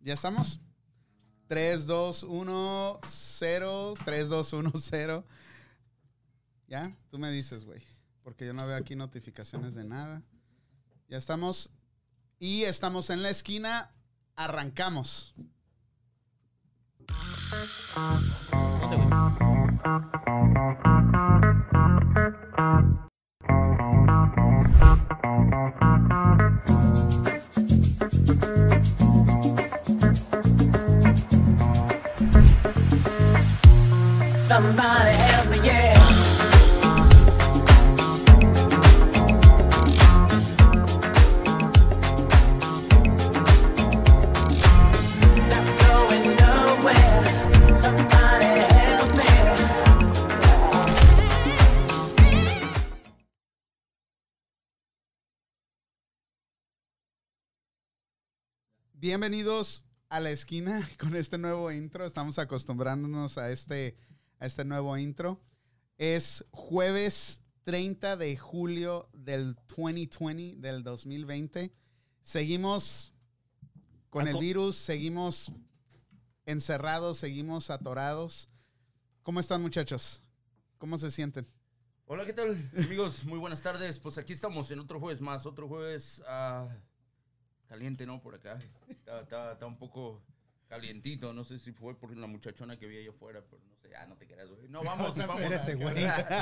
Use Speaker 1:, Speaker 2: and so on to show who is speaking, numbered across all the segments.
Speaker 1: ¿Ya estamos? 3, 2, 1, 0. 3, 2, 1, 0. ¿Ya? Tú me dices, güey. Porque yo no veo aquí notificaciones de nada. Ya estamos. Y estamos en la esquina. Arrancamos.
Speaker 2: Somebody help me, yeah. Not going nowhere. Somebody help me.
Speaker 1: Bienvenidos a la esquina con este nuevo intro. Estamos acostumbrándonos a este, a este nuevo intro. Es jueves 30 de julio del 2020, del 2020. Seguimos con el
Speaker 3: Ato-
Speaker 1: virus, seguimos encerrados, seguimos atorados. ¿Cómo están muchachos? ¿Cómo se sienten?
Speaker 3: Hola, ¿qué tal, amigos? Muy buenas tardes. Pues aquí estamos en otro jueves más, otro jueves ah, caliente, ¿no? Por acá. Está, está- está un poco calientito. No sé si fue por la muchachona que vi allá afuera, pero no sé. Ah, no te creas, güey. No, vamos,
Speaker 1: No,
Speaker 3: vamos.
Speaker 1: era
Speaker 4: ese güey.
Speaker 3: Era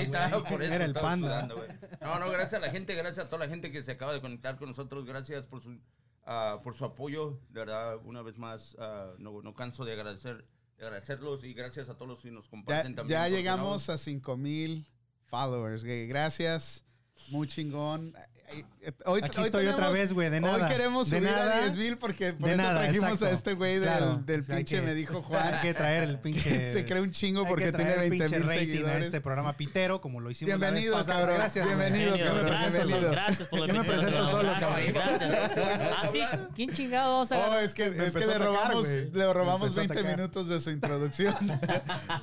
Speaker 3: el
Speaker 4: panda, güey.
Speaker 3: Por eso
Speaker 4: Era el
Speaker 3: estaba
Speaker 4: panda.
Speaker 3: sudando, güey. No, no, gracias a la gente, gracias a toda la gente que se acaba de conectar con nosotros. Gracias por su, ah, por su apoyo. De verdad, una vez más, ah, no, no canso de agradecer. de Agradecerlos y gracias a todos los que nos
Speaker 1: Ya,
Speaker 3: comparten
Speaker 1: ya
Speaker 3: también. porque no-
Speaker 1: llegamos a 5000 followers. güey. Gracias. Muy chingón. Ay, ay, Hoy,
Speaker 4: Aquí
Speaker 1: hoy
Speaker 4: estoy otra
Speaker 1: tenemos-
Speaker 4: vez, güey, de nada.
Speaker 1: Hoy queremos
Speaker 4: de
Speaker 1: subir
Speaker 4: nada,
Speaker 1: a 10 mil porque por
Speaker 4: de
Speaker 1: eso
Speaker 4: nada,
Speaker 1: trajimos
Speaker 4: exacto.
Speaker 1: a este güey del,
Speaker 4: Claro,
Speaker 1: del
Speaker 4: o sea, hay
Speaker 1: pinche,
Speaker 4: que-
Speaker 1: me dijo
Speaker 4: Hay
Speaker 1: Juan.
Speaker 4: que traer el pinche.
Speaker 1: se cree un chingo
Speaker 4: hay que
Speaker 1: porque tiene
Speaker 4: traer el
Speaker 1: 20
Speaker 4: pinche
Speaker 1: mil
Speaker 4: rating a
Speaker 1: seguidores.
Speaker 4: este programa pitero, como lo hicimos
Speaker 1: Bienvenido,
Speaker 4: la vez pasada.
Speaker 1: cabrón.
Speaker 4: Gracias, güey.
Speaker 1: Bienvenido,
Speaker 4: Genio,
Speaker 1: cabrón.
Speaker 4: gracias.
Speaker 1: Bienvenido.
Speaker 5: gracias por la
Speaker 4: Yo me
Speaker 5: bienvenida,
Speaker 4: presento
Speaker 5: cabrón.
Speaker 4: solo,
Speaker 5: Gracias, gracias. Así, ¿quién chingado vamos a
Speaker 1: Oh,
Speaker 5: agarrar?
Speaker 1: es que, es
Speaker 4: empezó
Speaker 1: que
Speaker 4: a
Speaker 1: le
Speaker 4: atacar,
Speaker 1: robamos,
Speaker 4: güey.
Speaker 1: le robamos
Speaker 4: Empezó a
Speaker 1: 20
Speaker 4: atacar.
Speaker 1: minutos de su introducción.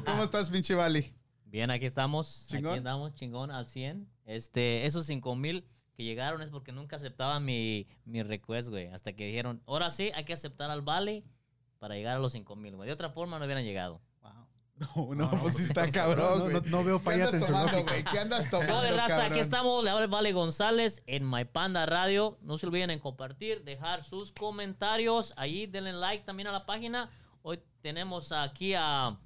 Speaker 1: ¿Cómo estás, pinche Vali?
Speaker 5: Bien, aquí estamos.
Speaker 1: Chingón.
Speaker 5: Aquí andamos, chingón, al 100. Este, esos 5 mil que llegaron es porque nunca aceptaba mi, mi request, güey. Hasta que dijeron, ahora sí, hay que aceptar al Vale para llegar a los 5 mil, güey. De otra forma no hubieran llegado.
Speaker 4: Wow.
Speaker 1: No, no,
Speaker 4: No, no,
Speaker 1: pues sí está
Speaker 4: No,
Speaker 1: cabrón,
Speaker 4: no,
Speaker 1: güey.
Speaker 4: no- no veo
Speaker 1: ¿Qué andas
Speaker 4: fallas en su
Speaker 1: tomando,
Speaker 4: lógica.
Speaker 1: güey? ¿Qué andas tomando,
Speaker 5: Joder, raza, aquí
Speaker 1: cabrón?
Speaker 5: estamos. Le habla el Vale González en My Panda Radio. No se olviden en compartir, dejar sus comentarios. Ahí denle like también a la página. Hoy tenemos aquí a.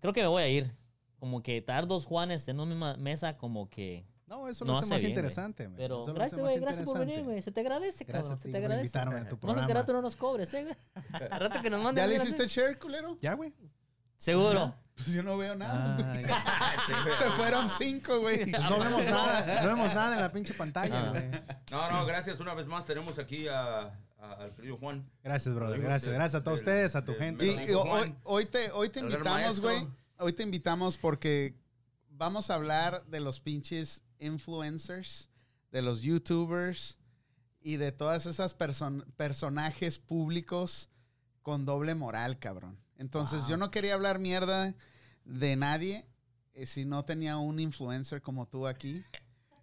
Speaker 5: Creo que me voy a ir. Como que estar dos Juanes en una misma mesa, como que.
Speaker 4: No, eso
Speaker 5: No
Speaker 4: lo hace
Speaker 5: hace
Speaker 4: más
Speaker 5: bien,
Speaker 4: interesante, güey.
Speaker 5: Pero
Speaker 4: Eso lo hace
Speaker 5: gracias,
Speaker 4: más
Speaker 5: güey. Gracias por venir,
Speaker 4: interesante.
Speaker 5: güey. Se te agradece,
Speaker 4: Gracias a
Speaker 5: cabrón.
Speaker 4: ti
Speaker 5: Se te
Speaker 4: por
Speaker 5: agradece.
Speaker 4: invitarme a tu
Speaker 5: Bueno, que
Speaker 4: programa.
Speaker 5: rato no nos cobres, eh, güey. Al rato que nos manden.
Speaker 1: ¿Ya le
Speaker 5: mira,
Speaker 1: hiciste
Speaker 5: sí.
Speaker 1: share, culero?
Speaker 4: Ya, güey.
Speaker 5: Seguro.
Speaker 1: Pues yo no veo nada.
Speaker 4: Ay,
Speaker 5: Ah.
Speaker 1: Se fueron cinco, güey.
Speaker 4: pues No vemos nada. No vemos nada en la pinche pantalla,
Speaker 5: Ah.
Speaker 4: güey.
Speaker 3: No, no, gracias una vez más. Tenemos aquí a, a- al querido Juan.
Speaker 4: Gracias, brother.
Speaker 3: Digo,
Speaker 4: Gracias.
Speaker 3: de-
Speaker 4: Gracias a todos
Speaker 3: del-
Speaker 4: ustedes, a tu
Speaker 3: del-
Speaker 4: gente.
Speaker 1: Y,
Speaker 3: Pero
Speaker 1: y
Speaker 3: dijo
Speaker 1: hoy,
Speaker 3: Juan,
Speaker 1: hoy te, hoy te
Speaker 3: el gran
Speaker 1: invitamos,
Speaker 3: maestro.
Speaker 1: güey. Hoy te invitamos porque vamos a hablar de los pinches influencers, de los youtubers y de todas esas person- personajes públicos con doble moral, cabrón. Entonces
Speaker 4: Wow.
Speaker 1: yo no quería hablar mierda de nadie eh, si no tenía un influencer como tú aquí.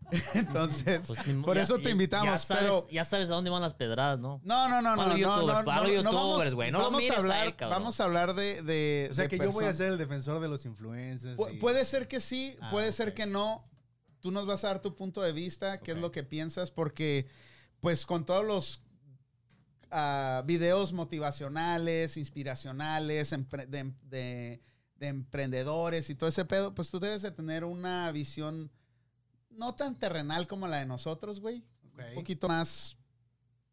Speaker 1: Entonces,
Speaker 5: Pues, ni-
Speaker 1: por
Speaker 5: ya-
Speaker 1: eso te
Speaker 5: ya-
Speaker 1: invitamos,
Speaker 5: ya sabes-
Speaker 1: pero-
Speaker 5: Ya sabes a dónde van las pedradas, ¿no?
Speaker 1: no, no, no, no,
Speaker 5: Para los
Speaker 1: no, no,
Speaker 5: youtubers, para los
Speaker 1: no, no vamos,
Speaker 5: youtubers, güey. No lo
Speaker 1: vamos a
Speaker 5: mires a él,
Speaker 1: hablar,
Speaker 5: cabrón.
Speaker 1: vamos a hablar de, de
Speaker 4: O sea
Speaker 1: de
Speaker 4: que yo voy a
Speaker 1: personas.
Speaker 4: ser el defensor de los influencers.
Speaker 1: Pu-
Speaker 4: y-
Speaker 1: puede ser que sí,
Speaker 4: Ah,
Speaker 1: puede ser
Speaker 4: ok.
Speaker 1: que no. Tú nos vas a dar tu punto de vista, qué es
Speaker 4: Ok.
Speaker 1: lo que piensas, porque pues con todos los ah, videos motivacionales, inspiracionales, empre- de, em- de- de emprendedores y todo ese pedo, pues tú debes de tener una visión no tan terrenal como la de nosotros, güey.
Speaker 4: Ok.
Speaker 1: Un poquito más,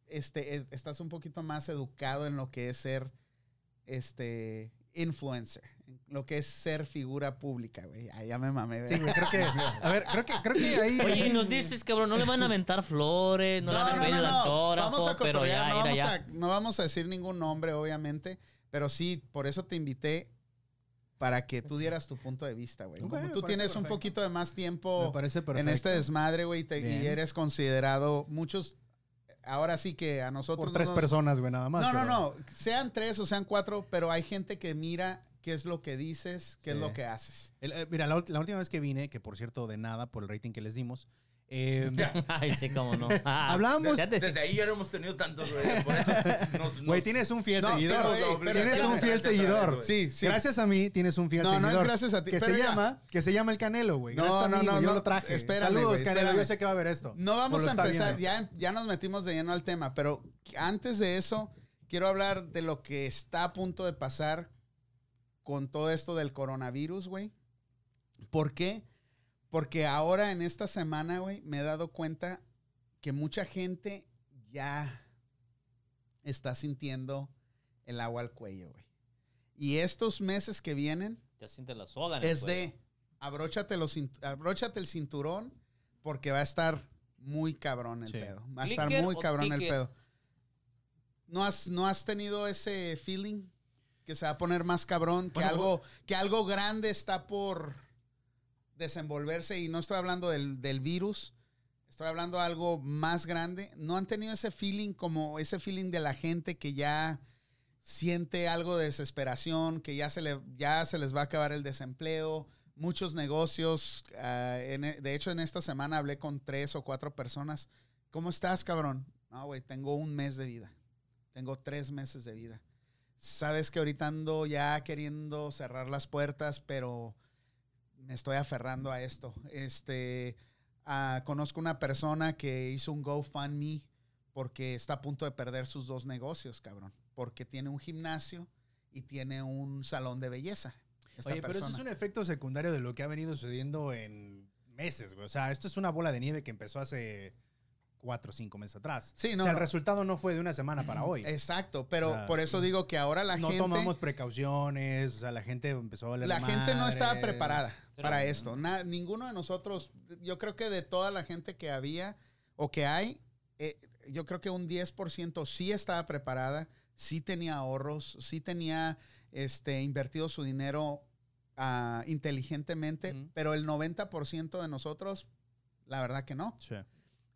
Speaker 1: este, e- estás un poquito más educado en lo que es ser este influencer, en lo que es ser figura pública, güey. Ah, ya me mamé, güey.
Speaker 4: Sí, güey, creo que. A ver, creo que, creo que ahí.
Speaker 5: Oye, y nos dices, cabrón, no le van a aventar flores, no, le van a pedir el
Speaker 1: Vamos a
Speaker 5: autógrafo, pero
Speaker 1: cotorrear,
Speaker 5: ya,
Speaker 1: no,
Speaker 5: mira,
Speaker 1: vamos
Speaker 5: ya.
Speaker 1: a, no vamos a decir ningún nombre, obviamente, pero sí, por eso te invité para que tú dieras tu punto de vista, güey.
Speaker 4: Ok,
Speaker 1: Como
Speaker 4: me
Speaker 1: tú
Speaker 4: parece
Speaker 1: tienes un
Speaker 4: perfecto.
Speaker 1: poquito de más
Speaker 4: Me
Speaker 1: tiempo
Speaker 4: parece perfecto.
Speaker 1: en este desmadre, güey, te- y
Speaker 4: Bien.
Speaker 1: eres considerado muchos, ahora sí que a nosotros...
Speaker 4: Por
Speaker 1: no
Speaker 4: tres
Speaker 1: nos-
Speaker 4: personas, güey, nada más.
Speaker 1: No, no,
Speaker 4: pero-
Speaker 1: no, sean tres o sean cuatro, pero hay gente que mira qué es lo que dices, qué es
Speaker 4: Sí.
Speaker 1: lo que haces.
Speaker 4: El- eh, mira, la, ult- la última vez que vine, que por cierto, de nada, por el rating que les dimos, Eh,
Speaker 5: Ay, sí, cómo no.
Speaker 1: Ah,
Speaker 5: Ah,
Speaker 4: Hablamos-
Speaker 5: Ya te-
Speaker 3: Desde ahí ya no hemos tenido tantos, güey. Por eso nos- nos-
Speaker 4: Güey, tienes un fiel
Speaker 1: No,
Speaker 4: seguidor.
Speaker 1: pero, ey, pero
Speaker 4: tienes
Speaker 1: espérame,
Speaker 4: un fiel
Speaker 3: espérame, espérame,
Speaker 4: seguidor.
Speaker 3: güey.
Speaker 1: Sí, sí.
Speaker 4: Gracias a mí tienes un fiel
Speaker 1: No, no es
Speaker 4: seguidor.
Speaker 1: gracias a ti,
Speaker 4: Que se
Speaker 1: pero ya.
Speaker 4: llama, que se llama el Canelo, güey.
Speaker 1: No,
Speaker 4: Gracias a
Speaker 1: no,
Speaker 4: mí,
Speaker 1: no,
Speaker 4: güey, Yo
Speaker 1: no.
Speaker 4: lo traje.
Speaker 1: Espérame,
Speaker 4: Saludos,
Speaker 1: güey,
Speaker 4: Canelo.
Speaker 1: espérame.
Speaker 4: Yo sé que va a ver esto.
Speaker 1: No
Speaker 4: O
Speaker 1: vamos
Speaker 4: lo
Speaker 1: a
Speaker 4: está
Speaker 1: empezar,
Speaker 4: viendo.
Speaker 1: ya, ya nos metimos de lleno al tema, pero antes de eso, quiero hablar de lo que está a punto de pasar con todo esto del coronavirus, güey. ¿Por qué? Porque ahora en esta semana, güey, me he dado cuenta que mucha gente ya está sintiendo el agua al cuello, güey. Y estos meses que vienen,
Speaker 5: Ya sientes la soga. en el
Speaker 1: es
Speaker 5: cuello.
Speaker 1: de abróchate, los cint- abróchate el cinturón porque va a estar muy cabrón el
Speaker 4: Sí.
Speaker 1: pedo. Va a estar
Speaker 5: ¿Clicker
Speaker 1: muy
Speaker 5: o
Speaker 1: cabrón el
Speaker 5: ticket?
Speaker 1: pedo. ¿No has, ¿No has tenido ese feeling que se va a poner más cabrón? Que,
Speaker 4: Bueno,
Speaker 1: algo, que algo grande está por desenvolverse y no estoy hablando del, del virus. Estoy hablando de algo más grande. ¿No han tenido ese feeling como ese feeling de la gente que ya siente algo de desesperación, que ya se, le, ya se les va a acabar el desempleo, muchos negocios. ah, en e- de hecho, en esta semana hablé con tres o cuatro personas. ¿Cómo estás, cabrón? No, güey, tengo un mes de vida. Tengo tres meses de vida. Sabes que ahorita ando ya queriendo cerrar las puertas, pero me estoy aferrando a esto. Este, ah, conozco una persona que hizo un GoFundMe porque está a punto de perder sus dos negocios, cabrón. Porque tiene un gimnasio y tiene un salón de belleza. Esta
Speaker 4: Oye, pero eso
Speaker 1: persona.
Speaker 4: es un efecto secundario de lo que ha venido sucediendo en meses, güey. O sea, esto es una bola de nieve que empezó hace cuatro o cinco meses atrás.
Speaker 1: Sí,
Speaker 4: o
Speaker 1: no,
Speaker 4: sea, el
Speaker 1: no.
Speaker 4: resultado no fue de una semana para hoy.
Speaker 1: Exacto, pero
Speaker 4: Ah.
Speaker 1: por eso digo que ahora la
Speaker 4: no
Speaker 1: gente...
Speaker 4: tomamos precauciones, o sea, la gente empezó a valer
Speaker 1: La gente no estaba
Speaker 4: madres.
Speaker 1: preparada
Speaker 5: Pero-
Speaker 1: para esto. Na- ninguno de nosotros, yo creo que de toda la gente que había o que hay, eh, yo creo que un 10% sí estaba preparada, sí tenía ahorros, sí tenía este, invertido su dinero ah, inteligentemente,
Speaker 4: Ujú.
Speaker 1: pero el 90% de nosotros, la verdad que no.
Speaker 4: Sí.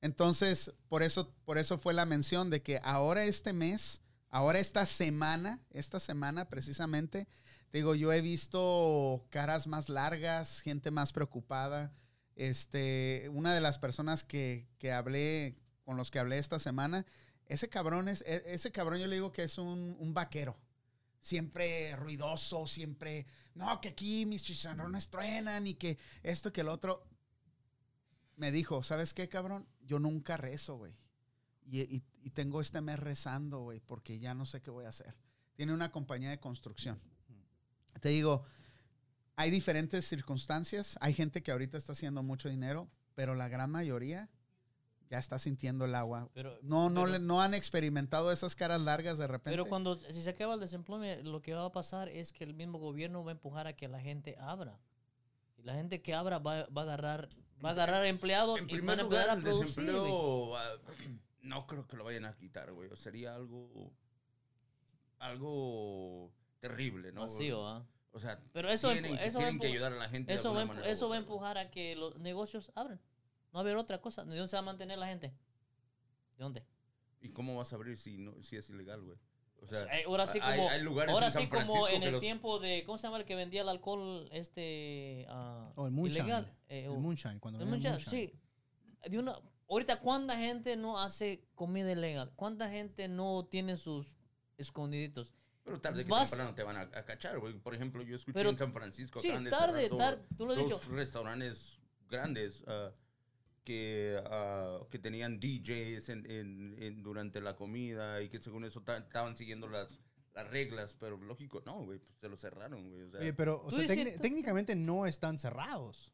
Speaker 1: Entonces, por eso, por eso fue la mención de que ahora este mes, ahora esta semana, esta semana precisamente, te digo, yo he visto caras más largas, gente más preocupada. Este, una de las personas que, que hablé, con los que hablé esta semana, ese cabrón es, e- ese cabrón yo le digo que es un, un vaquero. Siempre ruidoso, siempre, no, que aquí mis chicharrones truenan y que esto, que el otro me dijo, ¿sabes qué, cabrón? Yo nunca rezo, güey. Y, y- y tengo este mes rezando, güey, porque ya no sé qué voy a hacer. Tiene una compañía de construcción. Te digo, hay diferentes circunstancias. Hay gente que ahorita está haciendo mucho dinero, pero la gran mayoría ya está sintiendo el agua.
Speaker 5: Pero,
Speaker 1: No, no,
Speaker 5: pero-
Speaker 1: le- no han experimentado esas caras largas de repente.
Speaker 5: Pero cuando si se acaba el desempleo, lo que va a pasar es que el mismo gobierno va a empujar a que la gente abra. Y la gente que abra va, va a agarrar va a agarrar empleados
Speaker 3: En
Speaker 5: y van
Speaker 3: primer
Speaker 5: a
Speaker 3: lugar,
Speaker 5: empezar a
Speaker 3: el
Speaker 5: producir. güey.
Speaker 3: desempleo ah, no creo que lo vayan a quitar, güey. O Sería algo algo terrible, ¿no?
Speaker 5: Vacío, ¿ah?
Speaker 3: O sea,
Speaker 5: Pero eso,
Speaker 3: tienen,
Speaker 5: empu-
Speaker 3: que,
Speaker 5: eso, va a
Speaker 3: tienen que
Speaker 5: empu-
Speaker 3: ayudar a la gente. de
Speaker 5: eso,
Speaker 3: alguna
Speaker 5: va, a empu-
Speaker 3: manera u
Speaker 5: eso va
Speaker 3: otra,
Speaker 5: a
Speaker 3: güey.
Speaker 5: empujar a que los negocios abran. No va a haber otra cosa. ¿De dónde se va a mantener la gente? ¿De dónde?
Speaker 3: ¿Y cómo vas a abrir si, no, si es ilegal, güey? O sea,
Speaker 5: Eh, ahora sí
Speaker 3: hay-
Speaker 5: como,
Speaker 3: hay lugares
Speaker 5: ahora
Speaker 3: en San
Speaker 5: sí como
Speaker 3: Francisco
Speaker 5: en
Speaker 3: que
Speaker 5: el
Speaker 3: los-
Speaker 5: tiempo de ¿cómo se llama el que vendía el alcohol este ah,
Speaker 4: O Oh, el moonshine.
Speaker 5: ilegal? Eh,
Speaker 4: El
Speaker 5: o-
Speaker 4: moonshine, cuando
Speaker 5: El
Speaker 4: venía el
Speaker 5: moonshine,
Speaker 4: moonshine.
Speaker 5: sí. De una, ahorita, ¿cuánta gente no hace comida ilegal? ¿Cuánta gente no tiene sus escondiditos?
Speaker 3: pero tarde que
Speaker 5: vas-
Speaker 3: temprano te van a, a cachar, güey. Por ejemplo, yo escuché
Speaker 5: Pero-
Speaker 3: en San Francisco.
Speaker 5: Sí,
Speaker 3: acaban de cerrar
Speaker 5: tarde,
Speaker 3: todo-
Speaker 5: tarde, tú lo has dicho.
Speaker 3: dos restaurantes grandes ah, que, ah, que tenían DJs en- en- en- durante la comida y que según eso ta- estaban siguiendo las, las reglas, pero lógico, no, güey, pues se lo cerraron, güey. O sea,
Speaker 4: Oye, pero o
Speaker 5: Tú
Speaker 4: sea,
Speaker 5: dices-
Speaker 4: tecni- técnicamente no están cerrados.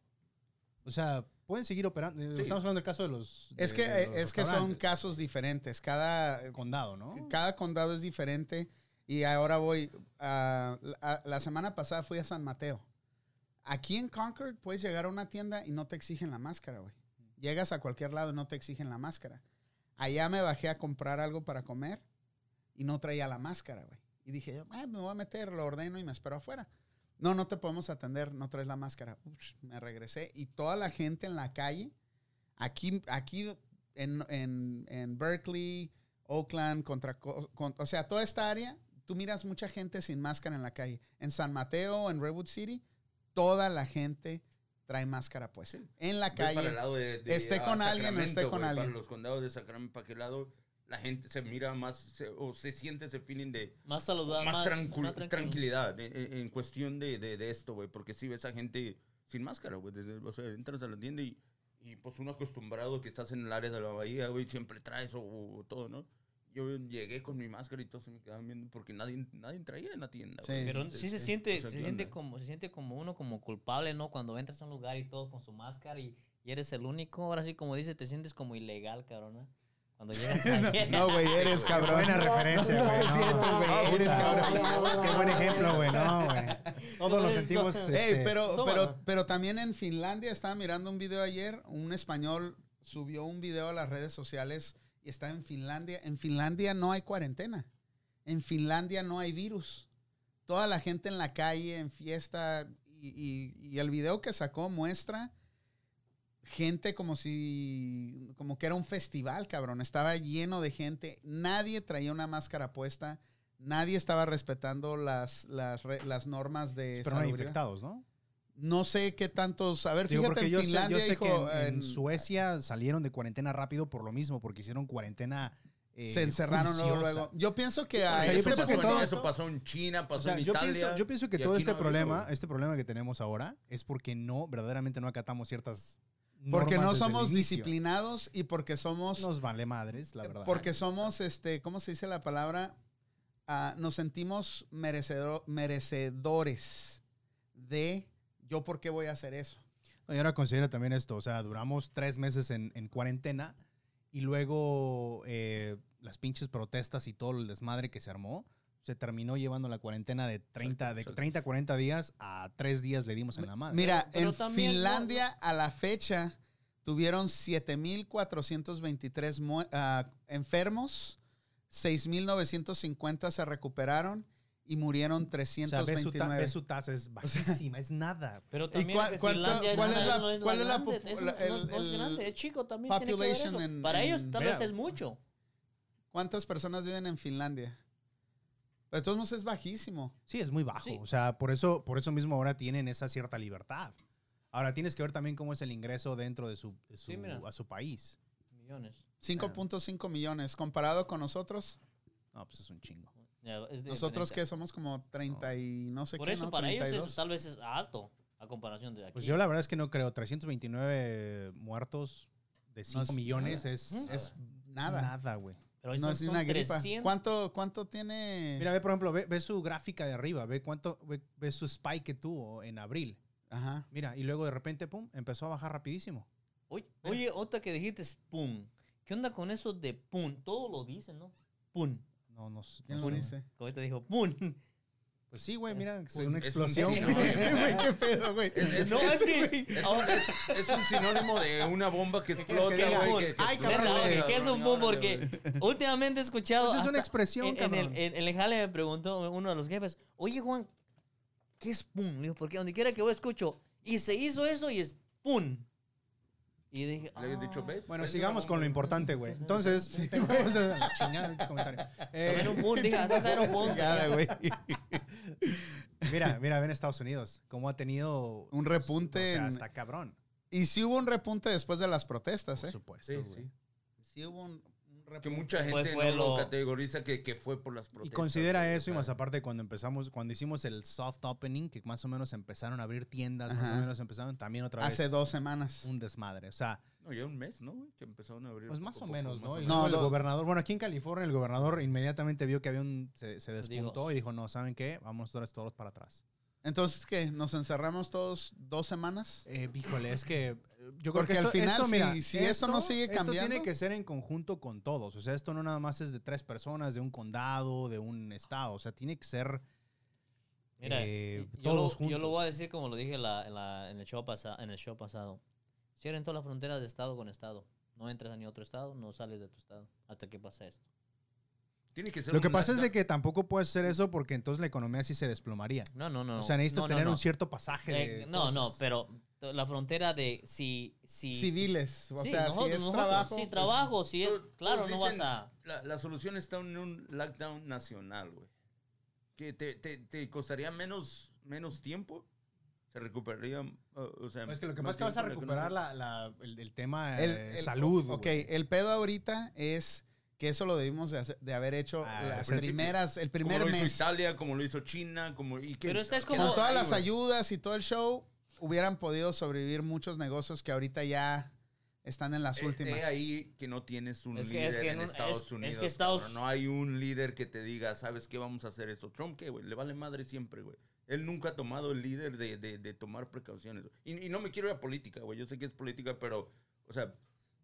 Speaker 4: O sea, pueden seguir operando. Eh,
Speaker 3: Sí.
Speaker 4: Estamos hablando del caso de los. de-
Speaker 1: es que,
Speaker 4: de
Speaker 1: eh,
Speaker 4: los
Speaker 1: es que son
Speaker 4: restaurantes.
Speaker 1: casos diferentes. Cada,
Speaker 4: condado, ¿no?
Speaker 1: Cada condado es diferente. Y ahora voy. a- la, la semana pasada fui a San Mateo. Aquí en Concord puedes llegar a una tienda y no te exigen la máscara, güey. Llegas a cualquier lado y no te exigen la máscara. Allá me bajé a comprar algo para comer y no traía la máscara, güey. Y dije, "Ah, me voy a meter, lo ordeno y me espero afuera. No, no te podemos atender, no traes la máscara. Ups, me regresé y toda la gente en la calle, aquí, aquí en, en- en Berkeley, Oakland, contra, co- con- o sea, toda esta área, tú miras mucha gente sin máscara en la calle. En San Mateo, en Redwood City, toda la gente trae máscara puesta. En la
Speaker 3: Voy para el
Speaker 1: calle.
Speaker 3: lado de- de,
Speaker 1: Esté
Speaker 3: ah,
Speaker 1: con alguien o esté
Speaker 3: Sacramento,
Speaker 1: con
Speaker 3: güey,
Speaker 1: alguien.
Speaker 3: Para los condados de Sacramento, para qué lado la gente se mira más se- o se siente ese feeling de
Speaker 5: Más saludable.
Speaker 3: más, tranquil-
Speaker 5: más tranquilo.
Speaker 3: tranquilidad en, en- en cuestión de, de- de esto, güey. Porque si ves a gente sin máscara, güey. desde- O sea, entras a la tienda y, y, pues uno acostumbrado que estás en el área de la bahía, güey, siempre traes o, o todo, ¿no? Yo llegué con mi máscara y todos se me quedaban viendo porque nadie, nadie traía en la tienda, güey.
Speaker 1: Sí.
Speaker 5: Pero sí,
Speaker 3: Sí,
Speaker 5: se
Speaker 3: sí.
Speaker 5: siente,
Speaker 3: O sea,
Speaker 5: se
Speaker 3: ¿qué
Speaker 5: siente
Speaker 3: onda?
Speaker 5: como, se siente como uno como culpable, ¿no? Cuando entras a un lugar y todo con su máscara y, y eres el único, ahora sí como dice, te sientes como ilegal, cabrón. ¿eh? Cuando llegas ahí.
Speaker 1: No, güey, eres cabrón.
Speaker 4: Buena referencia,
Speaker 1: No,
Speaker 4: güey.
Speaker 1: te
Speaker 4: no.
Speaker 1: sientes, güey, eres
Speaker 4: Puta,
Speaker 1: cabrón.
Speaker 4: Qué buen ejemplo, güey. No, güey. Todos los sentimos.
Speaker 1: Ey,
Speaker 4: este,
Speaker 1: pero,
Speaker 5: Toma.
Speaker 1: pero, pero también en Finlandia estaba mirando un video ayer, un español subió un video a las redes sociales y está en Finlandia. En Finlandia no hay cuarentena. En Finlandia no hay virus. Toda la gente en la calle, en fiesta, y, y- y el video que sacó muestra gente como si, como que era un festival, cabrón. Estaba lleno de gente. Nadie traía una máscara puesta. Nadie estaba respetando las, las, re- las normas de
Speaker 4: pues, Pero no hay
Speaker 1: salubridad.
Speaker 4: infectados, ¿no?
Speaker 1: No sé qué tantos. A ver,
Speaker 4: Digo,
Speaker 1: fíjate,
Speaker 4: porque
Speaker 1: en
Speaker 4: yo, sé- yo
Speaker 1: Finlandia,
Speaker 4: sé,
Speaker 1: hijo,
Speaker 4: que en- en,
Speaker 1: en-
Speaker 4: Suecia salieron de cuarentena rápido por lo mismo, porque hicieron cuarentena. eh,
Speaker 1: se encerraron luego,
Speaker 4: juiciosa.
Speaker 1: luego. Yo pienso que
Speaker 4: O
Speaker 1: a
Speaker 4: sea, yo
Speaker 1: ese
Speaker 4: pienso que
Speaker 1: punto-
Speaker 4: todo-
Speaker 3: Ah, eso pasó en China,
Speaker 4: O
Speaker 3: pasó
Speaker 4: sea,
Speaker 3: en
Speaker 4: yo,
Speaker 3: Italia.
Speaker 4: pienso, yo pienso que
Speaker 3: y
Speaker 4: todo
Speaker 3: aquí
Speaker 4: este
Speaker 3: no ha habido,
Speaker 4: problema,
Speaker 3: güey.
Speaker 4: este problema que tenemos ahora, es porque no, verdaderamente no acatamos ciertas.
Speaker 1: porque
Speaker 4: normas
Speaker 1: no
Speaker 4: desde el
Speaker 1: somos
Speaker 4: inicio.
Speaker 1: disciplinados y porque somos.
Speaker 4: Nos vale madres, la verdad.
Speaker 1: porque somos, este, ¿cómo se dice la palabra? Ah, nos sentimos merecedor, merecedores de yo por qué voy a hacer eso.
Speaker 4: No, Y ahora considera también esto, o sea, duramos tres meses en, en cuarentena y luego eh, las pinches protestas y todo el desmadre que se armó, se terminó llevando la cuarentena de 30, de
Speaker 3: exacto.
Speaker 4: 30 40 días a tres días le dimos en la madre.
Speaker 1: Mira,
Speaker 5: Pero
Speaker 1: en
Speaker 5: también no-
Speaker 1: Finlandia a la fecha tuvieron 7.423 mu- ah, enfermos, 6.950 se recuperaron y murieron
Speaker 4: o sea, ves su, ta-
Speaker 1: 329.
Speaker 4: ves su tasa, es bajísima, es nada.
Speaker 5: Pero
Speaker 1: ¿Y
Speaker 5: también
Speaker 1: cuál-
Speaker 5: que
Speaker 1: cuánto-
Speaker 5: Finlandia
Speaker 1: cuál
Speaker 5: no
Speaker 1: es la-
Speaker 5: no no
Speaker 1: cuál es la
Speaker 5: grande,
Speaker 1: popu-
Speaker 5: es un-
Speaker 1: la-
Speaker 5: no- no
Speaker 1: el-
Speaker 5: es
Speaker 1: el
Speaker 5: grande, es chico también tiene que ver
Speaker 1: population
Speaker 5: eso.
Speaker 1: en-
Speaker 5: Para
Speaker 1: en-
Speaker 5: ellos tal
Speaker 4: Mira.
Speaker 5: vez es mucho.
Speaker 1: ¿Cuántas personas viven en Finlandia? Pero de todos modos es bajísimo.
Speaker 4: Sí, es muy bajo.
Speaker 5: Sí.
Speaker 4: O sea, por eso, por eso mismo ahora tienen esa cierta libertad. Ahora tienes que ver también cómo es el ingreso dentro de su, de su-
Speaker 5: Sí, mira.
Speaker 4: a su país.
Speaker 5: Millones.
Speaker 1: 5.5 millones. Comparado con nosotros,
Speaker 4: No, pues es un chingo.
Speaker 5: Ya, es de
Speaker 1: nosotros
Speaker 5: diferencia.
Speaker 1: que somos como 30 y no sé
Speaker 5: Por
Speaker 1: qué.
Speaker 5: eso
Speaker 1: ¿no?
Speaker 5: para ellos
Speaker 1: 32.
Speaker 5: es- tal vez es alto a comparación de aquí.
Speaker 4: Pues yo la verdad es que no creo. 329 muertos de 5
Speaker 1: es
Speaker 4: millones es,
Speaker 1: es
Speaker 4: es
Speaker 1: nada.
Speaker 4: nada, güey.
Speaker 5: Pero
Speaker 1: No
Speaker 5: esos
Speaker 1: es ni
Speaker 5: son
Speaker 1: una gripa.
Speaker 5: 300.
Speaker 1: ¿Cuánto, cuánto tiene?
Speaker 4: Mira, ve por ejemplo, ve, ve su gráfica de arriba, ve cuánto, ve, ve su spike que tuvo en abril.
Speaker 1: Ajá.
Speaker 4: Mira, y luego de repente, pum, empezó a bajar rapidísimo.
Speaker 5: Oye, oye, otra que dijiste es pum. ¿Qué onda con eso de pum? Todo lo dicen, ¿no? Pum.
Speaker 4: No, no, sé,
Speaker 1: ¿Quién
Speaker 4: no
Speaker 1: lo
Speaker 4: sé,
Speaker 1: dice?
Speaker 5: Como te dijo, pum.
Speaker 4: güey. Pues sí, güey, mira,
Speaker 3: un-
Speaker 4: una
Speaker 3: es un
Speaker 4: explosión.
Speaker 3: sinónimo.
Speaker 4: güey.
Speaker 1: Sí, güey, qué pedo, güey.
Speaker 4: Pues
Speaker 3: Es- es-
Speaker 5: No,
Speaker 3: es-
Speaker 5: es que. oh,
Speaker 3: Es un,
Speaker 5: ahora-
Speaker 3: es- es un sinónimo de una bomba que
Speaker 4: quieres que
Speaker 3: explota,
Speaker 4: diga?
Speaker 3: güey.
Speaker 5: Pum.
Speaker 3: que- que
Speaker 1: Ay,
Speaker 3: explota,
Speaker 5: Neta,
Speaker 1: cabrón,
Speaker 5: oye,
Speaker 1: güey.
Speaker 5: ¿Qué es un pum? Porque últimamente he escuchado.
Speaker 4: Pues es
Speaker 5: hasta
Speaker 4: una expresión,
Speaker 5: en- en,
Speaker 4: cabrón.
Speaker 5: el, en- en el jale me preguntó uno de los jefes, oye, Juan, ¿qué es pum? Le digo, porque donde quiera que voy escucho, y se hizo eso y es pum. Y dije,
Speaker 3: Le habías dicho,
Speaker 5: "Ah".
Speaker 3: ¿ves?
Speaker 4: Bueno,
Speaker 3: Ves
Speaker 4: sigamos
Speaker 3: una
Speaker 4: con lo
Speaker 3: bomba.
Speaker 4: importante, güey. Entonces, te vamos a la chingada, pinche comentario. Eh,
Speaker 5: Era un pun, dije, "Ah, esa era un pun".
Speaker 1: Chingada, güey.
Speaker 4: mira, mira, ven Estados Unidos, cómo ha tenido
Speaker 1: Un repunte
Speaker 4: O sea,
Speaker 1: en-
Speaker 4: está cabrón.
Speaker 1: Y sí hubo un repunte después de las protestas,
Speaker 4: Por
Speaker 1: ¿eh?
Speaker 4: supuesto,
Speaker 3: Sí,
Speaker 4: güey.
Speaker 3: sí.
Speaker 1: Sí hubo un, un
Speaker 3: Que
Speaker 1: repunte.
Speaker 3: mucha gente
Speaker 5: Pues fue
Speaker 3: no lo
Speaker 5: lo-
Speaker 3: categoriza que, que fue por las
Speaker 4: Y
Speaker 3: protestas.
Speaker 4: considera
Speaker 3: güey,
Speaker 4: eso, y
Speaker 3: o
Speaker 4: más
Speaker 3: sea,
Speaker 4: aparte cuando empezamos, cuando hicimos el soft opening, que más o menos empezaron a abrir tiendas, más
Speaker 1: Ajá.
Speaker 4: o menos empezaron también otra vez
Speaker 1: Hace dos semanas.
Speaker 4: un desmadre. O sea,
Speaker 3: No, ya un mes, ¿no, güey? Que empezaron a abrir.
Speaker 4: pues
Speaker 3: poco
Speaker 4: más
Speaker 3: a
Speaker 4: o
Speaker 3: poco,
Speaker 4: menos,
Speaker 3: más
Speaker 4: ¿no?
Speaker 3: o
Speaker 4: Y
Speaker 1: No,
Speaker 4: luego el
Speaker 1: lo-
Speaker 4: gobernador, bueno, aquí en California el gobernador inmediatamente vio que había un, se, se
Speaker 5: Dijo,
Speaker 4: despuntó y dijo, no, ¿saben qué? Vamos todos, todos para atrás.
Speaker 1: Entonces, ¿qué? ¿Nos encerramos todos dos semanas?
Speaker 4: Eh, híjole, es que eh, yo creo
Speaker 1: Porque
Speaker 4: que
Speaker 1: al
Speaker 4: esto,
Speaker 1: final,
Speaker 4: esto,
Speaker 1: si-
Speaker 4: mira,
Speaker 1: si esto no sigue
Speaker 4: esto
Speaker 1: cambiando-
Speaker 4: tiene que ser en conjunto con todos. O sea, esto no nada más es de tres personas, de un condado, de un estado. O sea, tiene que ser
Speaker 5: Mira,
Speaker 4: eh,
Speaker 5: y- yo, lo,
Speaker 4: todos juntos.
Speaker 5: yo lo voy a decir como lo dije la- en, la- en el show pasa- en el show pasado. Cierren todas las fronteras de estado con estado. No entras a ni otro estado, no sales de tu estado hasta que pase esto.
Speaker 3: menos. Tiene que ser
Speaker 4: Lo que
Speaker 3: un-
Speaker 4: pasa es de que tampoco puedes hacer eso porque entonces la economía sí se desplomaría.
Speaker 5: No, no, no.
Speaker 4: o sea, necesitas
Speaker 5: no, no,
Speaker 4: tener
Speaker 5: no.
Speaker 4: un cierto pasaje.
Speaker 5: Eh,
Speaker 4: de
Speaker 5: No, no,
Speaker 4: cosas.
Speaker 5: pero t- la frontera de si... si
Speaker 1: Civiles. O
Speaker 5: Sí,
Speaker 1: sea,
Speaker 5: nosotros-
Speaker 1: si es
Speaker 5: nosotros,
Speaker 1: trabajo.
Speaker 5: sí,
Speaker 1: pues,
Speaker 5: trabajo, sí,
Speaker 3: Todos-
Speaker 5: claro,
Speaker 3: todos
Speaker 5: no vas
Speaker 3: dicen,
Speaker 5: a...
Speaker 3: La, la solución está en un lockdown nacional, güey. Que te, te, te costaría menos, menos tiempo se recuperaría. uh, o sea,
Speaker 4: Es Pues que lo que
Speaker 3: más
Speaker 4: pasa es que vas a
Speaker 3: tiempo
Speaker 4: recuperar
Speaker 3: económico.
Speaker 4: la, la- el, el tema
Speaker 1: El-
Speaker 4: eh,
Speaker 1: el-
Speaker 4: salud.
Speaker 1: Ok,
Speaker 4: güey.
Speaker 1: el pedo ahorita es que eso lo debimos de, hacer- de haber hecho
Speaker 4: Ah, al
Speaker 1: las
Speaker 4: principio.
Speaker 1: primeras, el
Speaker 3: Como
Speaker 1: primer
Speaker 3: lo hizo
Speaker 1: mes.
Speaker 3: Italia, como lo hizo China, como. Y que-
Speaker 5: Pero esta es
Speaker 3: que
Speaker 1: Con
Speaker 5: como-
Speaker 3: no-
Speaker 1: todas
Speaker 3: ahí,
Speaker 1: las
Speaker 3: güey.
Speaker 1: ayudas y todo el show, hubieran podido sobrevivir muchos negocios que ahorita ya están en las
Speaker 3: Eh,
Speaker 1: últimas.
Speaker 3: eh, ahí que no tienes un
Speaker 5: Es que-
Speaker 3: líder
Speaker 5: es que en
Speaker 3: en
Speaker 5: un-
Speaker 3: Estados
Speaker 5: es- es que
Speaker 3: Unidos.
Speaker 5: Estados-
Speaker 3: cabrón. No hay un líder que te diga, ¿sabes qué vamos a hacer esto? Trump, ¿qué, güey? Le vale madre siempre, güey. Él nunca ha tomado el líder de, de- de tomar precauciones. Y, y no me quiero ir a política, güey. Yo sé que es política, pero, o sea...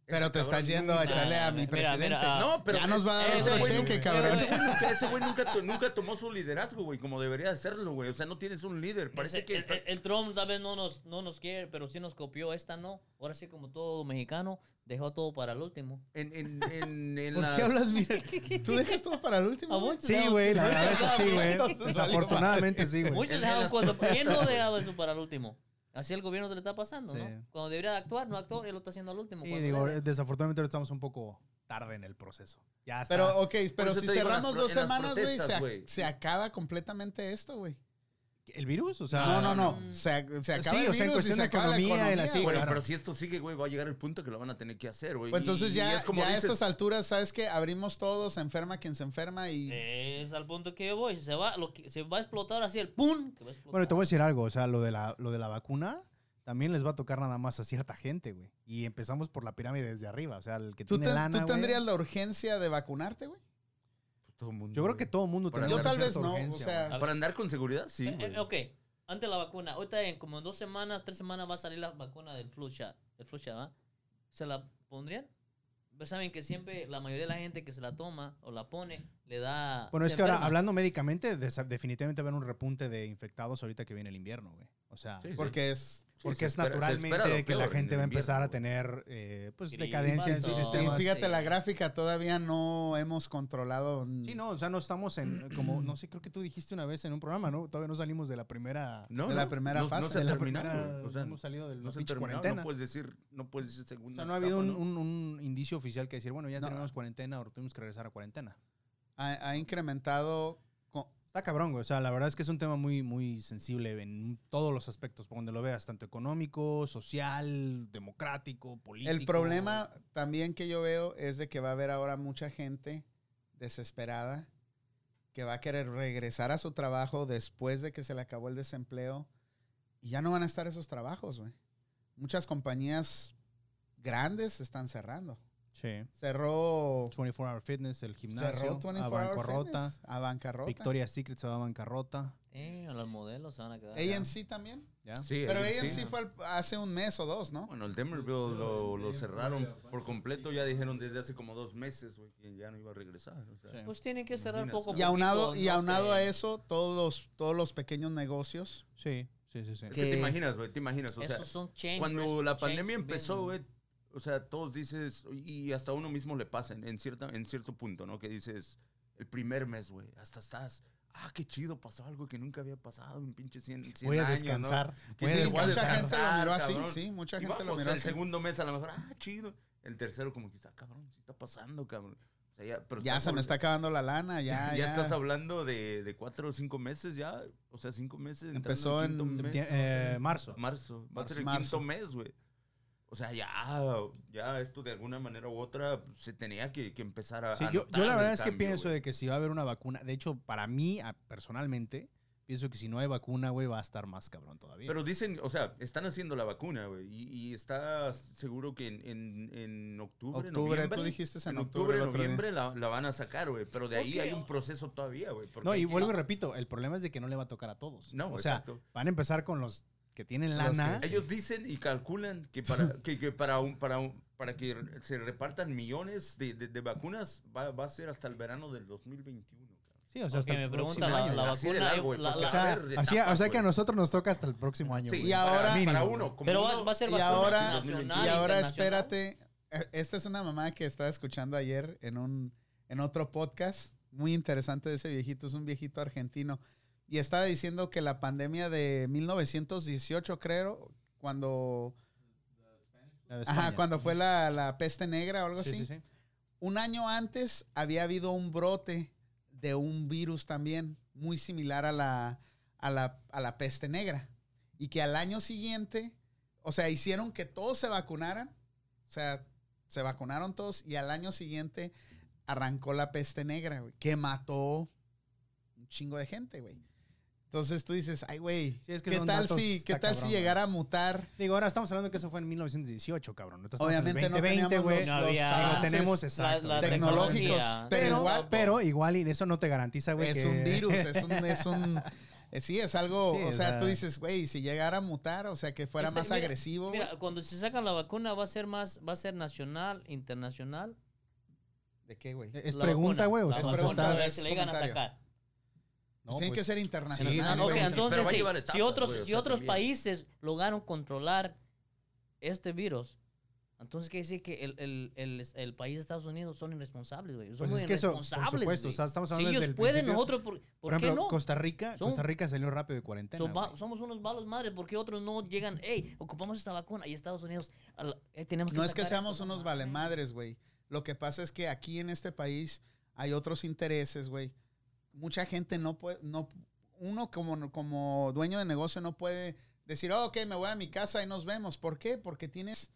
Speaker 1: Pero
Speaker 3: ese
Speaker 1: te estás
Speaker 3: cabrón
Speaker 1: yendo a
Speaker 3: nunca-
Speaker 1: echarle a mi
Speaker 5: mira,
Speaker 1: presidente. pues,
Speaker 5: mira, ah,
Speaker 3: No, pero eh,
Speaker 1: ya nos va a dar
Speaker 5: ese
Speaker 1: otro
Speaker 5: güey
Speaker 1: cheque,
Speaker 5: nunca-
Speaker 1: cabrón.
Speaker 5: pero-
Speaker 3: Ese güey nunca, ese güey nunca to- nunca tomó su liderazgo, güey, como debería hacerlo, güey. O sea, no tienes un líder. Parece
Speaker 5: Ese- e,
Speaker 3: que...
Speaker 5: el, el- el Trump tal vez no nos, no nos quiere, pero sí nos copió. Esta no. Ahora sí, como todo mexicano, dejó todo para el último.
Speaker 3: en, en, en, en
Speaker 1: ¿Por
Speaker 3: las-
Speaker 1: qué hablas mierda? ¿Tú dejas todo para el último?
Speaker 5: Ah,
Speaker 1: güey?
Speaker 5: muchos
Speaker 4: Sí,
Speaker 5: dejaron-
Speaker 4: güey, la verdad es así, güey.
Speaker 1: Entonces,
Speaker 4: Desafortunadamente sí, güey.
Speaker 5: Muchos
Speaker 3: En- en
Speaker 5: dejaron
Speaker 3: las
Speaker 5: cuando. ¿Quién no dejaba eso para el último? Así el gobierno te le está pasando,
Speaker 4: Sí.
Speaker 5: ¿no? Cuando debería de actuar, no actuar, él lo está haciendo al último.
Speaker 4: Sí,
Speaker 5: cuando
Speaker 4: digo,
Speaker 5: debe.
Speaker 4: desafortunadamente ahora estamos un poco tarde en el proceso. Ya está.
Speaker 1: Pero, ok, pero
Speaker 3: eso
Speaker 1: si
Speaker 3: te digo, en las
Speaker 1: cerramos
Speaker 3: pro-
Speaker 1: dos
Speaker 3: en las
Speaker 1: semanas, güey, se,
Speaker 3: protestas,
Speaker 1: ac-
Speaker 3: güey.
Speaker 1: se acaba completamente esto, güey.
Speaker 4: ¿El virus? O sea,
Speaker 3: Ah,
Speaker 1: No, no, no. Se, ac- se acaba
Speaker 4: Sí,
Speaker 1: el
Speaker 4: o sea,
Speaker 1: virus
Speaker 4: en
Speaker 1: y
Speaker 4: cuestión
Speaker 1: se
Speaker 4: de
Speaker 1: acaba la
Speaker 4: economía,
Speaker 1: economía,
Speaker 4: el así,
Speaker 1: güey.
Speaker 3: Bueno,
Speaker 4: claro.
Speaker 3: pero si esto sigue, güey, va a llegar el punto que lo van a tener que hacer, güey.
Speaker 1: Pues
Speaker 3: Y-
Speaker 1: entonces
Speaker 3: y
Speaker 1: ya,
Speaker 3: es como
Speaker 1: ya a
Speaker 3: dices,
Speaker 1: estas alturas, ¿sabes qué? Abrimos todo, se enferma quien se enferma y...
Speaker 4: Eh,
Speaker 5: Es al punto que yo voy. Se va, lo que, se va a explotar así el pum. te va a explotar.
Speaker 4: Bueno, te voy a decir algo, o sea, lo de la, lo de la vacuna también les va a tocar nada más a cierta gente, güey. Y empezamos por la pirámide desde arriba, o sea, el que
Speaker 1: ¿Tú,
Speaker 4: tiene
Speaker 1: ten-
Speaker 4: lana,
Speaker 1: tú
Speaker 4: güey,
Speaker 1: tendrías la urgencia de vacunarte, güey?
Speaker 3: pues, todo el mundo,
Speaker 4: Yo creo que
Speaker 3: güey.
Speaker 4: todo el mundo
Speaker 3: Para
Speaker 4: tendría
Speaker 3: yo tal
Speaker 4: cierta
Speaker 1: vez no, o
Speaker 4: urgencia,
Speaker 1: sea,
Speaker 4: güey.
Speaker 3: Para andar con seguridad, sí,
Speaker 5: Eh,
Speaker 3: güey.
Speaker 5: eh, ok, antes la vacuna. Ahorita en como en dos semanas, tres semanas va a salir la vacuna del flu shot. El flu shot, ¿va? ¿Se la pondrían? Pues saben que siempre la mayoría de la gente que se la toma o la pone le da.
Speaker 4: Bueno,
Speaker 5: se
Speaker 4: es que ahora,
Speaker 5: enferma.
Speaker 4: hablando médicamente, desa- definitivamente va a haber un repunte de infectados ahorita que viene el invierno, güey. O sea,
Speaker 3: Sí, sí.
Speaker 1: Porque es...
Speaker 4: porque
Speaker 3: se
Speaker 4: es
Speaker 3: espera- se espera
Speaker 4: naturalmente
Speaker 3: lo
Speaker 4: que
Speaker 3: peor
Speaker 4: la
Speaker 3: en
Speaker 4: gente
Speaker 3: el
Speaker 4: va a empezar a
Speaker 3: invierno,
Speaker 4: tener, eh, pues,
Speaker 5: Gripa,
Speaker 4: decadencia en su
Speaker 5: todo.
Speaker 1: Y
Speaker 4: sistema.
Speaker 1: fíjate,
Speaker 5: sí.
Speaker 1: la gráfica todavía no hemos controlado... n-
Speaker 4: Sí, no, o sea, no estamos en, eh, como, no sé, creo que tú dijiste una vez en un programa, ¿no? Todavía no salimos de la primera...
Speaker 3: No,
Speaker 1: de la primera fase,
Speaker 3: No se
Speaker 4: de
Speaker 3: ha
Speaker 4: la
Speaker 3: terminado,
Speaker 4: primera-
Speaker 3: güey. O sea,
Speaker 4: no hemos salido de la
Speaker 3: no se ha
Speaker 4: pinche
Speaker 3: terminado.
Speaker 4: cuarentena.
Speaker 3: No puedes decir, no puedes decir
Speaker 4: O
Speaker 3: segunda.
Speaker 4: sea, no ha habido
Speaker 3: etapa,
Speaker 4: un,
Speaker 3: ¿no?
Speaker 4: un- un indicio oficial que decir, bueno, ya
Speaker 1: No.
Speaker 4: tenemos cuarentena o tuvimos que regresar a cuarentena.
Speaker 1: Ha, ha incrementado... co-
Speaker 4: Está cabrón, güey. O sea, la verdad es que es un tema muy, muy sensible en todos los aspectos, por donde lo veas, tanto económico, social, democrático, político.
Speaker 1: El problema también que yo veo es de que va a haber ahora mucha gente desesperada que va a querer regresar a su trabajo después de que se le acabó el desempleo y ya no van a estar esos trabajos, güey. Muchas compañías grandes están cerrando.
Speaker 4: Sí.
Speaker 1: Cerró,
Speaker 4: 24 Hour Fitness, el
Speaker 1: cerró
Speaker 4: gimnasio,
Speaker 1: 24
Speaker 4: a
Speaker 1: Hour
Speaker 4: bancarrota.
Speaker 1: Fitness, a bancarrota.
Speaker 4: Victoria's Secret se va a bancarrota.
Speaker 5: Eh, los modelos se van a quedar.
Speaker 1: AMC también.
Speaker 4: ¿ya?
Speaker 3: Sí,
Speaker 1: Pero
Speaker 3: ahí
Speaker 1: AMC
Speaker 3: sí.
Speaker 1: fue al- hace un mes o dos, ¿no?
Speaker 3: Bueno, el Denverville lo, lo cerraron por completo. Ya dijeron desde hace como dos meses, güey, que ya no iba a regresar. o sea.
Speaker 4: Sí.
Speaker 5: Pues tienen que cerrar
Speaker 3: Imagínate.
Speaker 5: poco a
Speaker 1: Y aunado,
Speaker 5: poquito,
Speaker 1: y
Speaker 5: no
Speaker 1: aunado a
Speaker 5: sé.
Speaker 1: eso, todos los, todos los pequeños negocios
Speaker 4: Sí, sí, sí. sí.
Speaker 3: Es
Speaker 5: ¿Qué?
Speaker 3: que te imaginas, güey, te imaginas. O sea,
Speaker 5: Esos son changes,
Speaker 3: cuando la
Speaker 5: changes
Speaker 3: pandemia
Speaker 5: big,
Speaker 3: empezó,
Speaker 5: man.
Speaker 3: güey, o sea, todos dices, y hasta a uno mismo le pasa en, en cierta, en cierto punto, ¿no? Que dices, el primer mes, güey, hasta estás, ah, qué chido, pasó algo que nunca había pasado en pinche 100, 100
Speaker 4: Voy a
Speaker 3: años, ¿no?
Speaker 4: descansar.
Speaker 3: Que
Speaker 4: Voy a
Speaker 3: sí,
Speaker 1: Sí,
Speaker 3: igual
Speaker 4: descansar.
Speaker 1: mucha gente
Speaker 3: descansar,
Speaker 1: lo miró así,
Speaker 3: cabrón.
Speaker 1: sí, mucha
Speaker 3: Y
Speaker 1: gente lo
Speaker 3: vamos,
Speaker 1: miró
Speaker 3: el
Speaker 1: así.
Speaker 3: segundo mes a lo mejor, ah, chido. El tercero como que está, cabrón, ¿qué está pasando, cabrón? O sea, ya, pero
Speaker 1: Ya
Speaker 3: estás
Speaker 1: se me
Speaker 3: habl-
Speaker 1: está acabando la lana, ya,
Speaker 3: Ya,
Speaker 1: ya.
Speaker 3: estás hablando de, de cuatro o cinco meses ya, o sea, cinco meses. entrando
Speaker 1: Empezó
Speaker 3: al quinto
Speaker 1: en
Speaker 3: mes.
Speaker 4: Septie- eh, marzo.
Speaker 3: Marzo. Va a ser el
Speaker 1: Marzo.
Speaker 3: quinto mes, güey. O sea, ya, ya esto de alguna manera u otra se tenía que, que empezar a.
Speaker 4: Sí,
Speaker 3: a
Speaker 4: yo, yo
Speaker 3: notar
Speaker 4: la
Speaker 3: el
Speaker 4: verdad es que
Speaker 3: cambio,
Speaker 4: pienso
Speaker 3: güey.
Speaker 4: de que si va a haber una vacuna, de hecho, para mí, a- personalmente, pienso que si no hay vacuna, güey, va a estar más cabrón todavía.
Speaker 3: Pero dicen, o sea, están haciendo la vacuna, güey. Y, y está seguro que en, en, en octubre,
Speaker 1: Octubre,
Speaker 3: noviembre.
Speaker 1: tú dijiste en
Speaker 3: en
Speaker 1: octubre,
Speaker 3: octubre,
Speaker 1: el otro día.
Speaker 3: noviembre la, la van a sacar, güey. Pero de ahí
Speaker 5: Ok.
Speaker 3: hay un proceso todavía, güey. porque
Speaker 4: no,
Speaker 3: hay
Speaker 4: y
Speaker 3: que-
Speaker 4: vuelvo y repito, el problema es de que no le va a tocar a todos.
Speaker 3: No,
Speaker 4: o sea,
Speaker 3: exacto.
Speaker 4: van a empezar con los que tienen
Speaker 1: Los que-
Speaker 4: lana.
Speaker 3: Ellos dicen y calculan que para que, que para un para un- para que se repartan millones de, de- de vacunas va, va a ser hasta el verano del 2021. cabrón.
Speaker 4: Sí, o sea, hasta
Speaker 5: Ok, me
Speaker 4: el próximo
Speaker 5: pregunta la,
Speaker 4: año.
Speaker 5: la
Speaker 3: Así de
Speaker 5: vacuna.
Speaker 3: largo, güey,
Speaker 5: la-
Speaker 3: porque
Speaker 5: la-
Speaker 4: O sea,
Speaker 3: a ver,
Speaker 4: así-
Speaker 3: etapas,
Speaker 4: o sea que a
Speaker 3: güey.
Speaker 4: nosotros nos toca hasta el próximo año.
Speaker 3: Sí,
Speaker 4: güey.
Speaker 1: y ahora-
Speaker 3: para,
Speaker 4: Mínimo,
Speaker 3: para
Speaker 4: güey.
Speaker 3: uno. como
Speaker 5: pero va,
Speaker 3: uno-
Speaker 5: va a ser
Speaker 1: y
Speaker 5: vacuna
Speaker 1: ahora-
Speaker 5: nacional,
Speaker 1: Y ahora
Speaker 5: internacional.
Speaker 1: espérate, eh, esta es una mamá que estaba escuchando ayer en un en otro podcast muy interesante de ese viejito, es un viejito argentino y estaba diciendo que la pandemia de 1918 creo cuando
Speaker 4: La de
Speaker 1: ajá,
Speaker 4: España.
Speaker 1: cuando fue la, la peste negra o algo
Speaker 4: Sí,
Speaker 1: así.
Speaker 4: sí, sí.
Speaker 1: Un año antes había habido un brote de un virus también muy similar a la a la, a la peste negra y que al año siguiente, o sea, hicieron que todos se vacunaran, o sea, se vacunaron todos y al año siguiente arrancó la peste negra, güey, que mató un chingo de gente, güey. Entonces tú dices, ay, güey,
Speaker 4: Sí, es que
Speaker 1: ¿qué
Speaker 4: son
Speaker 1: tal
Speaker 4: datos-
Speaker 1: si,
Speaker 4: está
Speaker 1: qué tal
Speaker 4: cabrón,
Speaker 1: si llegara a mutar?
Speaker 4: Digo, ahora estamos hablando que eso fue en 1918, cabrón. Ahorita estamos en el
Speaker 1: Obviamente
Speaker 4: 2020,
Speaker 1: no
Speaker 4: güey.
Speaker 1: teníamos
Speaker 4: Digo,
Speaker 1: los,
Speaker 5: había-
Speaker 1: los
Speaker 5: avances
Speaker 4: tenemos
Speaker 1: avances
Speaker 4: exacto.
Speaker 5: la
Speaker 4: la
Speaker 1: tecnológicos,
Speaker 5: tecnología.
Speaker 1: pero,
Speaker 4: pero,
Speaker 1: igual
Speaker 4: pero igual y eso no te garantiza, güey.
Speaker 1: es
Speaker 4: que-
Speaker 1: un virus, es un, es un, eh, sí, es algo,
Speaker 4: Sí,
Speaker 1: o
Speaker 4: o
Speaker 1: sea,
Speaker 4: sea-
Speaker 1: tú dices, güey, si llegara a mutar, o sea, que fuera
Speaker 5: Este,
Speaker 1: más
Speaker 5: mira,
Speaker 1: agresivo, güey,
Speaker 5: Mira, cuando se saca la vacuna va a ser más, va a ser nacional, internacional.
Speaker 1: ¿de qué, güey?
Speaker 4: Es
Speaker 5: la
Speaker 4: pregunta, güey.
Speaker 5: vacuna.
Speaker 4: O
Speaker 5: La
Speaker 4: sea,
Speaker 1: es
Speaker 5: vacuna,
Speaker 4: estás-
Speaker 1: pregunta,
Speaker 5: a ver si la llegan a
Speaker 1: comentario.
Speaker 5: sacar.
Speaker 1: Pues tiene que ser internacional.
Speaker 4: Sí,
Speaker 5: Ah,
Speaker 4: no,
Speaker 5: ok,
Speaker 1: güey.
Speaker 4: pero
Speaker 5: entonces
Speaker 3: va a
Speaker 5: sí,
Speaker 3: llevar
Speaker 5: si
Speaker 3: etapas,
Speaker 5: otros,
Speaker 3: güey, o
Speaker 5: si
Speaker 3: sea,
Speaker 5: otros
Speaker 3: también.
Speaker 5: países lograron controlar este virus, entonces quiere decir que el, el- el- el país de Estados Unidos son irresponsables, güey. Son
Speaker 4: Pues
Speaker 5: muy
Speaker 4: es que eso, por
Speaker 5: irresponsables.
Speaker 4: supuesto,
Speaker 5: güey.
Speaker 4: o sea, estamos
Speaker 5: si
Speaker 4: hablando
Speaker 5: ellos
Speaker 4: desde el
Speaker 5: pueden,
Speaker 4: principio.
Speaker 5: nosotros, ¿por, por
Speaker 4: Por ejemplo,
Speaker 5: qué no?
Speaker 4: Costa Rica,
Speaker 5: Son-
Speaker 4: Costa Rica salió rápido de cuarentena.
Speaker 5: Son va-
Speaker 4: güey.
Speaker 5: somos unos malos madres, porque otros no llegan, hey, ocupamos esta vacuna y Estados Unidos, a la- eh, tenemos
Speaker 1: No es que
Speaker 5: sacar
Speaker 1: seamos
Speaker 5: esto,
Speaker 1: unos
Speaker 5: no mames.
Speaker 1: valemadres, güey. Lo que pasa es que aquí en este país hay otros intereses, güey. Mucha gente no puede, no, uno como, como dueño de negocio no puede decir, "Oh, ok, me voy a mi casa y nos vemos. ¿Por qué? Porque tienes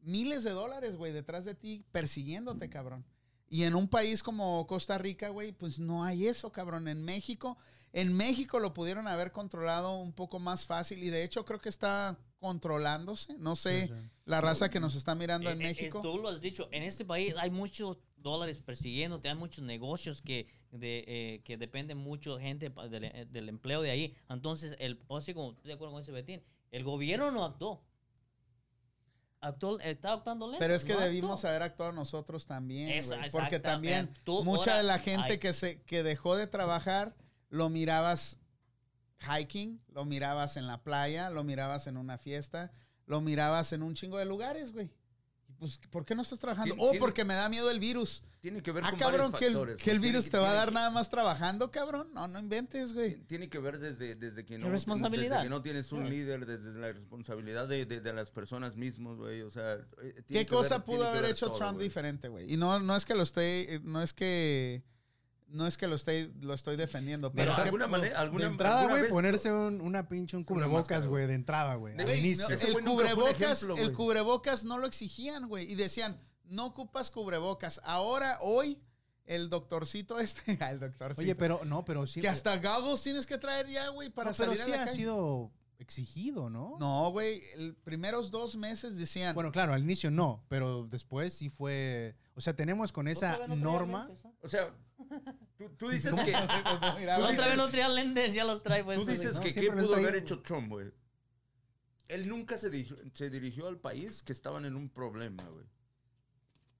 Speaker 1: miles de dólares, güey, detrás de ti persiguiéndote, cabrón. Y en un país como Costa Rica, güey, pues no hay eso, cabrón. En México, en México lo pudieron haber controlado un poco más fácil y de hecho creo que está controlándose. No sé.
Speaker 4: O sea,
Speaker 1: La raza que nos está mirando en
Speaker 5: Eh, eh, es-
Speaker 1: México.
Speaker 5: tú lo has dicho, en este país hay muchos dólares persiguiéndote, hay muchos negocios que, de, eh, que dependen mucho gente pa- del, eh, del empleo de ahí. Entonces, el, pues, así como estoy de acuerdo con ese Betín, el gobierno no actuó. Actuó, está actuando lento.
Speaker 1: Pero es que
Speaker 5: no
Speaker 1: debimos
Speaker 5: actuó.
Speaker 1: haber actuado nosotros también.
Speaker 5: Esa-
Speaker 1: güey, porque también
Speaker 5: exactamente. Tú
Speaker 1: mucha
Speaker 5: ahora-
Speaker 1: de la gente
Speaker 5: ay.
Speaker 1: que, se, que dejó de trabajar lo mirabas hiking, lo mirabas en la playa, lo mirabas en una fiesta, lo mirabas en un chingo de lugares, güey. Y Pues, ¿por qué no estás trabajando?
Speaker 3: Tiene-
Speaker 1: Oh,
Speaker 3: tiene-
Speaker 1: porque me da miedo el virus.
Speaker 3: Tiene que ver
Speaker 1: Ah,
Speaker 3: con
Speaker 1: cabrón,
Speaker 3: varios
Speaker 1: que el,
Speaker 3: factores.
Speaker 1: que el
Speaker 3: güey. Tiene
Speaker 1: virus
Speaker 3: que-
Speaker 1: te va a
Speaker 3: tiene
Speaker 1: dar
Speaker 3: que-
Speaker 1: nada más trabajando, cabrón. No, no inventes, güey.
Speaker 3: Tiene que ver desde, desde que no...
Speaker 5: Irresponsabilidad.
Speaker 3: desde que no tienes un
Speaker 5: Sí.
Speaker 3: líder, desde la responsabilidad de, de- de las personas mismas, güey. O sea... eh, tiene
Speaker 1: ¿Qué
Speaker 3: que
Speaker 1: cosa
Speaker 3: ver-
Speaker 1: pudo
Speaker 3: tiene que
Speaker 1: haber
Speaker 3: ver
Speaker 1: hecho
Speaker 3: todo,
Speaker 1: Trump
Speaker 3: güey.
Speaker 1: diferente, güey? Y no, no es que lo esté, eh, no es que, no es que lo esté, lo estoy defendiendo,
Speaker 3: Pero
Speaker 1: pero
Speaker 3: de
Speaker 1: ¿qué
Speaker 3: alguna
Speaker 1: pudo-
Speaker 3: manera... Alguna,
Speaker 4: de entrada,
Speaker 3: alguna
Speaker 4: güey,
Speaker 3: vez-
Speaker 4: ponerse un- una pinche, un cubrebocas,
Speaker 3: máscara,
Speaker 4: güey, de entrada, güey. Al
Speaker 1: Güey, no,
Speaker 4: inicio.
Speaker 3: Ese
Speaker 1: el
Speaker 3: güey nunca fue un
Speaker 1: cubrebocas,
Speaker 3: ejemplo,
Speaker 1: el
Speaker 3: güey.
Speaker 1: cubrebocas no lo exigían, güey, y decían no ocupas cubrebocas. Ahora, hoy, el doctorcito este, ah, el doctorcito,
Speaker 4: Oye, pero no, pero sí.
Speaker 1: que hasta goggles tienes que traer ya, güey, para
Speaker 4: no, pero
Speaker 1: salir
Speaker 4: sí
Speaker 1: a la
Speaker 4: ha
Speaker 1: calle.
Speaker 4: sido exigido, ¿no?
Speaker 1: No, güey, el primeros dos meses decían,
Speaker 4: Bueno, claro, al inicio no, pero después sí fue. O sea, tenemos con esa
Speaker 5: Otra vez no traía
Speaker 4: norma.
Speaker 5: lentes, ¿ah?
Speaker 3: O sea, tú, tú dices que...
Speaker 1: Mira,
Speaker 3: Tú
Speaker 1: güey,
Speaker 5: Otra vez no
Speaker 3: dices-
Speaker 5: traía lentes, ya los trae. pues,
Speaker 3: Tú
Speaker 5: puestos,
Speaker 3: dices
Speaker 5: güey.
Speaker 3: que
Speaker 4: No,
Speaker 3: qué
Speaker 4: siempre los
Speaker 3: pudo
Speaker 4: traía,
Speaker 3: haber
Speaker 4: güey.
Speaker 3: hecho Trump, güey. Él nunca se, dirigió- se dirigió al país que estaban en un problema, güey.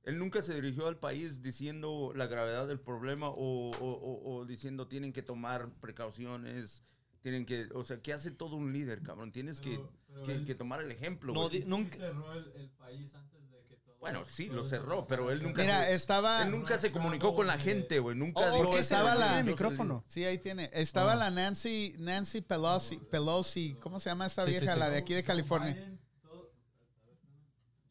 Speaker 3: Él nunca se dirigió al país diciendo la gravedad del problema o, o- o- o diciendo tienen que tomar precauciones, tienen que... O sea, ¿qué hace todo un líder, cabrón? Tienes que,
Speaker 6: Pero- pero
Speaker 3: que-
Speaker 6: él-
Speaker 3: que tomar el ejemplo,
Speaker 5: No,
Speaker 3: güey.
Speaker 5: di- nunca.
Speaker 6: Sí cerró el, el país antes de que todo.
Speaker 3: Bueno, sí,
Speaker 6: todo
Speaker 3: lo
Speaker 6: eso
Speaker 3: cerró,
Speaker 6: pasara.
Speaker 3: pero él nunca
Speaker 1: mira,
Speaker 3: se-
Speaker 1: estaba
Speaker 3: Él nunca se comunicó con la gente, güey. Nunca
Speaker 5: Oh,
Speaker 3: dio
Speaker 1: porque
Speaker 3: ese-
Speaker 1: estaba
Speaker 3: ese-
Speaker 1: la-
Speaker 3: ese-
Speaker 4: el micrófono.
Speaker 1: Sí, ahí tiene. Estaba
Speaker 4: Ah.
Speaker 1: la Nancy, Nancy Pelosi, Pelosi, ¿cómo se llama esta
Speaker 4: Sí, sí,
Speaker 1: vieja?
Speaker 4: sí.
Speaker 1: La de aquí de
Speaker 6: Joe
Speaker 1: California.
Speaker 6: Biden, todo-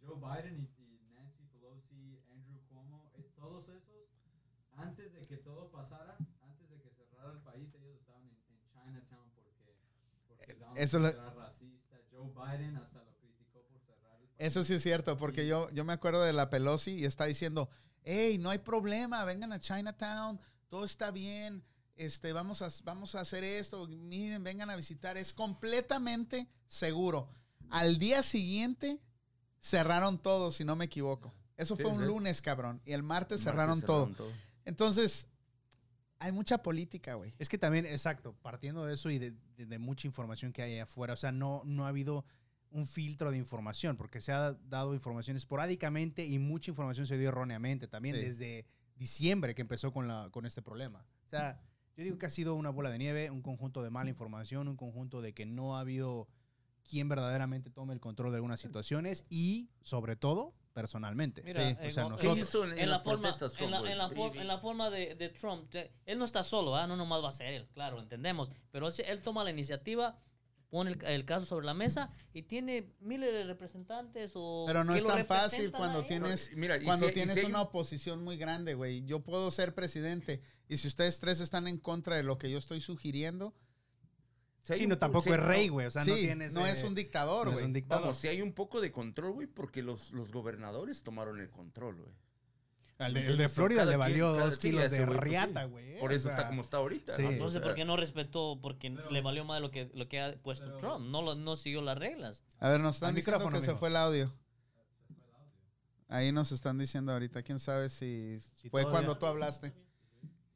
Speaker 6: Joe Biden y, y Nancy Pelosi, Andrew Cuomo, eh, todos esos, antes de que todo pasara, antes de que cerrara el país, ellos estaban en, en Chinatown porque, porque Donald
Speaker 1: Eh, eso
Speaker 6: Trump
Speaker 1: lo-
Speaker 6: era racista. Joe Biden hasta lo criticó por cerrar el país.
Speaker 1: Eso sí es cierto, porque yo, yo me acuerdo de la Pelosi y está diciendo, hey, no hay problema, vengan a Chinatown, todo está bien, este, vamos, a, vamos a hacer esto, miren, vengan a visitar, es completamente seguro. Al día siguiente cerraron todo, si no me equivoco. Eso
Speaker 3: Sí,
Speaker 1: fue un
Speaker 3: sí.
Speaker 1: lunes, cabrón, y el martes
Speaker 3: Martes
Speaker 1: cerraron todo. Entonces, hay mucha política, güey.
Speaker 4: Es que también, exacto, partiendo de eso y de, de- de mucha información que hay allá afuera, o sea, no, no ha habido un filtro de información, porque se ha dado información esporádicamente y mucha información se dio erróneamente también
Speaker 1: Sí.
Speaker 4: desde diciembre que empezó con, la, con este problema. O sea, yo digo que ha sido una bola de nieve, un conjunto de mala información, un conjunto de que no ha habido quien verdaderamente tome el control de algunas situaciones y, sobre todo, personalmente.
Speaker 5: Mira,
Speaker 1: Sí,
Speaker 5: eh,
Speaker 4: o sea,
Speaker 5: go-
Speaker 3: ¿Qué
Speaker 4: pues, nosotros...
Speaker 3: hizo en, en
Speaker 5: en la
Speaker 3: las
Speaker 5: forma,
Speaker 3: protestas
Speaker 5: en
Speaker 3: Trump,
Speaker 5: la,
Speaker 3: güey?
Speaker 5: en la for-
Speaker 3: Y-
Speaker 5: en la forma de, de Trump, te- él no está solo, ¿ah? no nomás va a ser él, claro, entendemos, pero él, se- él toma la iniciativa, pone el, el caso sobre la mesa y tiene miles de representantes o...
Speaker 1: Pero no
Speaker 5: que
Speaker 1: es
Speaker 5: lo
Speaker 1: tan fácil
Speaker 5: representan
Speaker 1: cuando
Speaker 5: a él.
Speaker 1: tiene-
Speaker 3: No,
Speaker 1: tienes-
Speaker 3: y mira, y
Speaker 1: cuando
Speaker 3: si- y
Speaker 1: tienes
Speaker 3: si hay
Speaker 1: una oposición muy grande, güey. Yo puedo ser presidente. Y si ustedes tres están en contra de lo que yo estoy sugiriendo,
Speaker 3: si hay
Speaker 4: Sí,
Speaker 3: un
Speaker 4: no,
Speaker 3: po-
Speaker 4: tampoco
Speaker 3: si hay-
Speaker 4: es rey,
Speaker 3: no,
Speaker 4: güey. O sea,
Speaker 1: sí,
Speaker 4: no tienes. eh,
Speaker 1: no es un dictador, güey.
Speaker 4: dictador.
Speaker 3: Vamos, si hay un poco de control, güey, porque los, los gobernadores tomaron el control, güey.
Speaker 4: Al de- el de,
Speaker 3: Entonces,
Speaker 4: Florida
Speaker 3: pues, cada
Speaker 4: le
Speaker 3: quien-
Speaker 4: valió
Speaker 3: cada-
Speaker 4: dos
Speaker 3: sí,
Speaker 4: kilos
Speaker 3: ese
Speaker 4: de
Speaker 3: güey, pues,
Speaker 4: riata,
Speaker 1: ¿eh?
Speaker 3: sí.
Speaker 4: güey.
Speaker 3: Por
Speaker 4: o
Speaker 3: eso está
Speaker 4: sea,
Speaker 3: como está ahorita.
Speaker 4: Eh, sí.
Speaker 3: ¿no? O
Speaker 5: Entonces,
Speaker 3: sea,
Speaker 5: ¿por qué no respetó? Porque
Speaker 6: Pero-
Speaker 5: le valió más de lo que, lo que ha puesto
Speaker 6: Pero-
Speaker 5: Trump. No, lo- no siguió las reglas.
Speaker 1: A ver, nos están
Speaker 4: Al
Speaker 1: diciendo
Speaker 4: micrófono,
Speaker 1: que se
Speaker 4: mijo.
Speaker 1: fue el audio. Ahí nos están diciendo ahorita, quién sabe si
Speaker 4: Si
Speaker 1: fue
Speaker 4: todavía-
Speaker 1: cuando tú hablaste.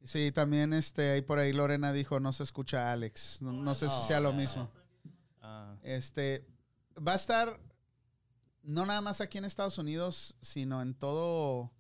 Speaker 1: Sí, también este, ahí por ahí Lorena dijo, no se escucha a Alex. No, no sé si
Speaker 5: Oh,
Speaker 1: sea lo
Speaker 5: ya.
Speaker 1: mismo.
Speaker 4: ah,
Speaker 1: Este, va a estar no nada más aquí en Estados Unidos, sino en todo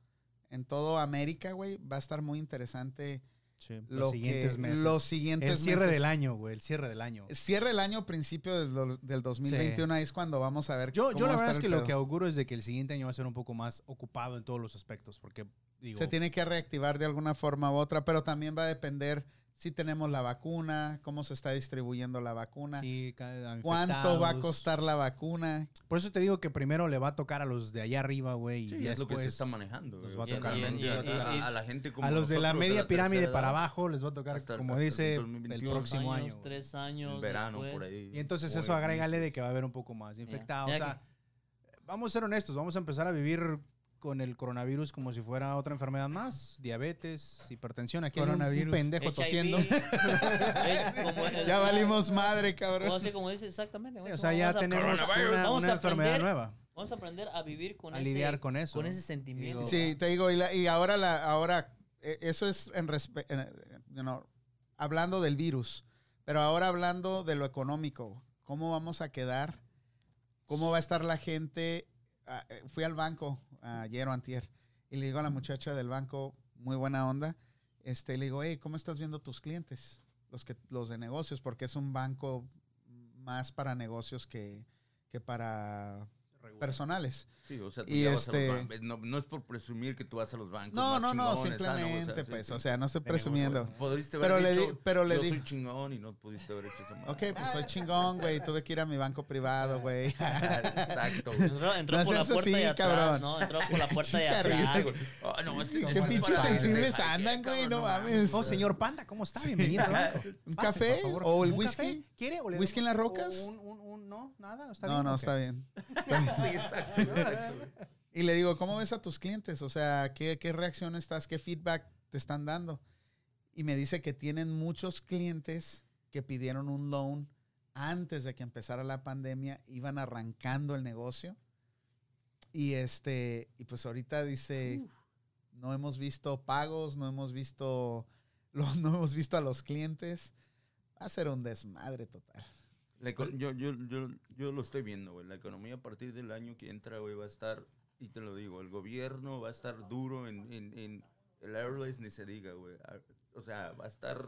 Speaker 1: en todo América, güey. Va a estar muy interesante
Speaker 4: sí,
Speaker 1: lo
Speaker 4: pues, los siguientes
Speaker 1: que-
Speaker 4: meses.
Speaker 1: Los siguientes
Speaker 4: el cierre
Speaker 1: meses.
Speaker 4: del año, güey. El cierre del año.
Speaker 1: Cierre el año, principio del, do- del 2021, ahí es cuando vamos a ver
Speaker 4: Yo,
Speaker 1: cómo
Speaker 4: yo
Speaker 1: va
Speaker 4: la
Speaker 1: a estar
Speaker 4: verdad es
Speaker 1: el
Speaker 4: que lo
Speaker 1: pedo.
Speaker 4: que auguro es de que el siguiente año va a ser un poco más ocupado en todos los aspectos. Porque, digo,
Speaker 1: se tiene que reactivar de alguna forma u otra, pero también va a depender si tenemos la vacuna, cómo se está distribuyendo la vacuna,
Speaker 4: sí, ca-
Speaker 1: cuánto va a
Speaker 4: infectados.
Speaker 1: costar la vacuna.
Speaker 4: Por eso te digo que primero le va a tocar a los de allá arriba, güey. y
Speaker 3: Sí,
Speaker 4: ya
Speaker 3: es lo que se
Speaker 4: después
Speaker 3: está manejando.
Speaker 4: nos
Speaker 3: güey.
Speaker 4: va a
Speaker 3: O sea,
Speaker 4: tocar
Speaker 3: realmente
Speaker 5: menos,
Speaker 3: a- a-
Speaker 5: va a tocar
Speaker 3: a
Speaker 5: menos.
Speaker 3: la gente como
Speaker 4: A los de la
Speaker 3: nosotros,
Speaker 4: media
Speaker 3: la
Speaker 4: pirámide
Speaker 3: tercera
Speaker 4: para
Speaker 3: edad,
Speaker 4: abajo les va a tocar,
Speaker 3: hasta el-
Speaker 4: como
Speaker 3: hasta el
Speaker 4: dice, el,
Speaker 3: 2021.
Speaker 4: próximo
Speaker 5: Dos
Speaker 4: año.
Speaker 5: años,
Speaker 4: güey.
Speaker 5: Tres años.
Speaker 3: verano
Speaker 5: después.
Speaker 3: por ahí.
Speaker 4: Y entonces
Speaker 3: o
Speaker 4: eso
Speaker 3: en
Speaker 4: agrégale de
Speaker 3: meses.
Speaker 4: que va a haber un poco más de
Speaker 5: Ya.
Speaker 4: infectados. O
Speaker 5: Mira
Speaker 4: sea, vamos a ser honestos, vamos a empezar a vivir con el coronavirus como si fuera otra enfermedad más, diabetes, hipertensión, aquí hay un- un
Speaker 1: Coronavirus.
Speaker 4: pendejo
Speaker 5: HIV.
Speaker 4: tosiendo.
Speaker 5: Es como el-
Speaker 1: Ya valimos madre,
Speaker 5: O
Speaker 1: cabrón.
Speaker 5: así como dice exactamente.
Speaker 4: O sea, ya
Speaker 5: vamos a-
Speaker 4: tenemos
Speaker 5: coronavirus,
Speaker 4: una,
Speaker 5: vamos
Speaker 4: una
Speaker 5: a
Speaker 4: enfermedad
Speaker 5: aprender-
Speaker 4: nueva.
Speaker 5: Vamos a aprender a vivir con
Speaker 4: A
Speaker 5: ese,
Speaker 4: lidiar con eso,
Speaker 5: Con
Speaker 4: ¿no?
Speaker 5: ese sentimiento.
Speaker 4: Digo-
Speaker 1: Sí, te digo, y, la- y ahora, la, ahora eh, eso es en respe- en, eh, you know, hablando del virus, pero ahora hablando de lo económico, ¿cómo vamos a quedar? ¿Cómo va a estar la gente? Ah, eh, fui al banco ayer o antier y le digo a la muchacha del banco, muy buena onda, este, le digo, hey, ¿cómo estás viendo tus clientes? Los, que, los de negocios, porque es un banco más para negocios que, que para personales.
Speaker 3: Sí, o sea, tú
Speaker 1: Y
Speaker 3: ya vas a los
Speaker 1: este-
Speaker 3: ban- no, no es por presumir que tú vas a los bancos.
Speaker 1: No,
Speaker 3: más
Speaker 1: no, no,
Speaker 3: chingones, ah, no, o sea,
Speaker 1: simplemente,
Speaker 3: sí,
Speaker 1: pues,
Speaker 3: sí.
Speaker 1: o sea, no estoy
Speaker 4: De negocio,
Speaker 1: presumiendo.
Speaker 3: Podríste haber
Speaker 1: Pero le,
Speaker 3: dicho,
Speaker 1: di- pero le
Speaker 3: yo
Speaker 1: di,
Speaker 3: soy chingón y no pudiste haber hecho esa madre.
Speaker 1: ok, pues soy chingón, güey, tuve que ir a mi banco privado, güey.
Speaker 3: Exacto. güey.
Speaker 5: Entró, entró
Speaker 1: No
Speaker 5: por la
Speaker 1: seas
Speaker 5: puerta de
Speaker 1: así,
Speaker 5: atrás,
Speaker 1: cabrón.
Speaker 5: ¿no? Entró por la puerta de atrás.
Speaker 3: Digo, ah, no, este
Speaker 1: Qué
Speaker 3: no vale
Speaker 1: pinches
Speaker 3: para-
Speaker 1: sensibles
Speaker 3: para-
Speaker 1: andan,
Speaker 3: cabrón,
Speaker 1: güey, no mames.
Speaker 4: Oh, señor Panda, ¿cómo está? Bienvenido. al banco.
Speaker 1: ¿Un
Speaker 4: Pase,
Speaker 1: café
Speaker 4: por favor.
Speaker 1: o el
Speaker 4: ¿Un
Speaker 1: whisky?
Speaker 4: café? ¿Quiere? ¿O le
Speaker 1: ¿Whisky en
Speaker 4: damos-
Speaker 1: las
Speaker 4: o
Speaker 1: rocas?
Speaker 4: Un, un- un- no, nada. ¿Está
Speaker 1: No,
Speaker 4: bien?
Speaker 1: no,
Speaker 4: Ok.
Speaker 1: está bien.
Speaker 3: Sí, exacto.
Speaker 1: Y le digo, ¿cómo ves a tus clientes? O sea, ¿qué, qué reacción estás? ¿Qué feedback te están dando? Y me dice que tienen muchos clientes que pidieron un loan antes de que empezara la pandemia, iban arrancando el negocio. Y este, y pues ahorita dice, no hemos visto pagos, no hemos visto, lo- no hemos visto a los clientes. Va a ser un desmadre total.
Speaker 3: La eco-
Speaker 4: Pues
Speaker 3: yo, yo, yo, yo lo estoy viendo, güey. La economía a partir del año que entra, güey, va a estar, y te lo digo, el gobierno va a estar duro en, en, en el airlines, ni se diga, güey. Ah, O sea, va a estar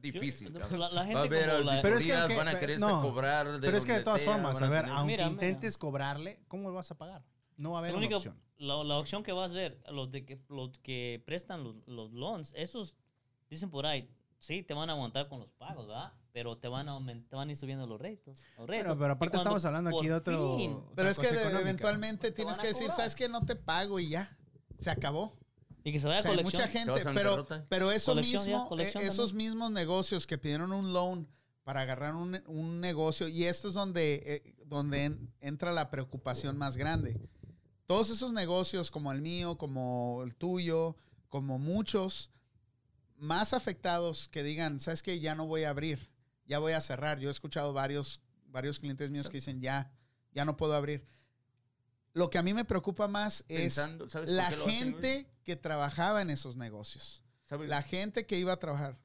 Speaker 3: difícil.
Speaker 5: Yo-
Speaker 3: cabrón.
Speaker 5: la- la gente
Speaker 3: va a haber
Speaker 5: como la-
Speaker 3: auditorías,
Speaker 4: Pero es que aunque-
Speaker 3: van a
Speaker 4: pero-
Speaker 3: querer
Speaker 4: no.
Speaker 3: cobrar de
Speaker 4: Pero es que de
Speaker 3: donde
Speaker 4: todas
Speaker 3: sea,
Speaker 4: formas,
Speaker 3: van
Speaker 4: a ver,
Speaker 3: tener-
Speaker 4: aunque
Speaker 5: Mira, mira.
Speaker 4: intentes cobrarle, ¿cómo lo vas a pagar? No va a haber
Speaker 5: La
Speaker 4: una
Speaker 5: única
Speaker 4: opción.
Speaker 5: la, la opción que vas a ver, los, de que, los que prestan los, los loans, esos dicen por ahí, sí, te van a aguantar con los pagos, ¿verdad? Pero te van a aumentar, van a ir subiendo los retos. los retos.
Speaker 4: Pero, pero
Speaker 5: Y
Speaker 4: aparte
Speaker 5: cuando
Speaker 4: estamos hablando aquí
Speaker 5: por
Speaker 4: de otro.
Speaker 5: fin-
Speaker 4: otra
Speaker 1: Pero es que de-
Speaker 4: cosa pues, económica.
Speaker 1: eventualmente
Speaker 5: Pues Te
Speaker 1: tienes
Speaker 5: van a
Speaker 1: que decir,
Speaker 5: cobrar.
Speaker 1: ¿sabes qué? No te pago y ya. Se acabó.
Speaker 5: y que se vaya
Speaker 1: O sea, hay
Speaker 5: colección.
Speaker 1: mucha gente,
Speaker 3: ¿Te vas a
Speaker 1: pero,
Speaker 3: bancarrota?
Speaker 1: pero eso
Speaker 5: Colección ya,
Speaker 1: mismo,
Speaker 5: colección
Speaker 1: eh, esos mismos negocios que pidieron un loan para agarrar un, un negocio, y esto es donde, eh, donde en- entra la preocupación más grande. Todos esos negocios, como el mío, como el tuyo, como muchos, más afectados que digan, ¿sabes qué? Ya no voy a abrir, ya voy a cerrar. Yo he escuchado varios, varios clientes míos que dicen, ya, ya no puedo abrir. Lo que a mí me preocupa más es
Speaker 3: Pensando, ¿sabes por
Speaker 1: la
Speaker 3: qué lo hacen, güey?
Speaker 1: gente que trabajaba en esos negocios.
Speaker 3: ¿Sabes?
Speaker 1: La gente que iba a trabajar.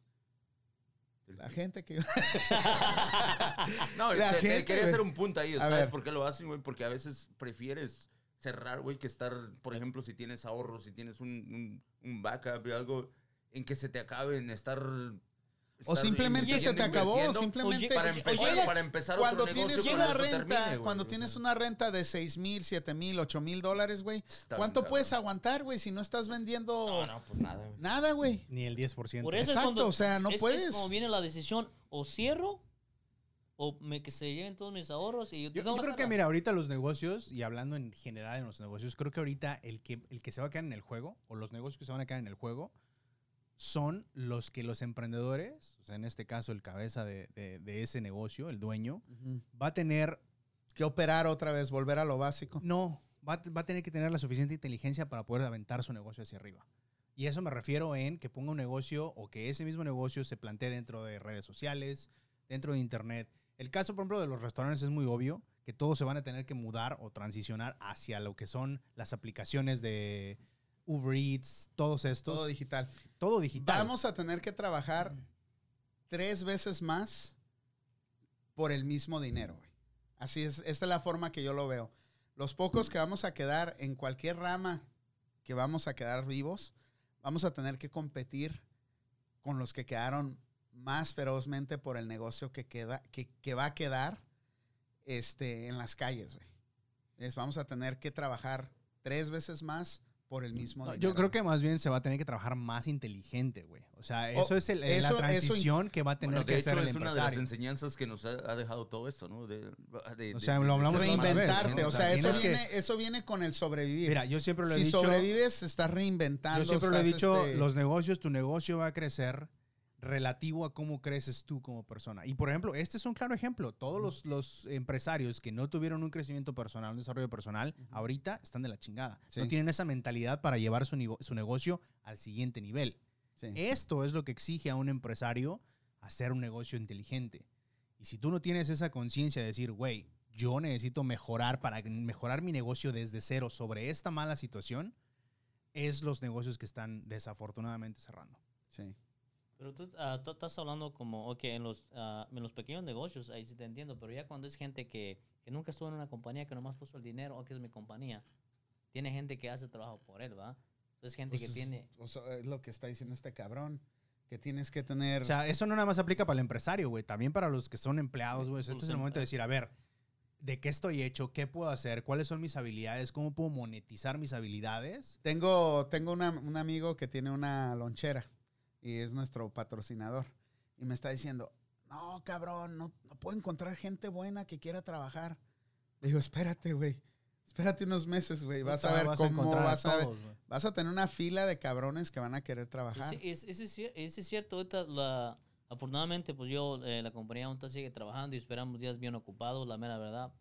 Speaker 1: La gente que iba.
Speaker 3: No,
Speaker 1: La
Speaker 3: te- te
Speaker 1: gente,
Speaker 3: quería
Speaker 1: güey.
Speaker 3: hacer un punto ahí.
Speaker 1: A
Speaker 3: ¿Sabes
Speaker 1: ver.
Speaker 3: por qué lo hacen, güey? Porque a veces prefieres cerrar, güey, que estar, por ejemplo, si tienes ahorros, si tienes un, un, un backup y algo, en que se te acabe en estar...
Speaker 1: O simplemente se te acabó. Simplemente.
Speaker 5: Oye,
Speaker 3: Para
Speaker 5: oye,
Speaker 3: empezar,
Speaker 5: oye,
Speaker 3: para empezar
Speaker 1: cuando
Speaker 3: otro negocio,
Speaker 1: tienes
Speaker 3: cuando
Speaker 1: una
Speaker 3: eso
Speaker 1: renta,
Speaker 3: termine, güey,
Speaker 1: cuando
Speaker 3: o sea,
Speaker 1: tienes una renta de 6 mil, 7 mil, 8 mil dólares, güey,
Speaker 3: está bien,
Speaker 1: ¿cuánto
Speaker 3: cabrón.
Speaker 1: puedes aguantar, güey, si no estás vendiendo
Speaker 3: No, no, pues nada, güey.
Speaker 1: nada, güey?
Speaker 4: Ni el 10%.
Speaker 5: Por eso es
Speaker 1: Exacto,
Speaker 5: cuando-
Speaker 1: o sea, no
Speaker 5: es- es
Speaker 1: puedes.
Speaker 5: como viene la decisión, o cierro, o me, que se lleven todos mis ahorros. Y yo,
Speaker 4: Yo,
Speaker 5: tengo
Speaker 4: yo creo que,
Speaker 5: cerrar.
Speaker 4: mira, ahorita los negocios, y hablando en general en los negocios, creo que ahorita el que, el que se va a quedar en el juego, o los negocios que se van a quedar en el juego, son los que los emprendedores, o sea, en este caso el cabeza de, de- de ese negocio, el dueño, va a tener,
Speaker 1: Que operar otra vez, volver a lo básico.
Speaker 4: no, va, a t- va a tener que tener la suficiente inteligencia para poder aventar su negocio hacia arriba. Y eso me refiero en que ponga un negocio o que ese mismo negocio se plantee dentro de redes sociales, dentro de internet. El caso, por ejemplo, de los restaurantes es muy obvio que todos se van a tener que mudar o transicionar hacia lo que son las aplicaciones de Uber Eats, todos estos.
Speaker 1: Todo
Speaker 4: Todo,
Speaker 1: digital.
Speaker 4: digital.
Speaker 1: Vamos a tener que trabajar tres veces más por el mismo dinero, güey. Así es, esta es la forma que yo lo veo. Los pocos que vamos a quedar en cualquier rama que vamos a quedar vivos, vamos a tener que competir con los que quedaron más ferozmente por el negocio que, queda, que, que va a quedar este, en las calles, güey. Es, vamos a tener que trabajar tres veces más por el mismo
Speaker 4: No,
Speaker 1: dinero.
Speaker 4: yo creo
Speaker 1: güey.
Speaker 4: que más bien se va a tener que trabajar más inteligente, güey. O sea, eso
Speaker 1: Oh,
Speaker 4: es el- eh,
Speaker 1: eso-
Speaker 4: la
Speaker 1: eso
Speaker 4: transición que va a tener
Speaker 3: Bueno, de
Speaker 4: que
Speaker 3: hecho,
Speaker 4: hacer el
Speaker 3: es una de las
Speaker 4: empresario.
Speaker 3: enseñanzas que nos ha, ha dejado todo esto, ¿no? De, de-
Speaker 4: O sea,
Speaker 3: de-
Speaker 4: lo
Speaker 3: de-
Speaker 4: hablamos
Speaker 3: de-
Speaker 4: la otra vez,
Speaker 1: reinventarte.
Speaker 4: ¿no?
Speaker 1: O
Speaker 4: O sea,
Speaker 1: sea, eso
Speaker 4: tienes que-
Speaker 1: viene, eso viene con el sobrevivir.
Speaker 4: Mira, yo siempre lo he
Speaker 1: si
Speaker 4: dicho.
Speaker 1: sobrevives, estás reinventando.
Speaker 4: Yo siempre lo he
Speaker 1: estás,
Speaker 4: dicho,
Speaker 1: este,
Speaker 4: los negocios, tu negocio va a crecer relativo a cómo creces tú como persona. Y por ejemplo, este es un claro ejemplo. Todos los, los empresarios que no tuvieron un crecimiento personal, un desarrollo personal, ahorita están de la chingada. No
Speaker 1: Sí.
Speaker 4: tienen esa mentalidad para llevar su, nivo- su negocio al siguiente nivel.
Speaker 1: sí.
Speaker 4: Esto es lo que exige a un empresario hacer un negocio inteligente. Y si tú no tienes esa conciencia de decir, güey, yo necesito mejorar para mejorar mi negocio desde cero sobre esta mala situación, es los negocios que están desafortunadamente cerrando.
Speaker 1: sí.
Speaker 5: Pero tú, ah, tú estás hablando como, ok, en los, ah, en los pequeños negocios, ahí sí te entiendo, pero ya cuando es gente que, que nunca estuvo en una compañía, que nomás puso el dinero, o que es mi compañía, tiene gente que hace trabajo por él, ¿va? Es gente
Speaker 1: Pues
Speaker 5: que
Speaker 1: es-
Speaker 5: tiene...
Speaker 1: o sea, es lo que está diciendo este cabrón. Que tienes que tener.
Speaker 4: O sea, eso no nada más aplica para el empresario, güey, también para los que son empleados, güey. O sea, Este es el momento de decir, a ver, ¿de qué estoy hecho? ¿Qué puedo hacer? ¿Cuáles son mis habilidades? ¿Cómo puedo monetizar mis habilidades?
Speaker 1: tengo tengo una- un amigo que tiene una lonchera y es nuestro patrocinador. Y me está diciendo: No, cabrón, no, no puedo encontrar gente buena que quiera trabajar. Le digo: Espérate, güey. Espérate unos meses, güey. Vas a ver cómo vas a, ver-
Speaker 4: todos, güey.
Speaker 1: vas a tener una fila de cabrones que van a querer trabajar.
Speaker 5: Ese es, ese es cier- ese es cierto, ahorita la- afortunadamente pues yo, eh, la compañía aún sigue trabajando y esperamos días bien ocupados, la mera verdad,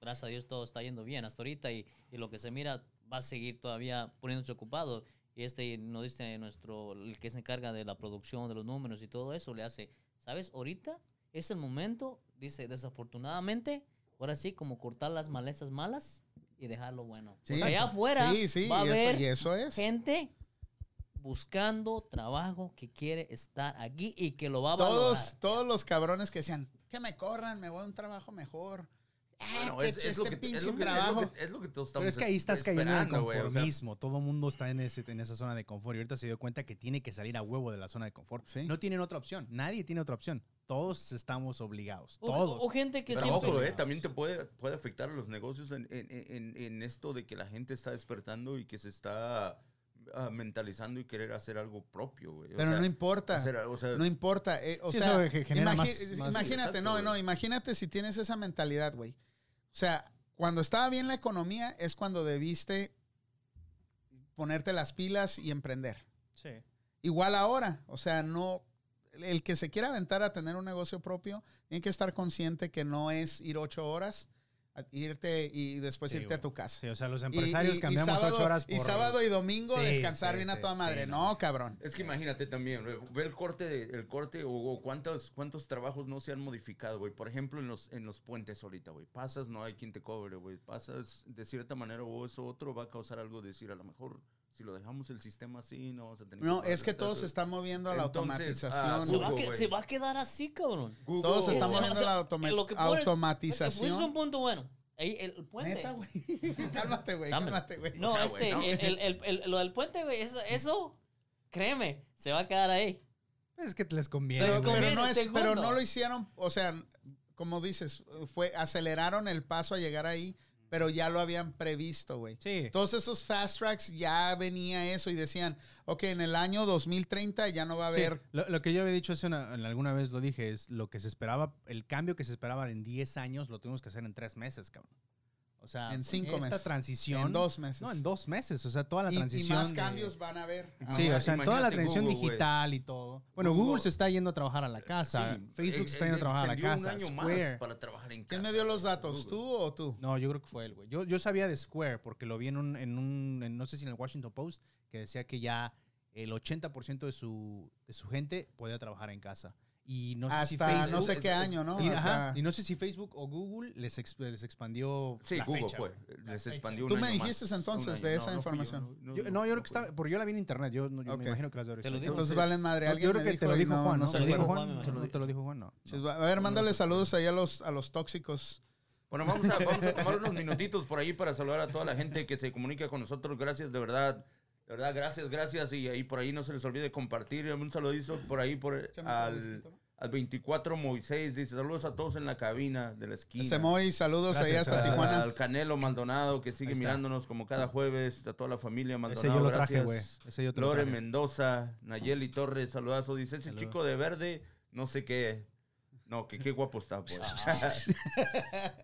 Speaker 5: gracias a Dios todo está yendo bien hasta ahorita y, y lo que se mira va a seguir todavía poniéndose ocupado. Y este nos dice nuestro, el que se encarga de la producción, de los números y todo eso, le hace, ¿sabes? Ahorita es el momento, dice, desafortunadamente, ahora sí, como cortar las malezas malas y dejar lo bueno.
Speaker 1: Sí.
Speaker 5: O sea, allá afuera
Speaker 1: Sí, sí,
Speaker 5: va a
Speaker 1: y, eso,
Speaker 5: haber
Speaker 1: y eso es.
Speaker 5: gente buscando trabajo que quiere estar aquí y que lo va a valorar.
Speaker 1: Todos, todos los cabrones que decían, que me corran, me voy a un trabajo mejor. Ah,
Speaker 3: Bueno,
Speaker 1: que
Speaker 3: es- es
Speaker 1: este
Speaker 3: lo que-
Speaker 1: pinche
Speaker 3: es lo que- es lo
Speaker 1: trabajo.
Speaker 3: que- Es lo que todos estamos
Speaker 4: Pero es que ahí estás cayendo en el
Speaker 3: esperando, güey, o sea,
Speaker 4: conformismo. Todo mundo está en, ese, en esa zona de confort. Y ahorita se dio cuenta que tiene que salir a huevo de la zona de confort.
Speaker 1: Sí.
Speaker 4: No tienen otra opción. Nadie tiene otra opción. Todos estamos obligados.
Speaker 5: O-
Speaker 4: todos.
Speaker 5: O, gente que
Speaker 3: Pero
Speaker 5: siempre...
Speaker 3: ojo, eh, también te puede, puede afectar a los negocios en, en- en- en esto de que la gente está despertando y que se está ah, mentalizando y querer hacer algo propio, güey. O
Speaker 1: Pero
Speaker 3: sea,
Speaker 1: no importa.
Speaker 3: hacer algo, o sea,
Speaker 1: No importa. eh, o
Speaker 4: Sí,
Speaker 1: sea,
Speaker 4: eso ge- genera
Speaker 1: imagi-
Speaker 4: más- más-
Speaker 1: imagínate,
Speaker 3: Exacto,
Speaker 1: no,
Speaker 3: güey.
Speaker 1: no, imagínate si tienes esa mentalidad, güey. O sea, cuando estaba bien la economía es cuando debiste ponerte las pilas y emprender. Igual ahora, o sea, no el que se quiera aventar a tener un negocio propio tiene que estar consciente que no es ir ocho horas, a- irte y después
Speaker 4: Sí,
Speaker 1: irte a
Speaker 4: güey.
Speaker 1: tu casa.
Speaker 4: Sí, o sea, los
Speaker 1: Y-
Speaker 4: empresarios
Speaker 1: y- y
Speaker 4: cambiamos
Speaker 1: sábado-
Speaker 4: ocho horas por...
Speaker 1: Y sábado y domingo
Speaker 4: Sí,
Speaker 1: descansar
Speaker 4: sí,
Speaker 1: bien
Speaker 4: sí,
Speaker 1: a toda
Speaker 4: sí,
Speaker 1: madre.
Speaker 4: no.
Speaker 1: no, cabrón.
Speaker 3: Es que imagínate también, güey, ve el corte, el corte o, o cuántos, cuántos trabajos no se han modificado, güey. Por ejemplo, en los, en los puentes ahorita, güey. Pasas, no hay quien te cobre, güey. Pasas, de cierta manera o eso otro va a causar algo, decir, a lo mejor si lo dejamos el sistema así, no vamos a tener
Speaker 1: No,
Speaker 3: pagar
Speaker 1: es que
Speaker 3: tanto.
Speaker 1: todo se está moviendo a la
Speaker 3: Entonces, ah,
Speaker 5: se, va
Speaker 1: automatización.
Speaker 5: a
Speaker 3: Google,
Speaker 5: que-
Speaker 3: güey.
Speaker 5: se va a quedar así, cabrón.
Speaker 3: Google,
Speaker 1: Todo se está
Speaker 5: O sea,
Speaker 1: moviendo
Speaker 5: o sea,
Speaker 1: la automa-
Speaker 5: lo que pones-
Speaker 1: automatización.
Speaker 5: Es un punto bueno. Ahí, el puente.
Speaker 1: Neta, güey. cálmate, güey.
Speaker 5: Dámelo.
Speaker 1: Cálmate, güey.
Speaker 5: No,
Speaker 3: O sea,
Speaker 5: este,
Speaker 3: güey, ¿no?
Speaker 5: el- el- el- el- lo del puente, güey, eso, eso, créeme, se va a quedar ahí.
Speaker 4: Es que les conviene.
Speaker 5: Pero
Speaker 1: Pero,
Speaker 5: es
Speaker 4: güey.
Speaker 5: como-
Speaker 1: pero no es-
Speaker 5: segundo.
Speaker 1: pero no lo hicieron, o sea, como dices, fue aceleraron el paso a llegar ahí, pero ya lo habían previsto, güey.
Speaker 4: Sí.
Speaker 1: Todos esos fast tracks ya venía eso y decían, ok, en el año 2030 ya no va a
Speaker 4: Sí,
Speaker 1: haber.
Speaker 4: lo, lo que yo había dicho hace una- en alguna vez lo dije, es lo que se esperaba, el cambio que se esperaba en 10 años lo tuvimos que hacer en 3 meses, cabrón. O sea,
Speaker 1: En cinco
Speaker 4: esta
Speaker 1: meses.
Speaker 4: transición.
Speaker 1: En dos meses.
Speaker 4: No, en dos meses. O sea, toda la
Speaker 1: Y- y,
Speaker 4: transición.
Speaker 1: más
Speaker 4: de-
Speaker 1: cambios van a haber.
Speaker 4: Sí,
Speaker 1: ahora.
Speaker 4: o sea, en toda la
Speaker 3: Imagínate
Speaker 4: transición
Speaker 3: Google, güey.
Speaker 4: digital y todo. Bueno,
Speaker 3: Google-
Speaker 4: Google, se está yendo a trabajar a la casa.
Speaker 3: Sí,
Speaker 4: Facebook
Speaker 3: él-
Speaker 4: se está yendo a
Speaker 3: él
Speaker 4: trabajar a la
Speaker 3: extendió un
Speaker 4: casa.
Speaker 3: año más
Speaker 4: Square.
Speaker 3: para trabajar en casa.
Speaker 1: ¿Quién me dio
Speaker 4: eh,
Speaker 1: los datos? ¿Tú o tú?
Speaker 4: No, yo creo que fue él, güey. Yo, yo sabía de Square porque lo vi en un, en un en- no sé si en el Washington Post, que decía que ya el 80% de su, de su gente podía trabajar en casa. Y no sé si
Speaker 1: Hasta
Speaker 4: Facebook...
Speaker 1: no sé
Speaker 3: es-
Speaker 1: qué
Speaker 3: es-
Speaker 1: año, ¿no?
Speaker 4: y,
Speaker 1: Hasta-
Speaker 4: ajá, y no sé si Facebook o Google les, exp- les expandió
Speaker 3: Sí,
Speaker 4: la
Speaker 3: Google
Speaker 4: fecha,
Speaker 3: fue.
Speaker 4: güey.
Speaker 3: Les
Speaker 4: fecha.
Speaker 3: expandió
Speaker 1: Tú
Speaker 3: un
Speaker 1: me
Speaker 3: año
Speaker 1: dijiste
Speaker 3: más,
Speaker 1: entonces
Speaker 3: un año.
Speaker 1: de esa
Speaker 3: fui yo,
Speaker 1: información.
Speaker 4: Yo, no, yo creo que
Speaker 3: fue.
Speaker 4: estaba... Porque yo la vi en internet. Yo, no- yo
Speaker 1: Ok.
Speaker 4: me imagino que las de
Speaker 5: Te lo dijo.
Speaker 1: Entonces valen madre.
Speaker 4: Yo
Speaker 1: Alguien
Speaker 4: creo
Speaker 1: me
Speaker 4: que te lo
Speaker 1: y
Speaker 4: dijo
Speaker 1: no-
Speaker 4: Juan, ¿no?
Speaker 1: no
Speaker 4: ¿Te
Speaker 1: se
Speaker 4: lo dijo
Speaker 1: acuerda.
Speaker 5: Juan, me
Speaker 4: Juan?
Speaker 5: imagino.
Speaker 4: No, te lo dijo Juan, no.
Speaker 1: Chis, va- A ver, mándale saludos ahí a los, a los tóxicos.
Speaker 3: Bueno, vamos a, vamos a tomar unos minutitos por ahí para saludar a toda la gente que se comunica con nosotros. Gracias, de verdad. De verdad, gracias, gracias. Y ahí por ahí no se les olvide compartir. Un saludito por ahí por,
Speaker 1: Échame un
Speaker 3: al,
Speaker 1: saludito, ¿no?
Speaker 3: al 24 Moisés. Dice saludos a todos en la cabina de la esquina.
Speaker 1: Ese Moy, saludos ahí
Speaker 4: Gracias,
Speaker 1: hasta
Speaker 4: gracias.
Speaker 1: Tijuana.
Speaker 3: Al Canelo Maldonado que sigue
Speaker 4: Ahí está.
Speaker 3: mirándonos como cada jueves. A toda la familia
Speaker 4: Ese
Speaker 3: Maldonado.
Speaker 4: yo lo traje, güey.
Speaker 3: gracias.
Speaker 4: Ese yo te lo
Speaker 3: Lore
Speaker 4: traje.
Speaker 3: Mendoza, Nayeli Torres, saludazo. Dice ese
Speaker 4: Saludos.
Speaker 3: chico de verde, no sé qué. No, que qué guapo está, pues.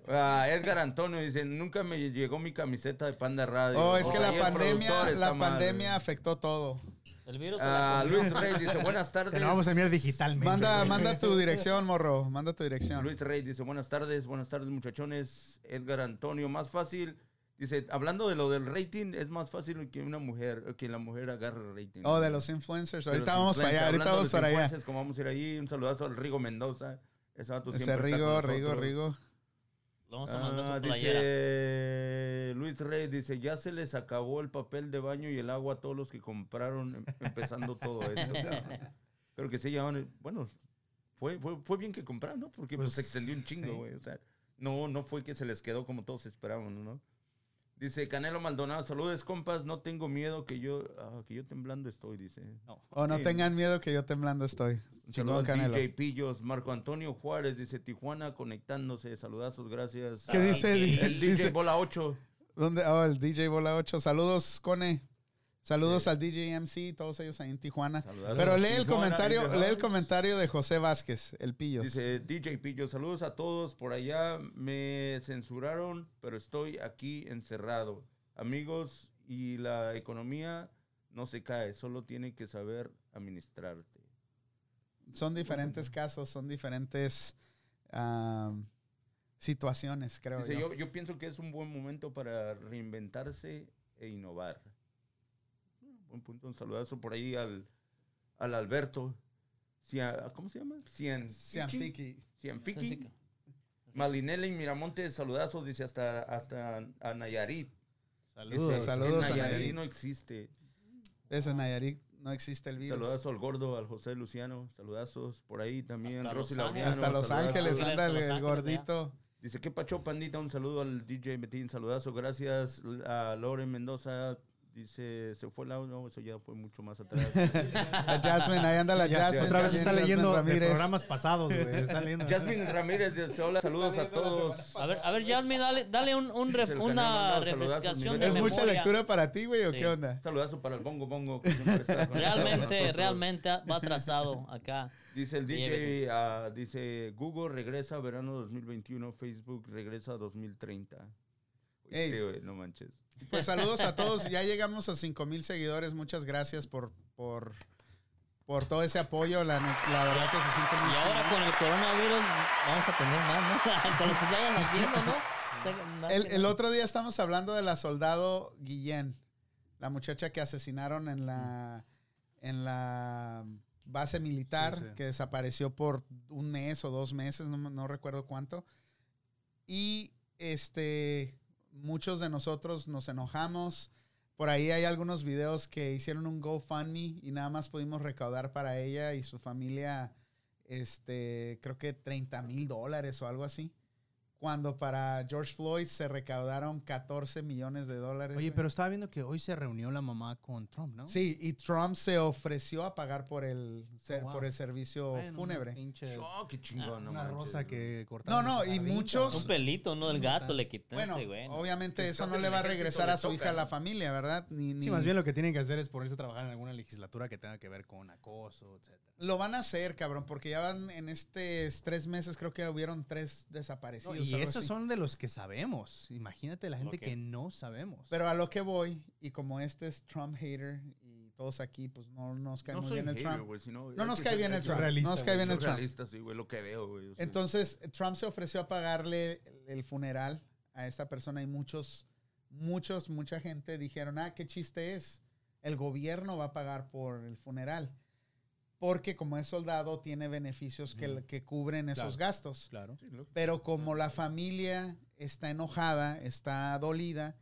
Speaker 3: Ah, Edgar Antonio dice, nunca me llegó mi camiseta de Panda Radio.
Speaker 1: Oh, es que la
Speaker 3: Oye, el productor
Speaker 1: pandemia,
Speaker 3: está
Speaker 1: la
Speaker 3: mal,
Speaker 1: pandemia
Speaker 3: güey.
Speaker 1: afectó todo.
Speaker 5: El virus se la
Speaker 3: Ah,
Speaker 5: comió.
Speaker 3: Luis Rey dice, buenas tardes.
Speaker 4: Te lo vamos a enviar digitalmente.
Speaker 1: Manda,
Speaker 4: güey.
Speaker 1: manda tu dirección, morro. Manda tu dirección.
Speaker 3: Luis Rey dice, buenas tardes, buenas tardes muchachones. Edgar Antonio, más fácil. Dice, hablando de lo del rating, es más fácil que una mujer, que la mujer agarre el rating.
Speaker 1: Oh, de los influencers.
Speaker 3: de
Speaker 1: Ahorita
Speaker 3: los
Speaker 1: vamos para allá,
Speaker 3: influencers.
Speaker 1: ahorita
Speaker 3: Hablando de
Speaker 1: vamos
Speaker 3: los
Speaker 1: para allá.
Speaker 3: influencers, Como vamos a ir ahí, un saludazo al Rigo Mendoza. Ese vato
Speaker 1: Ese
Speaker 3: pues, siempre está con
Speaker 1: Rigo, Rigo,
Speaker 3: nosotros.
Speaker 1: Rigo.
Speaker 5: Le vamos a mandar
Speaker 3: Ah,
Speaker 5: su playera.
Speaker 3: dice Luis Rey, dice, ya se les acabó el papel de baño y el agua a todos los que compraron em- empezando todo esto. cabrón. Creo que sí, ya van el- bueno, fue, fue, fue bien que compraron, ¿no? Porque pues,
Speaker 4: Pues,
Speaker 3: se extendió un
Speaker 4: sí.
Speaker 3: chingo, güey. O sea, no, no fue que se les quedó como todos esperábamos, ¿no? Dice Canelo Maldonado, saludes compas, no tengo miedo que yo, ah, que yo temblando estoy, dice.
Speaker 1: O Oh, no
Speaker 3: Sí.
Speaker 1: tengan miedo que yo temblando estoy. Chingón,
Speaker 3: Saludos
Speaker 1: Canelo.
Speaker 3: DJ Pillos, Marco Antonio Juárez, dice Tijuana conectándose, saludazos, gracias.
Speaker 1: ¿Qué dice?
Speaker 5: DJ?
Speaker 3: Ah, El DJ
Speaker 1: Dice-
Speaker 3: Bola 8.
Speaker 1: ¿Dónde? Oh, el DJ Bola 8. Saludos, Cone. Saludos al DJ MC, todos ellos ahí en Tijuana.
Speaker 3: Saludazo.
Speaker 1: Pero lee el
Speaker 3: Chingona,
Speaker 1: comentario,
Speaker 3: dice,
Speaker 1: lee
Speaker 3: "Ay".
Speaker 1: el comentario de José Vázquez, el pillo.
Speaker 3: Dice DJ Pillo, saludos a todos por allá. Me censuraron, pero estoy aquí encerrado. Amigos, y la economía no se cae, solo tiene que saber administrarte.
Speaker 1: Son
Speaker 3: "Mm".
Speaker 1: diferentes casos, son diferentes am, situaciones, creo
Speaker 3: Dice,
Speaker 1: yo.
Speaker 3: yo, yo pienso que es un buen momento para reinventarse e innovar. Mm, Buen punto, un saludazo por ahí al, al Alberto. Cia- ¿Cómo se llama? Cien,
Speaker 1: Cianfiqui.
Speaker 3: Cianfiqui. Malinelli Miramonte, saludazos, dice hasta, hasta a Nayarit.
Speaker 1: Saludos,
Speaker 3: Dice,
Speaker 1: saludos
Speaker 3: "En
Speaker 1: a
Speaker 3: Nayarit.
Speaker 1: Nayarit.
Speaker 3: no existe.
Speaker 1: Ese Nayarit no existe el virus.
Speaker 3: Saludazo al gordo, al José Luciano, saludazos por ahí también.
Speaker 5: Hasta
Speaker 3: Rosy
Speaker 5: Los Ángeles.
Speaker 3: Laureano,
Speaker 1: Hasta Los
Speaker 3: saludazo.
Speaker 1: Ángeles
Speaker 5: Hasta
Speaker 1: anda el,
Speaker 5: Los
Speaker 1: el
Speaker 5: Ángeles, ya.
Speaker 1: gordito.
Speaker 3: Dice, ¿qué pacho, pandita? Un saludo al DJ Betín, saludazo, gracias a Lore Mendoza. Dice, se fue el audio, no, eso ya fue mucho más atrás.
Speaker 1: A Jasmine, ahí anda la
Speaker 4: Ya,
Speaker 1: Jasmine.
Speaker 4: otra vez
Speaker 1: Jasmine,
Speaker 4: está
Speaker 1: Jasmine
Speaker 4: leyendo de
Speaker 1: Ramírez.
Speaker 4: programas pasados, güey. Está leyendo.
Speaker 3: Jasmine Ramírez, dice, hola, saludos a todos.
Speaker 5: A ver, a ver, Jasmine, dale, dale un, un ref-
Speaker 3: Se le cambiaron
Speaker 5: una
Speaker 3: los saludazos,
Speaker 5: refrescación
Speaker 3: mira.
Speaker 5: de
Speaker 1: ¿Es mucha
Speaker 5: memoria.
Speaker 1: lectura para ti, güey, o
Speaker 5: Sí.
Speaker 1: qué onda?
Speaker 3: Saludazo para el Bongo Bongo. que siempre está conectado con
Speaker 5: Realmente,
Speaker 3: nosotros.
Speaker 5: realmente va atrasado acá.
Speaker 3: Dice el
Speaker 5: Oye,
Speaker 3: DJ, ah, dice Google regresa verano 2021, Facebook regresa 2030. Oíste,
Speaker 1: Ey.
Speaker 3: güey, eh, no manches.
Speaker 1: Pues saludos a todos. Ya llegamos a 5 mil seguidores. Muchas gracias por, por, por todo ese apoyo. La, ne- la verdad que se siente
Speaker 5: Y
Speaker 1: muy
Speaker 5: ahora
Speaker 1: chingón.
Speaker 5: con el coronavirus vamos a tener más, ¿no? con los que vayan haciendo, ¿no? O sea, nada
Speaker 1: El,
Speaker 5: que
Speaker 1: el
Speaker 5: no.
Speaker 1: otro día estamos hablando de la soldado Guillén, la muchacha que asesinaron en la, en la base militar,
Speaker 4: Sí, sí.
Speaker 1: que desapareció por un mes o dos meses, no, me- no recuerdo cuánto. Y este, muchos de nosotros nos enojamos. Por ahí hay algunos videos que hicieron un GoFundMe y nada más pudimos recaudar para ella y su familia, este, creo que 30 mil dólares o algo así cuando para George Floyd se recaudaron 14 millones de dólares.
Speaker 4: Oye,
Speaker 1: güey.
Speaker 4: pero estaba viendo que hoy se reunió la mamá con Trump, ¿no?
Speaker 1: Sí, y Trump se ofreció a pagar por el, ser-
Speaker 4: Oh, wow.
Speaker 1: por el servicio
Speaker 4: Bueno, una
Speaker 1: fúnebre.
Speaker 4: pinche-
Speaker 3: Oh,
Speaker 4: Ah,
Speaker 3: qué
Speaker 4: Una,
Speaker 3: chingón, no manches.
Speaker 4: rosa que
Speaker 1: No,
Speaker 4: cortaron.
Speaker 1: no,
Speaker 4: en su
Speaker 1: y
Speaker 4: jardín,
Speaker 1: muchos-
Speaker 4: cabrón.
Speaker 5: Un pelito, ¿no? El gato le quitan
Speaker 1: Bueno,
Speaker 5: ese, güey.
Speaker 1: obviamente eso
Speaker 3: Estás
Speaker 1: no
Speaker 3: en
Speaker 1: le
Speaker 3: el
Speaker 1: va a
Speaker 3: ejército,
Speaker 1: regresar
Speaker 3: le
Speaker 1: a su hija
Speaker 3: toca,
Speaker 1: a la
Speaker 3: ¿no?
Speaker 1: familia, ¿verdad? Ni, ni-
Speaker 4: Sí, más bien lo que tienen que hacer es ponerse a trabajar en alguna legislatura que tenga que ver con acoso, etcétera.
Speaker 1: Lo van a hacer, cabrón, porque ya van en estos tres este meses, creo que hubieron tres
Speaker 4: No,
Speaker 1: desaparecidos.
Speaker 4: y
Speaker 1: años.
Speaker 4: Y
Speaker 1: algo
Speaker 4: esos
Speaker 1: así.
Speaker 4: son de los que sabemos. Imagínate la gente
Speaker 7: Ok.
Speaker 4: que no sabemos.
Speaker 1: Pero a lo que voy, y como este es Trump hater y todos aquí, pues no nos cae
Speaker 3: No
Speaker 1: muy
Speaker 3: soy
Speaker 1: bien el
Speaker 3: hater,
Speaker 1: Trump.
Speaker 3: güey, sino-
Speaker 1: No
Speaker 3: hay
Speaker 1: nos
Speaker 3: que
Speaker 1: cae
Speaker 3: ser-
Speaker 1: bien
Speaker 3: hay
Speaker 1: el
Speaker 3: que
Speaker 1: Trump.
Speaker 3: ser
Speaker 1: No
Speaker 4: realista,
Speaker 1: nos cae
Speaker 4: güey,
Speaker 1: bien el
Speaker 3: soy
Speaker 1: Trump.
Speaker 3: realista, sí, güey, lo que veo, güey. o sea.
Speaker 1: Entonces, Trump se ofreció a pagarle el funeral a esta persona y muchos, muchos, mucha gente dijeron, ah, qué chiste es. El gobierno va a pagar por el funeral. Porque como es soldado, tiene beneficios que,
Speaker 4: Ujú.
Speaker 1: que cubren esos
Speaker 4: Claro.
Speaker 1: gastos.
Speaker 4: Claro.
Speaker 3: Sí, loco.
Speaker 1: Pero como la familia está enojada, está dolida,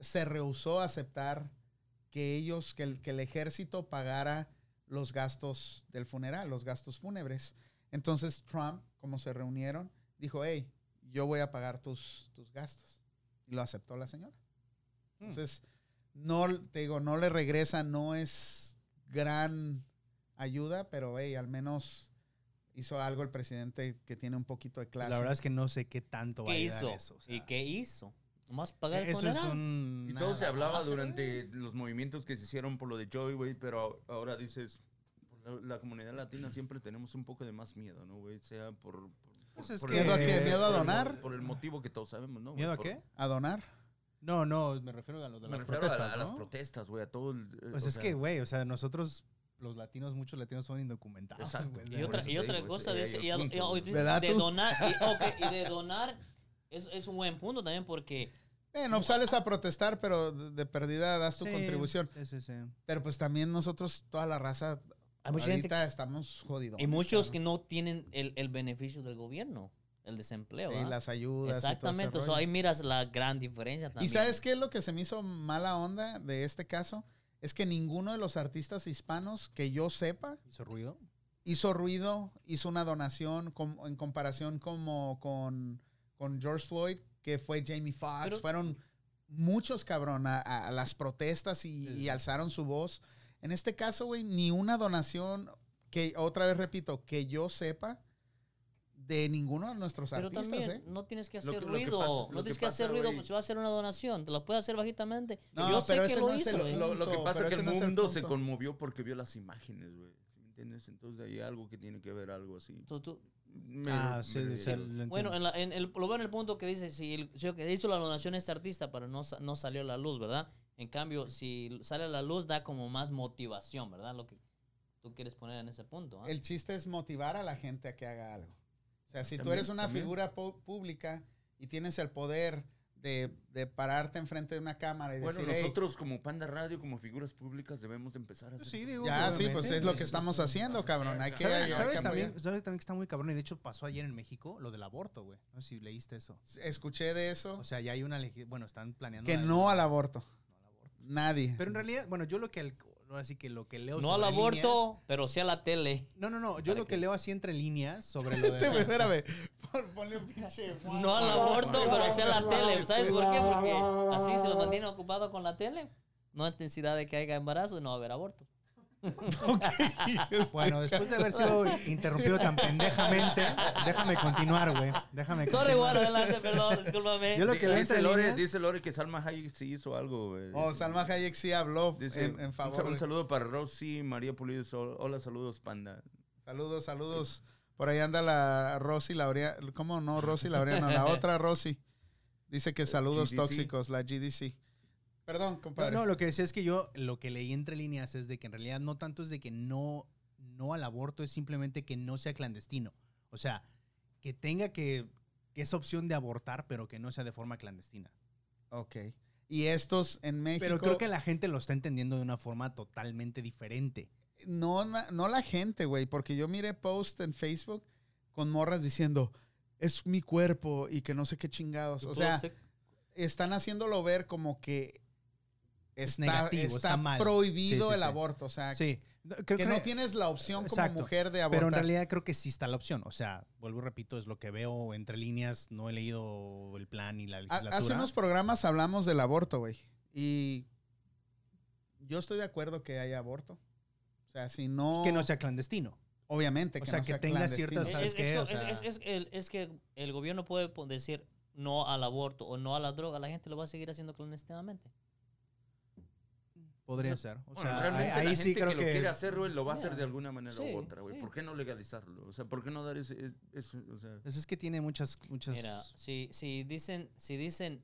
Speaker 1: se rehusó a aceptar que ellos, que el, que el ejército pagara los gastos del funeral, los gastos fúnebres. Entonces Trump, como se reunieron, dijo, hey, yo voy a pagar tus, tus gastos. Y lo aceptó la señora.
Speaker 4: Hmm.
Speaker 1: Entonces, no, te digo, no le regresa, no es gran ayuda, pero hey, al menos hizo algo el presidente que tiene un poquito de clase.
Speaker 4: La verdad es que no sé qué tanto va a
Speaker 5: ¿Qué
Speaker 4: ayudar
Speaker 5: hizo?
Speaker 4: eso. o sea,
Speaker 5: ¿Y qué hizo? ¿Más pagar el
Speaker 4: Eso es
Speaker 5: funeral?
Speaker 4: un...
Speaker 3: Y todo se
Speaker 4: nada.
Speaker 3: hablaba
Speaker 5: Ah, sí.
Speaker 3: durante los movimientos que se hicieron por lo de Joey, güey, pero ahora dices, la, la comunidad latina siempre tenemos un poco de más miedo, ¿no, güey? Sea por... por-
Speaker 4: Pues es
Speaker 3: por
Speaker 4: que- ¿Miedo a qué?
Speaker 1: ¿Miedo a
Speaker 3: por el mo-
Speaker 1: donar?
Speaker 3: por el motivo que todos sabemos, ¿no? güey?
Speaker 4: ¿Miedo a
Speaker 3: Por-
Speaker 4: qué?
Speaker 1: ¿A donar?
Speaker 4: No, no, me refiero a lo de
Speaker 3: Me
Speaker 4: las
Speaker 3: refiero a la-
Speaker 4: protestas,
Speaker 3: a, las
Speaker 4: ¿no?
Speaker 3: protestas, güey, a todo el... eh,
Speaker 4: Pues
Speaker 3: o
Speaker 4: es
Speaker 3: sea,
Speaker 4: que, güey, o sea, nosotros, los latinos, muchos latinos son indocumentados.
Speaker 3: Exacto.
Speaker 4: güey, o sea,
Speaker 5: Y otra,
Speaker 3: eso
Speaker 5: y
Speaker 3: te
Speaker 5: otra
Speaker 3: digo,
Speaker 5: cosa
Speaker 3: ese
Speaker 5: de,
Speaker 3: es
Speaker 5: ese-
Speaker 3: el
Speaker 5: y a-
Speaker 3: punto,
Speaker 5: y a-
Speaker 3: güey.
Speaker 5: de
Speaker 1: ¿Verdad, tú?
Speaker 5: donar, y, ok, y de donar es, es un buen punto también porque
Speaker 1: Eh, no sales a protestar, pero de, de perdida das tu
Speaker 4: sí,
Speaker 1: contribución.
Speaker 4: Sí, sí, sí.
Speaker 1: Pero pues también nosotros, toda la raza,
Speaker 5: hay mucha gente
Speaker 1: ahorita estamos jodidos.
Speaker 5: y muchos que no tienen el, el beneficio del gobierno, el desempleo.
Speaker 1: Y
Speaker 5: ¿ah?
Speaker 1: las ayudas. y todo ese
Speaker 5: Exactamente, o sea,
Speaker 1: rollo.
Speaker 5: ahí miras la gran diferencia también.
Speaker 1: ¿Y sabes qué es lo que se me hizo mala onda de este caso? Es que ninguno de los artistas hispanos que yo sepa
Speaker 4: ¿Hizo ruido?
Speaker 1: hizo ruido, hizo una donación com- en comparación como con, con George Floyd, que fue Jamie Foxx.
Speaker 5: Pero-
Speaker 1: Fueron muchos, cabrón, a, a- a las protestas y,
Speaker 4: Sí,
Speaker 1: y
Speaker 4: sí.
Speaker 1: alzaron su voz. En este caso, güey, ni una donación, que otra vez repito, que yo sepa de ninguno de nuestros
Speaker 5: Pero
Speaker 1: artistas,
Speaker 5: también
Speaker 1: ¿eh?
Speaker 5: no tienes que
Speaker 3: Lo
Speaker 5: hacer
Speaker 3: que- lo que
Speaker 5: ruido,
Speaker 3: pasa- lo
Speaker 5: no
Speaker 3: que
Speaker 5: tienes que,
Speaker 3: pasa,
Speaker 5: hacer ruido,
Speaker 3: güey.
Speaker 5: pues, si vas a hacer una donación, te la puedes hacer bajitamente.
Speaker 1: No,
Speaker 5: Yo sé
Speaker 1: pero
Speaker 5: que
Speaker 1: ese
Speaker 5: lo
Speaker 1: no es
Speaker 5: hizo.
Speaker 1: el-
Speaker 5: ¿eh?
Speaker 1: lo-
Speaker 3: Lo, lo que
Speaker 1: punto,
Speaker 3: pasa
Speaker 1: pero
Speaker 3: es que
Speaker 1: ese
Speaker 3: el
Speaker 1: no es el
Speaker 3: mundo se
Speaker 1: punto.
Speaker 3: conmovió porque vio las imágenes, güey. ¿Sí me entiendes? Entonces hay algo que tiene que ver algo así.
Speaker 5: Tú- tú-
Speaker 3: Me-
Speaker 4: ah,
Speaker 3: me
Speaker 4: sí, sí, sí,
Speaker 3: refiero.
Speaker 4: lo
Speaker 5: Bueno,
Speaker 4: entiendo.
Speaker 5: en la- en el, lo veo en el punto que dice, si, el- si lo que hizo la donación este artista, pero no, sa- no salió a la luz, ¿verdad? En cambio, si sale a la luz, da como más motivación, ¿verdad? Lo que tú quieres poner en ese punto. ¿ah?
Speaker 1: El chiste es motivar a la gente a que haga algo. O sea, si tú
Speaker 3: También-
Speaker 1: eres una
Speaker 3: también.
Speaker 1: figura pu- pública y tienes el poder de, de pararte enfrente de una cámara y
Speaker 3: Bueno,
Speaker 1: decir, "Hey,
Speaker 3: nosotros como Panda Radio, como figuras públicas debemos de empezar a hacer
Speaker 4: Sí,
Speaker 3: eso.
Speaker 4: digo,
Speaker 1: ya, sí, pues
Speaker 4: obviamente,
Speaker 1: es lo
Speaker 4: pues,
Speaker 1: que estamos haciendo, cabrón. Hay que
Speaker 3: ¿Sabes-
Speaker 1: hay que
Speaker 4: ¿Sabes, sabes
Speaker 1: apoyar".
Speaker 4: también, ¿Sabes también que está muy cabrón? Y de hecho pasó ayer en México lo del aborto, güey. No sé si leíste eso.
Speaker 1: Escuché de eso,
Speaker 4: O sea, ya hay una... legi- Bueno, están planeando...
Speaker 1: que
Speaker 4: la-
Speaker 1: no al aborto.
Speaker 4: no al aborto.
Speaker 1: Nadie.
Speaker 4: Pero en realidad, bueno, yo lo que... al- Ahora sí que lo que leo...
Speaker 5: No al
Speaker 4: sobre
Speaker 5: aborto,
Speaker 4: líneas-
Speaker 5: pero sí a la tele.
Speaker 4: no, no, no. Yo
Speaker 5: Para
Speaker 4: lo que
Speaker 5: que-
Speaker 4: leo así entre líneas sobre lo
Speaker 1: Este, güey,
Speaker 4: de...
Speaker 1: espérame. Pon- ponle un pinche.
Speaker 5: No al aborto, pero sí a la tele. ¿Sabes por qué? Porque así se lo mantiene ocupado con la tele. No hay necesidad de que haya embarazo y no va a haber aborto.
Speaker 4: Bueno, después de haber sido interrumpido tan pendejamente, déjame continuar, güey. Déjame
Speaker 5: Sorry,
Speaker 4: continuar.
Speaker 5: igual, adelante, perdón, discúlpame.
Speaker 4: Yo lo
Speaker 3: Di-
Speaker 4: que leo
Speaker 3: dice,
Speaker 4: entre
Speaker 3: Lore,
Speaker 4: líneas...
Speaker 3: dice Lore que Salma Hayek sí hizo algo. güey.
Speaker 1: Oh, Salma Hayek sí habló
Speaker 3: Dice,
Speaker 1: en, en
Speaker 3: un
Speaker 1: favor.
Speaker 3: sal- Un,
Speaker 1: de-
Speaker 3: saludo para Rosy, María Pulido. Sol- Hola, saludos, Panda.
Speaker 1: Saludos, saludos. Por ahí anda la Rosy Laureano. ¿Cómo no, Rosy Laureano? La otra Rosy. Dice que saludos
Speaker 3: GDC.
Speaker 1: tóxicos, la GDC. Perdón,
Speaker 4: No,
Speaker 1: compadre.
Speaker 4: no, lo que decía es que yo lo que leí entre líneas es de que en realidad no tanto es de que no, no al aborto, es simplemente que no sea clandestino. O sea, que tenga que, que esa opción de abortar, pero que no sea de forma clandestina.
Speaker 1: Ok. Y estos en México.
Speaker 4: Pero creo que la gente lo está entendiendo de una forma totalmente diferente.
Speaker 1: no, na- no la gente, güey, porque yo miré post en Facebook con morras diciendo, es mi cuerpo y que no sé qué chingados. O sea, están haciéndolo ver como que
Speaker 4: Es
Speaker 1: está,
Speaker 4: negativo,
Speaker 1: está,
Speaker 4: está mal.
Speaker 1: prohibido
Speaker 4: Sí, sí,
Speaker 1: el
Speaker 4: sí.
Speaker 1: aborto. O sea,
Speaker 4: Sí, no, creo
Speaker 1: que no tienes la opción como
Speaker 4: Exacto.
Speaker 1: mujer de abortar.
Speaker 4: Pero en realidad creo que sí está la opción. O sea, vuelvo y repito, es lo que veo entre líneas. No he leído el plan ni la
Speaker 1: Ha-
Speaker 4: legislatura.
Speaker 1: Ah, Hace unos programas hablamos del aborto, güey. Y yo estoy de acuerdo que haya aborto. O sea, si no.
Speaker 4: Que no sea clandestino.
Speaker 1: Obviamente.
Speaker 4: o sea,
Speaker 1: no
Speaker 4: que tenga
Speaker 1: clandestino.
Speaker 4: ciertas- ¿sabes
Speaker 5: es, es
Speaker 4: qué?
Speaker 5: co-
Speaker 4: O sea-
Speaker 5: es- es- es el- es que el gobierno puede pon- decir no al aborto o no a la droga, la gente lo va a seguir haciendo clandestinamente.
Speaker 4: Podría ser. O sea,
Speaker 3: realmente
Speaker 4: ahí,
Speaker 3: la
Speaker 4: ahí sí
Speaker 3: gente
Speaker 4: creo
Speaker 3: que,
Speaker 4: que,
Speaker 3: lo quiere hacer, güey, lo va a hacer de alguna manera
Speaker 5: Sí,
Speaker 3: u otra, güey.
Speaker 5: sí.
Speaker 3: ¿Por qué no legalizarlo? O sea, ¿por qué no dar ese, es- eso? O sea,
Speaker 4: Pues es que tiene muchas, muchas.
Speaker 5: Mira, si, si dicen, si dicen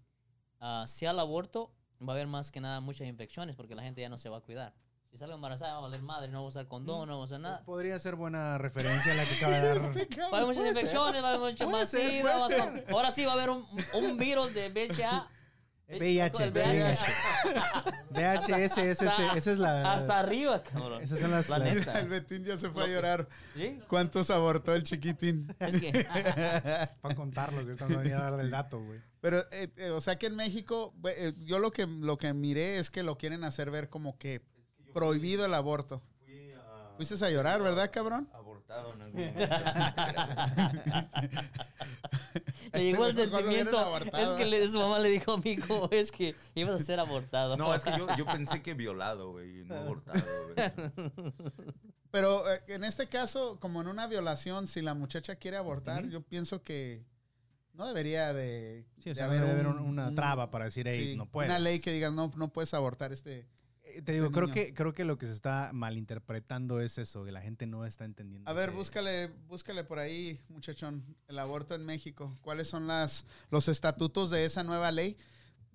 Speaker 5: ah, sí al aborto, va a haber más que nada muchas infecciones porque la gente ya no se va a cuidar. Si sale embarazada, va a valer madre, no va a usar condón, no va a usar nada.
Speaker 4: Podría ser buena referencia la que acaba de dar.
Speaker 5: Va a haber muchas infecciones, va a haber muchas
Speaker 4: Puede
Speaker 5: más
Speaker 4: ser,
Speaker 5: sida,
Speaker 4: puede
Speaker 5: vas a- Ahora sí va a haber un, un virus de VIH.
Speaker 4: VIH,
Speaker 5: el VIH.
Speaker 4: VHS, ese- ese- esa es la.
Speaker 5: Hasta arriba, cabrón.
Speaker 4: Esas son las.
Speaker 5: La
Speaker 4: las-
Speaker 5: neta.
Speaker 1: El Betín ya se fue a
Speaker 5: Lo que-
Speaker 1: llorar.
Speaker 5: ¿Sí?
Speaker 1: ¿Cuántos abortó el chiquitín?
Speaker 5: Es que
Speaker 4: para contarlos, yo cuando venía a dar el dato, güey.
Speaker 1: Pero, eh, eh, o sea que en México, ve- eh, yo lo que, lo que miré es que lo quieren hacer ver como que prohibido el aborto.
Speaker 3: fui
Speaker 1: Fuiste a llorar, ¿verdad, cabrón?
Speaker 3: abortado en algún momento.
Speaker 5: le llegó el
Speaker 1: Cuando lo hubieras
Speaker 5: sentimiento.
Speaker 1: abortado.
Speaker 5: Es que le- su mamá le dijo, amigo, es que ibas a ser abortado.
Speaker 3: No, es que yo, yo pensé que violado, güey, y no abortado, güey.
Speaker 1: Pero eh, en este caso, como en una violación, si la muchacha quiere abortar, yo pienso que no debería de,
Speaker 4: Sí, o
Speaker 1: de
Speaker 4: sea, debe haber un- una
Speaker 1: un-
Speaker 4: traba para decir, hey,
Speaker 1: sí,
Speaker 4: no puedes.
Speaker 1: Una ley que diga, no, no puedes abortar este...
Speaker 4: Eh, Te digo,
Speaker 1: este
Speaker 4: creo
Speaker 1: niño.
Speaker 4: que, creo que lo que se está malinterpretando es eso, que la gente no está entendiendo.
Speaker 1: A ver,
Speaker 4: ese-
Speaker 1: búscale, búscale por ahí, muchachón, el aborto en México. ¿Cuáles son las, los estatutos de esa nueva ley?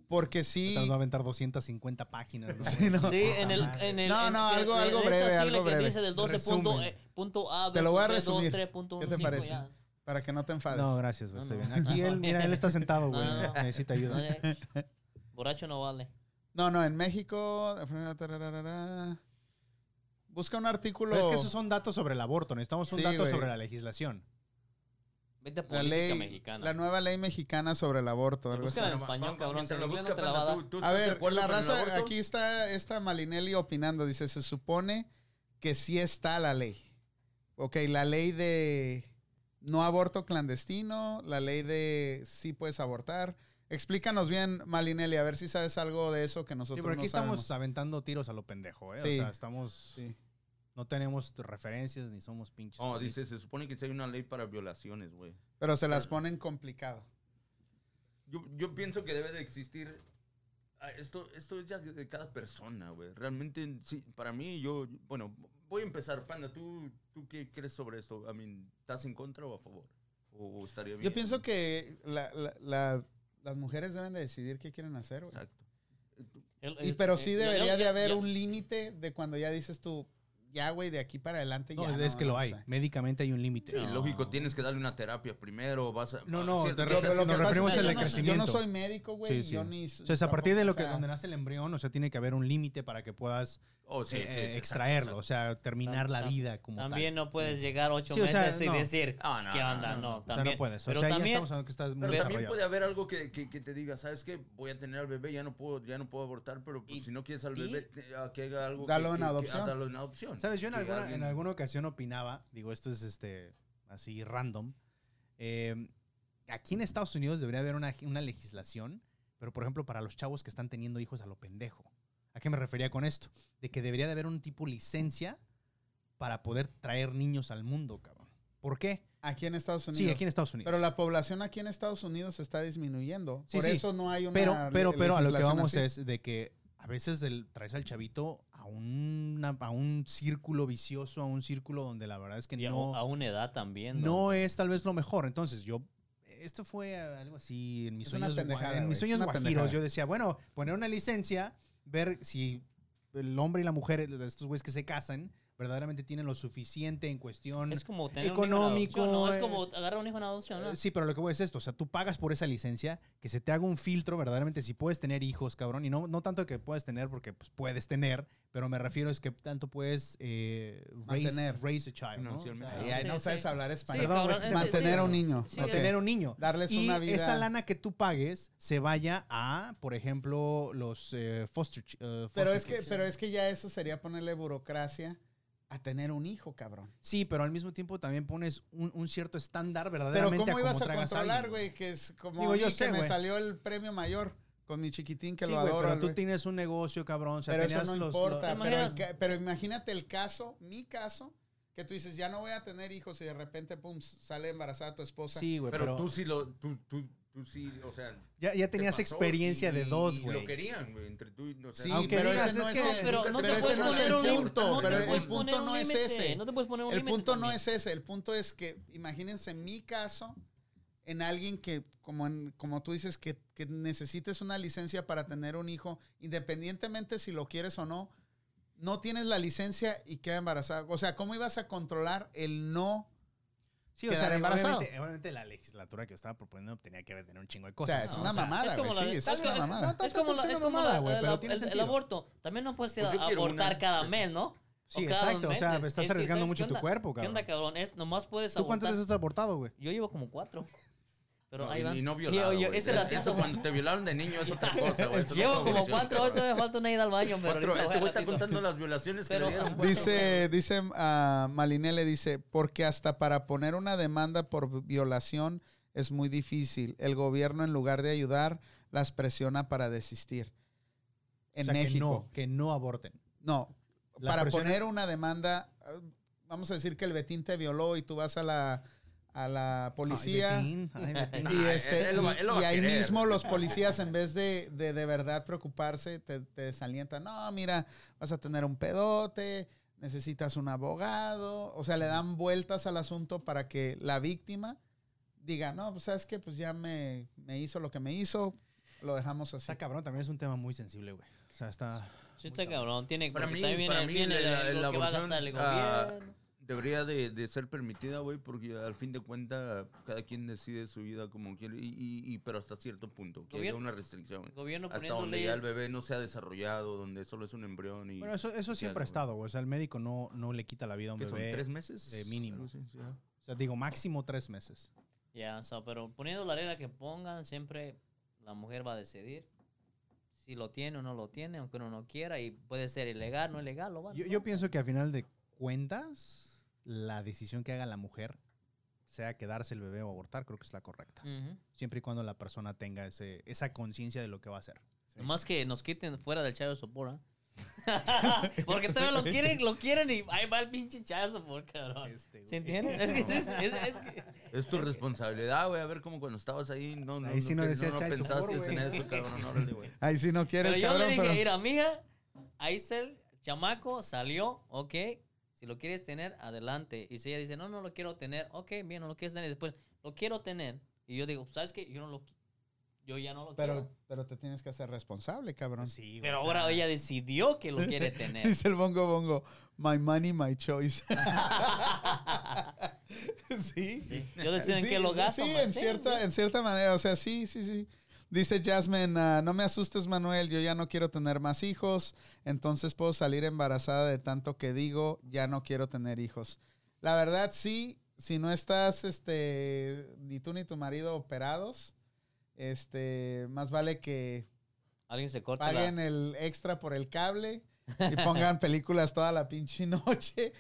Speaker 1: Porque sí...
Speaker 4: Te vas a aventar 250 páginas. ¿no?
Speaker 5: Sí, en el,
Speaker 4: Ajá.
Speaker 5: en el.
Speaker 1: No,
Speaker 5: en-
Speaker 1: no,
Speaker 5: en-
Speaker 1: algo-
Speaker 5: en
Speaker 1: algo
Speaker 5: esa
Speaker 1: breve,
Speaker 5: sigla
Speaker 1: algo
Speaker 5: que
Speaker 1: breve.
Speaker 5: dice del 12 punto,
Speaker 4: Resumen.
Speaker 5: eh, punto A
Speaker 1: Te lo voy a
Speaker 5: versus B2,
Speaker 1: resumir.
Speaker 5: 3.15,
Speaker 1: ¿Qué te parece?
Speaker 5: ya.
Speaker 1: Para que no te enfades.
Speaker 4: No, gracias, güey.
Speaker 5: No,
Speaker 4: está
Speaker 5: no.
Speaker 4: bien. Aquí él, mira, él está sentado,
Speaker 5: No,
Speaker 4: güey.
Speaker 5: no, no.
Speaker 4: Necesita ayuda.
Speaker 5: No, eh, Borracho no vale.
Speaker 1: No, no, en México. Busca un artículo.
Speaker 4: Pero es que esos son datos sobre el aborto. Necesitamos un
Speaker 1: Sí,
Speaker 4: dato
Speaker 1: güey.
Speaker 4: sobre la legislación.
Speaker 5: Vete a
Speaker 1: la
Speaker 5: política
Speaker 1: ley,
Speaker 5: mexicana.
Speaker 1: la nueva ley mexicana sobre el aborto. algo
Speaker 5: Búscala en
Speaker 3: Bueno, va-
Speaker 5: español,
Speaker 3: va-
Speaker 5: cabrón,
Speaker 3: mientras
Speaker 5: en
Speaker 3: lo
Speaker 5: inglés
Speaker 3: busca,
Speaker 5: no te la
Speaker 3: Panda,
Speaker 5: va a
Speaker 3: ¿tú-
Speaker 5: dar.
Speaker 3: tú
Speaker 1: así.
Speaker 3: estás
Speaker 1: A
Speaker 3: de
Speaker 1: ver,
Speaker 3: acuerdo
Speaker 1: la
Speaker 3: con el
Speaker 1: raza,
Speaker 3: aborto?
Speaker 1: aquí está esta Malinelli opinando. Dice, se supone que sí está la ley. Ok, la ley de no aborto clandestino, la ley de sí puedes abortar. Explícanos bien, Malinelli, a ver si sabes algo de eso que
Speaker 4: Sí,
Speaker 1: nosotros
Speaker 4: pero aquí
Speaker 1: no
Speaker 4: estamos
Speaker 1: sabemos.
Speaker 4: aventando tiros a lo pendejo, ¿eh?
Speaker 1: Sí.
Speaker 4: O sea, estamos.
Speaker 1: Sí.
Speaker 4: No tenemos referencias ni somos pinches.
Speaker 5: Oh,
Speaker 3: No, dice, se supone que sí hay una ley para violaciones, güey.
Speaker 1: Pero se las ponen complicado.
Speaker 3: Yo, yo pienso que debe de existir. ah, Esto, esto es ya de cada persona, güey. Realmente, sí, para mí, yo. Bueno, voy a empezar, Panda. ¿Tú, tú qué crees sobre esto? I mean, ¿Estás en contra o a favor? ¿O estaría bien?
Speaker 1: Yo pienso que la- la- la- las mujeres deben de decidir qué quieren hacer. güey.
Speaker 3: Exacto.
Speaker 5: El-
Speaker 1: Y
Speaker 5: el-
Speaker 4: Eh,
Speaker 5: eh,
Speaker 1: pero sí
Speaker 5: el- yo-
Speaker 1: debería
Speaker 5: yo-
Speaker 1: de
Speaker 5: yo-
Speaker 1: haber
Speaker 5: yo-
Speaker 1: un límite de cuando ya dices tú, ya, güey, de aquí para adelante.
Speaker 4: No,
Speaker 1: ya
Speaker 4: es que
Speaker 1: o
Speaker 4: lo hay.
Speaker 1: sea.
Speaker 4: Médicamente hay un límite.
Speaker 3: Sí, lógico, tienes que darle una terapia primero. Vas a, ah,
Speaker 4: No,
Speaker 3: a
Speaker 4: no,
Speaker 3: ciertas
Speaker 4: te refieres-
Speaker 3: cosas.
Speaker 4: nos
Speaker 1: pasa
Speaker 4: referimos
Speaker 1: es que
Speaker 4: al
Speaker 1: yo no- Yo
Speaker 4: crecimiento.
Speaker 1: no soy médico, güey.
Speaker 4: Sí, sí.
Speaker 1: yo ni-
Speaker 4: O sea, es a partir de lo que
Speaker 1: o sea,
Speaker 4: donde nace el embrión, o sea, tiene que haber un límite para que puedas
Speaker 3: Oh, sí, sí,
Speaker 4: eh,
Speaker 3: sí, exacto,
Speaker 4: extraerlo,
Speaker 3: exacto.
Speaker 4: o sea, terminar la
Speaker 5: Tam-
Speaker 4: vida como
Speaker 5: También
Speaker 4: tal.
Speaker 5: no puedes llegar ocho
Speaker 4: Sí, o sea,
Speaker 5: meses y
Speaker 4: no.
Speaker 5: decir,
Speaker 3: Ah, no,
Speaker 5: ¿qué
Speaker 3: no, no,
Speaker 5: onda?
Speaker 3: no.
Speaker 5: No,
Speaker 4: O sea,
Speaker 5: también.
Speaker 4: no puedes. O
Speaker 5: Pero
Speaker 4: sea, ya
Speaker 5: también,
Speaker 4: estamos hablando que estás muy
Speaker 3: Pero también
Speaker 4: desarrollado.
Speaker 3: puede haber algo que, que, que te diga, ¿sabes qué? Voy a tener al bebé, ya no puedo, ya no puedo abortar, pero pues,
Speaker 5: ¿Y
Speaker 3: si no quieres al
Speaker 5: ti?
Speaker 3: bebé, te- ah, que haga algo.
Speaker 1: Dalo
Speaker 3: que-
Speaker 1: en
Speaker 3: que- que- ah,
Speaker 1: adopción.
Speaker 3: dalo en adopción.
Speaker 4: Sabes, yo en
Speaker 3: Que
Speaker 4: alguna,
Speaker 3: alguien-
Speaker 4: en alguna ocasión opinaba, digo, esto es este así random. eh, aquí en Estados Unidos debería haber una, una legislación, pero por ejemplo, para los chavos que están teniendo hijos a lo pendejo. ¿A qué me refería con esto? De que debería de haber un tipo licencia para poder traer niños al mundo, cabrón. ¿Por qué?
Speaker 1: Aquí en Estados Unidos.
Speaker 4: Sí, aquí en Estados Unidos.
Speaker 1: Pero la población aquí en Estados Unidos se está disminuyendo.
Speaker 4: Sí,
Speaker 1: Por
Speaker 4: sí.
Speaker 1: eso no hay una.
Speaker 4: pero, pero,
Speaker 1: le-
Speaker 4: pero a lo que
Speaker 1: legislación
Speaker 4: vamos
Speaker 1: así.
Speaker 4: es de que a veces del- traes al chavito a, una- a un círculo vicioso, a un círculo donde la verdad es que
Speaker 5: y a-
Speaker 4: no...
Speaker 5: a una edad también.
Speaker 4: no es tal vez lo mejor. Entonces, yo. Esto fue eh, algo así en mis
Speaker 1: Es una
Speaker 4: sueños, gua-
Speaker 1: pendejada,
Speaker 4: en
Speaker 1: güey,
Speaker 4: mis
Speaker 1: es
Speaker 4: sueños
Speaker 1: una
Speaker 4: guajiros.
Speaker 1: pendejada.
Speaker 4: Yo decía, bueno, poner una licencia, ver si el hombre y la mujer, estos güeyes que se casan, verdaderamente tienen lo suficiente en cuestión.
Speaker 5: Es como tener
Speaker 4: Económico,
Speaker 5: un hijo en adopción, ¿no? Es
Speaker 4: eh,
Speaker 5: como agarrar un hijo en adopción, ¿no?
Speaker 4: Eh, Sí, pero lo que voy es esto, o sea, tú pagas por esa licencia, que se te haga un filtro verdaderamente si puedes tener hijos, cabrón, y no, no tanto que puedes tener porque pues, puedes tener, pero me refiero es que tanto puedes eh, raise,
Speaker 1: Mantener.
Speaker 4: raise a child, ¿no?
Speaker 3: Financialmente.
Speaker 1: Ay, ay,
Speaker 5: Sí,
Speaker 1: no
Speaker 5: sí.
Speaker 1: sabes hablar español.
Speaker 4: Perdón, güey, es que
Speaker 5: cabrón,
Speaker 4: se-
Speaker 1: mantener
Speaker 5: sí,
Speaker 1: a un
Speaker 5: sí,
Speaker 1: niño.
Speaker 5: sí,
Speaker 1: Ok.
Speaker 5: sí,
Speaker 4: Tener un niño.
Speaker 1: Darles
Speaker 4: y
Speaker 1: una vida.
Speaker 4: esa lana que tú pagues se vaya a, por ejemplo, los eh, foster, chi- eh,
Speaker 1: Pero
Speaker 4: foster
Speaker 1: es, que,
Speaker 4: kids.
Speaker 1: pero es que ya eso sería ponerle burocracia a tener un hijo, cabrón.
Speaker 4: Sí, pero al mismo tiempo también pones un, un cierto estándar
Speaker 1: Pero
Speaker 4: verdaderamente
Speaker 1: ¿cómo
Speaker 4: a
Speaker 1: ibas
Speaker 4: cómo
Speaker 1: a
Speaker 4: tragas
Speaker 1: controlar,
Speaker 4: alguien,
Speaker 1: güey? Que es como
Speaker 4: Digo,
Speaker 1: a mí
Speaker 4: yo
Speaker 1: que
Speaker 4: sé,
Speaker 1: me
Speaker 4: güey.
Speaker 1: salió el premio mayor con mi chiquitín que
Speaker 4: Sí,
Speaker 1: lo
Speaker 4: güey,
Speaker 1: adoro. al
Speaker 4: pero tú
Speaker 1: güey.
Speaker 4: tienes un negocio, cabrón. O sea,
Speaker 1: Pero eso
Speaker 4: tenías
Speaker 1: no
Speaker 4: los-
Speaker 1: importa.
Speaker 5: los-
Speaker 1: pero, el
Speaker 5: Imagínate.
Speaker 1: ca- pero imagínate el caso, mi caso, que tú dices, ya no voy a tener hijos y de repente, pum, sale embarazada tu
Speaker 4: los-
Speaker 1: esposa.
Speaker 4: sí, güey,
Speaker 3: Pero,
Speaker 4: pero,
Speaker 3: tú sí lo. Tú, tú, tú sí, o sea.
Speaker 4: Ya, ya
Speaker 3: te
Speaker 4: tenías
Speaker 3: pasó
Speaker 4: experiencia
Speaker 3: y-
Speaker 4: de
Speaker 3: y-
Speaker 4: dos,
Speaker 3: y Lo
Speaker 4: güey.
Speaker 3: querían, güey, entre tú y. O sea,
Speaker 1: Sí,
Speaker 4: Aunque
Speaker 1: pero
Speaker 4: digas,
Speaker 1: ese no
Speaker 4: es
Speaker 1: es,
Speaker 4: que-
Speaker 1: el,
Speaker 5: pero no te
Speaker 1: pero ese
Speaker 5: puedes
Speaker 1: no es
Speaker 5: poner
Speaker 1: el
Speaker 5: un límite.
Speaker 1: punto.
Speaker 5: No te
Speaker 1: pero el
Speaker 5: puedes poner
Speaker 1: punto
Speaker 5: un
Speaker 1: no es
Speaker 5: límite,
Speaker 1: ese.
Speaker 5: No te puedes poner un
Speaker 1: El
Speaker 5: límite
Speaker 1: punto no
Speaker 5: también.
Speaker 1: es ese, el punto es que, imagínense mi caso, en alguien que, como, en- como tú dices, que, que necesites una licencia para tener un hijo, independientemente si lo quieres o no, no tienes la licencia y queda embarazada. O sea, ¿cómo ibas a controlar el no?
Speaker 4: Sí, o
Speaker 1: quedar
Speaker 4: sea,
Speaker 1: embarazado.
Speaker 4: obviamente, obviamente la legislatura que estaba proponiendo tenía que tener un chingo de
Speaker 1: O sea,
Speaker 4: cosas.
Speaker 1: es
Speaker 5: no,
Speaker 1: una
Speaker 5: o sea,
Speaker 1: mamada,
Speaker 5: es como
Speaker 1: güey.
Speaker 5: la-
Speaker 1: Sí, es
Speaker 5: tal
Speaker 1: una
Speaker 5: vez-
Speaker 1: mamada.
Speaker 5: Es como, la,
Speaker 4: tampoco es
Speaker 5: es
Speaker 4: una
Speaker 5: como
Speaker 4: mamada,
Speaker 5: la-
Speaker 4: güey,
Speaker 5: la-
Speaker 4: pero
Speaker 5: el-
Speaker 4: tiene
Speaker 5: el,
Speaker 4: sentido.
Speaker 5: aborto. También no puedes
Speaker 3: Pues yo quiero
Speaker 5: abortar
Speaker 3: una.
Speaker 5: cada mes, ¿no?
Speaker 4: Sí,
Speaker 5: O cada dos
Speaker 4: exacto. O sea,
Speaker 5: meses.
Speaker 4: estás
Speaker 5: Es-
Speaker 4: arriesgando
Speaker 5: ¿sabes
Speaker 4: mucho
Speaker 5: qué
Speaker 4: tu
Speaker 5: onda?
Speaker 4: cuerpo,
Speaker 5: ¿Qué onda,
Speaker 4: cabrón.
Speaker 5: cabrón? Es, nomás puedes
Speaker 4: ¿Tú cuántas
Speaker 5: abortar.
Speaker 4: veces has abortado, güey?
Speaker 5: Yo llevo como cuatro. Pero
Speaker 3: no,
Speaker 5: ahí
Speaker 3: y-
Speaker 5: van.
Speaker 3: y no
Speaker 5: Yo-
Speaker 3: violado.
Speaker 5: yo-
Speaker 3: güey.
Speaker 5: ese
Speaker 3: Eso
Speaker 5: ratito, güey.
Speaker 3: cuando te violaron de niño es otra cosa, güey. eso es
Speaker 5: Llevo
Speaker 3: otra
Speaker 5: como
Speaker 3: violación,
Speaker 5: cuatro,
Speaker 3: cabrón.
Speaker 5: ahorita me falta una ida al baño, pero
Speaker 3: Cuatro,
Speaker 5: ahorita
Speaker 3: este
Speaker 5: voy
Speaker 3: güey
Speaker 5: al
Speaker 3: está
Speaker 5: ratito.
Speaker 3: contando las violaciones que
Speaker 5: Pero-
Speaker 3: le dieron. güey.
Speaker 1: Dice, dice ah, Malinelli, dice, porque hasta para poner una demanda por violación es muy difícil. El gobierno, en lugar de ayudar, las presiona para desistir. En
Speaker 4: o sea, que
Speaker 1: México.
Speaker 4: no, que no aborten.
Speaker 1: No,
Speaker 4: La
Speaker 1: para
Speaker 4: presión-
Speaker 1: poner una demanda, eh, vamos a decir que el Betín te violó y tú vas a la, a
Speaker 5: Ah,
Speaker 1: la policía.
Speaker 4: Ay, Betín, ay, Betín.
Speaker 1: y,
Speaker 3: Ah,
Speaker 1: este,
Speaker 3: él- él lo va- él lo
Speaker 1: y-
Speaker 3: va
Speaker 1: y
Speaker 3: a
Speaker 1: ahí
Speaker 3: querer.
Speaker 1: mismo los policías, en vez de de, de verdad preocuparse, te, te desalientan. No, mira, vas a tener un pedote, necesitas un abogado. O sea, le dan vueltas al asunto para que la víctima diga, no, pues sabes que pues ya me, me hizo lo que me hizo, lo dejamos así.
Speaker 4: Está cabrón, también es un tema muy sensible, güey. O sea, está.
Speaker 5: Sí, está cabrón. Tiene,
Speaker 3: Para
Speaker 5: porque
Speaker 3: mí-
Speaker 5: también viene-
Speaker 3: para mí
Speaker 5: viene
Speaker 3: la-
Speaker 5: lo
Speaker 3: la
Speaker 5: que va a
Speaker 3: aborción,
Speaker 5: gastar el
Speaker 3: ah,
Speaker 5: gobierno.
Speaker 3: Debería de, de ser permitida, güey, porque al fin de cuentas cada quien decide su vida como quiere, y, y- y- pero hasta cierto punto, que haya
Speaker 5: Gobierno-
Speaker 3: una restricción.
Speaker 5: El gobierno
Speaker 3: Hasta
Speaker 5: poniendo
Speaker 3: donde ya el
Speaker 5: leyes.
Speaker 3: bebé no se ha desarrollado, donde solo es un embrión y...
Speaker 4: Bueno, eso, eso siempre ha
Speaker 3: algo.
Speaker 4: estado, güey. O sea, el médico no, no le quita la vida a un
Speaker 3: ¿Qué son?
Speaker 4: bebé.
Speaker 3: ¿Tres meses?
Speaker 4: de mínimo.
Speaker 3: Algo así, sí, ajá.
Speaker 4: O sea, digo, máximo tres meses.
Speaker 5: Ya, o sea, pero poniendo la regla que pongan, siempre la mujer va a decidir si lo tiene o no lo tiene, aunque uno no quiera, y puede ser ilegal, no ilegal, lo van
Speaker 4: Yo, yo pienso que a final de cuentas, la decisión que haga la mujer, sea quedarse el bebé o abortar, creo que es la correcta. Siempre y cuando la persona tenga ese, esa conciencia de lo que va a hacer.
Speaker 5: Más que nos quiten fuera del Chayo Sopor, ¿ah? Porque todavía lo quieren, lo quieren y ahí va el pinche Chayo Sopor,
Speaker 3: Ah,
Speaker 5: cabrón.
Speaker 4: Este,
Speaker 5: ¿Se
Speaker 4: güey.
Speaker 5: entiende? Es que, es, es- es que-
Speaker 3: Es tu responsabilidad, güey, a ver cómo cuando estabas ahí no, no,
Speaker 4: Ahí sí no
Speaker 3: te-
Speaker 4: decías child
Speaker 3: pensaste
Speaker 4: support,
Speaker 3: en
Speaker 4: güey.
Speaker 3: eso, cabrón, órale, güey.
Speaker 1: Ahí sí no quiere
Speaker 5: Pero
Speaker 1: el
Speaker 5: yo le
Speaker 1: cabrón,
Speaker 5: dije,
Speaker 1: pero-
Speaker 5: mira, mija, ahí está el chamaco, salió, ok. Si lo quieres tener, adelante. Y si ella dice, no, no lo quiero tener, ok, bien, no lo quieres tener. Y después, lo quiero tener. Y yo digo, ¿sabes qué? Yo no lo qui- Yo ya no lo
Speaker 1: pero,
Speaker 5: quiero.
Speaker 1: pero te tienes que hacer responsable, cabrón.
Speaker 4: Sí, güey,
Speaker 5: Pero
Speaker 4: o sea,
Speaker 5: ahora ella decidió que lo quiere tener.
Speaker 1: Dice el bongo bongo, my money, my choice. sí.
Speaker 5: Sí. Yo decido en
Speaker 1: Sí,
Speaker 5: qué Pues lo gasto.
Speaker 1: Sí,
Speaker 5: man.
Speaker 1: en cierta, en cierta manera. O sea, sí, sí, sí. Dice Jasmine, ah, no me asustes, Manuel, yo ya no quiero tener más hijos, entonces puedo salir embarazada de tanto que digo, ya no quiero tener hijos. La verdad, sí, si no estás, este, ni tú ni tu marido operados, este, más vale que
Speaker 5: Alguien se corta la...
Speaker 1: paguen el extra por el cable y pongan películas toda la pinche noche.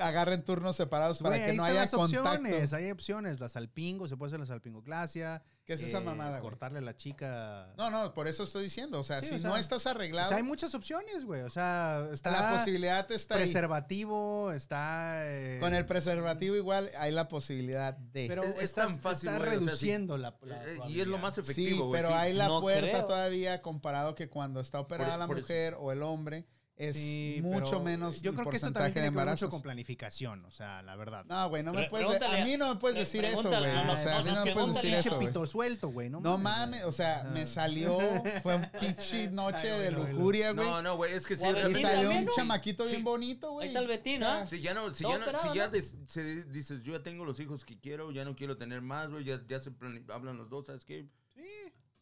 Speaker 1: Agarren turnos separados para
Speaker 4: güey,
Speaker 1: que
Speaker 4: ahí
Speaker 1: no
Speaker 4: están
Speaker 1: haya
Speaker 4: las opciones,
Speaker 1: contacto.
Speaker 4: hay opciones. La salpingo, se puede hacer la salpingoclasia.
Speaker 1: ¿Qué es esa
Speaker 4: eh,
Speaker 1: mamada? güey?
Speaker 4: Cortarle a la chica.
Speaker 1: No, no, por eso estoy diciendo. O sea,
Speaker 4: Sí,
Speaker 1: si
Speaker 4: o sea,
Speaker 1: no estás
Speaker 4: O
Speaker 1: arreglado,
Speaker 4: sea, hay muchas opciones, güey. O sea, está
Speaker 1: la posibilidad está ahí.
Speaker 4: preservativo, está... eh,
Speaker 1: Con el preservativo igual hay la posibilidad de.
Speaker 4: Pero
Speaker 3: Es- es
Speaker 4: estás-
Speaker 3: tan fácil,
Speaker 4: estás
Speaker 3: güey, o sea, sí.
Speaker 4: reduciendo la, la
Speaker 3: Eh, eh, Y es lo
Speaker 4: probabilidad.
Speaker 3: más
Speaker 1: sí,
Speaker 3: efectivo, güey.
Speaker 1: pero
Speaker 3: sí.
Speaker 1: hay la
Speaker 5: No
Speaker 1: puerta
Speaker 5: creo. e-
Speaker 1: todavía comparado que cuando está operada la
Speaker 3: por eso.
Speaker 1: mujer o el hombre es
Speaker 4: Sí,
Speaker 1: mucho
Speaker 4: pero
Speaker 1: menos
Speaker 4: Yo
Speaker 1: el
Speaker 4: creo que esto
Speaker 1: porcentaje
Speaker 4: también tiene
Speaker 1: de
Speaker 4: que ver
Speaker 1: embarazos.
Speaker 4: mucho con planificación, o sea, la verdad.
Speaker 1: No, güey, no me
Speaker 5: Pre-
Speaker 1: puedes de-
Speaker 5: pregúntale
Speaker 1: a
Speaker 5: a-
Speaker 1: mí no me puedes
Speaker 5: pre-
Speaker 1: decir eso, güey.
Speaker 5: pregúntale a
Speaker 1: O
Speaker 5: los-
Speaker 1: sea, a
Speaker 5: a
Speaker 1: mí
Speaker 5: los
Speaker 1: no me
Speaker 5: que
Speaker 1: puedes
Speaker 5: juntan
Speaker 1: decir
Speaker 5: el
Speaker 1: eso,
Speaker 4: Pinche
Speaker 1: güey.
Speaker 4: pito suelto, güey. No,
Speaker 1: No
Speaker 4: güey.
Speaker 1: mames, o sea, me
Speaker 4: Ah.
Speaker 1: salió, fue un pinche noche
Speaker 4: Ay,
Speaker 1: de
Speaker 4: oílo, oílo.
Speaker 1: lujuria, güey.
Speaker 3: No, no, güey, es que sí,
Speaker 5: Guau,
Speaker 1: y
Speaker 5: Betín
Speaker 3: realmente...
Speaker 1: salió
Speaker 5: también,
Speaker 1: un
Speaker 5: ¿no?
Speaker 1: chamaquito bien
Speaker 3: Sí.
Speaker 1: bonito, güey.
Speaker 5: Ahí está el Betín,
Speaker 1: O sea,
Speaker 5: ¿ah?
Speaker 3: Si ya no, si
Speaker 5: Todo
Speaker 3: ya, no-
Speaker 5: operado,
Speaker 3: si ya
Speaker 5: ¿no?
Speaker 3: des- se di- dices, yo ya tengo los hijos que quiero, ya no quiero tener más, güey, ya, ya se plane- hablan los dos, ¿sabes qué?
Speaker 4: Sí,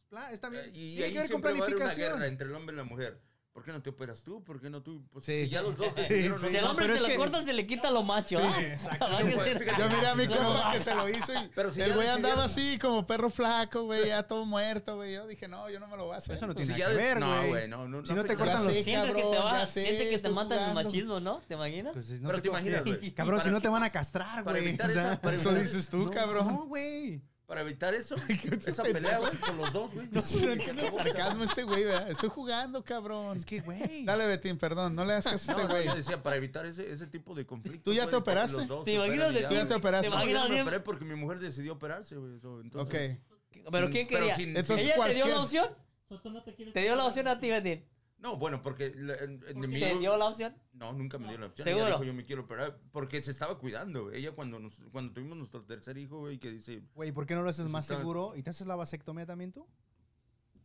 Speaker 4: pla- está bien.
Speaker 3: Eh, Y,
Speaker 4: Tiene
Speaker 3: ahí
Speaker 4: que ver con
Speaker 3: siempre va a haber una
Speaker 4: planificación.
Speaker 3: guerra entre el hombre y la mujer. ¿Por qué no te operas tú? ¿Por qué no tú? Pues,
Speaker 1: Sí.
Speaker 3: Si ya los dos
Speaker 1: Sí,
Speaker 3: decidieron
Speaker 1: sí.
Speaker 5: Si el
Speaker 3: no,
Speaker 5: hombre
Speaker 4: pero
Speaker 5: se
Speaker 4: es
Speaker 5: lo
Speaker 4: que-
Speaker 5: corta, se le quita lo macho. ¿ah?
Speaker 4: exacto.
Speaker 5: Va a decir-
Speaker 1: Yo miré a mi
Speaker 5: No,
Speaker 1: compa que se lo hizo y
Speaker 3: Pero si
Speaker 1: el
Speaker 3: ya
Speaker 1: güey
Speaker 3: decidieron-
Speaker 1: andaba así como perro flaco, güey, ya todo muerto, güey. Yo dije, no, yo no me lo voy a hacer.
Speaker 4: Eso no
Speaker 3: pues, Si
Speaker 4: tiene
Speaker 3: ya
Speaker 4: nada que
Speaker 3: de-
Speaker 4: ver,
Speaker 3: no,
Speaker 4: güey.
Speaker 3: güey, no, no,
Speaker 4: Si no te
Speaker 3: afecta.
Speaker 1: cortan
Speaker 4: cortan
Speaker 1: los- Sí,
Speaker 4: los...
Speaker 5: Sientes que te
Speaker 1: cabrón,
Speaker 5: va,
Speaker 1: ya sé,
Speaker 5: sientes que te
Speaker 1: estoy
Speaker 5: matan el
Speaker 1: jugando.
Speaker 5: machismo, ¿no? ¿Te imaginas?
Speaker 4: Pues
Speaker 3: Pero te imaginas, güey.
Speaker 4: Cabrón,
Speaker 3: Para
Speaker 4: si no
Speaker 3: que-
Speaker 4: te van a castrar,
Speaker 3: para
Speaker 4: güey.
Speaker 3: evitar esa- para
Speaker 1: Eso
Speaker 3: evitar-
Speaker 1: dices tú,
Speaker 4: no,
Speaker 1: cabrón.
Speaker 4: No, güey.
Speaker 3: Para evitar eso,
Speaker 1: te
Speaker 3: esa
Speaker 1: pendejo.
Speaker 3: pelea, güey, con los dos, güey.
Speaker 1: No,
Speaker 3: Y se
Speaker 1: no,
Speaker 3: acabó,
Speaker 1: sarcasmo este güey, ¿verdad? Estoy jugando, cabrón.
Speaker 4: Es que, güey.
Speaker 1: Dale, Betín, perdón, no le hagas caso a este
Speaker 3: No, no,
Speaker 1: güey.
Speaker 3: yo decía, para evitar ese, ese tipo de conflictos.
Speaker 1: ¿Tú ya
Speaker 3: güey,
Speaker 1: te
Speaker 3: es para que
Speaker 1: operaste?
Speaker 3: los dos
Speaker 5: ¿Te
Speaker 3: se
Speaker 5: imaginas
Speaker 3: operen
Speaker 5: de
Speaker 3: y ya,
Speaker 1: tú ya
Speaker 3: güey.
Speaker 1: te operaste?
Speaker 5: ¿Te
Speaker 3: No, yo
Speaker 5: imaginas
Speaker 3: me
Speaker 5: bien?
Speaker 3: operé porque mi mujer decidió operarse, güey. eso, entonces-
Speaker 1: Ok.
Speaker 5: Que- Pero ¿quién
Speaker 3: Pero
Speaker 5: quería?
Speaker 3: sin-
Speaker 1: Entonces,
Speaker 5: ¿Ella te dio
Speaker 1: cualquier-
Speaker 5: la opción?
Speaker 7: So, tú no te quieres
Speaker 5: ¿Te dio la
Speaker 7: casar.
Speaker 5: opción a ti, Betín?
Speaker 3: No, bueno, porque el, el enemigo...
Speaker 5: ¿Te dio la opción?
Speaker 3: No, nunca me dio la opción.
Speaker 5: ¿Seguro?
Speaker 3: Ella dijo, yo me quiero operar porque se estaba cuidando. Ella cuando, nos, cuando tuvimos nuestro tercer hijo, güey, que dice,
Speaker 4: Güey, ¿por qué no lo haces
Speaker 3: Eso
Speaker 4: más
Speaker 3: está-
Speaker 4: seguro? ¿Y te haces la vasectomía también tú?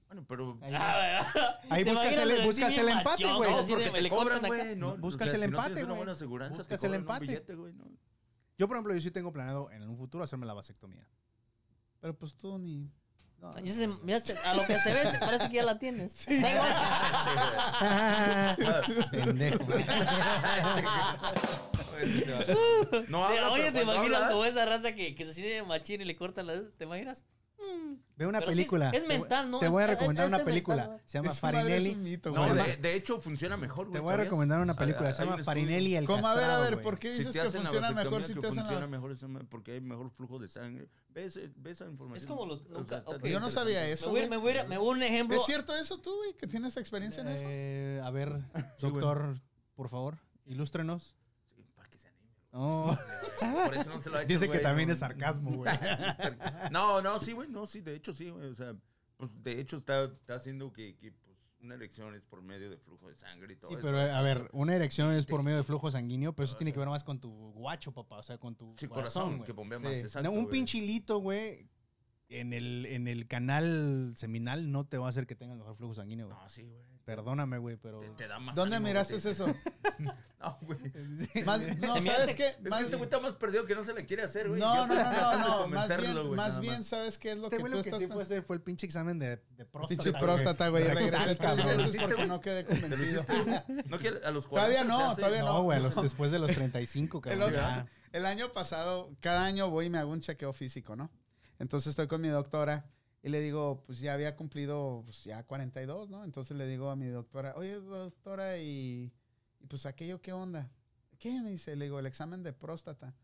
Speaker 3: bueno, pero...
Speaker 4: Ahí
Speaker 5: Ah, ¿verdad?
Speaker 4: Ahí
Speaker 5: ¿Te
Speaker 4: buscas
Speaker 5: imaginas
Speaker 4: el-
Speaker 5: así
Speaker 4: buscas
Speaker 5: bien
Speaker 4: el empate,
Speaker 5: machón,
Speaker 4: güey.
Speaker 5: así
Speaker 3: No, porque
Speaker 5: de-
Speaker 3: te
Speaker 5: le
Speaker 3: cobran,
Speaker 5: cortan acá?
Speaker 3: güey. No,
Speaker 4: Buscas
Speaker 3: O sea,
Speaker 4: el
Speaker 3: si no
Speaker 4: empate,
Speaker 3: tienes una
Speaker 4: güey.
Speaker 3: buena aseguranza,
Speaker 4: Buscas
Speaker 3: te
Speaker 4: el
Speaker 3: cobran
Speaker 4: empate.
Speaker 3: Un billete, güey, no.
Speaker 4: Yo, por ejemplo, yo sí tengo planeado en un futuro hacerme la vasectomía.
Speaker 1: Pero pues tú ni.
Speaker 4: No,
Speaker 5: Ya se- ya se- a lo que se ve, se- parece que ya la tienes. Tengo-
Speaker 4: pendejo.
Speaker 3: no
Speaker 5: Te-
Speaker 3: habla,
Speaker 5: Oye,
Speaker 3: pero
Speaker 5: ¿te
Speaker 3: cuando
Speaker 5: imaginas
Speaker 3: habla-
Speaker 5: como esa raza que, que se siente machín y le cortan las... ¿Te imaginas? Mm,
Speaker 4: Ve una
Speaker 5: Pero sí es-
Speaker 4: película.
Speaker 5: es
Speaker 4: Te voy-
Speaker 5: mental, ¿no?
Speaker 4: Te voy a
Speaker 5: Es- es-
Speaker 4: recomendar
Speaker 5: es
Speaker 4: una
Speaker 5: mental,
Speaker 4: película.
Speaker 5: ¿no?
Speaker 4: Se llama
Speaker 1: Esa madre es
Speaker 4: Farinelli.
Speaker 1: un mito,
Speaker 4: No,
Speaker 1: güey.
Speaker 3: No,
Speaker 4: Además-
Speaker 3: de, de hecho funciona mejor, güey.
Speaker 4: Te voy a
Speaker 3: ¿sabías?
Speaker 4: recomendar una
Speaker 3: Hay-
Speaker 4: película. Se
Speaker 3: hay
Speaker 4: llama
Speaker 3: un
Speaker 4: Farinelli el
Speaker 1: ¿Cómo? A ver, a
Speaker 4: castrado,
Speaker 1: ver,
Speaker 4: güey.
Speaker 1: ¿por qué
Speaker 3: Si
Speaker 1: dices
Speaker 3: te
Speaker 1: que
Speaker 3: hacen la
Speaker 1: funciona
Speaker 3: vasectomía,
Speaker 1: mejor si
Speaker 3: que
Speaker 1: te hacen
Speaker 3: funciona
Speaker 1: la.?
Speaker 3: mejor esa madre, porque hay mejor flujo de sangre. Ve, ese- ve esa información.
Speaker 5: Es como los-
Speaker 3: O sea,
Speaker 5: nunca-
Speaker 3: está-
Speaker 5: ok.
Speaker 3: está
Speaker 5: Yo
Speaker 1: no
Speaker 3: interesante.
Speaker 1: sabía eso.
Speaker 5: Me voy, a ir- me voy a ir- me voy a un ejemplo.
Speaker 1: ¿Es cierto eso tú, güey? ¿Que tienes experiencia en eso?
Speaker 4: Eh, a ver, doctor, por favor, ilústrenos.
Speaker 3: Sí, para que se anime.
Speaker 4: No.
Speaker 3: Por eso no se lo ha hecho,
Speaker 4: Dice que
Speaker 3: güey,
Speaker 4: también
Speaker 3: no.
Speaker 4: es sarcasmo, güey.
Speaker 3: No, no, sí, güey, no, sí, de hecho, sí, güey, o sea, pues de hecho está, está haciendo que, que, pues, una erección es por medio de flujo de sangre y todo
Speaker 4: Sí,
Speaker 3: eso.
Speaker 4: pero eh, a
Speaker 3: así
Speaker 4: ver,
Speaker 3: que-
Speaker 4: una erección es por
Speaker 3: Sí.
Speaker 4: medio de flujo sanguíneo, pero eso
Speaker 3: O
Speaker 4: tiene que
Speaker 3: sea-
Speaker 4: ver más con tu guacho, papá, o sea, con tu
Speaker 3: Sí,
Speaker 4: corazón,
Speaker 3: corazón,
Speaker 4: güey.
Speaker 3: que bombea más,
Speaker 1: Sí.
Speaker 3: exacto,
Speaker 4: No, un
Speaker 3: güey.
Speaker 4: pinche hilito, güey, en el, en el canal seminal no te va a hacer que tengas mejor flujo sanguíneo, güey.
Speaker 3: No, sí, güey.
Speaker 4: Perdóname, güey, pero...
Speaker 3: Te, te da más
Speaker 1: ¿Dónde
Speaker 3: ánimo,
Speaker 1: miraste
Speaker 3: güey, te-
Speaker 1: eso?
Speaker 3: No, güey.
Speaker 1: Más- no,
Speaker 5: Se me
Speaker 1: ¿sabes
Speaker 5: hace-
Speaker 1: qué?
Speaker 3: Es
Speaker 1: Más-
Speaker 3: que este güey está más perdido que no se le quiere hacer, güey.
Speaker 1: no, no,
Speaker 3: Yo-
Speaker 1: no, no,
Speaker 3: tratando de
Speaker 1: no. Más
Speaker 3: convencerlo,
Speaker 1: bien,
Speaker 3: güey,
Speaker 1: más
Speaker 3: nada
Speaker 1: bien,
Speaker 3: más.
Speaker 1: ¿sabes qué es lo
Speaker 4: Este
Speaker 1: que
Speaker 4: güey
Speaker 1: tú
Speaker 4: lo que
Speaker 1: estás
Speaker 4: sí fue hacer fue el pinche examen de, de próstata.
Speaker 1: Pinche
Speaker 4: güey.
Speaker 1: próstata, güey.
Speaker 4: Rectal,
Speaker 1: Regresé tres
Speaker 4: cabrón.
Speaker 1: veces porque no quedé
Speaker 3: ¿Te lo
Speaker 1: convencido.
Speaker 3: hiciste? No quiere- a los
Speaker 1: Todavía
Speaker 3: 40 se
Speaker 1: no,
Speaker 3: hace-
Speaker 1: todavía
Speaker 4: No, güey, a los-
Speaker 1: No.
Speaker 4: después de los 35,
Speaker 1: El
Speaker 4: cabrón.
Speaker 1: otro-
Speaker 4: ya.
Speaker 1: El año pasado, cada año voy y me hago un chequeo físico, ¿no? Entonces estoy con mi doctora y le digo, pues ya había cumplido pues, ya 42, ¿no? Entonces le digo a mi doctora, oye, doctora, y, y pues aquello, ¿qué onda? ¿Qué? Me dice, le digo, el examen de próstata.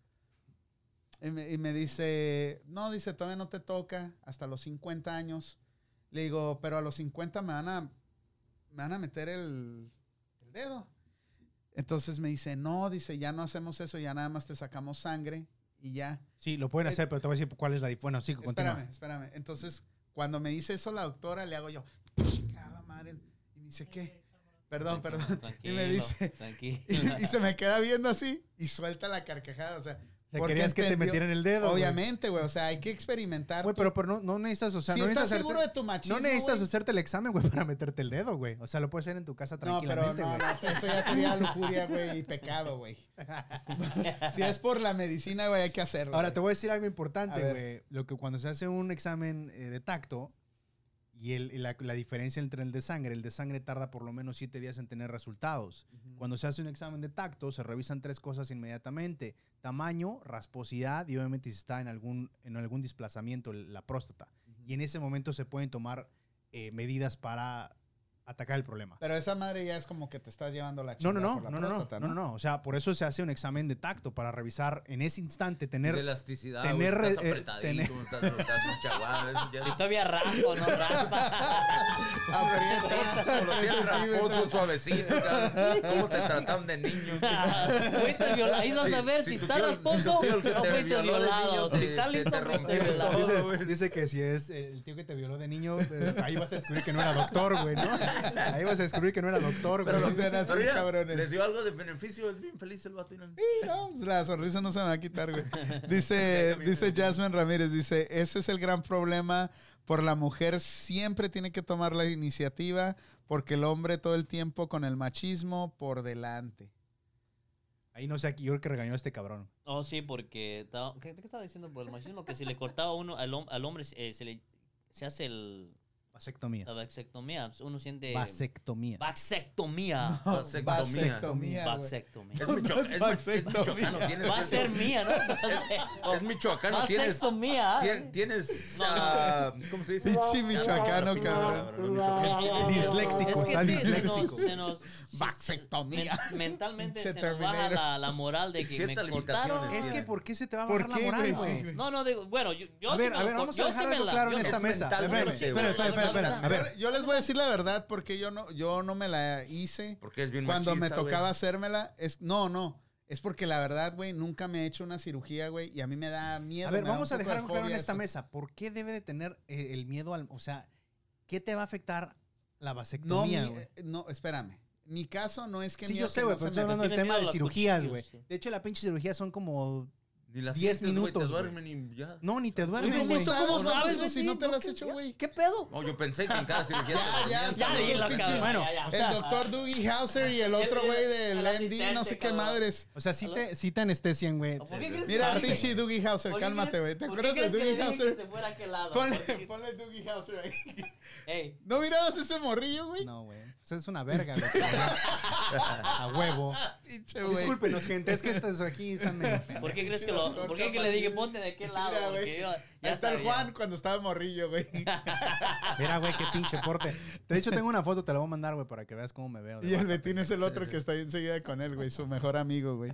Speaker 1: Y me, y me dice, no, dice, todavía no te toca hasta los 50 años. Le digo, pero a los 50 me van a, me van a meter el, el dedo. Entonces me dice, no, dice, ya no hacemos eso, ya nada más te sacamos sangre y ya.
Speaker 4: Sí, lo pueden hacer, pero te voy a decir cuál es la diferencia. Bueno, sí,
Speaker 1: Eh, Espérame,
Speaker 4: continúa.
Speaker 1: espérame. Entonces, cuando me dice eso la doctora, le hago yo, chingada madre. Y me dice, ¿qué? Perdón,
Speaker 5: Tranquilo,
Speaker 1: perdón. Y me
Speaker 5: tranquilo,
Speaker 1: dice,
Speaker 5: Tranquilo.
Speaker 1: y, y se me queda viendo así y suelta la carcajada. O sea,
Speaker 4: O sea,
Speaker 1: porque
Speaker 4: querías que te
Speaker 1: entendió-
Speaker 4: metieran el dedo. güey.
Speaker 1: obviamente, güey. O sea, hay que experimentar.
Speaker 4: Güey,
Speaker 1: tu-
Speaker 4: pero, pero no, no necesitas, o sea,
Speaker 1: si
Speaker 4: no
Speaker 1: estás
Speaker 4: necesitas
Speaker 1: seguro
Speaker 4: hacerte-
Speaker 1: de tu machismo.
Speaker 4: No necesitas
Speaker 1: güey,
Speaker 4: hacerte el examen, güey, para meterte el dedo, güey. O sea, lo puedes hacer en tu casa
Speaker 1: No, pero
Speaker 4: tranquilamente,
Speaker 1: no,
Speaker 4: güey.
Speaker 1: no, eso ya sería lujuria, güey, y pecado, güey. si es por la medicina, güey, hay que hacerlo.
Speaker 4: Ahora,
Speaker 1: güey.
Speaker 4: te voy a decir algo
Speaker 1: A
Speaker 4: importante,
Speaker 1: ver.
Speaker 4: güey. Lo que cuando se hace un examen eh, de tacto y el- y la, la diferencia entre el de sangre, el de sangre tarda por lo menos siete días en tener resultados. Cuando se hace un examen de tacto, se revisan tres cosas inmediatamente. Tamaño, rasposidad y obviamente si está en algún, en algún desplazamiento el- la próstata. Y en ese momento se pueden tomar eh, medidas para atacar el problema.
Speaker 1: Pero esa madre ya es como que te estás llevando la
Speaker 4: No,
Speaker 1: chingada
Speaker 4: no, no,
Speaker 1: por la
Speaker 4: no, no, no,
Speaker 1: próstata,
Speaker 4: no, no, no. O sea, por eso se hace un examen de tacto para revisar en ese instante, tener...
Speaker 3: De elasticidad,
Speaker 4: tener re-
Speaker 3: güey,
Speaker 4: eh,
Speaker 3: estás apretadito,
Speaker 4: tener-
Speaker 3: estás, estás muy chaguado, eso ya-
Speaker 5: Todavía raspo, no raspa.
Speaker 1: Ah, Aprieta.
Speaker 3: Como lo tienen raposo, suavecito, cabrón. ¿Cómo te tratan de niño?
Speaker 5: Fuiste viola- Ahí vas a
Speaker 3: Sí,
Speaker 5: ver
Speaker 3: si
Speaker 5: si
Speaker 3: tu
Speaker 5: está
Speaker 3: tío-
Speaker 5: rasposo
Speaker 3: si tu tío el que
Speaker 5: o
Speaker 3: te
Speaker 5: fuiste
Speaker 3: violó de
Speaker 5: violado.
Speaker 3: niño te-
Speaker 5: Si está
Speaker 3: te- te
Speaker 5: listo, fuiste
Speaker 3: rompió el
Speaker 5: violado.
Speaker 3: codo.
Speaker 4: Dice,
Speaker 3: güey.
Speaker 4: dice que si es el tío que te violó de niño, eh, ahí vas a descubrir que no era doctor, güey, ¿no? Ahí vas a descubrir que no era doctor,
Speaker 3: Pero,
Speaker 4: güey.
Speaker 1: los- eran así,
Speaker 3: pero mira,
Speaker 1: cabrones.
Speaker 3: les dio algo de beneficio, es bien feliz el vato. mira.
Speaker 1: Sí, no, pues la sonrisa no se me va a quitar, güey. Dice, dice Jasmine Ramírez, dice, ese es el gran problema por la mujer siempre tiene que tomar la iniciativa porque el hombre todo el tiempo con el machismo por delante.
Speaker 4: Ahí no sé, aquí yo creo que regañó a este cabrón.
Speaker 5: Oh, sí, porque. estaba- ¿Qué, qué estaba diciendo? Pues, Por el machismo, que si le cortaba uno al, hom- al hombre, eh, se le se hace el,
Speaker 4: Vasectomía.
Speaker 5: la vasectomía. Uno siente.
Speaker 4: Vasectomía.
Speaker 5: Vasectomía.
Speaker 1: Vasectomía, güey.
Speaker 3: Vasectomía.
Speaker 5: Vasectomía.
Speaker 3: Es, micho- es,
Speaker 1: No,
Speaker 3: mi-
Speaker 1: vasectomía.
Speaker 3: es michoacano, tienes
Speaker 5: Va a
Speaker 3: eso.
Speaker 5: ser mía, ¿no?
Speaker 3: Es michoacano, tienes...
Speaker 5: Vasectomía.
Speaker 3: tien- Tienes...
Speaker 5: No.
Speaker 3: ah, ¿Cómo se dice?
Speaker 1: Pinche michoacano,
Speaker 3: Pinche
Speaker 1: cabrón.
Speaker 3: es michoacano.
Speaker 4: Disléxico,
Speaker 5: Es que
Speaker 4: está
Speaker 5: sí,
Speaker 4: disléxico.
Speaker 5: Se nos, se nos-
Speaker 1: Vasectomía.
Speaker 5: men- mentalmente se
Speaker 1: Pinche
Speaker 5: nos baja
Speaker 1: Terminator.
Speaker 5: la, la moral de que me
Speaker 3: Ciertas
Speaker 5: cortaron.
Speaker 3: limitaciones
Speaker 4: Es que, ¿por qué se te va a
Speaker 1: ¿Por
Speaker 4: bajar la
Speaker 1: qué,
Speaker 4: moral,
Speaker 1: güey?
Speaker 4: güey?
Speaker 1: Sí,
Speaker 5: No, no, digo, bueno, yo, yo
Speaker 4: A
Speaker 5: sí
Speaker 4: ver,
Speaker 5: me
Speaker 4: a
Speaker 5: lo
Speaker 4: ver,
Speaker 5: cor-
Speaker 4: vamos a
Speaker 5: yo sí
Speaker 4: dejar
Speaker 5: me
Speaker 4: algo
Speaker 5: la-
Speaker 4: claro
Speaker 5: yo
Speaker 4: en
Speaker 5: sí
Speaker 4: esta
Speaker 5: me-
Speaker 4: mesa.
Speaker 3: mental,
Speaker 4: Espérame,
Speaker 3: yo no sé,
Speaker 4: espérame,
Speaker 5: güey.
Speaker 4: espérame, espérame. A
Speaker 1: A
Speaker 4: ver,
Speaker 1: ver, yo les voy a decir la verdad porque yo no, yo no me la hice.
Speaker 3: Porque es bien
Speaker 1: Cuando me
Speaker 3: machista, güey.
Speaker 1: tocaba hacérmela, es, no, no. Es porque la verdad, güey, nunca me he hecho una cirugía, güey, y a mí me da miedo.
Speaker 4: A ver,
Speaker 1: me da
Speaker 4: vamos
Speaker 1: un
Speaker 4: a
Speaker 1: poco
Speaker 4: dejar
Speaker 1: de
Speaker 4: algo claro en
Speaker 1: fobia
Speaker 4: esta
Speaker 1: eso.
Speaker 4: mesa. ¿Por qué debe de tener eh, el miedo al... O sea, ¿qué te va a afectar la
Speaker 1: No,
Speaker 4: vasectomía,
Speaker 1: mi-
Speaker 4: güey?
Speaker 1: eh, no, espérame. Mi caso no es que
Speaker 4: Sí,
Speaker 1: miedo
Speaker 4: yo sé,
Speaker 1: que
Speaker 4: güey,
Speaker 1: no se
Speaker 4: pero estoy
Speaker 1: me
Speaker 4: hablando del
Speaker 5: Tiene
Speaker 4: tema de
Speaker 5: miedo a los
Speaker 4: cirugías, güey.
Speaker 5: cuchillos, sí.
Speaker 4: De hecho, la pinche cirugía son como...
Speaker 3: Ni las
Speaker 4: 10
Speaker 3: 10 minutos. Te
Speaker 4: minutos, güey.
Speaker 3: duermen y ya.
Speaker 4: No, ni te
Speaker 1: Oye,
Speaker 4: duermes,
Speaker 1: ¿cómo
Speaker 4: güey.
Speaker 5: Benito,
Speaker 1: sabes,
Speaker 5: ¿cómo
Speaker 1: no,
Speaker 5: sabes,
Speaker 1: pues, si no te
Speaker 5: Benito?
Speaker 1: lo has hecho, güey?
Speaker 5: ¿Qué pedo?
Speaker 3: No, yo pensé que en cada cirugía.
Speaker 1: Ya, ya,
Speaker 3: te
Speaker 1: ya
Speaker 3: dormían.
Speaker 1: leí la
Speaker 3: Pinches-
Speaker 1: cara.
Speaker 4: Bueno,
Speaker 5: ya, ya.
Speaker 4: o
Speaker 1: El doctor Dougie Hauser y el otro
Speaker 5: el-
Speaker 1: güey del
Speaker 5: el
Speaker 1: MD, no sé
Speaker 5: asistente,
Speaker 1: qué
Speaker 5: cabrón.
Speaker 1: madres.
Speaker 4: O sea, sí te, sí te anestesian, güey.
Speaker 5: ¿Por qué crees
Speaker 1: Mira,
Speaker 5: que-
Speaker 1: pinche Dougie Hauser,
Speaker 5: ¿Por qué
Speaker 1: cálmate,
Speaker 5: crees-
Speaker 1: güey. ¿Te
Speaker 5: por qué
Speaker 1: acuerdas de
Speaker 5: crees que le
Speaker 1: Dougie
Speaker 5: dije que
Speaker 1: Hauser?
Speaker 5: se fuera a aquel lado?
Speaker 1: Ponle,
Speaker 5: Porque-
Speaker 1: ponle Dougie Hauser ahí.
Speaker 5: Ey,
Speaker 1: ¿No mirabas ese morrillo, güey?
Speaker 4: No, güey. O sea, es una verga, güey. A huevo.
Speaker 1: Pinche, güey.
Speaker 4: Discúlpenos, gente. Es que estos aquí están medio...
Speaker 5: ¿Por qué crees que
Speaker 1: Pinche
Speaker 5: lo.?
Speaker 1: doctor
Speaker 5: ¿Por qué que le dije
Speaker 1: Chapatín.
Speaker 5: ponte de qué lado?
Speaker 1: Mira,
Speaker 5: Porque
Speaker 1: güey.
Speaker 5: yo.
Speaker 1: Ahí
Speaker 5: ya
Speaker 1: está el
Speaker 5: sabía.
Speaker 1: Juan cuando estaba morrillo, güey.
Speaker 4: Mira, güey, qué pinche porte. De hecho, tengo una foto, te la voy a mandar, güey, para que veas cómo me veo. de
Speaker 1: Y el
Speaker 4: guapo.
Speaker 1: Betín es el otro que está ahí enseguida con él, güey. Su mejor amigo, güey.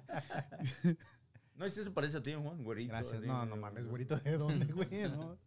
Speaker 3: No, ese se parece a ti, Juan, güerito.
Speaker 4: Gracias.
Speaker 3: así,
Speaker 4: No, no mames, güerito, ¿de dónde, güey? No.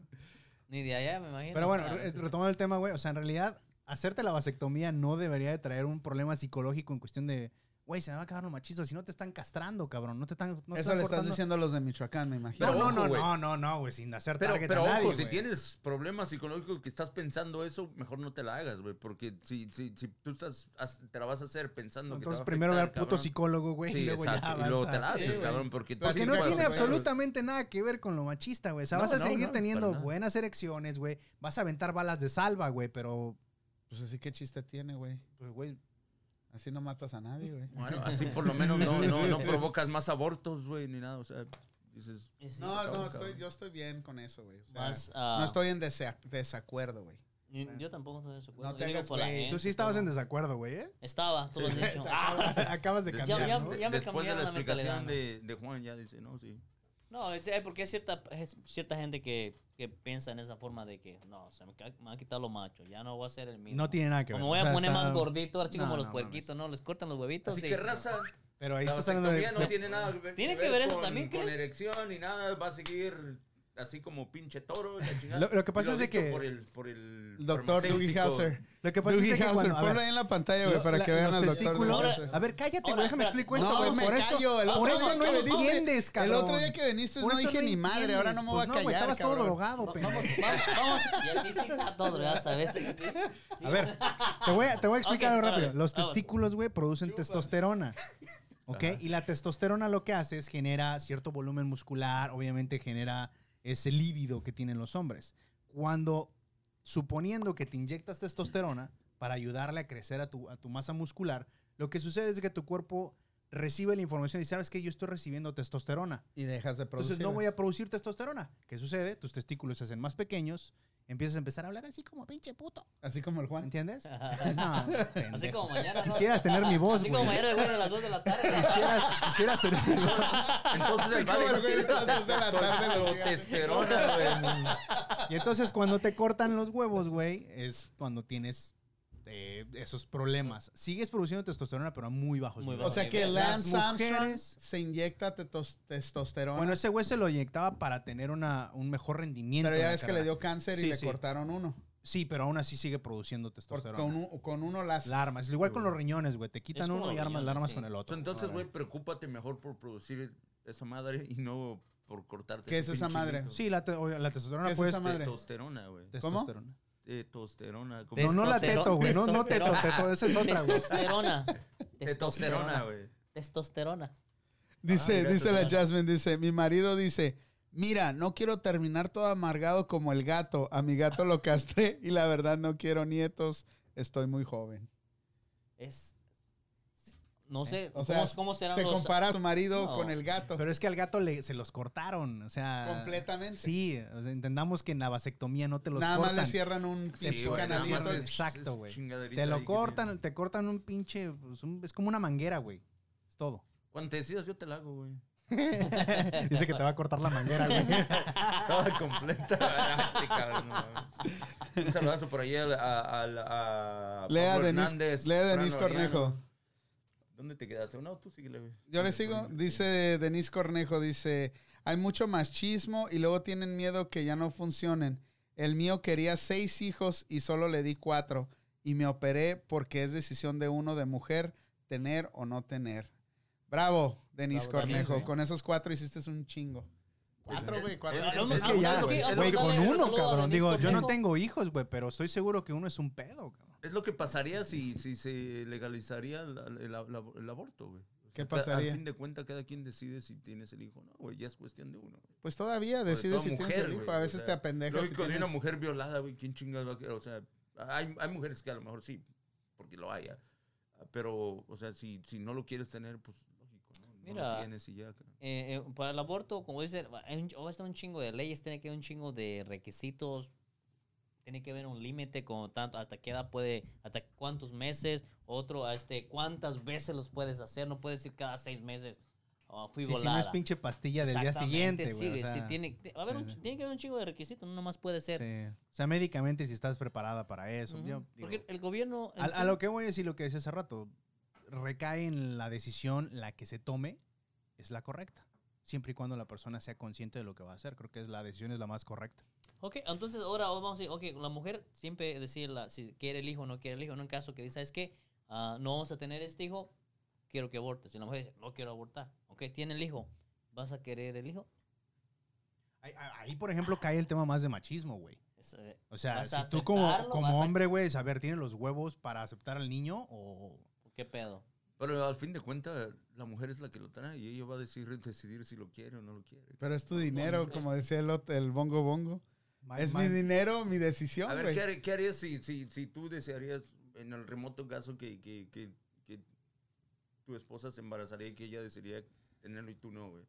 Speaker 5: Ni de allá, me imagino.
Speaker 4: Pero bueno,
Speaker 5: Ah,
Speaker 4: re- retomando el tema, güey, o sea, en realidad, hacerte la vasectomía no debería de traer un problema psicológico en cuestión de, güey, se me va a acabar lo machizo, si no te están castrando, cabrón, no te están, no te
Speaker 1: Eso
Speaker 4: están
Speaker 1: le estás
Speaker 4: cortando-
Speaker 1: diciendo a los de Michoacán, me imagino.
Speaker 3: Pero
Speaker 4: no,
Speaker 3: ojo,
Speaker 4: no,
Speaker 3: güey.
Speaker 4: no, no, no, güey, sin hacer
Speaker 3: Pero,
Speaker 4: target
Speaker 3: pero
Speaker 4: a nadie,
Speaker 3: ojo, si
Speaker 4: güey.
Speaker 3: tienes problemas psicológicos que estás pensando eso, mejor no te la hagas, güey. Porque si, si, si tú estás, has- te la vas a hacer pensando que te va
Speaker 4: Entonces
Speaker 3: a
Speaker 4: primero ve al
Speaker 3: afectar,
Speaker 4: puto
Speaker 3: cabrón.
Speaker 4: psicólogo, güey,
Speaker 3: Sí,
Speaker 4: y luego
Speaker 3: exacto,
Speaker 4: ya
Speaker 3: y luego
Speaker 4: vas
Speaker 3: te
Speaker 4: a-
Speaker 3: la
Speaker 5: Sí,
Speaker 3: haces,
Speaker 5: güey.
Speaker 3: cabrón, porque...
Speaker 4: Porque
Speaker 3: sí
Speaker 4: no
Speaker 3: puedes-
Speaker 4: tiene
Speaker 3: puedes-
Speaker 4: absolutamente nada que ver con lo machista, güey. O sea,
Speaker 3: No,
Speaker 4: vas a
Speaker 3: no,
Speaker 4: seguir
Speaker 3: no, para
Speaker 4: teniendo
Speaker 3: nada.
Speaker 4: buenas erecciones, güey. Vas a aventar balas de salva, güey, pero,
Speaker 1: Pues así que chiste tiene, güey.
Speaker 4: pues, güey,
Speaker 1: Así no matas a nadie, güey.
Speaker 3: Bueno, así por lo menos no, no, no provocas más abortos, güey, ni nada. O sea, dices...
Speaker 5: y sí,
Speaker 1: No,
Speaker 3: cabrón,
Speaker 1: no,
Speaker 3: cabrón.
Speaker 1: estoy, yo estoy bien con eso, güey. O sea,
Speaker 5: más, ah,
Speaker 1: no estoy en desea- desacuerdo, güey.
Speaker 5: ni- Yo tampoco estoy de acuerdo.
Speaker 1: No te
Speaker 5: Yo digo
Speaker 1: hagas,
Speaker 5: por la
Speaker 1: güey.
Speaker 5: gente,
Speaker 4: eh, tú sí estabas
Speaker 5: todo.
Speaker 4: en desacuerdo, güey, ¿eh?
Speaker 5: Estaba, tú lo has dicho. Ah,
Speaker 4: Acabas de
Speaker 3: Ya-
Speaker 4: cambiar,
Speaker 5: ya-
Speaker 4: ¿no?
Speaker 5: ya- me
Speaker 3: Después de
Speaker 5: cambiaron
Speaker 3: la
Speaker 5: la
Speaker 3: explicación
Speaker 5: mentalidad,
Speaker 3: de, de Juan, ya dice, no, sí.
Speaker 5: No, es, es porque hay cierta, es cierta gente que, que piensa en esa forma de que no, se me, ca- me han quitado los machos, ya no voy a ser el mismo.
Speaker 4: No tiene nada que
Speaker 5: O
Speaker 4: ver.
Speaker 5: me voy
Speaker 4: O
Speaker 5: a
Speaker 4: sea,
Speaker 5: poner más
Speaker 4: está-
Speaker 5: gordito, ahora sí
Speaker 4: No,
Speaker 5: como los
Speaker 4: no
Speaker 5: puerquitos,
Speaker 4: mames.
Speaker 5: ¿no? Les cortan los huevitos.
Speaker 3: Así
Speaker 5: y-
Speaker 3: que raza,
Speaker 4: Pero ahí
Speaker 3: la
Speaker 4: estás hablando de...
Speaker 3: vasectomía no
Speaker 4: de-
Speaker 3: tiene nada que ver,
Speaker 5: Tiene que ver eso
Speaker 3: con-
Speaker 5: también,
Speaker 3: Con
Speaker 5: ¿crees?
Speaker 3: erección ni nada, va a seguir así como pinche toro. la chingada.
Speaker 4: Lo- lo que pasa
Speaker 3: Y
Speaker 4: es de
Speaker 3: dicho
Speaker 4: que-
Speaker 3: Por el, por el
Speaker 1: El doctor Dougie
Speaker 3: farmacéutico.
Speaker 1: Hauser.
Speaker 4: Lo que pasa
Speaker 1: Dougie
Speaker 4: es que
Speaker 1: Hauser,
Speaker 4: cuando... a ver,
Speaker 1: ponlo ahí en la pantalla, güey,
Speaker 4: lo-
Speaker 1: para
Speaker 4: la-
Speaker 1: que vean
Speaker 4: los
Speaker 1: al doctor
Speaker 4: testículos-
Speaker 1: Dougie
Speaker 5: Ahora-
Speaker 1: Hauser.
Speaker 4: A ver, cállate,
Speaker 5: Ahora,
Speaker 4: güey, déjame
Speaker 5: espera.
Speaker 4: explico esto,
Speaker 1: No,
Speaker 4: güey.
Speaker 1: me
Speaker 4: Por eso-
Speaker 1: callo. El
Speaker 4: por
Speaker 1: otro
Speaker 4: eso
Speaker 1: día que
Speaker 4: no
Speaker 1: viniste-
Speaker 4: entiendes,
Speaker 1: El
Speaker 4: cabrón.
Speaker 1: otro día que viniste
Speaker 4: Por
Speaker 1: no
Speaker 4: eso
Speaker 1: dije ni madre, ahora no me voy
Speaker 4: entiendes.
Speaker 1: a
Speaker 4: Pues no, güey,
Speaker 1: callar,
Speaker 4: Estabas todo
Speaker 1: cabrón.
Speaker 4: drogado,
Speaker 5: Va- Vamos,
Speaker 4: pendejo.
Speaker 5: vamos, vamos. Y así sí está todo, ya sabes. Sí, sí.
Speaker 4: A ver, te voy a, te voy a explicar
Speaker 5: Ok,
Speaker 4: algo rápido.
Speaker 5: órale,
Speaker 4: Los
Speaker 5: vamos.
Speaker 4: testículos, güey, producen testosterona. ¿Ok? Y la testosterona lo que hace es genera cierto volumen muscular, obviamente genera ese líbido que tienen los hombres. Cuando, suponiendo que te inyectas testosterona para ayudarle a crecer a tu, a tu masa muscular, lo que sucede es que tu cuerpo recibe la información y sabes que yo estoy recibiendo testosterona.
Speaker 1: Y dejas de producir.
Speaker 4: Entonces no voy a producir testosterona. ¿Qué sucede? Tus testículos se hacen más pequeños, empiezas a empezar a hablar así como pinche puto.
Speaker 1: Así como el Juan.
Speaker 4: ¿Entiendes? No,
Speaker 5: Así
Speaker 4: pendejo.
Speaker 5: como mañana. ¿no?
Speaker 4: Quisieras tener mi voz,
Speaker 5: Así como
Speaker 4: güey.
Speaker 5: mañana, güey, a las 2 de la tarde.
Speaker 4: Quisieras, quisieras tener mi voz.
Speaker 3: Entonces el
Speaker 1: como
Speaker 3: vale
Speaker 1: el
Speaker 3: no
Speaker 1: güey
Speaker 3: tiene
Speaker 1: de las dos de la tarde, lo que hace.
Speaker 3: testosterona, güey.
Speaker 4: Y entonces cuando te cortan los huevos, güey, es cuando tienes eh, esos problemas. Sigues produciendo testosterona, pero a muy bajos
Speaker 5: Muy
Speaker 4: niveles.
Speaker 1: O sea que
Speaker 4: eh, Las
Speaker 1: Lance Armstrong
Speaker 4: mujeres-
Speaker 1: se inyecta tetos- testosterona.
Speaker 4: Bueno, ese güey se lo inyectaba para tener una, un mejor rendimiento.
Speaker 1: pero
Speaker 4: en
Speaker 1: ya
Speaker 4: la
Speaker 1: ves que
Speaker 4: carrera.
Speaker 1: le dio cáncer y
Speaker 4: Sí,
Speaker 1: le
Speaker 4: sí.
Speaker 1: cortaron uno.
Speaker 4: Sí, pero aún así sigue produciendo
Speaker 1: Porque
Speaker 4: testosterona.
Speaker 1: con, un- con uno las...
Speaker 4: La armas. Igual con los riñones, güey. Te
Speaker 5: Es
Speaker 4: quitan
Speaker 5: como
Speaker 4: uno y
Speaker 5: los
Speaker 4: armas,
Speaker 5: riñones,
Speaker 4: la armas
Speaker 5: sí.
Speaker 4: con el otro.
Speaker 3: Pues Entonces, güey, preocúpate mejor por producir esa madre y no por cortarte.
Speaker 1: ¿Qué
Speaker 3: tu
Speaker 1: es esa
Speaker 3: pinche
Speaker 1: madre?
Speaker 3: hito.
Speaker 4: Sí, la, te- o- la
Speaker 1: ¿Qué
Speaker 4: testosterona
Speaker 1: es
Speaker 4: puedes...
Speaker 1: esa madre?
Speaker 3: Testosterona, güey.
Speaker 1: ¿Cómo?
Speaker 4: Testosterona.
Speaker 3: Testosterona. como-
Speaker 4: No, no la
Speaker 5: Testotero-
Speaker 4: teto, güey. No, no teto,
Speaker 5: testosterona.
Speaker 4: teto. Esa es otra, güey.
Speaker 5: Testosterona.
Speaker 3: Testosterona, güey.
Speaker 5: Testosterona.
Speaker 1: Dice,
Speaker 3: Ah, mira,
Speaker 1: dice la
Speaker 5: testosterona.
Speaker 1: Jasmine, dice, mi marido dice, mira, no quiero terminar todo amargado como el gato. A mi gato lo castré y la verdad no quiero nietos. Estoy muy joven.
Speaker 5: Es. No sé,
Speaker 1: O
Speaker 5: ¿cómo,
Speaker 1: sea,
Speaker 5: cómo serán
Speaker 1: se
Speaker 5: los.
Speaker 1: compara a su marido
Speaker 5: No.
Speaker 1: con el gato.
Speaker 4: Pero es que al gato le, se los cortaron, o sea...
Speaker 1: completamente.
Speaker 4: Sí, o sea, entendamos que en la vasectomía no te los
Speaker 1: Nada
Speaker 4: cortan.
Speaker 1: más le cierran un
Speaker 4: Sí,
Speaker 1: pinche
Speaker 4: güey, nada más
Speaker 1: canalito.
Speaker 4: es- Exacto, güey. te lo cortan, te cortan un pinche... pues, un- es como una manguera, güey. Es todo.
Speaker 3: Cuando te decidas, yo te la hago, güey.
Speaker 4: Dice que te va a cortar la manguera, güey.
Speaker 3: Toda completa. Ay, cabrón, no mames. Un saludazo por ahí a, a, a, a
Speaker 1: Lea
Speaker 3: Pablo
Speaker 1: Denis,
Speaker 3: Hernández,
Speaker 1: Lea
Speaker 3: Fran
Speaker 1: Denis
Speaker 3: Oriano.
Speaker 1: Cornejo.
Speaker 3: ¿Dónde te quedaste? No, tú síguele, güey.
Speaker 1: Yo le
Speaker 3: Sí,
Speaker 1: sigo.
Speaker 3: sí.
Speaker 1: Dice Denise Cornejo, dice, hay mucho machismo y luego tienen miedo que ya no funcionen. El mío quería seis hijos y solo le di cuatro. Y me operé porque es decisión de uno de mujer tener o no tener. Bravo, Denis
Speaker 4: Bravo, Denis,
Speaker 1: Cornejo.
Speaker 4: ¿eh?
Speaker 1: Con esos cuatro hiciste un chingo. Cuatro, güey. Cuatro.
Speaker 3: eh,
Speaker 1: hiciste.
Speaker 4: Es que ya,
Speaker 5: Vamos,
Speaker 4: güey,
Speaker 5: vamos,
Speaker 4: güey,
Speaker 5: vamos,
Speaker 4: con
Speaker 5: dale un
Speaker 4: uno,
Speaker 5: saludo a
Speaker 4: cabrón.
Speaker 5: Denis
Speaker 4: Digo, yo no
Speaker 5: Cornejo.
Speaker 4: tengo hijos, güey, pero estoy seguro que uno es un pedo, cabrón.
Speaker 3: Es lo que pasaría si, si se legalizaría la- la- la- el aborto, güey. O
Speaker 1: ¿Qué
Speaker 3: sea, ca-
Speaker 1: pasaría?
Speaker 3: Al fin de cuentas, cada quien decide si tienes el hijo o no, güey. Ya es cuestión de uno. güey.
Speaker 1: Pues todavía
Speaker 3: Sobre
Speaker 1: decides
Speaker 3: todo
Speaker 1: si tienes el
Speaker 3: güey,
Speaker 1: hijo. A
Speaker 3: o
Speaker 1: veces
Speaker 3: sea,
Speaker 1: te apendejas. si
Speaker 3: Lógico, de una
Speaker 1: tienes-
Speaker 3: mujer violada, güey, ¿quién chingas va a querer? O sea, hay, hay mujeres que a lo mejor sí, porque lo haya. Pero, o sea, si, si no lo quieres tener, pues lógico, ¿no? No
Speaker 5: Mira.
Speaker 3: lo tienes y ya. cabrón.
Speaker 5: Eh, eh, para el aborto, como dice, hay un, va a estar un chingo de leyes, tiene que haber un chingo de requisitos, tiene que haber un límite como tanto, hasta qué edad puede, hasta cuántos meses, otro, este, cuántas veces los puedes hacer, no puedes ir cada seis meses. ah, fui
Speaker 4: Sí, si no
Speaker 5: volada.
Speaker 4: es pinche pastilla del día siguiente,
Speaker 5: Exactamente, sí,
Speaker 4: güey. o
Speaker 5: sí,
Speaker 4: sea,
Speaker 5: tiene, te- va a haber un
Speaker 4: sí,
Speaker 5: ch-
Speaker 4: sí.
Speaker 5: tiene que haber un chingo de requisitos, no nomás puede ser.
Speaker 4: sí. O sea, médicamente si estás preparada para eso.
Speaker 5: Ujú,
Speaker 4: yo digo,
Speaker 5: Porque el gobierno... en
Speaker 4: a,
Speaker 5: sí-
Speaker 4: a lo que voy a decir, lo que decía hace rato, recae en la decisión, la que se tome es la correcta. Siempre y cuando la persona sea consciente de lo que va a hacer. Creo que es la decisión es la más correcta.
Speaker 5: Ok, entonces ahora vamos a decir, ok, la mujer siempre decirla si quiere el hijo o no quiere el hijo, no en caso que dice, ¿sabes qué? Ah, no vamos a tener este hijo, quiero que abortes. Y la mujer dice, no quiero abortar. Ok, tiene el hijo, ¿vas a querer el hijo?
Speaker 4: Ahí, ahí, por ejemplo, cae el tema más de machismo, güey.
Speaker 5: Es, eh,
Speaker 4: O sea,
Speaker 5: ¿Vas a
Speaker 4: si tú como,
Speaker 5: aceptarlo? ¿Vas
Speaker 4: como
Speaker 5: a-
Speaker 4: hombre, güey, es, a ver, ¿tiene los huevos para aceptar al niño o...?
Speaker 5: ¿Qué pedo?
Speaker 3: Pero al fin de cuentas, la mujer es la que lo trae y ella va a decidir, decidir si lo quiere o no lo quiere.
Speaker 4: Pues,
Speaker 1: Pero es tu dinero,
Speaker 5: es-
Speaker 1: como decía el, ot- el bongo bongo.
Speaker 4: My-
Speaker 1: Es
Speaker 4: my-
Speaker 1: mi dinero, mi decisión,
Speaker 3: A ver,
Speaker 1: güey.
Speaker 3: ¿qué, haré- qué harías si, si, si tú desearías, en el remoto caso, que, que, que, que tu esposa se embarazaría y que ella desearía tenerlo y tú no, güey?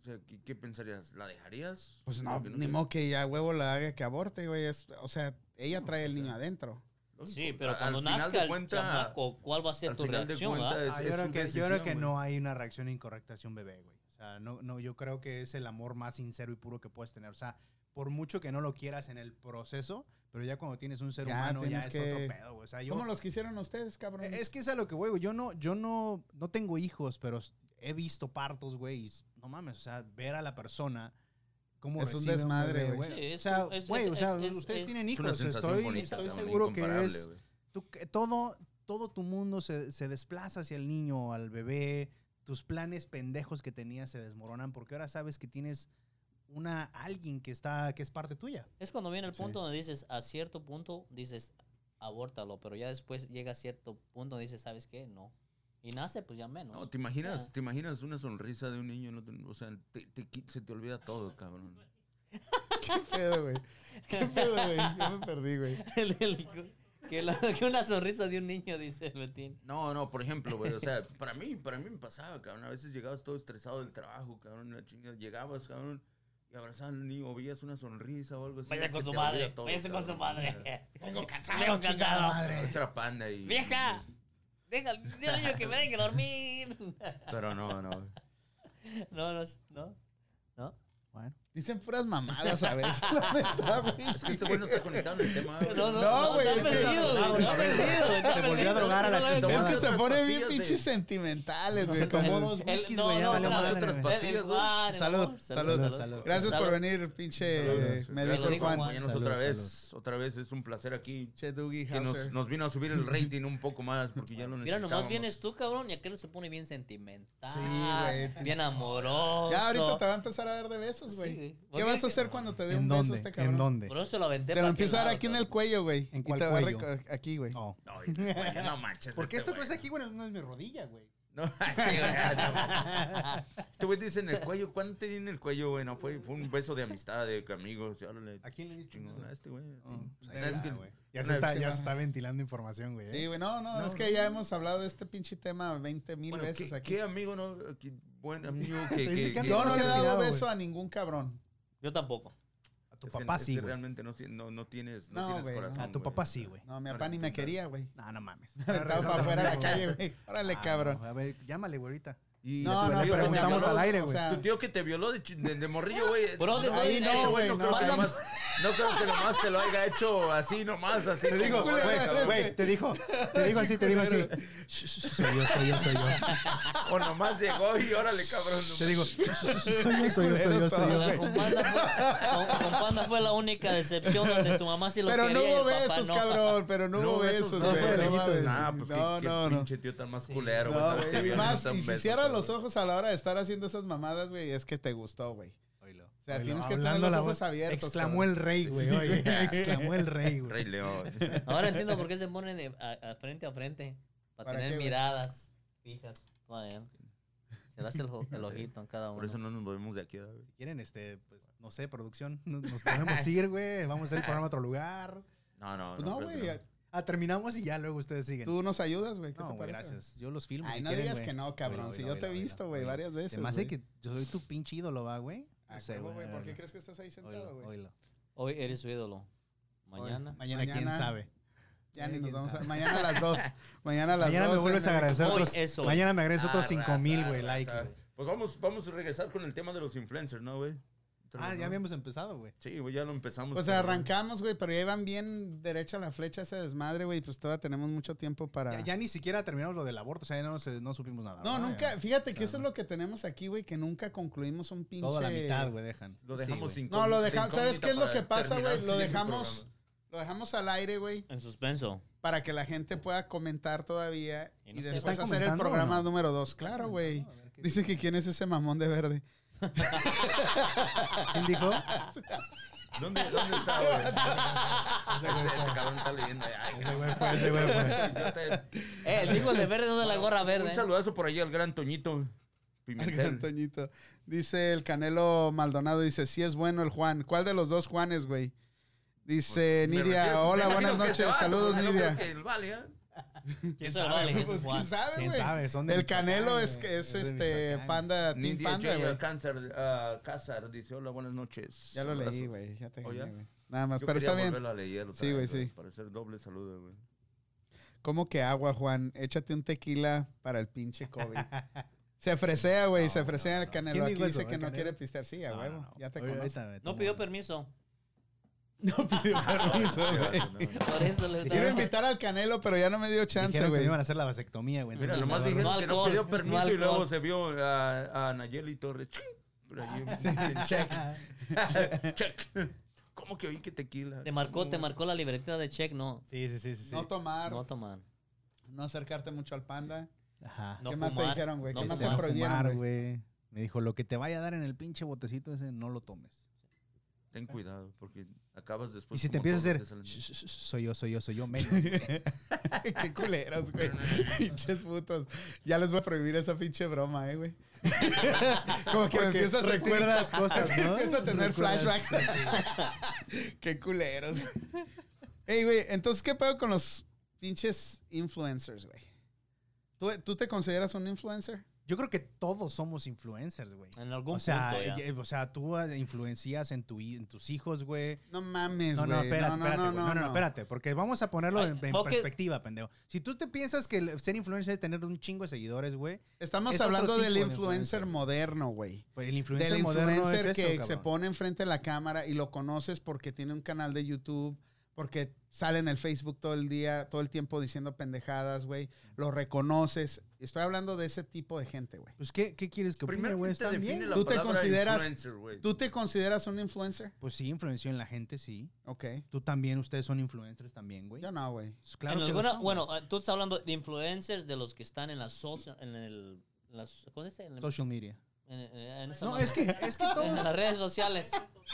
Speaker 3: O sea, ¿qué, qué pensarías? ¿La dejarías?
Speaker 1: Pues no,
Speaker 3: Que
Speaker 1: ni
Speaker 3: te-
Speaker 1: modo que ya huevo la haga que aborte, güey. es- O sea, ella
Speaker 3: No,
Speaker 1: trae el
Speaker 3: o sea,
Speaker 1: niño adentro.
Speaker 3: lógico.
Speaker 5: Sí, pero
Speaker 3: Al
Speaker 5: cuando
Speaker 3: final de
Speaker 5: nazca el
Speaker 3: cuenta-
Speaker 5: chamaco, ¿cuál va a ser
Speaker 3: al
Speaker 5: tu
Speaker 3: final de
Speaker 5: reacción?
Speaker 3: cuenta
Speaker 5: ah?
Speaker 3: es-
Speaker 4: Ah,
Speaker 3: es
Speaker 4: yo, creo
Speaker 3: su
Speaker 4: que, yo creo
Speaker 3: decisión,
Speaker 4: que
Speaker 3: güey.
Speaker 4: no hay una reacción incorrecta hacia un bebé, güey. O sea, no, no, yo creo que es el amor más sincero y puro que puedes tener. O sea, por mucho que no lo quieras en el proceso, pero ya cuando tienes un ser
Speaker 1: Ya
Speaker 4: humano ya
Speaker 1: tienes
Speaker 4: es
Speaker 1: que-
Speaker 4: otro pedo, güey. O sea, yo...
Speaker 1: ¿Cómo los quisieron ustedes, cabrón?
Speaker 4: Eh, Es que es a lo que voy, güey. Yo no, yo no, no tengo hijos, pero s- he visto partos, güey. y s- No mames, o sea, ver a la persona cómo
Speaker 1: Es un
Speaker 4: recibe
Speaker 1: desmadre,
Speaker 4: bebé,
Speaker 1: güey.
Speaker 5: Sí,
Speaker 4: o
Speaker 5: es
Speaker 4: sea,
Speaker 5: un- es-
Speaker 4: güey, o
Speaker 5: es-
Speaker 4: sea,
Speaker 5: es-
Speaker 4: ustedes
Speaker 5: es-
Speaker 4: tienen
Speaker 3: Es una
Speaker 4: hijos.
Speaker 3: sensación
Speaker 4: Estoy,
Speaker 3: bonita,
Speaker 4: estoy
Speaker 3: cabrón,
Speaker 4: seguro que
Speaker 3: incomparable,
Speaker 4: es
Speaker 3: güey.
Speaker 4: tú que- todo, todo tu mundo se, se desplaza hacia el niño, al bebé. Tus planes pendejos que tenías se desmoronan porque ahora sabes que tienes una alguien que está que es parte tuya.
Speaker 5: Es cuando viene el
Speaker 1: Sí.
Speaker 5: punto donde dices, a cierto punto, dices, abórtalo, pero ya después llega a cierto punto donde dices, ¿sabes qué? No. Y nace, pues ya menos.
Speaker 3: No, ¿te imaginas,
Speaker 5: Ya.
Speaker 3: ¿te imaginas una sonrisa de un niño? No te- o sea, te- te qui- se te olvida todo, cabrón.
Speaker 1: ¿Qué pedo, güey? ¿Qué pedo, güey? Yo me perdí, güey.
Speaker 5: El- el- que, la- que una sonrisa de un niño, dice Betín.
Speaker 3: No, no, por ejemplo, güey, o sea, para mí, para mí me pasaba, cabrón, a veces llegabas todo estresado del trabajo, cabrón, la chingada, llegabas, cabrón, y abrazabas al niño, o veías una sonrisa o algo así.
Speaker 5: Vaya
Speaker 3: se
Speaker 5: con
Speaker 3: te
Speaker 5: su
Speaker 3: olvida
Speaker 5: madre,
Speaker 3: todo,
Speaker 5: vaya con
Speaker 3: cabrón,
Speaker 5: su
Speaker 3: o sea,
Speaker 5: madre. Vengo cansado,
Speaker 4: chingada madre.
Speaker 3: Esa era panda y...
Speaker 5: ¡Vieja! Deja al deja al niño que me deje dormir.
Speaker 3: Pero no, no.
Speaker 5: No, no, es- no. ¿No?
Speaker 4: Bueno,
Speaker 1: Dicen puras mamadas a veces, la neta, güey.
Speaker 3: Es que este güey no está conectado en el tema. güey.
Speaker 5: No, no,
Speaker 1: No, güey,
Speaker 5: está
Speaker 1: es que está
Speaker 5: perdido, güey,
Speaker 1: drogado,
Speaker 5: está
Speaker 1: güey.
Speaker 5: perdido, güey, está
Speaker 4: Se volvió a
Speaker 5: perdido,
Speaker 4: drogar a la
Speaker 5: no lo había
Speaker 4: chingada.
Speaker 1: Es
Speaker 5: pensado.
Speaker 1: que se
Speaker 3: Otras
Speaker 1: ponen bien
Speaker 3: pastillas de-
Speaker 1: pinches sentimentales,
Speaker 4: No
Speaker 1: güey.
Speaker 4: se
Speaker 1: como-
Speaker 4: tomó dos
Speaker 5: El-
Speaker 4: whiskies,
Speaker 5: no,
Speaker 4: güey, ya
Speaker 5: no,
Speaker 4: valió
Speaker 5: no,
Speaker 4: madre,
Speaker 5: otras
Speaker 4: güey.
Speaker 5: pastillas,
Speaker 3: El- el
Speaker 5: güey.
Speaker 3: Juan,
Speaker 1: Salud, salud,
Speaker 4: salud,
Speaker 1: salud.
Speaker 4: salud.
Speaker 1: Gracias por
Speaker 5: Salud.
Speaker 1: venir, pinche.
Speaker 3: Gracias
Speaker 1: eh, Me
Speaker 5: Te lo
Speaker 1: dijo el
Speaker 5: dijo
Speaker 1: Juan.
Speaker 5: Juan.
Speaker 3: Acompáñanos
Speaker 4: Salud,
Speaker 3: otra vez,
Speaker 4: salud.
Speaker 3: otra vez, es un placer aquí.
Speaker 1: Che Dougie
Speaker 3: Que nos,
Speaker 1: Hauser.
Speaker 3: nos vino a subir el rating un poco más, porque ya lo
Speaker 5: Mira,
Speaker 3: necesitábamos.
Speaker 5: nomás vienes tú, cabrón, y aquel se pone bien sentimental.
Speaker 1: Sí, güey.
Speaker 5: Bien amoroso.
Speaker 1: Ya ahorita te va a empezar a dar de besos, güey.
Speaker 5: Sí,
Speaker 1: ¿Qué
Speaker 5: porque-
Speaker 1: vas a hacer cuando te dé un
Speaker 4: ¿En
Speaker 1: beso
Speaker 4: dónde?
Speaker 1: este cabrón?
Speaker 4: ¿En dónde?
Speaker 5: Por eso lo aventé.
Speaker 1: Te lo
Speaker 5: para
Speaker 1: empiezo a
Speaker 5: aquel
Speaker 1: dar
Speaker 5: lado,
Speaker 1: aquí en el
Speaker 5: cabrón.
Speaker 1: cuello, güey.
Speaker 4: ¿En
Speaker 1: Y
Speaker 4: cuál
Speaker 1: te va a
Speaker 4: cuello?
Speaker 1: reco- Aquí, güey.
Speaker 4: Oh.
Speaker 3: No, güey, no manches.
Speaker 4: Porque
Speaker 3: este
Speaker 4: esto que es
Speaker 3: güey.
Speaker 4: aquí, güey, no es mi rodilla, güey.
Speaker 3: No, sí, güey, no. Este güey dice en el cuello. ¿Cuánto te di en el cuello, güey? No, fue, fue un beso de amistad, de que amigos. Órale,
Speaker 4: ¿A quién le diste?
Speaker 3: chingón, a este güey. sí.
Speaker 4: Oh, pues ahí
Speaker 3: Es
Speaker 4: está,
Speaker 3: que-
Speaker 4: güey. Ya,
Speaker 3: una
Speaker 4: se está,
Speaker 3: vez-
Speaker 4: ya se está ventilando información, güey. ¿eh?
Speaker 1: Sí, güey. No, no,
Speaker 4: No,
Speaker 1: es que ya hemos hablado de este pinche tema 20 mil
Speaker 3: Bueno,
Speaker 1: veces
Speaker 3: ¿qué,
Speaker 1: aquí.
Speaker 3: qué amigo, no? Qué buen amigo que...
Speaker 4: Te dice
Speaker 3: que-
Speaker 4: que
Speaker 3: que-
Speaker 1: Yo no le he dado
Speaker 4: Cuidado,
Speaker 1: beso
Speaker 4: güey.
Speaker 1: a ningún cabrón.
Speaker 5: Yo tampoco.
Speaker 4: A tu
Speaker 3: Es que-
Speaker 4: papá
Speaker 3: es
Speaker 4: sí,
Speaker 3: que
Speaker 4: güey.
Speaker 3: Realmente no, si- no, no tienes, no
Speaker 1: No,
Speaker 3: tienes
Speaker 1: güey, no.
Speaker 3: corazón,
Speaker 4: A tu
Speaker 3: güey.
Speaker 4: papá sí, güey.
Speaker 1: No, mi
Speaker 3: No
Speaker 1: papá
Speaker 3: eres
Speaker 1: ni
Speaker 3: un
Speaker 1: me
Speaker 3: tonto.
Speaker 1: quería, güey.
Speaker 4: No, no mames.
Speaker 1: Me aventaba para afuera de la calle, güey. Órale,
Speaker 4: Ah,
Speaker 1: cabrón.
Speaker 4: no, a ver, llámale, güey, ahorita.
Speaker 3: Y
Speaker 1: No,
Speaker 3: tu
Speaker 1: no,
Speaker 4: le
Speaker 3: amigo
Speaker 1: pero
Speaker 3: que te
Speaker 4: preguntamos
Speaker 3: violó,
Speaker 4: al aire,
Speaker 1: o
Speaker 4: güey.
Speaker 1: sea,
Speaker 3: Tu tío que te violó de, chi- de, de morrillo, güey.
Speaker 5: Bro, de-
Speaker 1: Ahí
Speaker 5: eh,
Speaker 1: no,
Speaker 5: ese
Speaker 1: güey,
Speaker 3: No
Speaker 1: no.
Speaker 3: creo que
Speaker 5: Mándame-
Speaker 3: nomás, no creo que nomás te lo haya hecho así nomás, así.
Speaker 4: Te digo,
Speaker 3: como, güey,
Speaker 4: güey,
Speaker 3: cabrón.
Speaker 4: güey, te dijo, te dijo así, te dijo así.
Speaker 1: culero.
Speaker 4: "Shh, shh, Soy yo, soy yo, soy yo.
Speaker 3: O nomás llegó y órale, cabrón.
Speaker 4: Te digo, "Shh, shh, shh, soy yo, soy yo, soy yo,
Speaker 1: Culero
Speaker 4: soy
Speaker 1: soy,
Speaker 4: yo.
Speaker 1: güey.
Speaker 5: Con con Panda fue, con- con Panda fue la única decepción donde su mamá sí lo
Speaker 1: Pero no
Speaker 5: quería
Speaker 1: hubo
Speaker 5: y el papá
Speaker 1: besos,
Speaker 5: no.
Speaker 1: cabrón. Pero no hubo besos,
Speaker 4: no
Speaker 1: güey.
Speaker 4: fue
Speaker 1: No
Speaker 4: lejitos.
Speaker 1: mames.
Speaker 3: Nah, pues qué-
Speaker 1: No,
Speaker 3: qué
Speaker 1: no, no.
Speaker 3: pinche tío tan más culero,
Speaker 1: No,
Speaker 3: güey.
Speaker 1: güey, y más, y si hiciera lo los ojos a la hora de estar haciendo esas mamadas, güey, es que te gustó, güey.
Speaker 4: Oílo,
Speaker 1: sea,
Speaker 4: oílo,
Speaker 1: tienes que tener
Speaker 4: hablando
Speaker 1: los
Speaker 4: la
Speaker 1: ojos
Speaker 4: voz-
Speaker 1: abiertos,
Speaker 4: Exclamó
Speaker 1: cabrón.
Speaker 4: el rey, güey. oye, exclamó el rey, güey.
Speaker 3: Rey León.
Speaker 5: Ahora entiendo por qué se ponen de- a, a frente a frente. Para,
Speaker 1: ¿Para
Speaker 5: tener
Speaker 1: qué, güey?
Speaker 5: miradas fijas. Joder. Se das el, jo- el ojito en cada uno.
Speaker 3: Por eso no nos movemos de aquí. ¿verdad, güey?
Speaker 4: Si quieren, este, pues, no sé, producción, nos, nos podemos ir, güey. Vamos a hacer el programa a otro lugar.
Speaker 3: No, no,
Speaker 1: Pues no,
Speaker 3: creo que
Speaker 1: güey.
Speaker 4: Ah, terminamos y ya luego ustedes siguen.
Speaker 1: Tú nos ayudas, güey. ¿Qué
Speaker 4: no,
Speaker 1: te
Speaker 4: güey,
Speaker 1: parece?
Speaker 4: gracias. Yo los filmo.
Speaker 1: Ay,
Speaker 4: si
Speaker 1: no
Speaker 4: quieren,
Speaker 1: digas
Speaker 4: güey.
Speaker 1: que no, cabrón.
Speaker 4: Oílo,
Speaker 1: si yo
Speaker 4: oílo,
Speaker 1: te he
Speaker 4: oílo,
Speaker 1: visto,
Speaker 4: oílo,
Speaker 1: güey,
Speaker 4: oílo.
Speaker 1: varias veces.
Speaker 4: Se me hace
Speaker 1: güey.
Speaker 4: que yo soy tu pinche ídolo, va, güey.
Speaker 1: Ah,
Speaker 4: No sé,
Speaker 1: huevo, güey, ¿Por qué
Speaker 4: oílo,
Speaker 1: crees que estás ahí sentado,
Speaker 4: oílo,
Speaker 1: güey?
Speaker 4: oílo.
Speaker 5: Hoy eres su ídolo. Mañana.
Speaker 4: Mañana, quién
Speaker 1: Mañana-
Speaker 4: sabe.
Speaker 1: Ya ni
Speaker 4: Ay,
Speaker 1: nos
Speaker 4: quién
Speaker 1: vamos a...
Speaker 4: sabe.
Speaker 1: Mañana a las dos. Mañana a las
Speaker 4: Mañana
Speaker 1: dos.
Speaker 4: me vuelves
Speaker 1: en
Speaker 4: a
Speaker 1: el-
Speaker 4: agradecer
Speaker 5: Hoy
Speaker 4: otros.
Speaker 5: es hoy.
Speaker 4: Mañana me agredes otros
Speaker 3: Ah,
Speaker 4: 5 mil,
Speaker 3: raza,
Speaker 4: güey, likes,
Speaker 3: raza.
Speaker 4: güey.
Speaker 3: Pues vamos, vamos a regresar con el tema de los influencers, ¿no, güey?
Speaker 4: Ah,
Speaker 3: ¿No?
Speaker 4: ya habíamos empezado, güey.
Speaker 3: Sí, güey, ya lo empezamos.
Speaker 4: pues,
Speaker 1: O sea,
Speaker 3: pero-
Speaker 1: arrancamos, güey, pero ya iban bien derecha la flecha ese desmadre, güey. Pues todavía tenemos mucho tiempo para...
Speaker 4: Ya, ya ni siquiera terminamos lo del aborto, o sea, ya no, se- no supimos nada.
Speaker 1: No,
Speaker 4: ¿verdad?
Speaker 1: nunca... Fíjate que
Speaker 4: Claro.
Speaker 1: eso es lo que tenemos aquí, güey, que nunca concluimos un pinche...
Speaker 4: Todo a la mitad, güey, dejan.
Speaker 3: Lo
Speaker 4: Sí,
Speaker 3: dejamos
Speaker 4: güey.
Speaker 3: sin
Speaker 1: No, lo dejamos... ¿Sabes qué es lo que pasa, güey? Lo dejamos...
Speaker 3: Programa.
Speaker 1: Lo dejamos al aire, güey,
Speaker 5: En suspenso.
Speaker 1: para que la gente pueda comentar todavía
Speaker 5: Y
Speaker 1: y,
Speaker 5: no sé,
Speaker 1: después
Speaker 4: ¿están
Speaker 1: hacer el
Speaker 4: comentando o
Speaker 1: programa
Speaker 4: no?
Speaker 1: número dos. Claro, güey. Dice que quién es ese mamón de verde.
Speaker 4: ¿Quién dijo?
Speaker 3: ¿Dónde, dónde está, güey? Ese- este cabrón está leyendo. Ay,
Speaker 4: Ese güey fue, ese güey fue.
Speaker 3: idiota.
Speaker 5: Eh, el hijo de verde no de la gorra verde. ¿eh?
Speaker 3: Un saludazo por ahí al gran Toñito
Speaker 1: El
Speaker 3: Pimentel.
Speaker 1: gran Toñito. Dice el Canelo Maldonado, dice, sí es bueno el Juan. ¿Cuál de los dos Juanes, güey? Dice
Speaker 3: Pues, Me
Speaker 1: Nidia,
Speaker 3: refiero- me
Speaker 1: hola,
Speaker 3: imagino
Speaker 1: buenas
Speaker 3: que este
Speaker 1: noches,
Speaker 3: vato,
Speaker 1: saludos
Speaker 3: porque no creo
Speaker 1: Nidia.
Speaker 3: que el vale, ¿eh?
Speaker 5: ¿Quién sabe?
Speaker 1: Pues,
Speaker 5: Ese es Juan.
Speaker 1: ¿Quién sabe,
Speaker 4: ¿Quién
Speaker 1: güey?
Speaker 4: sabe? Son de
Speaker 1: El
Speaker 4: Michoacán,
Speaker 1: Canelo
Speaker 4: güey.
Speaker 1: es, que es
Speaker 4: Es de
Speaker 1: este
Speaker 4: Michoacán.
Speaker 1: panda, Team
Speaker 3: Nidia
Speaker 1: Panda,
Speaker 3: J.
Speaker 1: güey.
Speaker 3: Alcánzar, ah, Cázar dice, hola, buenas noches.
Speaker 1: Ya lo
Speaker 3: Abrazo.
Speaker 1: leí, güey. Ya te
Speaker 3: ¿Oh, ya?
Speaker 1: gané, güey. Nada más,
Speaker 3: Yo
Speaker 1: pero
Speaker 3: quería
Speaker 1: está bien.
Speaker 3: volverlo a leer otra
Speaker 1: Sí,
Speaker 3: vez,
Speaker 1: güey, sí.
Speaker 3: Para hacer doble saludo, güey.
Speaker 1: ¿Cómo que agua, Juan? Échate un tequila para el pinche COVID. Se fresea, güey, se fresea el Canelo.
Speaker 4: ¿Quién
Speaker 1: Aquí
Speaker 4: dijo
Speaker 1: dice
Speaker 4: eso?
Speaker 1: que
Speaker 4: ¿El
Speaker 1: no
Speaker 4: Canelo?
Speaker 1: quiere pistear. Sí, a
Speaker 4: No,
Speaker 1: huevo,
Speaker 4: no, no.
Speaker 1: ya te
Speaker 4: Oye,
Speaker 1: conozco.
Speaker 4: ahorita me
Speaker 5: No
Speaker 4: tomo-
Speaker 5: pidió permiso.
Speaker 1: No pidió permiso, güey.
Speaker 3: No, no, no.
Speaker 5: Por eso le
Speaker 1: Te Iba a
Speaker 5: estaba...
Speaker 1: invitar al Canelo, pero ya no me dio chance,
Speaker 4: Dijeron que me
Speaker 1: güey.
Speaker 4: iban a hacer la vasectomía, güey.
Speaker 3: Mira,
Speaker 4: Entonces,
Speaker 3: nomás
Speaker 4: la
Speaker 3: dijeron
Speaker 4: verdad-
Speaker 5: No
Speaker 3: que no
Speaker 5: alcohol,
Speaker 3: pidió
Speaker 5: no
Speaker 3: permiso y luego
Speaker 5: alcohol.
Speaker 3: se vio a, a Nayeli Torres. ¡chin! Por ahí, check. check. ¿Cómo que oí que tequila?
Speaker 5: Te marcó, te marcó la libretita de check, no.
Speaker 4: Sí, sí, sí, sí. sí.
Speaker 1: No Mm. tomar,
Speaker 5: No toman.
Speaker 1: no acercarte mucho al panda.
Speaker 4: Ajá.
Speaker 5: No
Speaker 1: ¿Qué más te
Speaker 5: fumar,
Speaker 1: dijeron, güey?
Speaker 5: no
Speaker 1: ¿Qué más
Speaker 4: Este,
Speaker 1: te
Speaker 5: fumar.
Speaker 1: prohibieron,
Speaker 4: fumar,
Speaker 1: güey?
Speaker 4: güey. Me dijo, lo que te vaya a dar en el pinche botecito ese, no lo tomes.
Speaker 3: Ten cuidado, porque acabas
Speaker 4: Y
Speaker 3: después.
Speaker 4: si te
Speaker 3: como
Speaker 4: empiezas a hacer,
Speaker 3: todos los que
Speaker 4: "Sh,
Speaker 3: salen.
Speaker 4: sh, sh, soy yo, soy yo, soy yo, menos.
Speaker 1: Qué culeros, güey. Pinches putos. Ya les voy a prohibir esa pinche broma, eh, güey. Como que me
Speaker 4: Porque
Speaker 1: empiezo a sentir-
Speaker 4: recuerdas cosas, ¿no?
Speaker 1: empiezo a tener
Speaker 4: Recuerdas.
Speaker 1: flashbacks. Qué culeros, güey. Ey, güey, entonces, ¿qué pedo con los pinches influencers, güey? ¿Tú, ¿Tú te consideras un influencer?
Speaker 4: Yo creo que todos somos influencers, güey.
Speaker 5: En algún
Speaker 4: O sea,
Speaker 5: punto ya.
Speaker 4: eh, o sea, tú ah, influencias en, tu, hi- en tus hijos, güey.
Speaker 1: No mames,
Speaker 4: No,
Speaker 1: güey.
Speaker 4: no, espérate, espérate, güey. no, no,
Speaker 1: no.
Speaker 4: espérate, porque vamos a ponerlo
Speaker 5: Ay,
Speaker 4: en, en
Speaker 5: ok.
Speaker 4: perspectiva, pendejo. Si tú te piensas que el- ser influencer es tener un chingo de seguidores, güey,
Speaker 1: Estamos
Speaker 4: Es
Speaker 1: hablando
Speaker 4: otro
Speaker 1: del
Speaker 4: tipo de
Speaker 1: influencer
Speaker 4: influencer.
Speaker 1: moderno, güey.
Speaker 4: pues el influencer
Speaker 1: Del
Speaker 4: moderno
Speaker 1: influencer
Speaker 4: es eso,
Speaker 1: que
Speaker 4: cabrón.
Speaker 1: se pone enfrente de la cámara y lo conoces porque tiene un canal de YouTube, porque sale en el Facebook todo el día, todo el tiempo diciendo pendejadas, güey. Lo reconoces. Estoy hablando de ese tipo de gente, güey.
Speaker 4: Pues, ¿qué, qué quieres que opine,
Speaker 3: Primero
Speaker 4: güey?
Speaker 3: que te
Speaker 4: Está
Speaker 3: define
Speaker 4: bien.
Speaker 3: la
Speaker 1: ¿Tú te
Speaker 3: palabra
Speaker 1: consideras-
Speaker 3: influencer, güey.
Speaker 1: ¿Tú te consideras un influencer?
Speaker 4: Pues sí, influenció en la gente, sí.
Speaker 1: Ok.
Speaker 4: Tú también, ustedes son influencers también, güey.
Speaker 1: Yo no, güey.
Speaker 4: Pues claro
Speaker 5: En
Speaker 4: que lo
Speaker 5: alguna-
Speaker 4: son,
Speaker 5: bueno, ah, tú estás hablando de influencers de los que están en la social, en el, las, ¿cómo dice? En,
Speaker 4: güey.
Speaker 5: el-
Speaker 4: social media.
Speaker 5: en- en esa
Speaker 4: No,
Speaker 5: madre.
Speaker 4: es que, es que
Speaker 5: en
Speaker 4: todos...
Speaker 5: las redes sociales,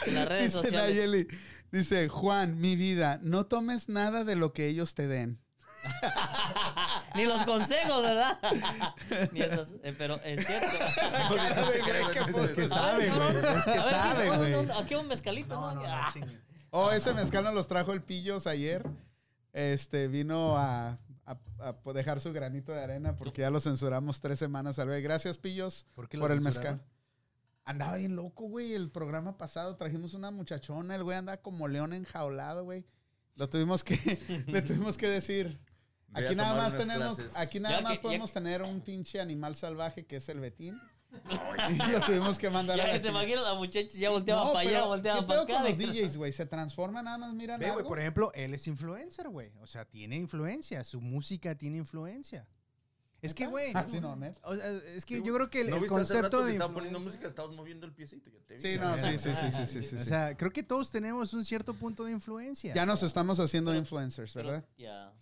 Speaker 5: en las redes
Speaker 1: Dice
Speaker 5: sociales.
Speaker 1: Nayeli, dice, Juan, mi vida, no tomes nada de lo que ellos te den.
Speaker 5: Ni los consejos, ¿verdad? Ni esos, eh, pero es cierto.
Speaker 1: Cara de güey, qué
Speaker 4: Es que
Speaker 1: puto.
Speaker 4: sabe, güey. Es que
Speaker 5: A ver, ¿qué
Speaker 4: sabe,
Speaker 5: hizo?
Speaker 4: güey.
Speaker 5: Un- un- Aquí un mezcalito, ¿no? Ah,
Speaker 4: chingue.
Speaker 1: Oh, ese mezcal nos los trajo el Pillos ayer. Este, vino a, a- a po- dejar su granito de arena porque ya lo censuramos tres semanas al güey. Gracias, Pillos,
Speaker 4: ¿Por qué
Speaker 1: por,
Speaker 4: lo
Speaker 1: el
Speaker 4: censuraron?
Speaker 1: mezcal. Andaba bien loco, güey. El programa pasado trajimos una muchachona. El güey andaba como león enjaulado, güey. Lo tuvimos que, le tuvimos que decir.
Speaker 3: Ve a
Speaker 1: Aquí nada
Speaker 3: tomar
Speaker 1: más
Speaker 3: unas
Speaker 1: tenemos,
Speaker 3: clases.
Speaker 1: aquí nada
Speaker 5: Ya
Speaker 1: más
Speaker 5: que- ya
Speaker 1: podemos tener un pinche animal salvaje que es el Betín. Y lo tuvimos que mandar a
Speaker 5: Ya
Speaker 1: la
Speaker 5: que te
Speaker 1: chingada.
Speaker 5: imaginas, la muchacha ya volteaba
Speaker 1: No,
Speaker 5: para allá,
Speaker 1: pero,
Speaker 5: volteaba
Speaker 1: ¿qué
Speaker 5: para
Speaker 1: pedo
Speaker 5: acá.
Speaker 1: con los DJs, güey? Se transforma nada más, mira.
Speaker 4: Ve, güey, por ejemplo, él es influencer, güey. O sea, tiene influencia. Su música tiene influencia. Es que, güey.
Speaker 1: Ah, sí, no, net.
Speaker 4: o sea, es que
Speaker 3: Sí,
Speaker 4: yo creo que el,
Speaker 3: ¿No
Speaker 4: el
Speaker 3: viste hace
Speaker 4: concepto
Speaker 3: rato
Speaker 4: de.
Speaker 3: que estaba poniendo
Speaker 4: influencer-
Speaker 3: música, estabas moviendo el piecito. ya te vi.
Speaker 1: Sí, no, sí, sí, sí, sí, sí, sí,
Speaker 4: O
Speaker 1: sí.
Speaker 4: sea, creo que todos tenemos un cierto punto de influencia.
Speaker 1: Ya nos estamos haciendo
Speaker 5: Pero-
Speaker 1: influencers,
Speaker 5: Pero-
Speaker 1: ¿verdad?
Speaker 5: Ya.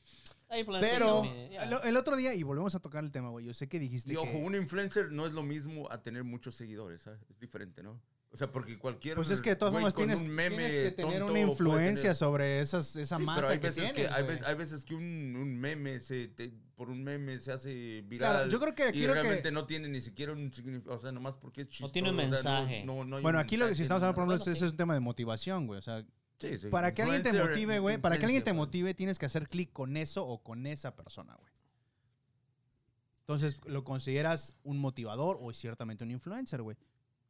Speaker 5: Hay influencers
Speaker 1: Pero-
Speaker 5: también, yeah.
Speaker 4: El, el otro día, y volvemos a tocar el tema, güey. Yo sé que dijiste
Speaker 3: Y ojo,
Speaker 4: que-
Speaker 3: un influencer no es lo mismo a tener muchos seguidores, ¿sabes? Es diferente, ¿no? O sea, porque cualquier.
Speaker 4: Pues es que de todas
Speaker 3: güey
Speaker 4: formas
Speaker 3: con
Speaker 4: tienes,
Speaker 3: un meme
Speaker 4: tienes que tener
Speaker 3: tonto
Speaker 4: una
Speaker 3: puede
Speaker 4: influencia
Speaker 3: tener-
Speaker 4: sobre esas, esa
Speaker 3: Sí,
Speaker 4: masa
Speaker 3: pero hay
Speaker 4: que
Speaker 3: veces que,
Speaker 4: tienes,
Speaker 3: hay,
Speaker 4: güey.
Speaker 3: veces, hay veces que un, un meme se te- por un meme se hace viral.
Speaker 4: Claro, yo creo que aquí
Speaker 3: y
Speaker 4: lo que-
Speaker 3: realmente no tiene ni siquiera un significado, o sea, nomás porque es chistoso.
Speaker 5: tiene un
Speaker 3: o sea,
Speaker 5: mensaje.
Speaker 3: no- no hay
Speaker 4: Bueno,
Speaker 3: un
Speaker 4: aquí lo que si
Speaker 3: mensaje,
Speaker 4: estamos hablando, por
Speaker 5: Bueno,
Speaker 4: ejemplo, ese
Speaker 5: sí.
Speaker 4: es un tema de motivación, güey. O sea,
Speaker 3: Sí, sí,
Speaker 4: para que alguien te
Speaker 3: influencer, pues.
Speaker 4: motive, güey, para que alguien te
Speaker 3: influencer, güey.
Speaker 4: motive, tienes que hacer clic con eso o con esa persona, güey. Entonces, ¿lo consideras un motivador o ciertamente un influencer, güey?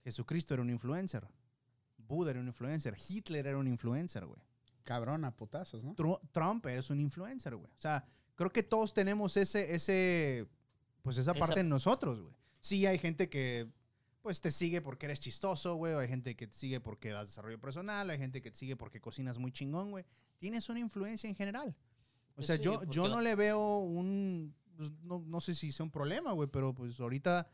Speaker 4: Jesucristo era un influencer. Buda era un influencer. Hitler era un influencer, güey.
Speaker 1: Cabrón, a putazos, ¿no?
Speaker 4: Tru- Trump eres un influencer, güey. O sea, creo que todos tenemos ese, ese, pues esa
Speaker 5: Esa-
Speaker 4: parte en nosotros, güey. Sí, hay gente que, pues te sigue porque eres chistoso, güey. Hay gente que te sigue porque das desarrollo personal. Hay gente que te sigue porque cocinas muy chingón, güey. Tienes una influencia en general. O
Speaker 5: Pues
Speaker 4: sea,
Speaker 5: sí,
Speaker 4: yo,
Speaker 5: porque
Speaker 4: yo
Speaker 5: la-
Speaker 4: no le veo un, pues, no, no sé si sea un problema, güey, pero pues ahorita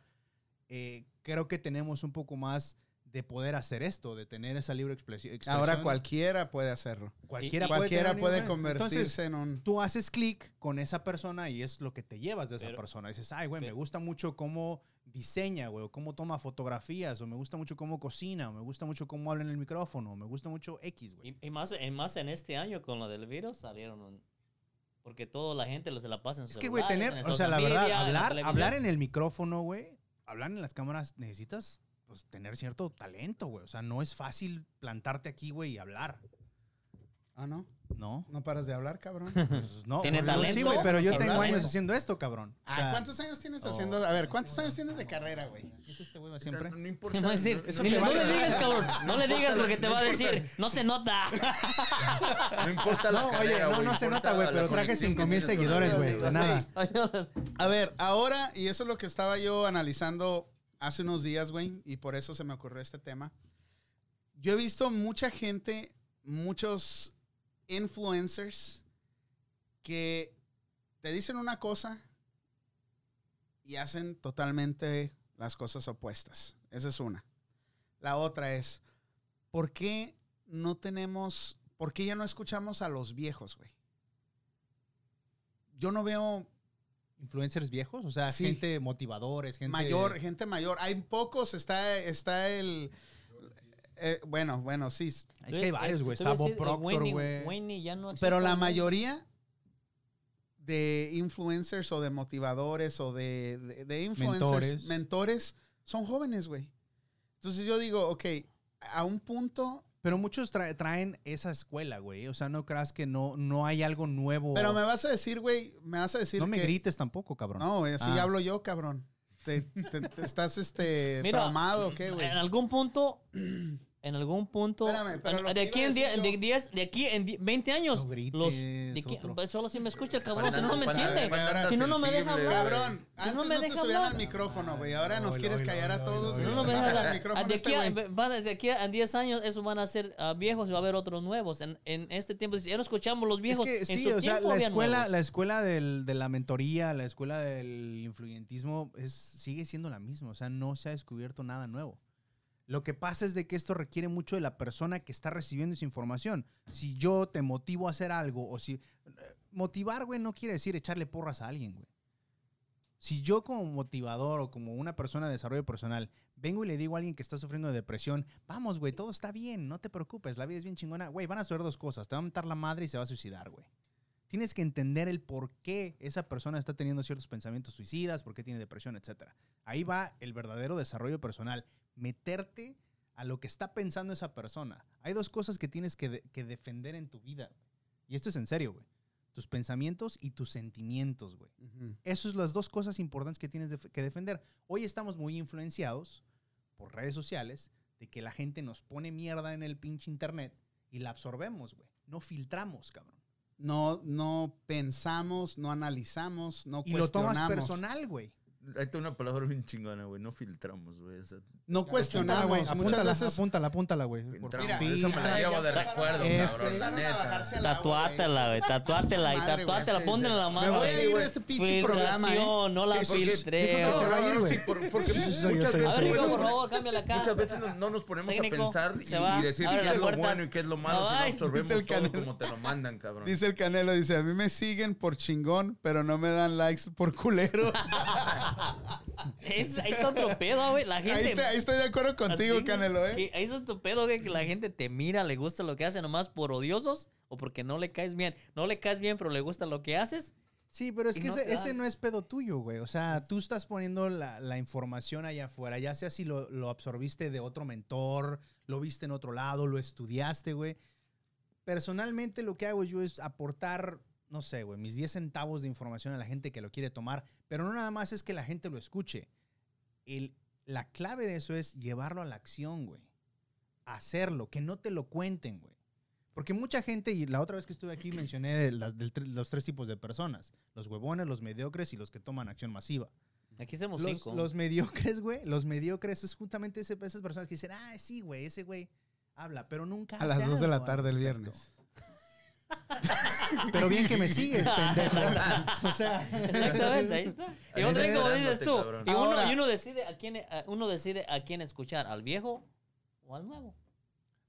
Speaker 4: eh, creo que tenemos un poco más de poder hacer esto, de tener esa libre expresi- expresión.
Speaker 1: Ahora cualquiera puede hacerlo.
Speaker 4: cualquiera,
Speaker 5: Y- y-
Speaker 4: puede
Speaker 1: Cualquiera
Speaker 4: tener un
Speaker 1: puede
Speaker 4: influencer.
Speaker 1: convertirse
Speaker 4: Entonces,
Speaker 1: en un...
Speaker 4: tú haces clic con esa persona y es lo que te llevas de esa
Speaker 5: Pero-
Speaker 4: persona. Dices, ay, güey, me
Speaker 5: pero-
Speaker 4: gusta mucho cómo diseña, güey, o cómo toma fotografías, o me gusta mucho cómo cocina, o me gusta mucho cómo habla en el micrófono, o me gusta mucho X, güey.
Speaker 5: Y, y más, en más en este año con lo del virus salieron. un- porque toda la gente lo- se la pasa en su
Speaker 4: Es que, güey,
Speaker 5: celular,
Speaker 4: tener,
Speaker 5: en
Speaker 4: o sea,
Speaker 5: social
Speaker 4: la verdad,
Speaker 5: media, en la
Speaker 4: hablar,
Speaker 5: televisión.
Speaker 4: hablar en el micrófono, güey, hablar en las cámaras, necesitas, pues, tener cierto talento, güey. O sea, no es fácil plantarte aquí, güey, y hablar,
Speaker 1: Ah, no.
Speaker 4: ¿no?
Speaker 1: No paras de hablar, cabrón.
Speaker 4: Pues, no,
Speaker 5: Tiene
Speaker 4: no, yo- Sí,
Speaker 5: talento,
Speaker 4: güey, pero yo
Speaker 5: hablar.
Speaker 4: tengo años haciendo esto, cabrón. O
Speaker 1: Ah,
Speaker 4: sea,
Speaker 1: ¿cuántos años tienes
Speaker 4: oh.
Speaker 1: haciendo? A ver, ¿cuántos años tienes de carrera, güey?
Speaker 4: siempre?
Speaker 3: No importa.
Speaker 5: Te va a decir,
Speaker 3: no- no
Speaker 5: ni le- no
Speaker 3: importa-
Speaker 5: le digas, cabrón, no le digas lo que te va a
Speaker 3: No
Speaker 5: decir, no se nota.
Speaker 3: No importa la
Speaker 4: No, oye,
Speaker 3: carrera,
Speaker 4: no,
Speaker 3: güey,
Speaker 4: no se
Speaker 3: importa
Speaker 4: nota, güey,
Speaker 3: la
Speaker 4: pero traje
Speaker 3: conexión que
Speaker 4: 5000
Speaker 3: tienes con
Speaker 4: seguidores,
Speaker 3: la gente,
Speaker 4: güey, de nada.
Speaker 1: A ver, ahora, y eso es lo que estaba yo analizando hace unos días, güey, y por eso se me ocurrió este tema. Yo he visto mucha gente, muchos influencers que te dicen una cosa y hacen totalmente las cosas opuestas. Esa es una. La otra es, ¿por qué no tenemos, por qué ya no escuchamos a los viejos, güey? Yo no veo
Speaker 4: influencers viejos, o sea,
Speaker 1: Sí.
Speaker 4: gente motivadores, gente
Speaker 1: mayor, gente mayor. Hay pocos, está, está el... eh, bueno, bueno, sí.
Speaker 4: Es que hay varios, güey.
Speaker 5: Te
Speaker 4: Está
Speaker 5: voy a
Speaker 4: Bob
Speaker 5: decir,
Speaker 4: Proctor,
Speaker 5: Wayne-
Speaker 4: güey.
Speaker 5: Wayne ya no
Speaker 1: Pero la
Speaker 5: existe, güey.
Speaker 1: mayoría de influencers o de motivadores o de, de- de influencers,
Speaker 4: Mentores.
Speaker 1: mentores. son jóvenes, güey. Entonces yo digo, ok, a un punto...
Speaker 4: Pero muchos tra- traen esa escuela, güey. O sea, no creas que no, no hay algo nuevo.
Speaker 1: Pero me vas a decir, güey, me vas a decir
Speaker 4: Oh. no me
Speaker 1: que-
Speaker 4: grites tampoco, cabrón.
Speaker 1: No, güey, así
Speaker 4: Ah.
Speaker 1: hablo yo, cabrón. Te, te- te estás, este,
Speaker 5: Mira,
Speaker 1: traumado, ¿o ¿qué, güey?
Speaker 5: En algún punto, en algún punto,
Speaker 1: Espérame, pero
Speaker 5: en-
Speaker 1: lo que
Speaker 5: de, aquí
Speaker 1: iba a
Speaker 5: en
Speaker 1: decir
Speaker 5: die-
Speaker 1: yo-
Speaker 5: de, diez- de aquí en die- 20 años,
Speaker 4: No grites,
Speaker 5: los, de aquí- pues,
Speaker 4: otro.
Speaker 5: solo si me escucha el cabrón,
Speaker 3: Para
Speaker 5: si no, no me
Speaker 3: nada, para nada,
Speaker 5: entiende.
Speaker 3: para nada
Speaker 5: Si no, no me deja
Speaker 3: sensible,
Speaker 5: hablar.
Speaker 3: güey.
Speaker 1: Cabrón,
Speaker 5: Si
Speaker 1: antes
Speaker 5: no
Speaker 1: no,
Speaker 5: me
Speaker 1: te
Speaker 5: deja
Speaker 1: subían
Speaker 5: hablar.
Speaker 1: al micrófono, güey.
Speaker 4: No,
Speaker 1: Ahora nos
Speaker 4: no,
Speaker 1: quieres
Speaker 4: no,
Speaker 1: callar
Speaker 4: no,
Speaker 1: a todos.
Speaker 4: no,
Speaker 1: güey.
Speaker 5: Si no, no me deja
Speaker 1: Baja el
Speaker 5: hablar.
Speaker 1: micrófono
Speaker 5: De
Speaker 1: este
Speaker 5: aquí a,
Speaker 1: güey.
Speaker 5: va- desde aquí a 10 años, esos van a ser ah, viejos y va a haber otros nuevos. En, en este tiempo, ya no escuchamos los
Speaker 4: Es
Speaker 5: viejos.
Speaker 4: que
Speaker 5: en
Speaker 4: sí,
Speaker 5: su
Speaker 4: o sea,
Speaker 5: tiempo
Speaker 4: la
Speaker 5: había
Speaker 4: escuela,
Speaker 5: nuevos.
Speaker 4: la escuela del- de la mentoría, la escuela del influyentismo es, sigue siendo la misma. O sea, no se ha descubierto nada nuevo. Lo que pasa es de que esto requiere mucho de la persona que está recibiendo esa información. Si yo te motivo a hacer algo o si... Motivar, güey, no quiere decir echarle porras a alguien, güey. Si yo como motivador o como una persona de desarrollo personal vengo y le digo a alguien que está sufriendo de depresión, vamos, güey, todo está bien, no te preocupes, la vida es bien chingona, güey, van a suceder dos cosas, te va a matar la madre y se va a suicidar, güey. Tienes que entender el por qué esa persona está teniendo ciertos pensamientos suicidas, por qué tiene depresión, etc. Ahí va el verdadero desarrollo personal, meterte a lo que está pensando esa persona. Hay dos cosas que tienes que, de- que defender en tu vida, y esto es en serio, güey. Tus pensamientos y tus sentimientos, güey.
Speaker 1: Ujú.
Speaker 4: Esas son las dos cosas importantes que tienes def- que defender. Hoy estamos muy influenciados por redes sociales de que la gente nos pone mierda en el pinche internet y la absorbemos, güey. No filtramos, cabrón.
Speaker 1: No, no pensamos, no analizamos, no
Speaker 4: Y lo
Speaker 1: cuestionamos.
Speaker 4: tomas personal, güey.
Speaker 3: Ahí está una palabra bien chingona, güey. No filtramos, güey. esa-
Speaker 4: No
Speaker 1: cuestionamos,
Speaker 4: güey.
Speaker 1: muchas
Speaker 4: Apúntala,
Speaker 1: veces-
Speaker 4: apúntala, apúntala, güey.
Speaker 3: Filtramos.
Speaker 1: Mira,
Speaker 3: esa me la
Speaker 1: ya
Speaker 3: llevo de
Speaker 1: empezaron a-
Speaker 3: recuerdo,
Speaker 1: ya
Speaker 3: cabrón. La
Speaker 1: empezaron Este, a bajarse
Speaker 3: neta.
Speaker 1: al agua, güey.
Speaker 5: Tatuátela, güey. Tatuátela y
Speaker 1: Madre, güey.
Speaker 5: tatuátela.
Speaker 3: Sí,
Speaker 5: Pónganla en
Speaker 3: sí.
Speaker 5: la
Speaker 1: Me
Speaker 5: mano,
Speaker 1: voy a
Speaker 5: güey.
Speaker 1: ir de este pinche programa, ¿eh?
Speaker 5: Filtración, no la
Speaker 3: Sí, porque-
Speaker 5: filtré.
Speaker 4: porque
Speaker 3: No,
Speaker 4: se
Speaker 5: A
Speaker 4: va a ir,
Speaker 3: no, no,
Speaker 4: güey.
Speaker 3: sí, por- porque
Speaker 4: Sí, sí, sí, yo
Speaker 3: muchas
Speaker 4: sé, yo
Speaker 5: ver,
Speaker 4: sé.
Speaker 5: Rico,
Speaker 3: veces-
Speaker 5: por favor, cámbiala acá.
Speaker 3: Muchas veces no, no nos ponemos
Speaker 5: Técnico,
Speaker 3: a pensar y,
Speaker 5: se va,
Speaker 3: y decir
Speaker 5: abre
Speaker 3: qué
Speaker 5: la
Speaker 3: es lo
Speaker 5: puerta.
Speaker 3: bueno y qué es lo malo,
Speaker 5: Bye,
Speaker 3: sino
Speaker 5: bye.
Speaker 1: Dice el
Speaker 3: absorbemos todo
Speaker 1: Canelo.
Speaker 3: como te lo mandan, cabrón.
Speaker 1: Dice el Canelo, dice, a mí me siguen por chingón, pero no me dan likes por culeros.
Speaker 5: Es- ahí está otro pedo, güey. La gente.
Speaker 1: ahí, te- ahí estoy de acuerdo contigo,
Speaker 5: así, güey,
Speaker 1: Canelo, ¿eh?
Speaker 5: que- ahí eso es tu pedo, güey, que la gente te mira, le gusta lo que hace nomás por odiosos o porque no le caes bien. No le caes bien, pero le gusta lo que haces.
Speaker 4: Sí, pero es
Speaker 5: Y
Speaker 4: que
Speaker 5: no te
Speaker 4: ese, ese
Speaker 5: dan.
Speaker 4: no es pedo tuyo, güey. O sea, tú estás poniendo la, la información allá afuera, ya sea si lo, lo absorbiste de otro mentor, lo viste en otro lado, lo estudiaste, güey. Personalmente lo que hago yo es aportar, no sé, güey, mis 10 centavos de información a la gente que lo quiere tomar, pero no nada más es que la gente lo escuche. El- la clave de eso es llevarlo a la acción, güey. Hacerlo, que no te lo cuenten, güey. Porque mucha gente, y la otra vez que estuve aquí mencioné de las- del tre- los tres tipos de personas, los huevones, los mediocres y los que toman acción masiva.
Speaker 5: Aquí somos
Speaker 4: Los,
Speaker 5: cinco.
Speaker 4: los mediocres, güey, los mediocres es justamente ese- esas personas que dicen, ah, sí, güey, ese güey habla, pero nunca
Speaker 1: A las 2
Speaker 4: dos
Speaker 1: de la tarde el viernes.
Speaker 4: Pero bien que me sigues, pendejo. O sea,
Speaker 5: Exactamente, ahí está. Y otra vez, como dices tú,
Speaker 3: Cabrón.
Speaker 5: y uno,
Speaker 1: Ahora-
Speaker 5: y uno decide a quién, a- uno decide a quién escuchar, al viejo o al nuevo.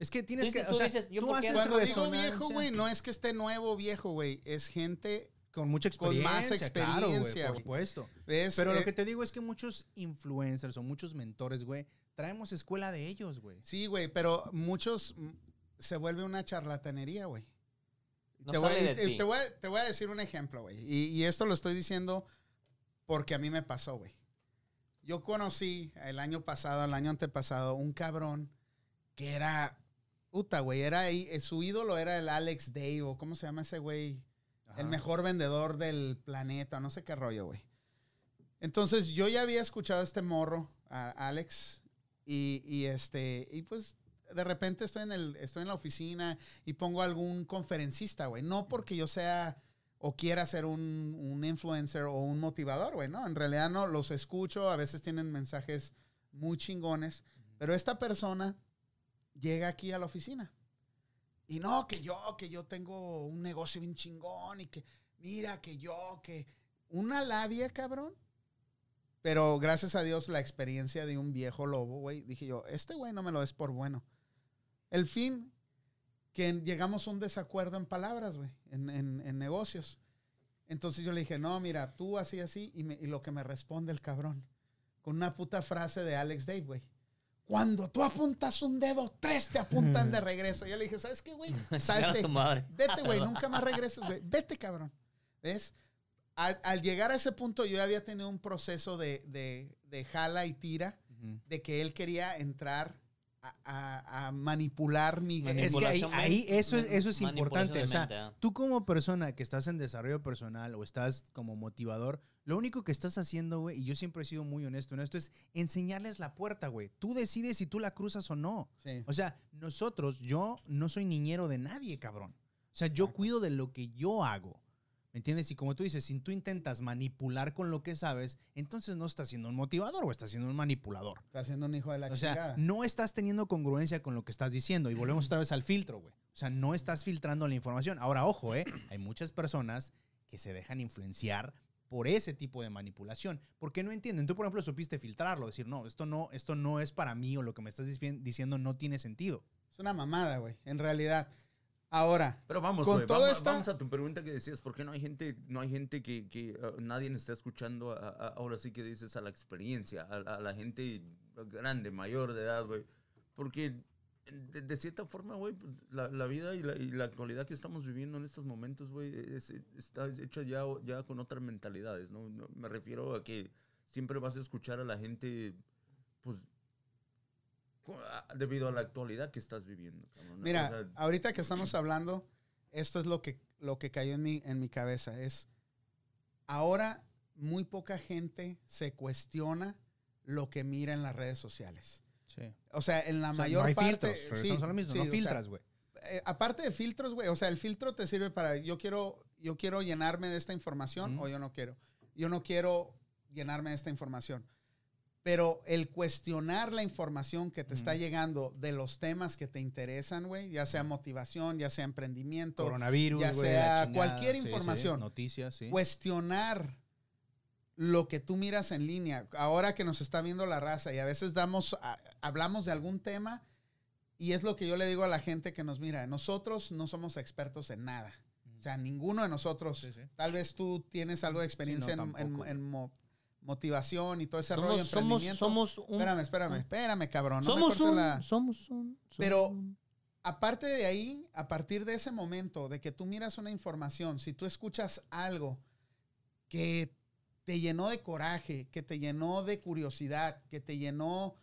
Speaker 4: es que tienes
Speaker 5: Tú
Speaker 4: que,
Speaker 5: dices-
Speaker 4: o
Speaker 5: tú
Speaker 4: sea,
Speaker 5: dices, yo
Speaker 4: tú
Speaker 5: por qué
Speaker 4: haces
Speaker 5: hago-
Speaker 1: Cuando digo
Speaker 4: resonancia
Speaker 1: viejo, güey, no es que esté nuevo viejo, güey. Es gente,
Speaker 4: con mucha
Speaker 1: con
Speaker 4: experiencia,
Speaker 1: más
Speaker 4: claro, güey,
Speaker 1: experiencia,
Speaker 4: por
Speaker 1: güey.
Speaker 4: supuesto.
Speaker 1: ¿ves?
Speaker 4: Pero
Speaker 1: Eh,
Speaker 4: lo que te digo es que muchos influencers o muchos mentores, güey, traemos escuela de ellos, güey.
Speaker 1: Sí, güey, pero muchos mm, se vuelve una charlatanería, güey.
Speaker 5: No
Speaker 1: te, voy,
Speaker 5: sale de
Speaker 1: te-
Speaker 5: ti.
Speaker 1: te voy a- te voy a decir un ejemplo, güey. Y, y esto lo estoy diciendo porque a mí me pasó, güey. Yo conocí el año pasado, el año antepasado, un cabrón que era. Puta, güey. Era, ahí- eh, su ídolo era el Alex Dave, o cómo se llama ese güey. El mejor vendedor del planeta, no sé qué rollo, güey. Entonces, yo ya había escuchado a este morro, a Alex, y, y este, y pues de repente estoy en, el, estoy en la oficina y pongo algún conferencista, güey. No porque yo sea o quiera ser un, un influencer o un motivador, güey, ¿no? En realidad no, los escucho, a veces tienen mensajes muy chingones, pero esta persona llega aquí a la oficina. Y no, que yo, que yo tengo un negocio bien chingón y que, mira, que yo, que... Una labia, cabrón. Pero gracias a Dios la experiencia de un viejo lobo, güey, dije yo, este güey no me lo es por bueno. El fin, que llegamos a un desacuerdo en palabras, güey, en, en- en negocios. Entonces yo le dije, no, mira, tú así, así, y, me- y lo que me responde el cabrón, con una puta frase de Alex Dave, güey. Cuando tú apuntas un dedo, tres te apuntan de regreso. Yo le dije, ¿sabes qué, güey?
Speaker 5: Chingar a
Speaker 1: Salte.
Speaker 5: tu madre.
Speaker 1: Vete, güey, nunca más regreses, güey. Vete, cabrón. ¿Ves? Al, al llegar a ese punto, yo ya había tenido un proceso de, de- de jala y tira,
Speaker 4: Ujú.
Speaker 1: de que él quería entrar a, a- a manipular mi...
Speaker 4: Es que ahí,
Speaker 5: Manipulación
Speaker 4: ahí
Speaker 5: men-
Speaker 4: eso es, eso es
Speaker 5: manipulación
Speaker 4: importante.
Speaker 5: de
Speaker 4: O
Speaker 5: mente,
Speaker 4: sea,
Speaker 5: ah.
Speaker 4: tú como persona que estás en desarrollo personal o estás como motivador, lo único que estás haciendo, güey, y yo siempre he sido muy honesto en esto, es enseñarles la puerta, güey. Tú decides si tú la cruzas o no.
Speaker 1: Sí.
Speaker 4: O sea, nosotros, yo no soy niñero de nadie, cabrón. O sea, yo cuido de lo que yo hago. ¿Me entiendes? Y como tú dices, si tú intentas manipular con lo que sabes, entonces no estás siendo un motivador o estás siendo un manipulador.
Speaker 1: Está siendo un hijo de la
Speaker 4: O sea,
Speaker 1: chingada.
Speaker 4: no estás teniendo congruencia con lo que estás diciendo. Y volvemos otra vez al filtro, güey. O sea, no estás filtrando la información. Ahora, ojo, ¿eh? Hay muchas personas que se dejan influenciar por ese tipo de manipulación. Porque no entienden. Tú, por ejemplo, supiste filtrarlo. Decir, no, esto no, esto no es para mí o lo que me estás dispi- diciendo no tiene sentido.
Speaker 1: Es una mamada, güey, en realidad. Ahora,
Speaker 3: Pero vamos,
Speaker 1: Con
Speaker 3: güey,
Speaker 1: todo
Speaker 3: vamos,
Speaker 1: esta-
Speaker 3: vamos a tu pregunta que decías, ¿por qué no hay gente, no hay gente que, que, ah, nadie nos está escuchando a- a- ahora sí que dices a la experiencia, a, a la gente grande, mayor de edad, güey? Porque de, de cierta forma, güey, pues, la, la vida y la, y la actualidad que estamos viviendo en estos momentos, güey, es- está hecha ya, ya con otras mentalidades, ¿no? No, Me refiero a que siempre vas a escuchar a la gente, pues, cu- a- debido a la actualidad que estás viviendo. cabrón.
Speaker 1: mira,
Speaker 3: O sea,
Speaker 1: ahorita que estamos hablando, esto es lo que, lo que cayó en mi, en mi cabeza. Es, ahora muy poca gente se cuestiona lo que mira en las redes sociales.
Speaker 4: Sí.
Speaker 1: O sea, en la
Speaker 4: O sea,
Speaker 1: mayor
Speaker 4: no hay
Speaker 1: parte.
Speaker 4: filtros. regresamos a lo mismo,
Speaker 1: sí,
Speaker 4: no
Speaker 1: o sea,
Speaker 4: filtras, güey.
Speaker 1: eh, aparte de filtros, güey. O sea, el filtro te sirve para yo quiero, yo quiero llenarme de esta información
Speaker 4: Ujú.
Speaker 1: o yo no quiero. Yo no quiero llenarme de esta información. Pero el cuestionar la información que te está llegando de los temas que te interesan, güey, ya sea motivación, ya sea emprendimiento,
Speaker 4: Coronavirus,
Speaker 1: ya
Speaker 4: güey, la
Speaker 1: sea
Speaker 4: chingada.
Speaker 1: cualquier
Speaker 4: Sí, sí,
Speaker 1: información.
Speaker 4: Noticias, sí.
Speaker 1: cuestionar lo que tú miras en línea. Ahora que nos está viendo la raza y a veces damos, a- hablamos de algún tema y es lo que yo le digo a la gente que nos mira. Nosotros no somos expertos en nada. O sea, ninguno de nosotros.
Speaker 4: Sí, sí.
Speaker 1: Tal vez tú tienes algo de experiencia en- en,
Speaker 4: tampoco,
Speaker 1: en mo- motivación y todo ese rollo de
Speaker 5: Somos, somos,
Speaker 1: emprendimiento.
Speaker 5: somos un.
Speaker 1: espérame, espérame, espérame, cabrón. no me
Speaker 5: somos,
Speaker 1: cortes
Speaker 5: un
Speaker 1: la-
Speaker 5: somos un. somos
Speaker 1: Pero-
Speaker 5: un-
Speaker 1: aparte de ahí, a partir de ese momento de que tú miras una información, si tú escuchas algo que te llenó de coraje, que te llenó de curiosidad, que te llenó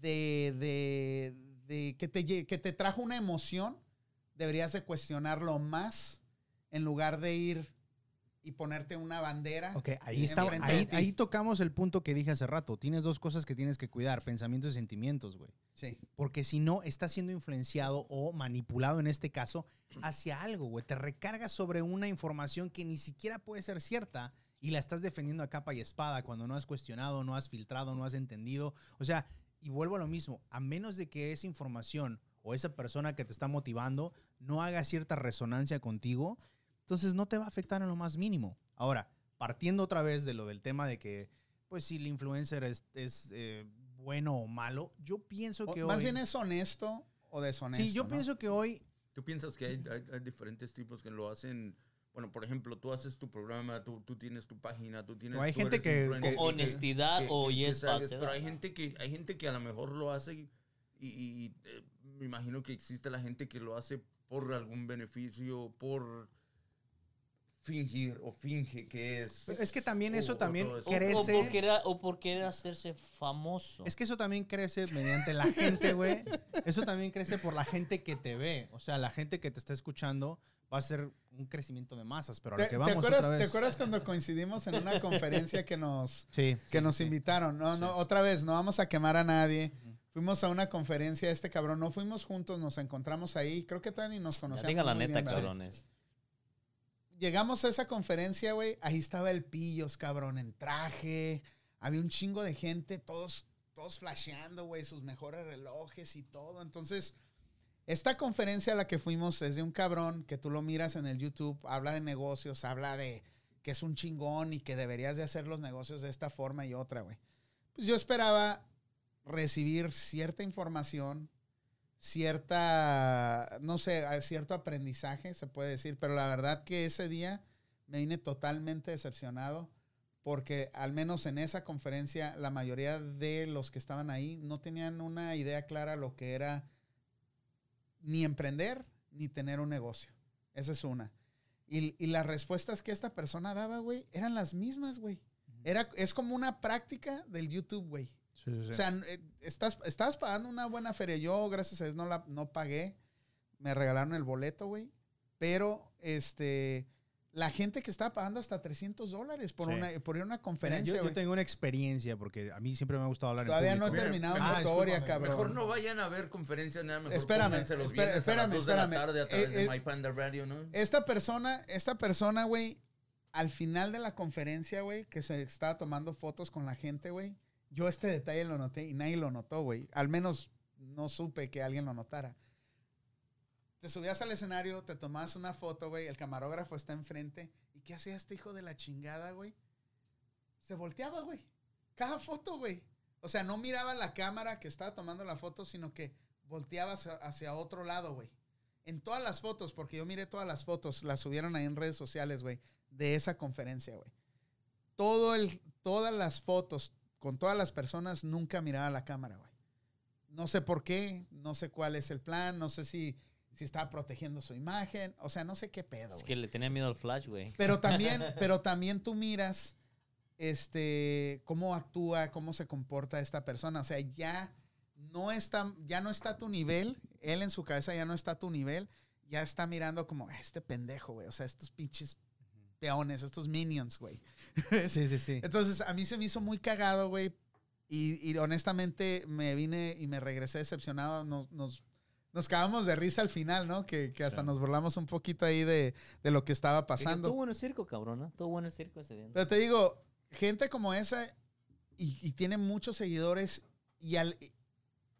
Speaker 1: de, de- de- que, te, lle- que te trajo una emoción, deberías de cuestionarlo más en lugar de ir y ponerte una bandera.
Speaker 4: Ok, ahí, está,
Speaker 1: Enfrente de
Speaker 4: ahí,
Speaker 1: ti.
Speaker 4: ahí tocamos el punto que dije hace rato. Tienes dos cosas que tienes que cuidar, pensamientos y sentimientos, güey.
Speaker 1: Sí.
Speaker 4: Porque si no, estás siendo influenciado o manipulado en este caso hacia algo, güey. Te recargas sobre una información que ni siquiera puede ser cierta y la estás defendiendo a capa y espada cuando no has cuestionado, no has filtrado, no has entendido. O sea, y vuelvo a lo mismo, a menos de que esa información o esa persona que te está motivando no haga cierta resonancia contigo, entonces no te va a afectar en lo más mínimo. Ahora, partiendo otra vez de lo del tema de que, pues si el influencer es, es, eh, bueno o malo, yo pienso
Speaker 1: O-
Speaker 4: que
Speaker 1: más
Speaker 4: hoy...
Speaker 1: bien es honesto o deshonesto.
Speaker 4: sí, yo
Speaker 1: ¿no?
Speaker 4: pienso que hoy...
Speaker 3: ¿Tú piensas que hay, hay- hay diferentes tipos que lo hacen? Bueno, por ejemplo, tú haces tu programa, tú, tú tienes tu página, tú tienes...
Speaker 4: O hay
Speaker 3: tú
Speaker 4: gente
Speaker 3: eres
Speaker 4: que-
Speaker 3: influencer,
Speaker 4: que-
Speaker 5: Con honestidad o yes,
Speaker 3: sabes,
Speaker 5: falsedad.
Speaker 3: Pero hay gente, que, hay gente que a lo mejor lo hace y, y- y, eh, me imagino que existe la gente que lo hace por algún beneficio, por fingir o finge que es...
Speaker 4: Pero es que también
Speaker 3: o-
Speaker 4: eso
Speaker 3: o
Speaker 4: también
Speaker 3: todo eso.
Speaker 5: O- O,
Speaker 4: crece.
Speaker 5: por querer, o por querer hacerse famoso.
Speaker 4: Es que eso también crece mediante la gente, güey. Eso también crece por la gente que te ve. O sea, la gente que te está escuchando va a ser un crecimiento de masas, pero a lo
Speaker 1: ¿Te,
Speaker 4: que
Speaker 1: te
Speaker 4: vamos
Speaker 1: acuerdas,
Speaker 4: otra
Speaker 1: ¿Te
Speaker 4: vez.
Speaker 1: acuerdas cuando coincidimos en una conferencia que nos,
Speaker 4: Sí.
Speaker 1: que
Speaker 4: sí,
Speaker 1: nos
Speaker 4: sí.
Speaker 1: invitaron? No, no, otra vez, no vamos a quemar a nadie. Fuimos a una conferencia, este cabrón, no fuimos juntos, nos encontramos ahí, creo que todavía ni nos
Speaker 5: Ya
Speaker 1: conocíamos.
Speaker 5: diga la
Speaker 1: muy
Speaker 5: neta,
Speaker 1: bien, ¿verdad?
Speaker 5: cabrones.
Speaker 1: Llegamos a esa conferencia, güey, ahí estaba el Pillos, cabrón, en traje, había un chingo de gente, todos, todos flasheando, güey, sus mejores relojes y todo. Entonces, esta conferencia a la que fuimos es de un cabrón que tú lo miras en el YouTube, habla de negocios, habla de que es un chingón y que deberías de hacer los negocios de esta forma y otra, güey. Pues yo esperaba recibir cierta información, cierta, no sé, a- cierto aprendizaje, se puede decir, pero la verdad que ese día me vine totalmente decepcionado porque al menos en esa conferencia la mayoría de los que estaban ahí no tenían una idea clara lo que era ni emprender ni tener un negocio. Esa es una. Y, y las respuestas que esta persona daba, güey, eran las mismas, güey. Era, es como una práctica del YouTube, güey.
Speaker 4: Sí, sí, sí.
Speaker 1: O sea, n- eh, estás, estabas pagando una buena feria. Yo, gracias a Dios, no, la, no pagué. Me regalaron el boleto, güey. Pero, este, la gente que estaba pagando hasta 300 dólares por,
Speaker 4: Sí.
Speaker 1: una, por ir a una
Speaker 4: Mira, yo-
Speaker 1: conferencia,
Speaker 4: yo,
Speaker 1: güey.
Speaker 4: tengo una experiencia porque a mí siempre me ha gustado hablar
Speaker 1: Todavía
Speaker 4: en
Speaker 1: no he
Speaker 4: público.
Speaker 3: Mira,
Speaker 1: terminado
Speaker 3: mejor-
Speaker 1: mi
Speaker 4: Ah,
Speaker 1: historia,
Speaker 4: discúlpame.
Speaker 1: cabrón.
Speaker 3: Mejor no vayan a ver conferencias nada, mejor
Speaker 1: Espérame,
Speaker 3: pónganse los
Speaker 1: espera-
Speaker 3: viernes
Speaker 1: espérame,
Speaker 3: a las 2 de la
Speaker 1: espérame.
Speaker 3: tarde a través
Speaker 1: Eh, eh,
Speaker 3: de My Panda Radio, ¿no?
Speaker 1: Esta persona, esta persona, güey, al final de la conferencia, güey, que se estaba tomando fotos con la gente, güey, yo este detalle lo noté y nadie lo notó, güey. Al menos no supe que alguien lo notara. Te subías al escenario, te tomabas una foto, güey, el camarógrafo está enfrente. ¿Y qué hacía este hijo de la chingada, güey? Se volteaba, güey. Cada foto, güey. O sea, no miraba la cámara que estaba tomando la foto, sino que volteaba hacia- hacia otro lado, güey en todas las fotos, porque yo miré todas las fotos, las subieron ahí en redes sociales, güey, de esa conferencia, güey. Todo el, todas las fotos con todas las personas nunca miraba la cámara, güey. No sé por qué, no sé cuál es el plan, no sé si, si estaba protegiendo su imagen, o sea, no sé qué pedo.
Speaker 5: Es
Speaker 1: güey.
Speaker 5: que le tenía miedo al flash, güey.
Speaker 1: Pero también, pero también tú miras este cómo actúa, cómo se comporta esta persona. O sea, ya no está, ya no está a tu nivel. Él en su cabeza ya no está a tu nivel. Ya está mirando como "Ah, este pendejo, güey. O sea, estos pinches peones, estos minions, güey.
Speaker 4: Sí, sí, sí.
Speaker 1: Entonces, a mí se me hizo muy cagado, güey. Y, y honestamente me vine y me regresé decepcionado. Nos, nos, nos cagamos de risa al final, ¿no? Que, que hasta nos burlamos un poquito ahí de, de lo que estaba
Speaker 5: Dije,
Speaker 1: pasando.
Speaker 5: Estuvo en el circo, cabrón. ¿no? Estuvo en el circo ese día.
Speaker 1: Pero te digo, gente como esa y, y tiene muchos seguidores y al- y-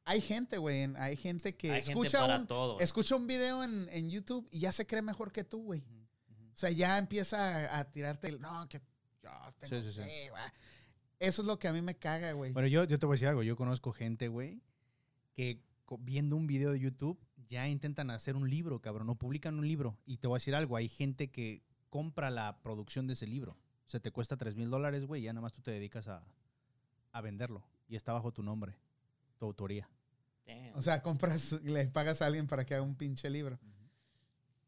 Speaker 1: hay gente, güey, en- hay gente que
Speaker 5: Hay gente
Speaker 1: escucha,
Speaker 5: para
Speaker 1: un,
Speaker 5: todo.
Speaker 1: escucha un video en, en YouTube y ya se cree mejor que tú, güey. O sea, ya empieza a, a tirarte el, no, que yo tengo
Speaker 4: Sí, sí, sí.
Speaker 1: fe, güey". Eso es lo que a mí me caga, güey.
Speaker 4: Bueno, yo, yo te voy a decir algo. Yo conozco gente, güey, que co- viendo un video de YouTube ya intentan hacer un libro, cabrón. No publican un libro. Y te voy a decir algo. Hay gente que compra la producción de ese libro. O sea, te cuesta 3 mil dólares, güey, y ya nada más tú te dedicas a, a venderlo. Y está bajo tu nombre, tu autoría.
Speaker 5: Damn.
Speaker 1: O sea, compras, le pagas a alguien para que haga un pinche libro.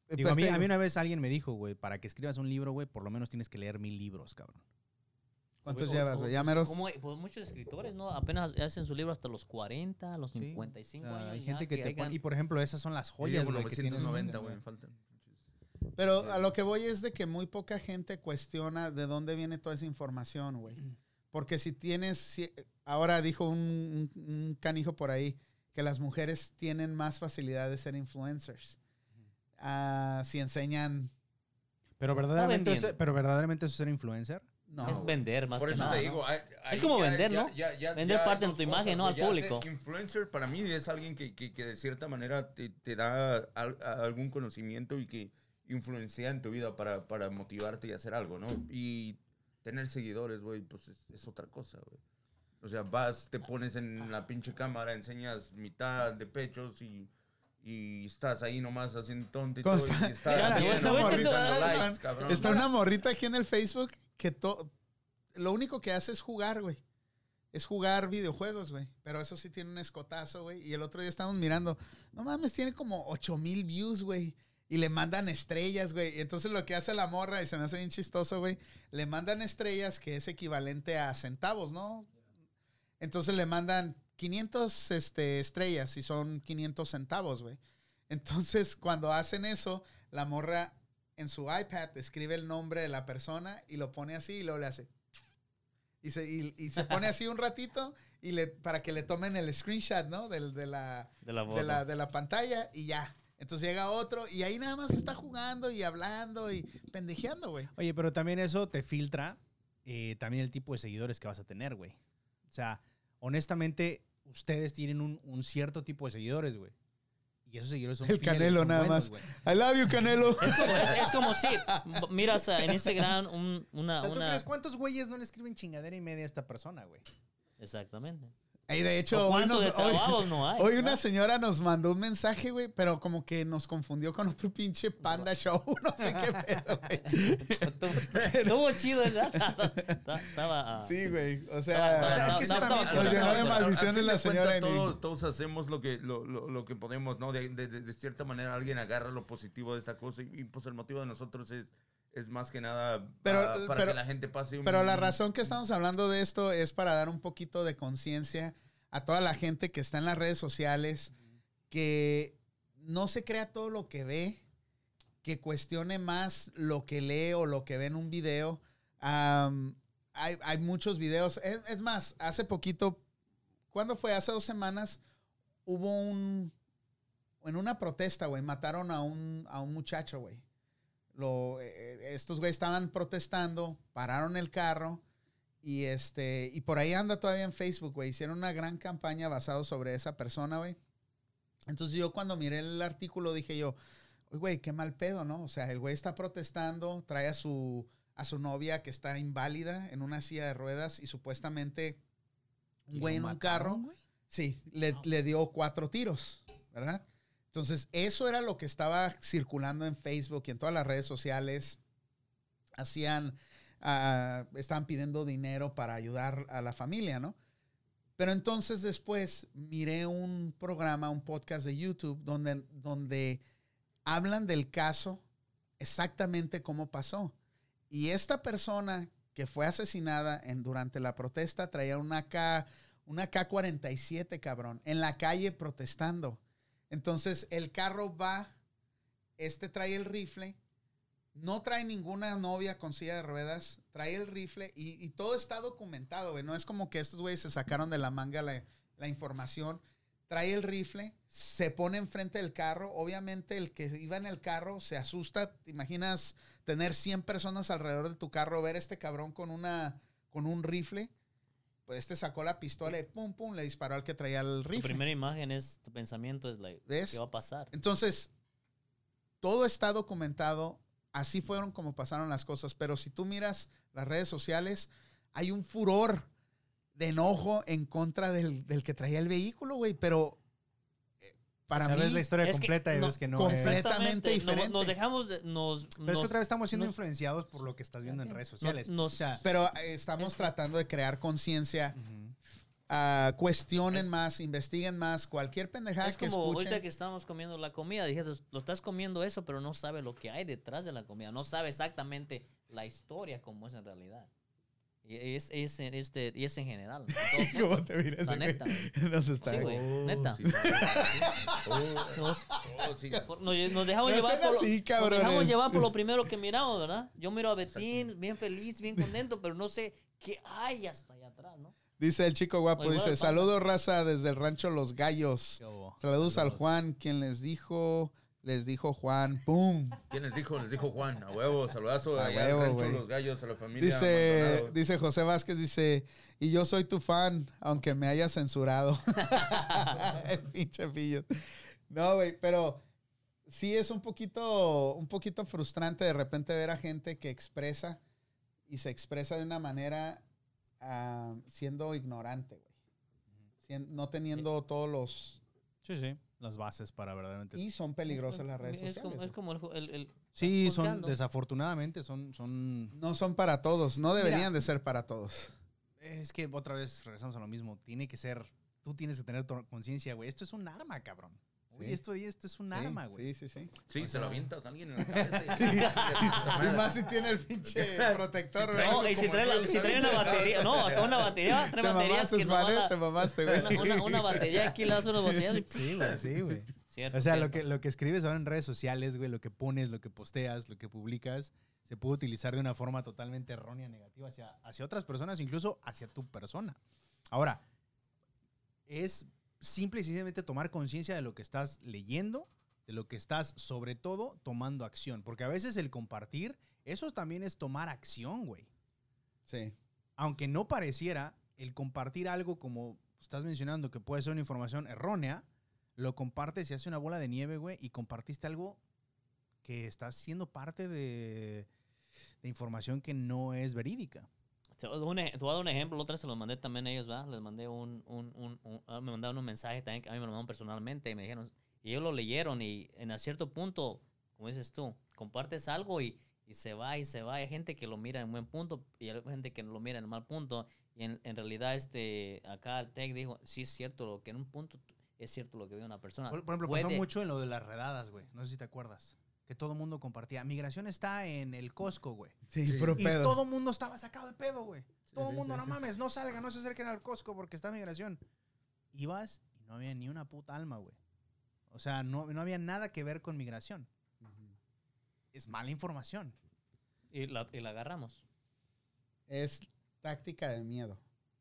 Speaker 1: Eh,
Speaker 4: Digo, a,
Speaker 1: pero
Speaker 4: mí,
Speaker 1: te
Speaker 4: a mí
Speaker 1: digo,
Speaker 4: una vez alguien me dijo, güey, para que escribas un libro, güey, por lo menos tienes que leer mil libros, cabrón.
Speaker 1: ¿Cuántos
Speaker 5: O- o-
Speaker 1: llevas,
Speaker 5: o-
Speaker 1: güey? Ya meros.
Speaker 5: como- pues muchos escritores, ¿no? Apenas hacen su libro hasta los 40, los
Speaker 4: Sí.
Speaker 5: 55
Speaker 4: O
Speaker 1: Ah,
Speaker 4: sea,
Speaker 5: años.
Speaker 4: hay
Speaker 5: ya
Speaker 4: gente que, te
Speaker 5: hagan-
Speaker 4: pone... Y, por ejemplo, esas son las
Speaker 3: Oye,
Speaker 4: joyas, güey, que tienes.
Speaker 3: 990, güey, faltan.
Speaker 1: Pero a lo que voy es de que muy poca gente cuestiona de dónde viene toda esa información, güey. Porque si tienes, si- ahora dijo un, un- un canijo por ahí que las mujeres tienen más facilidad de ser influencers. Ah, si enseñan,
Speaker 4: Pero verdaderamente,
Speaker 5: vendiendo.
Speaker 4: eso- pero verdaderamente eso es ser influencer.
Speaker 1: no.
Speaker 5: es vender más
Speaker 3: Por
Speaker 5: que
Speaker 3: eso
Speaker 5: nada,
Speaker 3: te
Speaker 5: ¿no?
Speaker 3: digo. ahí- ahí
Speaker 5: como
Speaker 3: ya-
Speaker 5: vender,
Speaker 3: ya-
Speaker 5: ¿no?
Speaker 3: ya- ya-
Speaker 5: Vender
Speaker 3: ya
Speaker 5: parte
Speaker 3: hay dos
Speaker 5: de tu imagen, ¿no?
Speaker 3: güey.
Speaker 5: Al
Speaker 3: Ya
Speaker 5: público.
Speaker 3: ser Influencer para mí es alguien que, que- que de cierta manera te, te da al- a- algún conocimiento y que influencia en tu vida para, para motivarte y hacer algo, ¿no? Y tener seguidores, güey, pues es, es otra cosa, güey. O sea, vas, te pones en la pinche cámara, enseñas mitad de pechos y, y estás ahí nomás haciendo tonto y todo.
Speaker 1: Cosa-
Speaker 3: Y
Speaker 5: Mira,
Speaker 3: estás
Speaker 5: te voy-
Speaker 3: bien,
Speaker 5: te voy
Speaker 3: nomás
Speaker 5: diciendo-
Speaker 3: dando likes, cabrón.
Speaker 1: Está una morrita aquí en el Facebook que to- lo único que hace es jugar, güey. Es jugar videojuegos, güey. Pero eso sí tiene un escotazo, güey. Y el otro día estábamos mirando, no mames, tiene como 8 mil views, güey. Y le mandan estrellas, güey. Y entonces lo que hace la morra, y se me hace bien chistoso, güey, le mandan estrellas que es equivalente a centavos, ¿no? Entonces le mandan 500 este, estrellas y son 500 centavos, güey. Entonces cuando hacen eso, la morra en su iPad escribe el nombre de la persona y lo pone así y luego le hace. Y se, y, y se pone así un ratito y le, para que le tomen el screenshot, ¿no? Del- de, la,
Speaker 5: De la
Speaker 1: de,
Speaker 5: foto.
Speaker 1: la, de la pantalla y ya. Entonces llega otro y ahí nada más está jugando y hablando y pendejeando, güey.
Speaker 4: Oye, pero también eso te filtra eh, también el tipo de seguidores que vas a tener, güey. O sea, honestamente, ustedes tienen un, un cierto tipo de seguidores, güey. Y esos seguidores son
Speaker 1: El
Speaker 4: fieles,
Speaker 1: Canelo
Speaker 4: son
Speaker 1: nada más.
Speaker 4: buenos, güey. O
Speaker 1: I love you, Canelo.
Speaker 5: Es como, Pues, es, es como si miras eh, en Instagram un- una...
Speaker 4: sea, ¿tú
Speaker 5: una
Speaker 4: crees cuántos güeyes no le escriben chingadera y media a esta persona, güey?
Speaker 5: exactamente.
Speaker 1: Y de hecho,
Speaker 5: ¿O
Speaker 1: hoy,
Speaker 5: ¿Cuántos
Speaker 1: nos-
Speaker 5: de
Speaker 1: hoy-
Speaker 5: trabajos no hay?
Speaker 1: hoy
Speaker 5: no?
Speaker 1: una señora nos mandó un mensaje, güey, pero como que nos confundió con otro pinche panda show. No sé qué pedo, güey.
Speaker 5: Estuvo chido, ¿verdad? Estaba... ah,
Speaker 1: Sí, güey. O sea,
Speaker 4: O
Speaker 5: estaba-
Speaker 4: sea, es
Speaker 5: estaba-
Speaker 4: que eso también-
Speaker 5: estaba- estaba-
Speaker 1: Nos llenó de
Speaker 5: estaba-
Speaker 1: maldiciones
Speaker 3: Al fin
Speaker 1: la
Speaker 3: de
Speaker 1: señora
Speaker 3: cuentas,
Speaker 1: Enid.
Speaker 3: Todos, todos hacemos lo que, lo, lo- lo que podemos, ¿no? De, de- de- de cierta manera alguien agarra lo positivo de esta cosa y, y, pues el motivo de nosotros es, es más que nada
Speaker 1: Pero-
Speaker 3: ah, para
Speaker 1: pero-
Speaker 3: que la gente pase un...
Speaker 1: Pero la razón que estamos hablando de esto es para dar un poquito de conciencia a toda la gente que está en las redes sociales, que no se crea todo lo que ve, que cuestione más lo que lee o lo que ve en un video. Am, hay, hay muchos videos. Es, es más, hace poquito, ¿cuándo fue? Hace dos semanas hubo un... En una protesta, güey, mataron a un, a un muchacho, güey lo, eh, eh, estos güeyes estaban protestando, pararon el carro y este y por ahí anda todavía en Facebook, güey. Hicieron una gran campaña basado sobre esa persona, güey. Entonces yo cuando miré el artículo dije yo, "Uy, güey, qué mal pedo, ¿no? O sea, el güey está protestando, trae a su a su novia que está inválida en una silla de ruedas y supuestamente un
Speaker 4: ¿Y
Speaker 1: güey
Speaker 4: lo
Speaker 1: en un
Speaker 4: mataron,
Speaker 1: carro
Speaker 4: güey?
Speaker 1: Sí, le, le dio cuatro tiros, ¿verdad? Entonces, eso era lo que estaba circulando en Facebook y en todas las redes sociales. Hacían, ah, estaban pidiendo dinero para ayudar a la familia, ¿no? Pero entonces después miré un programa, un podcast de YouTube, donde, donde hablan del caso exactamente cómo pasó. Y esta persona que fue asesinada en, durante la protesta traía una K, una K-47, cabrón, en la calle protestando. Entonces el carro va, este trae el rifle, no trae ninguna novia con silla de ruedas, trae el rifle y, y todo está documentado, güey. No es como que estos güeyes se sacaron de la manga la, la información. Trae el rifle, se pone enfrente del carro. Obviamente el que iba en el carro se asusta. ¿Te imaginas tener 100 personas alrededor de tu carro, ver a este cabrón con una, con un rifle. Pues este sacó la pistola y pum, pum, le disparó al que traía el
Speaker 5: Tu
Speaker 1: rifle.
Speaker 5: primera imagen es, tu pensamiento es, like,
Speaker 1: ¿Ves?
Speaker 5: ¿qué va a pasar?
Speaker 1: Entonces, todo está documentado, así fueron como pasaron las cosas, pero si tú miras las redes sociales, hay un furor de enojo en contra del, del que traía el vehículo, güey, pero eh, para
Speaker 4: sabes
Speaker 1: mí...
Speaker 4: la historia
Speaker 5: Es que
Speaker 4: completa y
Speaker 5: no-
Speaker 4: ves que no
Speaker 1: completa.
Speaker 4: es.
Speaker 1: completamente
Speaker 5: Exactamente, no-
Speaker 1: diferente.
Speaker 5: Nos dejamos, de- nos...
Speaker 4: Pero es
Speaker 5: nos-
Speaker 4: que otra vez estamos siendo
Speaker 5: nos-
Speaker 4: influenciados por lo que estás viendo en redes sociales.
Speaker 5: no-
Speaker 4: o sea,
Speaker 1: Pero eh, estamos tratando de crear conciencia.
Speaker 4: ujú.
Speaker 1: ah, cuestionen
Speaker 5: Es-
Speaker 1: más, investiguen más. Cualquier pendejada
Speaker 5: Es
Speaker 1: que
Speaker 5: como ahorita
Speaker 1: escuchen.
Speaker 5: que estábamos comiendo la comida, dije, "Pues, "Lo- lo estás comiendo eso, pero no sabe lo que hay detrás de la comida, no sabe exactamente la historia como es en realidad. Y es, es, en este, y es en general. en todo.
Speaker 1: ¿Cómo te miras?
Speaker 5: la neta. güey.
Speaker 1: Nos está.
Speaker 5: Sí, güey, neta.
Speaker 3: Oh, sí, sí.
Speaker 5: Nos,
Speaker 3: Oh, sí.
Speaker 5: por- nos- nos dejamos
Speaker 1: No
Speaker 5: llevar
Speaker 1: sean
Speaker 5: por lo,
Speaker 1: así,
Speaker 5: nos
Speaker 1: cabrones.
Speaker 5: dejamos llevar por lo primero que miramos, ¿verdad? Yo miro a Betín bien feliz, bien contento, pero no sé qué hay hasta allá atrás, ¿no?
Speaker 1: Dice el chico guapo,
Speaker 5: Oye,
Speaker 1: dice,
Speaker 5: bueno, pa-
Speaker 1: saludos raza desde el rancho Los Gallos.
Speaker 4: Qué bobo.
Speaker 1: Saludos al Juan, quien les dijo, les dijo Juan, ¡pum!
Speaker 3: ¿Quién les dijo? Les dijo Juan. A huevo, saludazo.
Speaker 1: A
Speaker 3: A
Speaker 1: huevo,
Speaker 3: huevo,
Speaker 1: güey.
Speaker 3: los gallos, a la familia.
Speaker 1: Dice,
Speaker 3: Maldonado.
Speaker 1: dice José Vázquez, dice, y yo soy tu fan, aunque me haya censurado. El pinche pillo. No, güey, pero sí es un poquito, un poquito frustrante de repente ver a gente que expresa y se expresa de una manera ah, siendo ignorante, güey. Sien- No teniendo
Speaker 5: Eh,
Speaker 1: todos los...
Speaker 4: Sí, sí. Las bases para verdaderamente.
Speaker 1: Y son peligrosas las redes
Speaker 5: es
Speaker 1: sociales.
Speaker 5: como,
Speaker 1: güey.
Speaker 5: es como el, ju- el- el-
Speaker 4: Sí, son,
Speaker 5: juzgando.
Speaker 4: desafortunadamente, son, son
Speaker 1: No son para todos, no deberían de ser para todos.
Speaker 4: Es que otra vez regresamos a lo mismo. Tiene que ser. Tú tienes que tener tu conciencia, güey. Esto es un arma, cabrón. Oye,
Speaker 1: Sí.
Speaker 4: esto, esto es un
Speaker 1: Sí,
Speaker 4: arma, güey.
Speaker 1: Sí, sí, sí.
Speaker 3: Sí, se lo avientas a alguien en la cabeza. Y
Speaker 1: Y más si tiene el pinche protector,
Speaker 3: Si trae-
Speaker 1: ¿verdad?
Speaker 5: No, y si
Speaker 3: como
Speaker 5: trae,
Speaker 3: el
Speaker 5: la-
Speaker 3: tuyo,
Speaker 5: si trae una
Speaker 3: ¿sabes?
Speaker 5: batería, no, hasta una batería,
Speaker 1: Te
Speaker 5: trae baterías
Speaker 1: mamaste,
Speaker 5: que no
Speaker 1: Osmane,
Speaker 5: van
Speaker 1: te
Speaker 5: a-
Speaker 1: mamaste,
Speaker 5: una,
Speaker 1: güey.
Speaker 5: una- una batería aquí las unas baterías. y-
Speaker 4: Sí, güey, sí, güey.
Speaker 5: Cierto,
Speaker 4: O sea, lo
Speaker 5: cierto.
Speaker 4: que, lo que escribes ahora en redes sociales, güey, lo que pones, lo que posteas, lo que publicas, se puede utilizar de una forma totalmente errónea, negativa hacia, hacia otras personas, incluso hacia tu persona. Ahora, es simple y sencillamente tomar conciencia de lo que estás leyendo, de lo que estás, sobre todo, tomando acción. Porque a veces el compartir, eso también es tomar acción, güey
Speaker 1: Sí,
Speaker 4: aunque no pareciera, el compartir algo como estás mencionando, que puede ser una información errónea, lo compartes y hace una bola de nieve, güey, y compartiste algo que está siendo parte de, de información que no es verídica.
Speaker 5: Te voy a dar un ej- te voy a dar un ejemplo, la otra se los mandé también a ellos, ¿verdad? Les mandé un, un, un- un- ah, me mandaron un mensaje también, que a mí me lo mandaron personalmente y me dijeron, y ellos lo leyeron y en a cierto punto, como dices tú, compartes algo y, y se va y se va. Hay gente que lo mira en buen punto y hay gente que lo mira en mal punto. Y en, en realidad, este, acá el tech dijo, sí es cierto lo que en un punto t- es cierto lo que dijo una persona.
Speaker 4: Por, por ejemplo, pasó
Speaker 5: Ah, Puede-
Speaker 4: mucho en lo de las redadas, güey. No sé si te acuerdas. Que todo el mundo compartía. Migración está en el Costco, güey.
Speaker 1: sí,
Speaker 3: Sí.
Speaker 1: puro
Speaker 4: Y
Speaker 1: pedo.
Speaker 4: todo el mundo estaba sacado de pedo, güey. todo el
Speaker 1: sí,
Speaker 4: mundo,
Speaker 1: sí,
Speaker 4: no
Speaker 1: sí.
Speaker 4: mames, no salgan, no se acerquen al Costco porque está migración. Ibas y no había ni una puta alma, güey. O sea, no, no había nada que ver con migración. Es mala información.
Speaker 5: Y la, y la agarramos.
Speaker 1: Es táctica de miedo.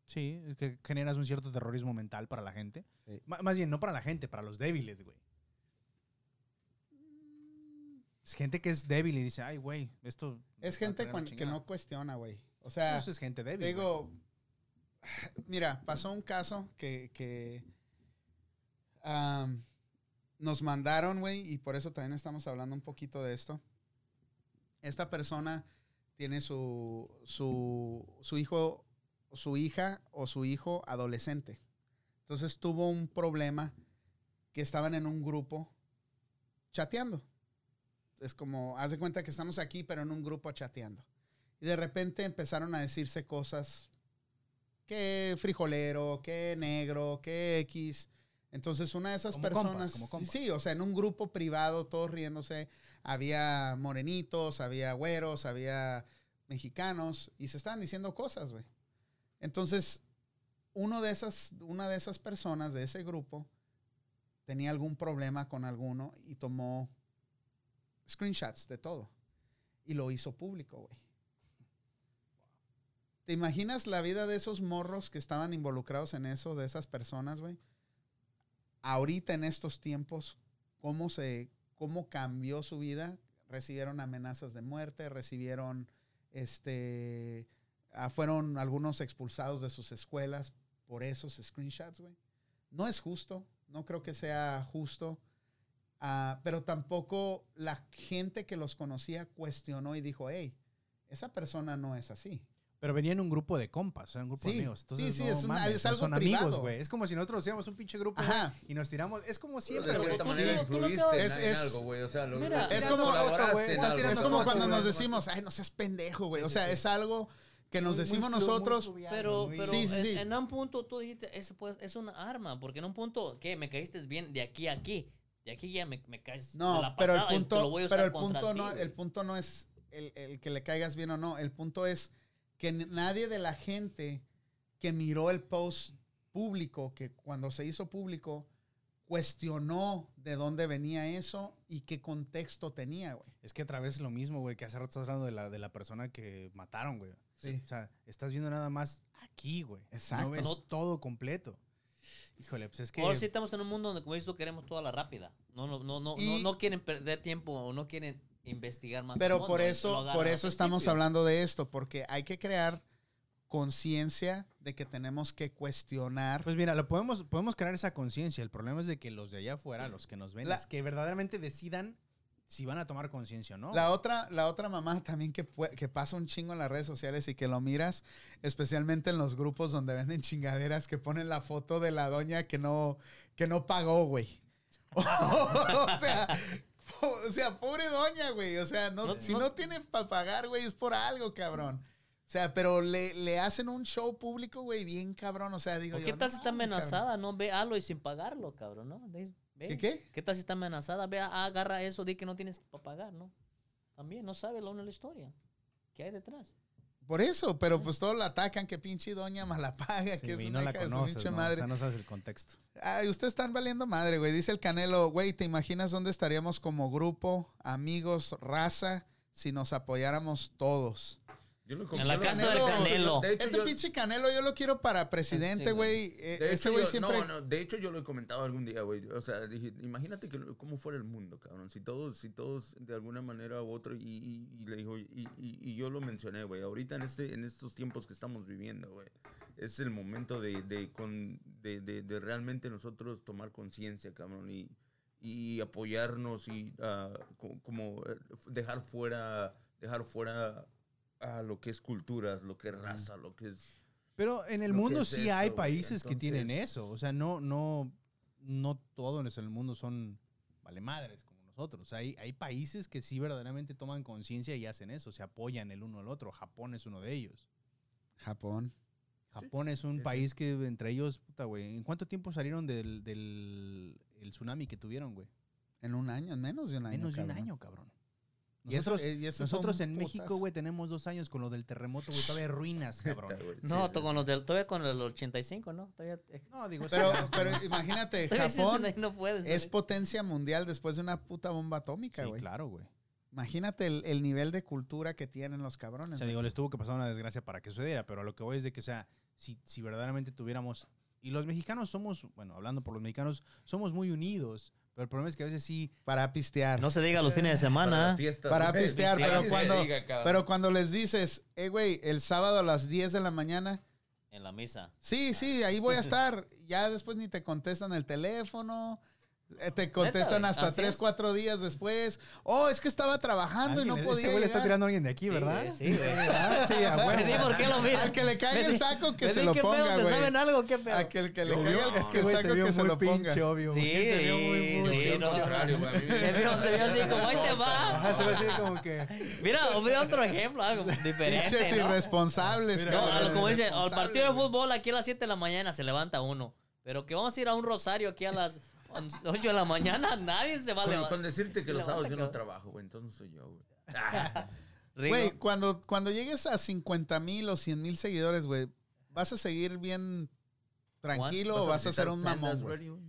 Speaker 4: Sí, es que generas un cierto terrorismo mental para la gente.
Speaker 1: Sí.
Speaker 4: Ma- más bien, no para la gente, para los débiles, güey.
Speaker 1: Mm.
Speaker 4: Es gente que es débil y dice, ay, güey, esto... me
Speaker 1: Es
Speaker 4: va a
Speaker 1: gente
Speaker 4: cargar la
Speaker 1: cuan- que
Speaker 4: chingada".
Speaker 1: no cuestiona, güey. O sea,
Speaker 4: Pues es gente débil.
Speaker 1: Ah, Te
Speaker 4: güey.
Speaker 1: digo, mira, pasó un caso que, que, am, nos mandaron, güey, y por eso también estamos hablando un poquito de esto. Esta persona tiene su, su, su hijo, su hija o su hijo adolescente. Entonces tuvo un problema que estaban en un grupo chateando. Es como, haz de cuenta que estamos aquí, pero en un grupo chateando. Y de repente empezaron a decirse cosas que frijolero, que negro, que X. Entonces una de esas
Speaker 4: Como compas,
Speaker 1: personas,
Speaker 4: como compas.
Speaker 1: sí, o sea, en un grupo privado, todos riéndose, había morenitos, había güeros, había mexicanos y se estaban diciendo cosas, güey. Entonces, uno de esas, una de esas personas de ese grupo tenía algún problema con alguno y tomó screenshots de todo y lo hizo público, güey. ¿Te imaginas la vida de esos morros que estaban involucrados en eso, de esas personas, güey? Ahorita en estos tiempos, ¿cómo, se, ¿cómo cambió su vida? Recibieron amenazas de muerte, recibieron este, Ah, fueron algunos expulsados de sus escuelas por esos screenshots, güey. No es justo, no creo que sea justo, Ah, pero tampoco la gente que los conocía cuestionó y dijo, hey, esa persona no es así.
Speaker 4: Pero venía en un grupo de compas, era un grupo
Speaker 1: Sí,
Speaker 4: de amigos.
Speaker 1: sí,
Speaker 4: Entonces,
Speaker 1: sí,
Speaker 4: no
Speaker 1: es una-
Speaker 4: mames,
Speaker 1: es
Speaker 4: no
Speaker 1: algo
Speaker 4: son amigos,
Speaker 1: privado.
Speaker 4: güey. Es como si nosotros hacíamos un pinche grupo güey,
Speaker 1: Ajá.
Speaker 4: y nos tiramos. Es como
Speaker 3: Pero
Speaker 4: siempre,
Speaker 3: de
Speaker 4: güey.
Speaker 3: cierta
Speaker 5: tú
Speaker 3: manera
Speaker 5: sí, tú lo
Speaker 3: influiste en,
Speaker 1: acabas-
Speaker 3: en
Speaker 1: Es-
Speaker 3: algo, güey. O sea, lo,
Speaker 5: mira,
Speaker 3: lo-
Speaker 5: es
Speaker 3: estás
Speaker 1: como-
Speaker 3: colaboraste
Speaker 4: güey,
Speaker 3: en
Speaker 4: estás
Speaker 3: algo,
Speaker 4: tirando
Speaker 1: Es
Speaker 4: Pero
Speaker 1: como
Speaker 4: no,
Speaker 1: cuando
Speaker 4: sí,
Speaker 1: nos
Speaker 4: sí,
Speaker 1: decimos,
Speaker 4: sí.
Speaker 1: ay, no seas pendejo, güey.
Speaker 4: Sí,
Speaker 1: O
Speaker 4: sí,
Speaker 1: sea,
Speaker 4: sí.
Speaker 1: es algo que nos
Speaker 4: Muy- muy
Speaker 1: decimos
Speaker 4: flu- muy
Speaker 1: nosotros.
Speaker 4: fluvial,
Speaker 5: Pero,
Speaker 4: muy-
Speaker 5: pero
Speaker 1: Sí, sí,
Speaker 5: en-
Speaker 1: sí.
Speaker 5: En, un punto tú dijiste, eso pues, es una arma, porque en un punto, ¿qué? Me caíste bien de aquí a aquí. De aquí ya me, me caes. con
Speaker 1: No,
Speaker 5: la
Speaker 1: pero el
Speaker 5: patada y te lo
Speaker 1: punto,
Speaker 5: voy a usar
Speaker 1: pero el
Speaker 5: contra
Speaker 1: punto
Speaker 5: ti,
Speaker 1: no,
Speaker 5: güey.
Speaker 1: el punto no es el, el que le caigas bien o no. El punto es que n- nadie de la gente que miró el post público, que cuando se hizo público, cuestionó de dónde venía eso y qué contexto tenía, güey.
Speaker 4: Es que otra vez es lo mismo, güey, que hace rato estás hablando de la, de la persona que mataron, güey.
Speaker 1: Sí.
Speaker 4: O sea, estás viendo nada más aquí, güey.
Speaker 1: Exacto.
Speaker 4: No ves
Speaker 5: No-
Speaker 4: todo completo. Híjole, pues es que...
Speaker 5: Ahora Oh, sí estamos en un mundo donde, como dices tú, queremos toda la rápida. No, no, no, no, no,
Speaker 1: Y-
Speaker 5: no quieren perder tiempo o no quieren investigar más. a
Speaker 1: Pero
Speaker 5: fondo,
Speaker 1: por
Speaker 5: y lo
Speaker 1: eso,
Speaker 5: agarran
Speaker 1: por
Speaker 5: al
Speaker 1: eso estamos
Speaker 5: principio.
Speaker 1: hablando de esto, porque hay que crear conciencia de que tenemos que cuestionar.
Speaker 4: Pues mira, lo podemos, podemos crear esa conciencia. El problema es de que los de allá afuera, los que nos ven,
Speaker 1: La-
Speaker 4: es que verdaderamente decidan si van a tomar conciencia o
Speaker 5: Oh.
Speaker 4: no.
Speaker 1: La otra, la otra mamá también que, pue- que pasa un chingo en las redes sociales y que lo miras, especialmente en los grupos donde venden chingaderas que ponen la foto de la doña que no, que no pagó, güey. o sea, po- o sea, pobre doña, güey. O sea, no,
Speaker 5: No-
Speaker 1: si
Speaker 5: no-
Speaker 1: no, tiene para pagar, güey, es por algo, cabrón. O sea, pero le, le hacen un show público, güey, bien cabrón. O sea, digo
Speaker 5: ¿O
Speaker 1: yo,
Speaker 5: ¿Qué
Speaker 1: no
Speaker 5: tal si está
Speaker 1: mames, cabrón.
Speaker 5: amenazada? No ve algo y sin pagarlo, cabrón, ¿no? Ve- ve.
Speaker 1: ¿Qué qué?
Speaker 5: ¿Qué tal si está amenazada? Ve, ah, agarra eso, di que no tienes para pagar, ¿no? También no sabe la una la historia. ¿Qué hay detrás?
Speaker 1: Por eso, pero
Speaker 5: Ah.
Speaker 1: pues todos la atacan, que pinche doña malapaga,
Speaker 4: Sí,
Speaker 1: que
Speaker 4: güey,
Speaker 1: es
Speaker 4: no
Speaker 1: una
Speaker 4: la
Speaker 1: hija de su
Speaker 4: conoces,
Speaker 1: pinche
Speaker 4: ¿no?
Speaker 1: madre.
Speaker 4: O sea, no sabes el contexto.
Speaker 1: Ay, ustedes están valiendo madre, güey. Dice el Canelo, güey, ¿te imaginas dónde estaríamos como grupo, amigos, raza, si nos apoyáramos todos?
Speaker 3: Yo lo
Speaker 5: En la
Speaker 3: compré-
Speaker 5: casa del Canelo.
Speaker 3: De hecho,
Speaker 1: este
Speaker 3: yo-
Speaker 1: pinche Canelo yo lo quiero para presidente,
Speaker 5: Sí, güey.
Speaker 1: güey. Eh,
Speaker 3: De hecho,
Speaker 1: Este güey
Speaker 3: yo-
Speaker 1: siempre...
Speaker 3: no, no, de hecho yo lo he comentado algún día, güey. O sea, dije, imagínate que, lo- cómo fuera el mundo, cabrón. Si todos, si todos de alguna manera u otra, y, y- y le dijo, y, y- y yo lo mencioné, güey. Ahorita en, este, en estos tiempos que estamos viviendo, güey, es el momento de, de, con- de- de- de realmente nosotros tomar conciencia, cabrón, y, y apoyarnos y ah, co- como eh, dejar fuera, dejar fuera a lo que es culturas, lo que es raza, lo que es...
Speaker 4: Pero en el
Speaker 3: Lo que
Speaker 4: mundo
Speaker 3: es
Speaker 4: sí
Speaker 3: eso,
Speaker 4: hay
Speaker 3: güey,
Speaker 4: países que tienen
Speaker 3: entonces-
Speaker 4: eso. O sea, no, no, no todos en el mundo son vale madres como nosotros. Hay, hay países que sí verdaderamente toman conciencia y hacen eso, se apoyan el uno al otro. Japón es uno de ellos.
Speaker 1: Japón.
Speaker 4: Japón es un
Speaker 3: sí, sí.
Speaker 4: país que entre ellos, puta, güey. ¿En cuánto tiempo salieron del, del el tsunami que tuvieron, güey?
Speaker 1: En un año, en menos de un año.
Speaker 4: Menos de un
Speaker 1: cabrón.
Speaker 4: año, cabrón.
Speaker 1: Y eso-
Speaker 4: Nosotros,
Speaker 1: eh, y eso fue
Speaker 4: nosotros
Speaker 1: un
Speaker 4: en México,
Speaker 1: putazo.
Speaker 4: güey, tenemos dos años con lo del terremoto, güey. Todavía hay ruinas, cabrón.
Speaker 3: güey, sí,
Speaker 5: No,
Speaker 3: sí,
Speaker 5: to-
Speaker 3: sí.
Speaker 5: con los del, todavía con el 85, ¿no? Todavía, eh,
Speaker 4: No, digo, eso
Speaker 1: Pero,
Speaker 4: ya está
Speaker 1: pero
Speaker 4: más-
Speaker 1: imagínate,
Speaker 5: todavía
Speaker 1: Japón
Speaker 5: existen ahí, no puedes.
Speaker 1: es potencia mundial después de una puta bomba atómica,
Speaker 4: Sí,
Speaker 1: güey.
Speaker 4: claro, güey.
Speaker 1: Imagínate el, el nivel de cultura que tienen los cabrones.
Speaker 4: O sea,
Speaker 1: güey.
Speaker 4: digo, les tuvo que pasar una desgracia para que sucediera, pero a lo que voy es de que, o sea, si, si verdaderamente tuviéramos... Y los mexicanos somos, bueno, hablando por los mexicanos, somos muy unidos, pero el problema es que a veces sí...
Speaker 1: para pistear.
Speaker 5: no se diga los fines de
Speaker 3: Para
Speaker 5: semana.
Speaker 3: las fiestas,
Speaker 1: Para
Speaker 3: güey.
Speaker 1: pistear,
Speaker 3: Pistear
Speaker 1: pero
Speaker 3: que se
Speaker 1: cuando-
Speaker 3: diga, cabrón.
Speaker 1: Pero cuando les dices, eh, güey, el sábado a las 10 de la mañana,
Speaker 5: En la misa.
Speaker 1: sí, sí, ahí voy a estar. Ya después ni te contestan el teléfono. eh, Te contestan
Speaker 5: güey,
Speaker 1: hasta
Speaker 5: así
Speaker 1: 3,
Speaker 5: es.
Speaker 1: 4 días después. Oh, es que estaba trabajando y no
Speaker 4: alguien-
Speaker 1: podía.
Speaker 4: este güey le está
Speaker 1: llegar".
Speaker 4: tirando a alguien de aquí,
Speaker 5: Sí,
Speaker 4: ¿verdad?
Speaker 5: güey, Sí, güey.
Speaker 4: Ah, sí, a huevo.
Speaker 5: Me di por qué lo vi.
Speaker 1: Al que le caiga
Speaker 5: Me di-
Speaker 1: el saco, que
Speaker 5: me
Speaker 1: se
Speaker 5: di
Speaker 1: lo
Speaker 5: qué pedo,
Speaker 1: ponga,
Speaker 5: ¿Te
Speaker 1: güey.
Speaker 5: saben algo? ¿Qué pedo?
Speaker 1: Aquel que le
Speaker 3: Yo
Speaker 1: caiga el,
Speaker 3: vio-
Speaker 4: Es que, Este güey,
Speaker 1: saco,
Speaker 4: se vio
Speaker 1: que se
Speaker 4: muy
Speaker 1: lo
Speaker 4: pinche
Speaker 1: ponga.
Speaker 4: obvio.
Speaker 5: Sí,
Speaker 4: güey. Se vio muy, muy...
Speaker 5: sí,
Speaker 3: Yo al
Speaker 5: no.
Speaker 3: contrario, güey, a mí me-
Speaker 5: Se vio- se vio así como, "Ahí te va".
Speaker 4: Ajá, se ve así como que...
Speaker 5: Mira, mira otro ejemplo, algo
Speaker 1: Pinches
Speaker 5: diferente, ¿no?
Speaker 1: irresponsables.
Speaker 5: No, a
Speaker 1: cabrón,
Speaker 5: lo- como dicen, al
Speaker 1: irresponsables,
Speaker 5: partido de
Speaker 1: güey.
Speaker 5: fútbol aquí a las 7 de la mañana se levanta uno. Pero que vamos a ir a un rosario aquí a las 8 de la mañana, nadie se va a
Speaker 3: Con- Con,
Speaker 5: levantar.
Speaker 3: decirte que
Speaker 5: Se
Speaker 3: los sábados yo
Speaker 5: levanta,
Speaker 3: no
Speaker 5: cabrón.
Speaker 3: trabajo, güey, entonces soy yo, güey.
Speaker 5: Rigo,
Speaker 1: Güey, cuando, cuando llegues a 50 mil o 100 mil seguidores, güey, ¿vas a seguir bien tranquilo o vas a ser
Speaker 3: visitar
Speaker 1: un mamón,
Speaker 3: Pandas
Speaker 1: güey?
Speaker 3: Radio, güey?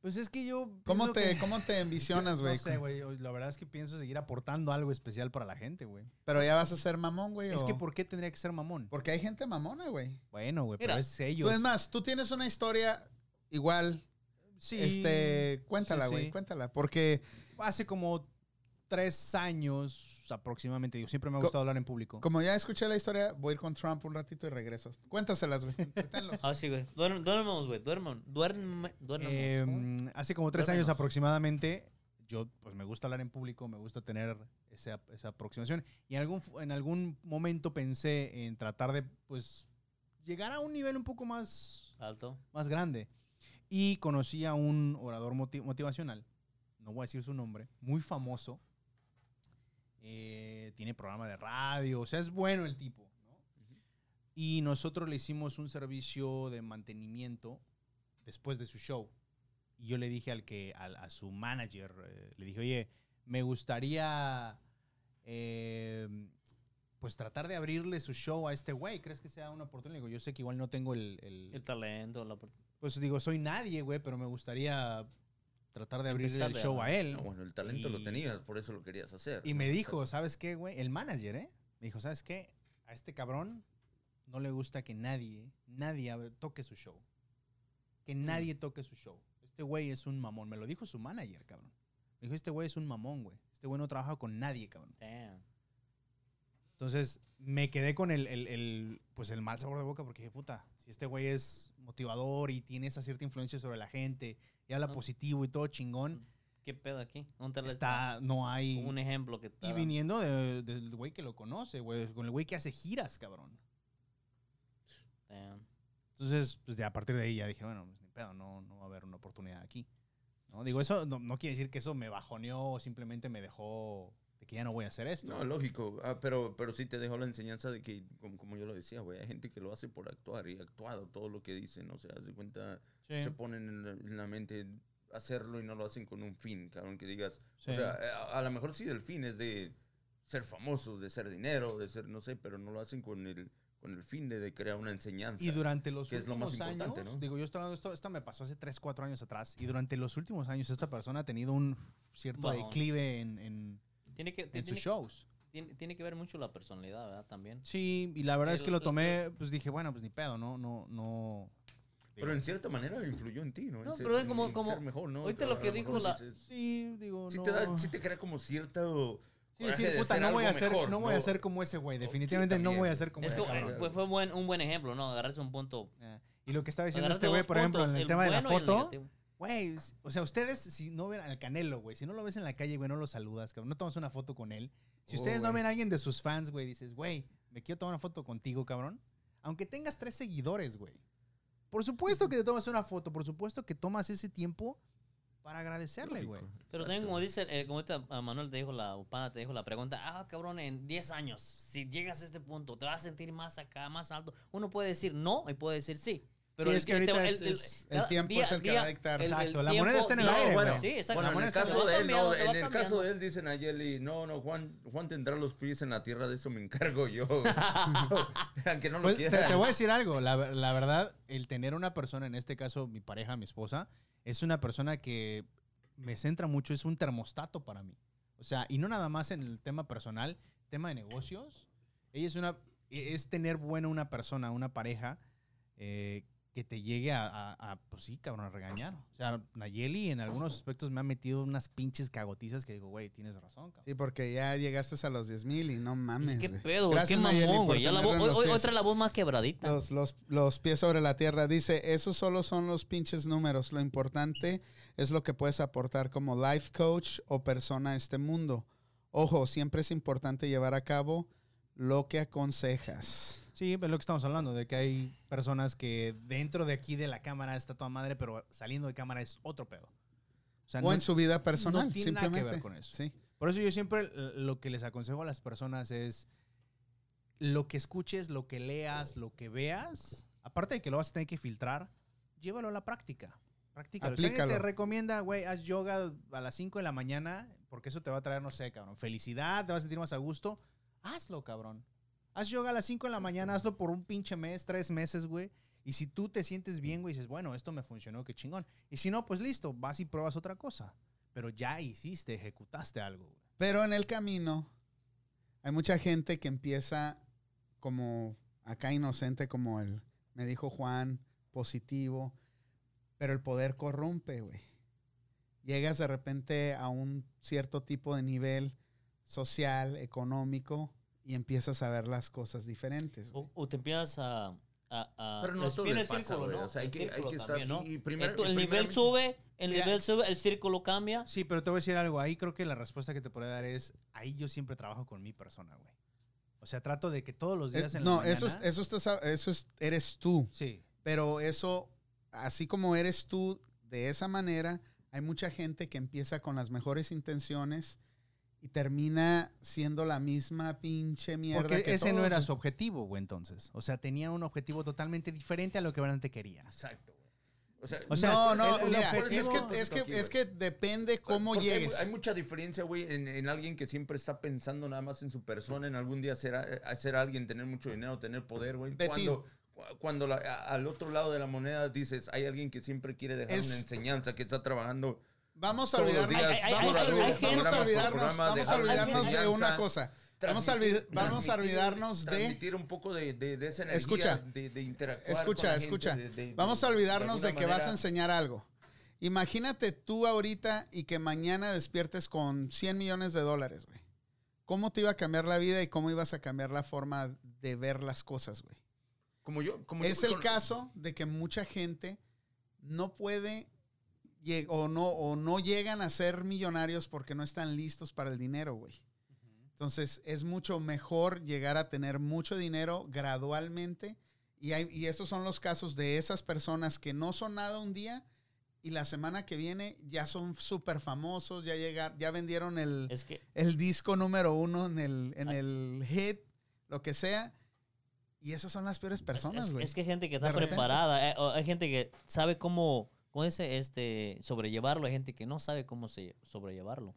Speaker 4: Pues es que yo...
Speaker 1: ¿Cómo
Speaker 4: pienso
Speaker 1: te,
Speaker 4: que-
Speaker 1: ¿Cómo te ambicionas, güey?
Speaker 4: No sé, güey. yo- La verdad es que pienso seguir aportando algo especial para la gente, güey.
Speaker 1: Pero ya vas a ser mamón, güey.
Speaker 4: Es
Speaker 1: o-
Speaker 4: que ¿por qué tendría que ser mamón?
Speaker 1: Porque hay gente mamona, güey.
Speaker 4: Bueno, güey, pero
Speaker 5: Mira,
Speaker 4: es ellos.
Speaker 1: Tú, es más, tú tienes una historia igual.
Speaker 4: sí.
Speaker 1: Este, cuéntala,
Speaker 4: sí,
Speaker 1: güey,
Speaker 4: sí.
Speaker 1: cuéntala. Porque
Speaker 4: Hace como tres años aproximadamente, digo, siempre me ha gustado hablar en público.
Speaker 1: Como ya escuché la historia, voy a ir con Trump un ratito y regreso. Cuéntaselas, güey. Entretenlos.
Speaker 5: Ah, sí, güey. Duerm- Duermamos, güey. Duerman. Duerme, duermamos.
Speaker 4: Eh,
Speaker 1: Em,
Speaker 4: hace como tres años
Speaker 5: Cuéntanos.
Speaker 4: aproximadamente, yo pues me gusta hablar en público, me gusta tener esa, esa aproximación. Y en algún, fu- en algún momento pensé en tratar de pues llegar a un nivel un poco más,
Speaker 5: Alto.
Speaker 4: más grande. Y conocí a un orador moti- motivacional, no voy a decir su nombre, muy famoso. Eh, tiene programa de radio, o sea, es bueno el tipo. ¿no? Y nosotros le hicimos un servicio de mantenimiento después de su show. Y yo le dije al que, al- a su manager, eh, le dije, oye, me gustaría eh, pues tratar de abrirle su show a este güey. ¿Crees que sea una oportunidad? Le digo, yo sé que igual no tengo el- el,
Speaker 5: El talento, la oportunidad.
Speaker 4: pues digo, soy nadie, güey, pero me gustaría tratar de abrir el
Speaker 5: Empezarle,
Speaker 4: show
Speaker 5: ajá.
Speaker 4: a él.
Speaker 3: No, Ah, bueno, el talento lo
Speaker 4: Y-
Speaker 3: tenías, por eso lo querías hacer.
Speaker 4: Y
Speaker 3: ¿no?
Speaker 4: me
Speaker 3: O sea,
Speaker 4: dijo, ¿sabes qué, güey? El manager, ¿eh? Me dijo, ¿sabes qué? A este cabrón no le gusta que nadie, nadie ab- toque su show. Que nadie toque su show. Este güey es un mamón. Me lo dijo su manager, cabrón. Me dijo, este güey es un mamón, güey. Este güey no trabaja con nadie, cabrón.
Speaker 5: Damn.
Speaker 4: Entonces me quedé con el, el- el, pues el mal sabor de boca porque dije, puta, si este güey es motivador y tiene esa cierta influencia sobre la gente y habla
Speaker 5: Ah.
Speaker 4: positivo y todo chingón,
Speaker 5: ¿Qué pedo aquí? ¿Dónde le-
Speaker 4: está, no hay...
Speaker 5: Un ejemplo que está
Speaker 4: y
Speaker 5: dando.
Speaker 4: viniendo de- del güey que lo conoce, güey, con el güey que hace giras, cabrón.
Speaker 5: Damn.
Speaker 4: Entonces, pues de, a partir de ahí ya dije, bueno, pues ni pedo, no, no va a haber una oportunidad aquí. ¿No? Digo, eso no, no quiere decir que eso me bajoneó o simplemente me dejó de que ya no voy a hacer esto.
Speaker 3: No, lógico. Ah, pero, pero sí te dejó la enseñanza de que, como, como yo lo decía, güey, hay gente que lo hace por actuar y ha actuado todo lo que dicen. O sea, haz de cuenta, se ponen en la, en la mente hacerlo y no lo hacen con un fin, cabrón, que digas.
Speaker 4: Sí.
Speaker 3: O sea, a, a lo mejor sí el fin es de ser famosos, de ser dinero, de ser, no sé, pero no lo hacen con el, con el fin de, de crear una enseñanza.
Speaker 4: Y durante los
Speaker 3: que es lo más
Speaker 4: últimos
Speaker 3: importante,
Speaker 4: años,
Speaker 3: ¿no?
Speaker 4: digo, yo estoy hablando de esto, esto me pasó hace 3, 4 años atrás, y durante los últimos años esta persona ha tenido un cierto
Speaker 5: Bajón.
Speaker 4: declive en, en-
Speaker 5: Tiene que,
Speaker 4: en
Speaker 5: tiene,
Speaker 4: sus shows.
Speaker 5: tiene- tiene que ver mucho la personalidad, ¿verdad? También.
Speaker 4: Sí, y la verdad es que lo
Speaker 5: El-
Speaker 4: tomé, pues dije, bueno, pues ni pedo, no, no, no.
Speaker 3: pero en cierta manera influyó en ti, ¿no? En
Speaker 5: No,
Speaker 3: ser-
Speaker 5: pero es
Speaker 3: en-
Speaker 5: como-
Speaker 3: en
Speaker 5: como-
Speaker 3: ser mejor, ¿no?
Speaker 5: ahorita lo
Speaker 3: A
Speaker 5: que
Speaker 3: mejor
Speaker 5: digo, la-
Speaker 3: sí te-
Speaker 4: Sí, digo,
Speaker 3: sí
Speaker 4: no.
Speaker 3: te da, sí te crea como cierto...
Speaker 4: Sí, decir,
Speaker 3: coraje de
Speaker 4: puta,
Speaker 3: ser
Speaker 4: no
Speaker 3: algo
Speaker 4: voy a ser,
Speaker 3: mejor, Oh,
Speaker 4: no voy a ser como ese güey, definitivamente no
Speaker 3: también.
Speaker 4: voy a ser como
Speaker 5: Es
Speaker 4: ese
Speaker 5: como,
Speaker 4: cabrón.
Speaker 5: eh, pues fue buen- un buen ejemplo, ¿no? Agarrarse un punto.
Speaker 4: Ah, Y lo que estaba diciendo
Speaker 5: agarrarse
Speaker 4: este güey,
Speaker 5: dos
Speaker 4: por ejemplo, en
Speaker 5: puntos,
Speaker 4: el tema de la
Speaker 5: bueno y el
Speaker 4: foto,
Speaker 5: negativo.
Speaker 4: Güey, s- o sea, ustedes, si no ven al Canelo, güey, si no lo ves en la calle, güey, no lo saludas, cabrón, no tomas una foto con él. Si
Speaker 3: Oh,
Speaker 4: ustedes no
Speaker 3: güey.
Speaker 4: ven a alguien de sus fans, güey, dices, güey, me quiero tomar una foto contigo, cabrón. Aunque tengas tres seguidores, güey. Por supuesto que te tomas una foto, por supuesto que tomas ese tiempo para agradecerle,
Speaker 3: Lógico,
Speaker 4: güey.
Speaker 5: Pero también,
Speaker 3: exacto.
Speaker 5: como dice, eh, como esta, ah, Manuel te dijo la o pana, te dijo la pregunta, ah, cabrón, en 10 años, si llegas a este punto, te vas a sentir más acá, más alto. Uno puede decir no y puede decir sí.
Speaker 4: Sí,
Speaker 5: Pero el
Speaker 4: es que
Speaker 5: el-
Speaker 4: ahorita
Speaker 5: el-
Speaker 4: es-
Speaker 5: el-
Speaker 4: es-
Speaker 1: el
Speaker 5: cada
Speaker 1: tiempo es el que va a dictar.
Speaker 4: Exacto, la moneda está en el
Speaker 5: no,
Speaker 4: aire,
Speaker 5: Bueno,
Speaker 4: güey.
Speaker 5: sí, exacto.
Speaker 3: Bueno,
Speaker 5: la
Speaker 3: en el
Speaker 5: moneda está en el
Speaker 3: caso
Speaker 5: aire.
Speaker 3: de él,
Speaker 5: Va
Speaker 3: no,
Speaker 5: cambiando,
Speaker 3: en
Speaker 5: va
Speaker 3: el caso
Speaker 5: cambiando.
Speaker 3: de él dicen a Yeli, no, no, Juan, Juan tendrá los pies en la tierra, de eso me encargo yo. Yo, Aunque no lo
Speaker 4: Pues, te,
Speaker 3: quiera.
Speaker 4: te voy a decir algo, la, ver- la verdad, el tener una persona, en este caso mi pareja, mi esposa, es una persona que me centra mucho, es un termostato para mí. O sea, y no nada más en el tema personal, tema de negocios. Ella es una, e- es tener buena una persona, una pareja eh, que te llegue a, a- a, pues sí, cabrón, a regañar. O sea, Nayeli en algunos aspectos me ha metido unas pinches cagotizas que digo, güey, tienes razón, cabrón.
Speaker 1: Sí, porque ya llegaste a los 10 mil y no mames.
Speaker 5: ¿Qué
Speaker 1: güey.
Speaker 5: pedo, güey? ¿Qué
Speaker 1: Gracias, Nayeli,
Speaker 5: mamón,
Speaker 1: por
Speaker 5: güey? Ya la
Speaker 1: tenerlo en
Speaker 5: voz-
Speaker 1: los
Speaker 5: hoy-
Speaker 1: pies.
Speaker 5: hoy trae la voz más quebradita.
Speaker 1: Los, los, los pies sobre la tierra. Dice, esos solo son los pinches números. Lo importante es lo que puedes aportar como life coach o persona a este mundo. Ojo, siempre es importante llevar a cabo lo que aconsejas.
Speaker 4: Sí, pero lo que estamos hablando, de que hay personas que dentro de aquí de la cámara está toda madre, pero saliendo de cámara es otro pedo. O sea,
Speaker 1: O
Speaker 4: no-
Speaker 1: en su vida personal,
Speaker 4: no tiene nada que
Speaker 1: simplemente.
Speaker 4: ver con eso.
Speaker 1: Sí.
Speaker 4: Por eso yo siempre l- lo que les aconsejo a las personas es lo que escuches, lo que leas, lo que veas, aparte de que lo vas a tener que filtrar, llévalo a la práctica. Practícalo. Si alguien te
Speaker 1: Aplícalo.
Speaker 4: recomienda, güey, haz yoga a las 5 de la mañana, porque eso te va a traer, no sé, cabrón, felicidad, te vas a sentir más a gusto, hazlo, cabrón. Haz yoga a las 5 de la mañana, hazlo por un pinche mes, tres meses, güey. Y si tú te sientes bien, güey, dices, bueno, esto me funcionó, qué chingón. Y si no, pues listo, vas y pruebas otra cosa. Pero ya hiciste, ejecutaste algo, güey.
Speaker 1: Pero en el camino hay mucha gente que empieza como acá inocente, como el, me dijo Juan, positivo, pero el poder corrompe, güey. Llegas de repente a un cierto tipo de nivel social, económico, y empiezas a ver las cosas diferentes. güey.
Speaker 5: O, o te empiezas a. a, a
Speaker 3: Pero no
Speaker 5: Ah, es
Speaker 3: todo
Speaker 5: bien
Speaker 3: le pasa, güey, o sea, hay
Speaker 5: El
Speaker 3: que- hay
Speaker 5: círculo
Speaker 3: que estar-
Speaker 5: también, ¿no?
Speaker 3: y- y primer-
Speaker 5: Esto-
Speaker 3: y
Speaker 5: el nivel
Speaker 3: primeramente-
Speaker 5: sube, el
Speaker 1: Mira.
Speaker 5: nivel sube, el círculo cambia.
Speaker 4: Sí, pero te voy a decir algo. Ahí creo que la respuesta que te puedo dar es, ahí yo siempre trabajo con mi persona, güey. O sea, trato de que todos los días
Speaker 1: Eh,
Speaker 4: en la
Speaker 1: no,
Speaker 4: mañana...
Speaker 1: eso, es- eso, estás a- eso es- eres tú.
Speaker 4: Sí,
Speaker 1: Pero eso, así como eres tú de esa manera, hay mucha gente que empieza con las mejores intenciones y termina siendo la misma pinche mierda.
Speaker 4: porque
Speaker 1: que
Speaker 4: ese no
Speaker 1: todos,
Speaker 4: era
Speaker 1: güey.
Speaker 4: su objetivo, güey, entonces. O sea, tenía un objetivo totalmente diferente a lo que realmente quería.
Speaker 3: Exacto, güey. O sea,
Speaker 4: O sea,
Speaker 1: no, no,
Speaker 4: el- el
Speaker 1: mira, es
Speaker 4: objetivo-
Speaker 1: que, es, que, es que depende cómo
Speaker 3: Porque hay mu-
Speaker 1: llegues.
Speaker 3: Hay, mucha diferencia, güey, en, en alguien que siempre está pensando nada más en su persona, en algún día ser, eh, a- a ser alguien, tener mucho dinero, tener poder, güey.
Speaker 1: Betín.
Speaker 3: Cuando, cu- cuando la- a- al otro lado de la moneda dices, hay alguien que siempre quiere dejar
Speaker 1: Es-
Speaker 3: una enseñanza, que está trabajando.
Speaker 1: Vamos a
Speaker 3: Todos los
Speaker 1: olvidarnos,
Speaker 3: días,
Speaker 1: vamos, a
Speaker 5: hay- hay-
Speaker 1: olvidar-
Speaker 5: hay gente-
Speaker 1: vamos a
Speaker 5: programa por
Speaker 1: olvidarnos,
Speaker 3: programa,
Speaker 1: vamos a
Speaker 3: dejar
Speaker 1: olvidarnos de
Speaker 3: enseñanza,
Speaker 1: una cosa. Vamos a,
Speaker 3: transmitir-
Speaker 1: olvid- vamos a
Speaker 3: transmitir-
Speaker 1: olvidarnos de...
Speaker 3: Transmitir un poco de, de- de esa energía,
Speaker 1: Escucha,
Speaker 3: de, de interactuar. con la
Speaker 1: Escucha,
Speaker 3: gente,
Speaker 1: escucha.
Speaker 3: de- de- de-
Speaker 1: Vamos a olvidarnos de,
Speaker 3: alguna
Speaker 1: que vas a
Speaker 3: manera.
Speaker 1: enseñar algo. Imagínate tú ahorita y que mañana despiertes con 100 millones de dólares, güey. ¿Cómo te iba a cambiar la vida y cómo ibas a cambiar la forma de ver las cosas, güey?
Speaker 3: Como yo, como yo
Speaker 1: Es
Speaker 3: voy
Speaker 1: el
Speaker 3: con-
Speaker 1: caso de que mucha gente no puede lleg- o no, o no llegan a ser millonarios porque no están listos para el dinero, güey. Entonces es mucho mejor llegar a tener mucho dinero gradualmente y, hay, y esos son los casos de esas personas que no son nada un día y la semana que viene ya son súper famosos, ya, llegar, ya vendieron el
Speaker 5: Es que
Speaker 1: el disco número uno en el, en
Speaker 5: Ah.
Speaker 1: el hit, lo que sea. Y esas son las peores personas,
Speaker 5: es,
Speaker 1: güey.
Speaker 5: es que hay gente que está
Speaker 1: De repente.
Speaker 5: preparada, eh, o hay gente que sabe cómo, cómo dice, este, sobrellevarlo, hay gente que no sabe cómo se, sobrellevarlo.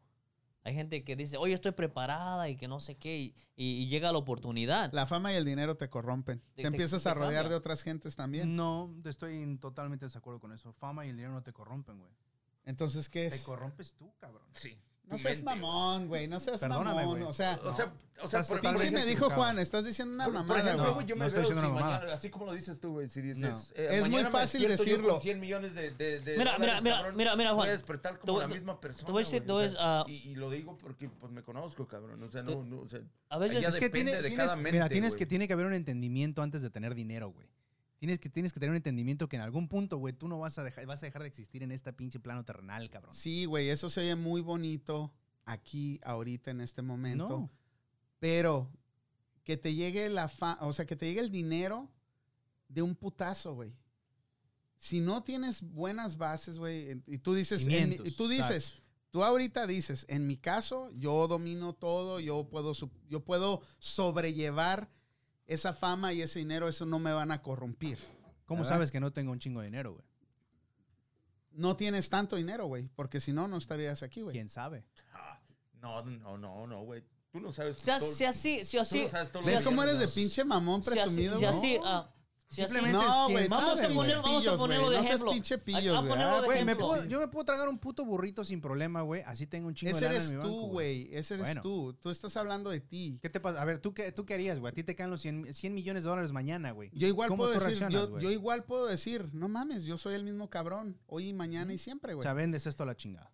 Speaker 5: Hay gente que dice, oye, estoy preparada y que no sé qué, y, y- y llega la oportunidad.
Speaker 1: La fama y el dinero te corrompen.
Speaker 5: Te-
Speaker 1: Te,
Speaker 5: te-
Speaker 1: empiezas
Speaker 5: te
Speaker 1: a rodear
Speaker 5: cambia.
Speaker 1: de otras gentes también.
Speaker 4: No, estoy en totalmente desacuerdo con eso. Fama y el dinero no te corrompen, güey.
Speaker 1: Entonces, ¿qué
Speaker 4: Te
Speaker 1: es?
Speaker 4: corrompes tú, cabrón.
Speaker 3: Sí.
Speaker 1: No
Speaker 3: tu
Speaker 1: seas
Speaker 3: mente,
Speaker 1: mamón, güey. No seas
Speaker 4: Perdóname,
Speaker 1: mamón.
Speaker 4: güey.
Speaker 1: O sea,
Speaker 3: O sea, o sea
Speaker 4: Estás
Speaker 3: por- por
Speaker 1: pinche
Speaker 4: totalmente
Speaker 1: me dijo
Speaker 4: equivocado.
Speaker 1: Juan, estás diciendo una
Speaker 3: Por- Por
Speaker 1: mamada,
Speaker 3: ejemplo,
Speaker 1: güey.
Speaker 4: no,
Speaker 3: güey, yo
Speaker 4: no
Speaker 3: me
Speaker 4: estoy
Speaker 3: veo
Speaker 4: diciendo
Speaker 3: si
Speaker 4: una
Speaker 3: mañana-
Speaker 4: mamada.
Speaker 3: así como lo dices tú, güey, si dices,
Speaker 4: No.
Speaker 3: eh,
Speaker 1: Es muy
Speaker 3: mañana me
Speaker 1: fácil
Speaker 3: despierto yo
Speaker 1: decirlo.
Speaker 3: con 100 millones de, de- de
Speaker 5: Mira,
Speaker 3: dólares,
Speaker 5: mira,
Speaker 3: cabrón,
Speaker 5: mira, mira,
Speaker 3: voy
Speaker 5: Juan.
Speaker 3: a despertar
Speaker 5: Te
Speaker 3: como
Speaker 5: voy-
Speaker 3: la
Speaker 5: te-
Speaker 3: misma persona.
Speaker 5: te voy a decir,
Speaker 3: güey,
Speaker 5: te
Speaker 3: o sea,
Speaker 5: voy
Speaker 3: y, y lo digo porque pues me conozco, cabrón, o sea,
Speaker 5: Te-
Speaker 3: no, no, o sea,
Speaker 5: A veces
Speaker 3: Ya
Speaker 4: es que
Speaker 3: depende
Speaker 4: tienes,
Speaker 3: de
Speaker 4: tienes-
Speaker 3: cada
Speaker 4: mira,
Speaker 3: mente,
Speaker 4: tienes
Speaker 3: güey.
Speaker 4: que tiene que haber un entendimiento antes de tener dinero, güey. Tienes que tienes que tener un entendimiento que en algún punto, güey, tú no vas a dejar vas a dejar de existir en este pinche plano terrenal, cabrón.
Speaker 1: Sí, güey, eso se oye muy bonito aquí, ahorita, en este momento.
Speaker 4: no.
Speaker 1: Pero que te llegue la fa- o sea, que te llegue el dinero de un putazo, güey. Si no tienes buenas bases, güey, en- y tú dices, en mi-
Speaker 4: Cimientos,
Speaker 1: y tú dices, tú ahorita dices, en mi caso, yo domino todo, yo puedo, su- yo puedo sobrellevar esa fama y ese dinero, eso no me van a corrompir.
Speaker 4: ¿Cómo
Speaker 1: ¿verdad?
Speaker 4: sabes que no tengo un chingo de dinero, güey?
Speaker 1: No tienes tanto dinero, güey, porque si no, no estarías aquí, güey.
Speaker 4: ¿Quién sabe?
Speaker 3: ah, no, no, no, no, güey, tú no sabes.
Speaker 5: sea,
Speaker 3: todo-
Speaker 5: si así, si
Speaker 3: tú
Speaker 5: así,
Speaker 3: no sabes todo lo
Speaker 1: ¿Ves
Speaker 3: que
Speaker 1: cómo eres de
Speaker 3: haces.
Speaker 1: pinche mamón
Speaker 5: si así,
Speaker 1: presumido?
Speaker 5: si
Speaker 1: no?
Speaker 5: así, ah, si así.
Speaker 4: Simplemente
Speaker 1: No,
Speaker 4: es
Speaker 1: güey,
Speaker 4: quien
Speaker 5: Vamos a
Speaker 4: sabe,
Speaker 5: poner-
Speaker 4: güey.
Speaker 5: vamos a
Speaker 1: Pillos, güey,
Speaker 5: ponerlo de
Speaker 1: no seas
Speaker 5: ejemplo.
Speaker 1: pinche
Speaker 5: Hay-
Speaker 1: pillos,
Speaker 5: a
Speaker 1: güey,
Speaker 5: ponerlo
Speaker 1: ah,
Speaker 5: de
Speaker 4: Güey, me
Speaker 5: ejemplo.
Speaker 4: puedo- yo me puedo tragar un puto burrito sin problema, güey. Así tengo un chingo
Speaker 1: Ese
Speaker 4: de lana
Speaker 1: eres
Speaker 4: en mi banco,
Speaker 1: tú, güey. Ese eres
Speaker 4: Bueno.
Speaker 1: tú. Tú estás hablando de ti.
Speaker 4: ¿Qué te pasa? A ver, ¿tú qué, tú qué harías, güey? A ti te caen los 100, 100 millones de dólares mañana, güey.
Speaker 1: Yo igual
Speaker 4: ¿Cómo
Speaker 1: puedo
Speaker 4: tú
Speaker 1: decir,
Speaker 4: reaccionas,
Speaker 1: yo,
Speaker 4: güey?
Speaker 1: yo igual puedo decir, no mames, yo soy el mismo cabrón, hoy y mañana y siempre,
Speaker 4: O
Speaker 1: güey.
Speaker 4: sea, vendes esto a la chingada.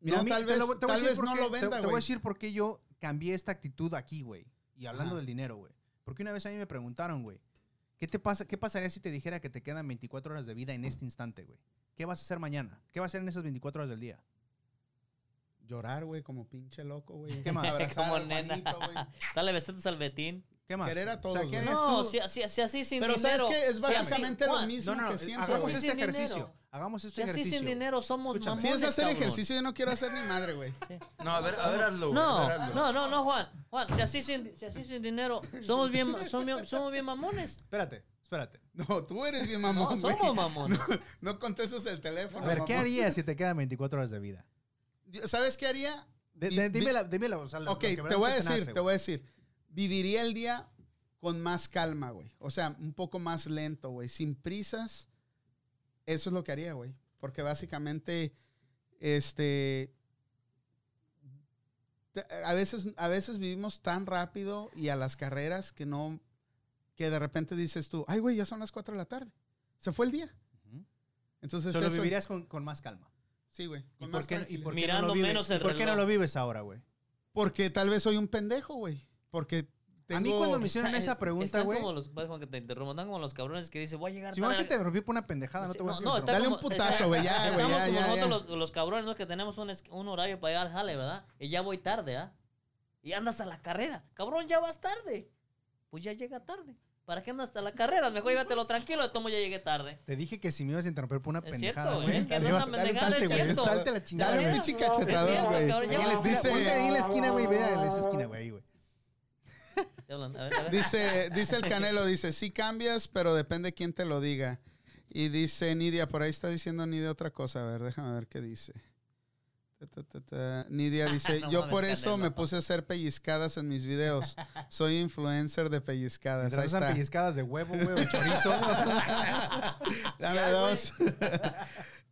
Speaker 1: no,
Speaker 4: a mí-
Speaker 1: tal
Speaker 4: te
Speaker 1: vez,
Speaker 4: lo- te
Speaker 1: tal
Speaker 4: voy a decir
Speaker 1: vez
Speaker 4: por
Speaker 1: no
Speaker 4: qué-
Speaker 1: lo
Speaker 4: te-
Speaker 1: venda,
Speaker 4: Te voy a
Speaker 1: güey.
Speaker 4: decir por qué yo cambié esta actitud aquí, güey. Y hablando
Speaker 1: Ajá.
Speaker 4: del dinero, güey. Porque una vez a mí me preguntaron, güey, ¿qué, te pasa, ¿qué pasaría si te dijera que te quedan 24 horas de vida en este instante, güey? ¿Qué vas a hacer mañana? ¿Qué vas a hacer en esas 24 horas del día?
Speaker 1: Llorar, güey, como pinche loco, güey.
Speaker 4: ¿Qué más?
Speaker 1: Abrazar
Speaker 5: Como
Speaker 1: al
Speaker 5: nena.
Speaker 1: Juanito, güey.
Speaker 5: Dale besitos al Betín.
Speaker 4: ¿Qué más?
Speaker 1: Querer a todos,
Speaker 4: O sea, ¿qué
Speaker 1: güey.
Speaker 4: harías
Speaker 5: No,
Speaker 4: tú?
Speaker 5: si, si- si así sin
Speaker 1: Pero ¿sabes
Speaker 5: dinero.
Speaker 1: qué? Es
Speaker 5: si así,
Speaker 1: básicamente lo
Speaker 5: Juan,
Speaker 1: mismo
Speaker 4: No, no,
Speaker 1: que siempre,
Speaker 4: hagamos
Speaker 1: güey.
Speaker 5: Sí,
Speaker 4: este
Speaker 5: sin dinero.
Speaker 4: ejercicio. Hagamos este
Speaker 5: Si así
Speaker 4: ejercicio.
Speaker 5: sin dinero somos
Speaker 4: Escúchame.
Speaker 1: Si
Speaker 5: mamones,
Speaker 1: es hacer
Speaker 5: cabrón.
Speaker 1: ejercicio, yo no quiero hacer ni madre, güey.
Speaker 3: No, a ver, a ver, hazlo, güey, a
Speaker 5: No,
Speaker 3: ver, hazlo.
Speaker 5: no, no, no, Juan. Juan, si así sin, si así sin dinero, somos bien, ma- son bien- somos bien mamones.
Speaker 4: Espérate, espérate.
Speaker 1: No, tú eres bien
Speaker 5: No,
Speaker 1: mamón, güey.
Speaker 5: somos mamones.
Speaker 1: No contestas el teléfono,
Speaker 4: A ver, ¿qué
Speaker 1: mamón.
Speaker 4: harías si te quedan 24 horas de vida?
Speaker 1: Yo- ¿Sabes qué haría?
Speaker 4: De,
Speaker 1: Vi-
Speaker 4: de-
Speaker 1: vi-
Speaker 4: dímela, dímela. O sea, lo-
Speaker 1: Ok,
Speaker 4: lo que
Speaker 1: te voy a
Speaker 4: realmente
Speaker 1: decir,
Speaker 4: nace,
Speaker 1: te
Speaker 4: güey.
Speaker 1: voy a decir. Viviría el día con más calma, güey. O sea, un poco más lento, güey. Sin prisas. Eso es lo que haría, güey. Porque básicamente, este... te- A veces, a veces vivimos tan rápido y a las carreras que no... Que de repente dices tú, ay, güey, ya son las 4 de la tarde. Se fue el día.
Speaker 4: Ujú.
Speaker 1: Entonces,
Speaker 4: Solo
Speaker 1: eso-
Speaker 4: vivirías con, con más calma.
Speaker 1: Sí, güey.
Speaker 4: ¿Y
Speaker 1: con
Speaker 4: por
Speaker 1: más
Speaker 4: qué, y
Speaker 1: tranquilidad.
Speaker 4: por qué
Speaker 5: Mirando
Speaker 4: no lo vives?
Speaker 5: menos
Speaker 4: ¿Y
Speaker 5: el
Speaker 4: ¿Por qué no
Speaker 5: reloj.
Speaker 4: lo vives ahora, güey?
Speaker 1: Porque tal vez soy un pendejo, güey. Porque tengo...
Speaker 4: A mí cuando me hicieron
Speaker 5: Está-
Speaker 4: esa
Speaker 5: están
Speaker 4: pregunta, güey.
Speaker 5: como los- perdón que te interrumpa, están como los cabrones que dicen, voy a llegar
Speaker 4: Si
Speaker 5: tan
Speaker 4: vas a
Speaker 5: al-
Speaker 4: te rompí por una pendejada, no te voy a
Speaker 5: Sí, no, está
Speaker 1: Dale
Speaker 5: como-
Speaker 1: un putazo,
Speaker 5: está-
Speaker 1: güey, ya, güey,
Speaker 5: Estamos
Speaker 1: ya,
Speaker 5: como
Speaker 1: ya,
Speaker 5: nosotros
Speaker 1: ya.
Speaker 5: Los, los cabrones, ¿no? Que tenemos un, es- un horario para llegar al jale, ¿verdad? Y ya voy tarde, ¿ah? Y andas a la carrera. Cabrón, ya vas tarde. Pues ya llega tarde. ¿Para qué andas a la carrera? Mejor llévatelo tranquilo, de tomo ya llegué tarde.
Speaker 4: Te dije que si me ibas a interrumpir por una
Speaker 5: Es
Speaker 4: pendejada,
Speaker 5: cierto,
Speaker 4: güey.
Speaker 5: es que
Speaker 4: Dale,
Speaker 5: no
Speaker 4: va-
Speaker 5: tan
Speaker 4: dale,
Speaker 5: pendejada,
Speaker 4: salte,
Speaker 5: es
Speaker 4: güey.
Speaker 5: cierto.
Speaker 4: Salte la chingada.
Speaker 1: Dale un
Speaker 5: Dale,
Speaker 1: pinche
Speaker 5: no, es
Speaker 1: cachetadón,
Speaker 5: cierto,
Speaker 1: güey.
Speaker 5: cabrón, ya
Speaker 4: Ahí en la
Speaker 5: vas
Speaker 4: esquina,
Speaker 1: Dice-
Speaker 4: ponte ahí en la esquina, güey. Ve a esa esquina, güey. ahí, güey.
Speaker 5: Te hablan, a ver, a ver.
Speaker 1: Dice, dice el Canelo, dice, sí cambias, pero depende quién te lo diga. Y dice Nidia, por ahí está diciendo Nidia otra cosa. A ver, déjame ver qué dice. Ta, ta, ta, ta. Nidia dice,
Speaker 5: No
Speaker 1: yo
Speaker 5: mames,
Speaker 1: por eso
Speaker 5: Canelo.
Speaker 1: me puse a hacer pellizcadas en mis videos. Soy influencer de pellizcadas.
Speaker 4: Mientras
Speaker 1: Ahí
Speaker 4: no sean
Speaker 1: está.
Speaker 4: pellizcadas de huevo, güey, o chorizo.
Speaker 1: Dame dos.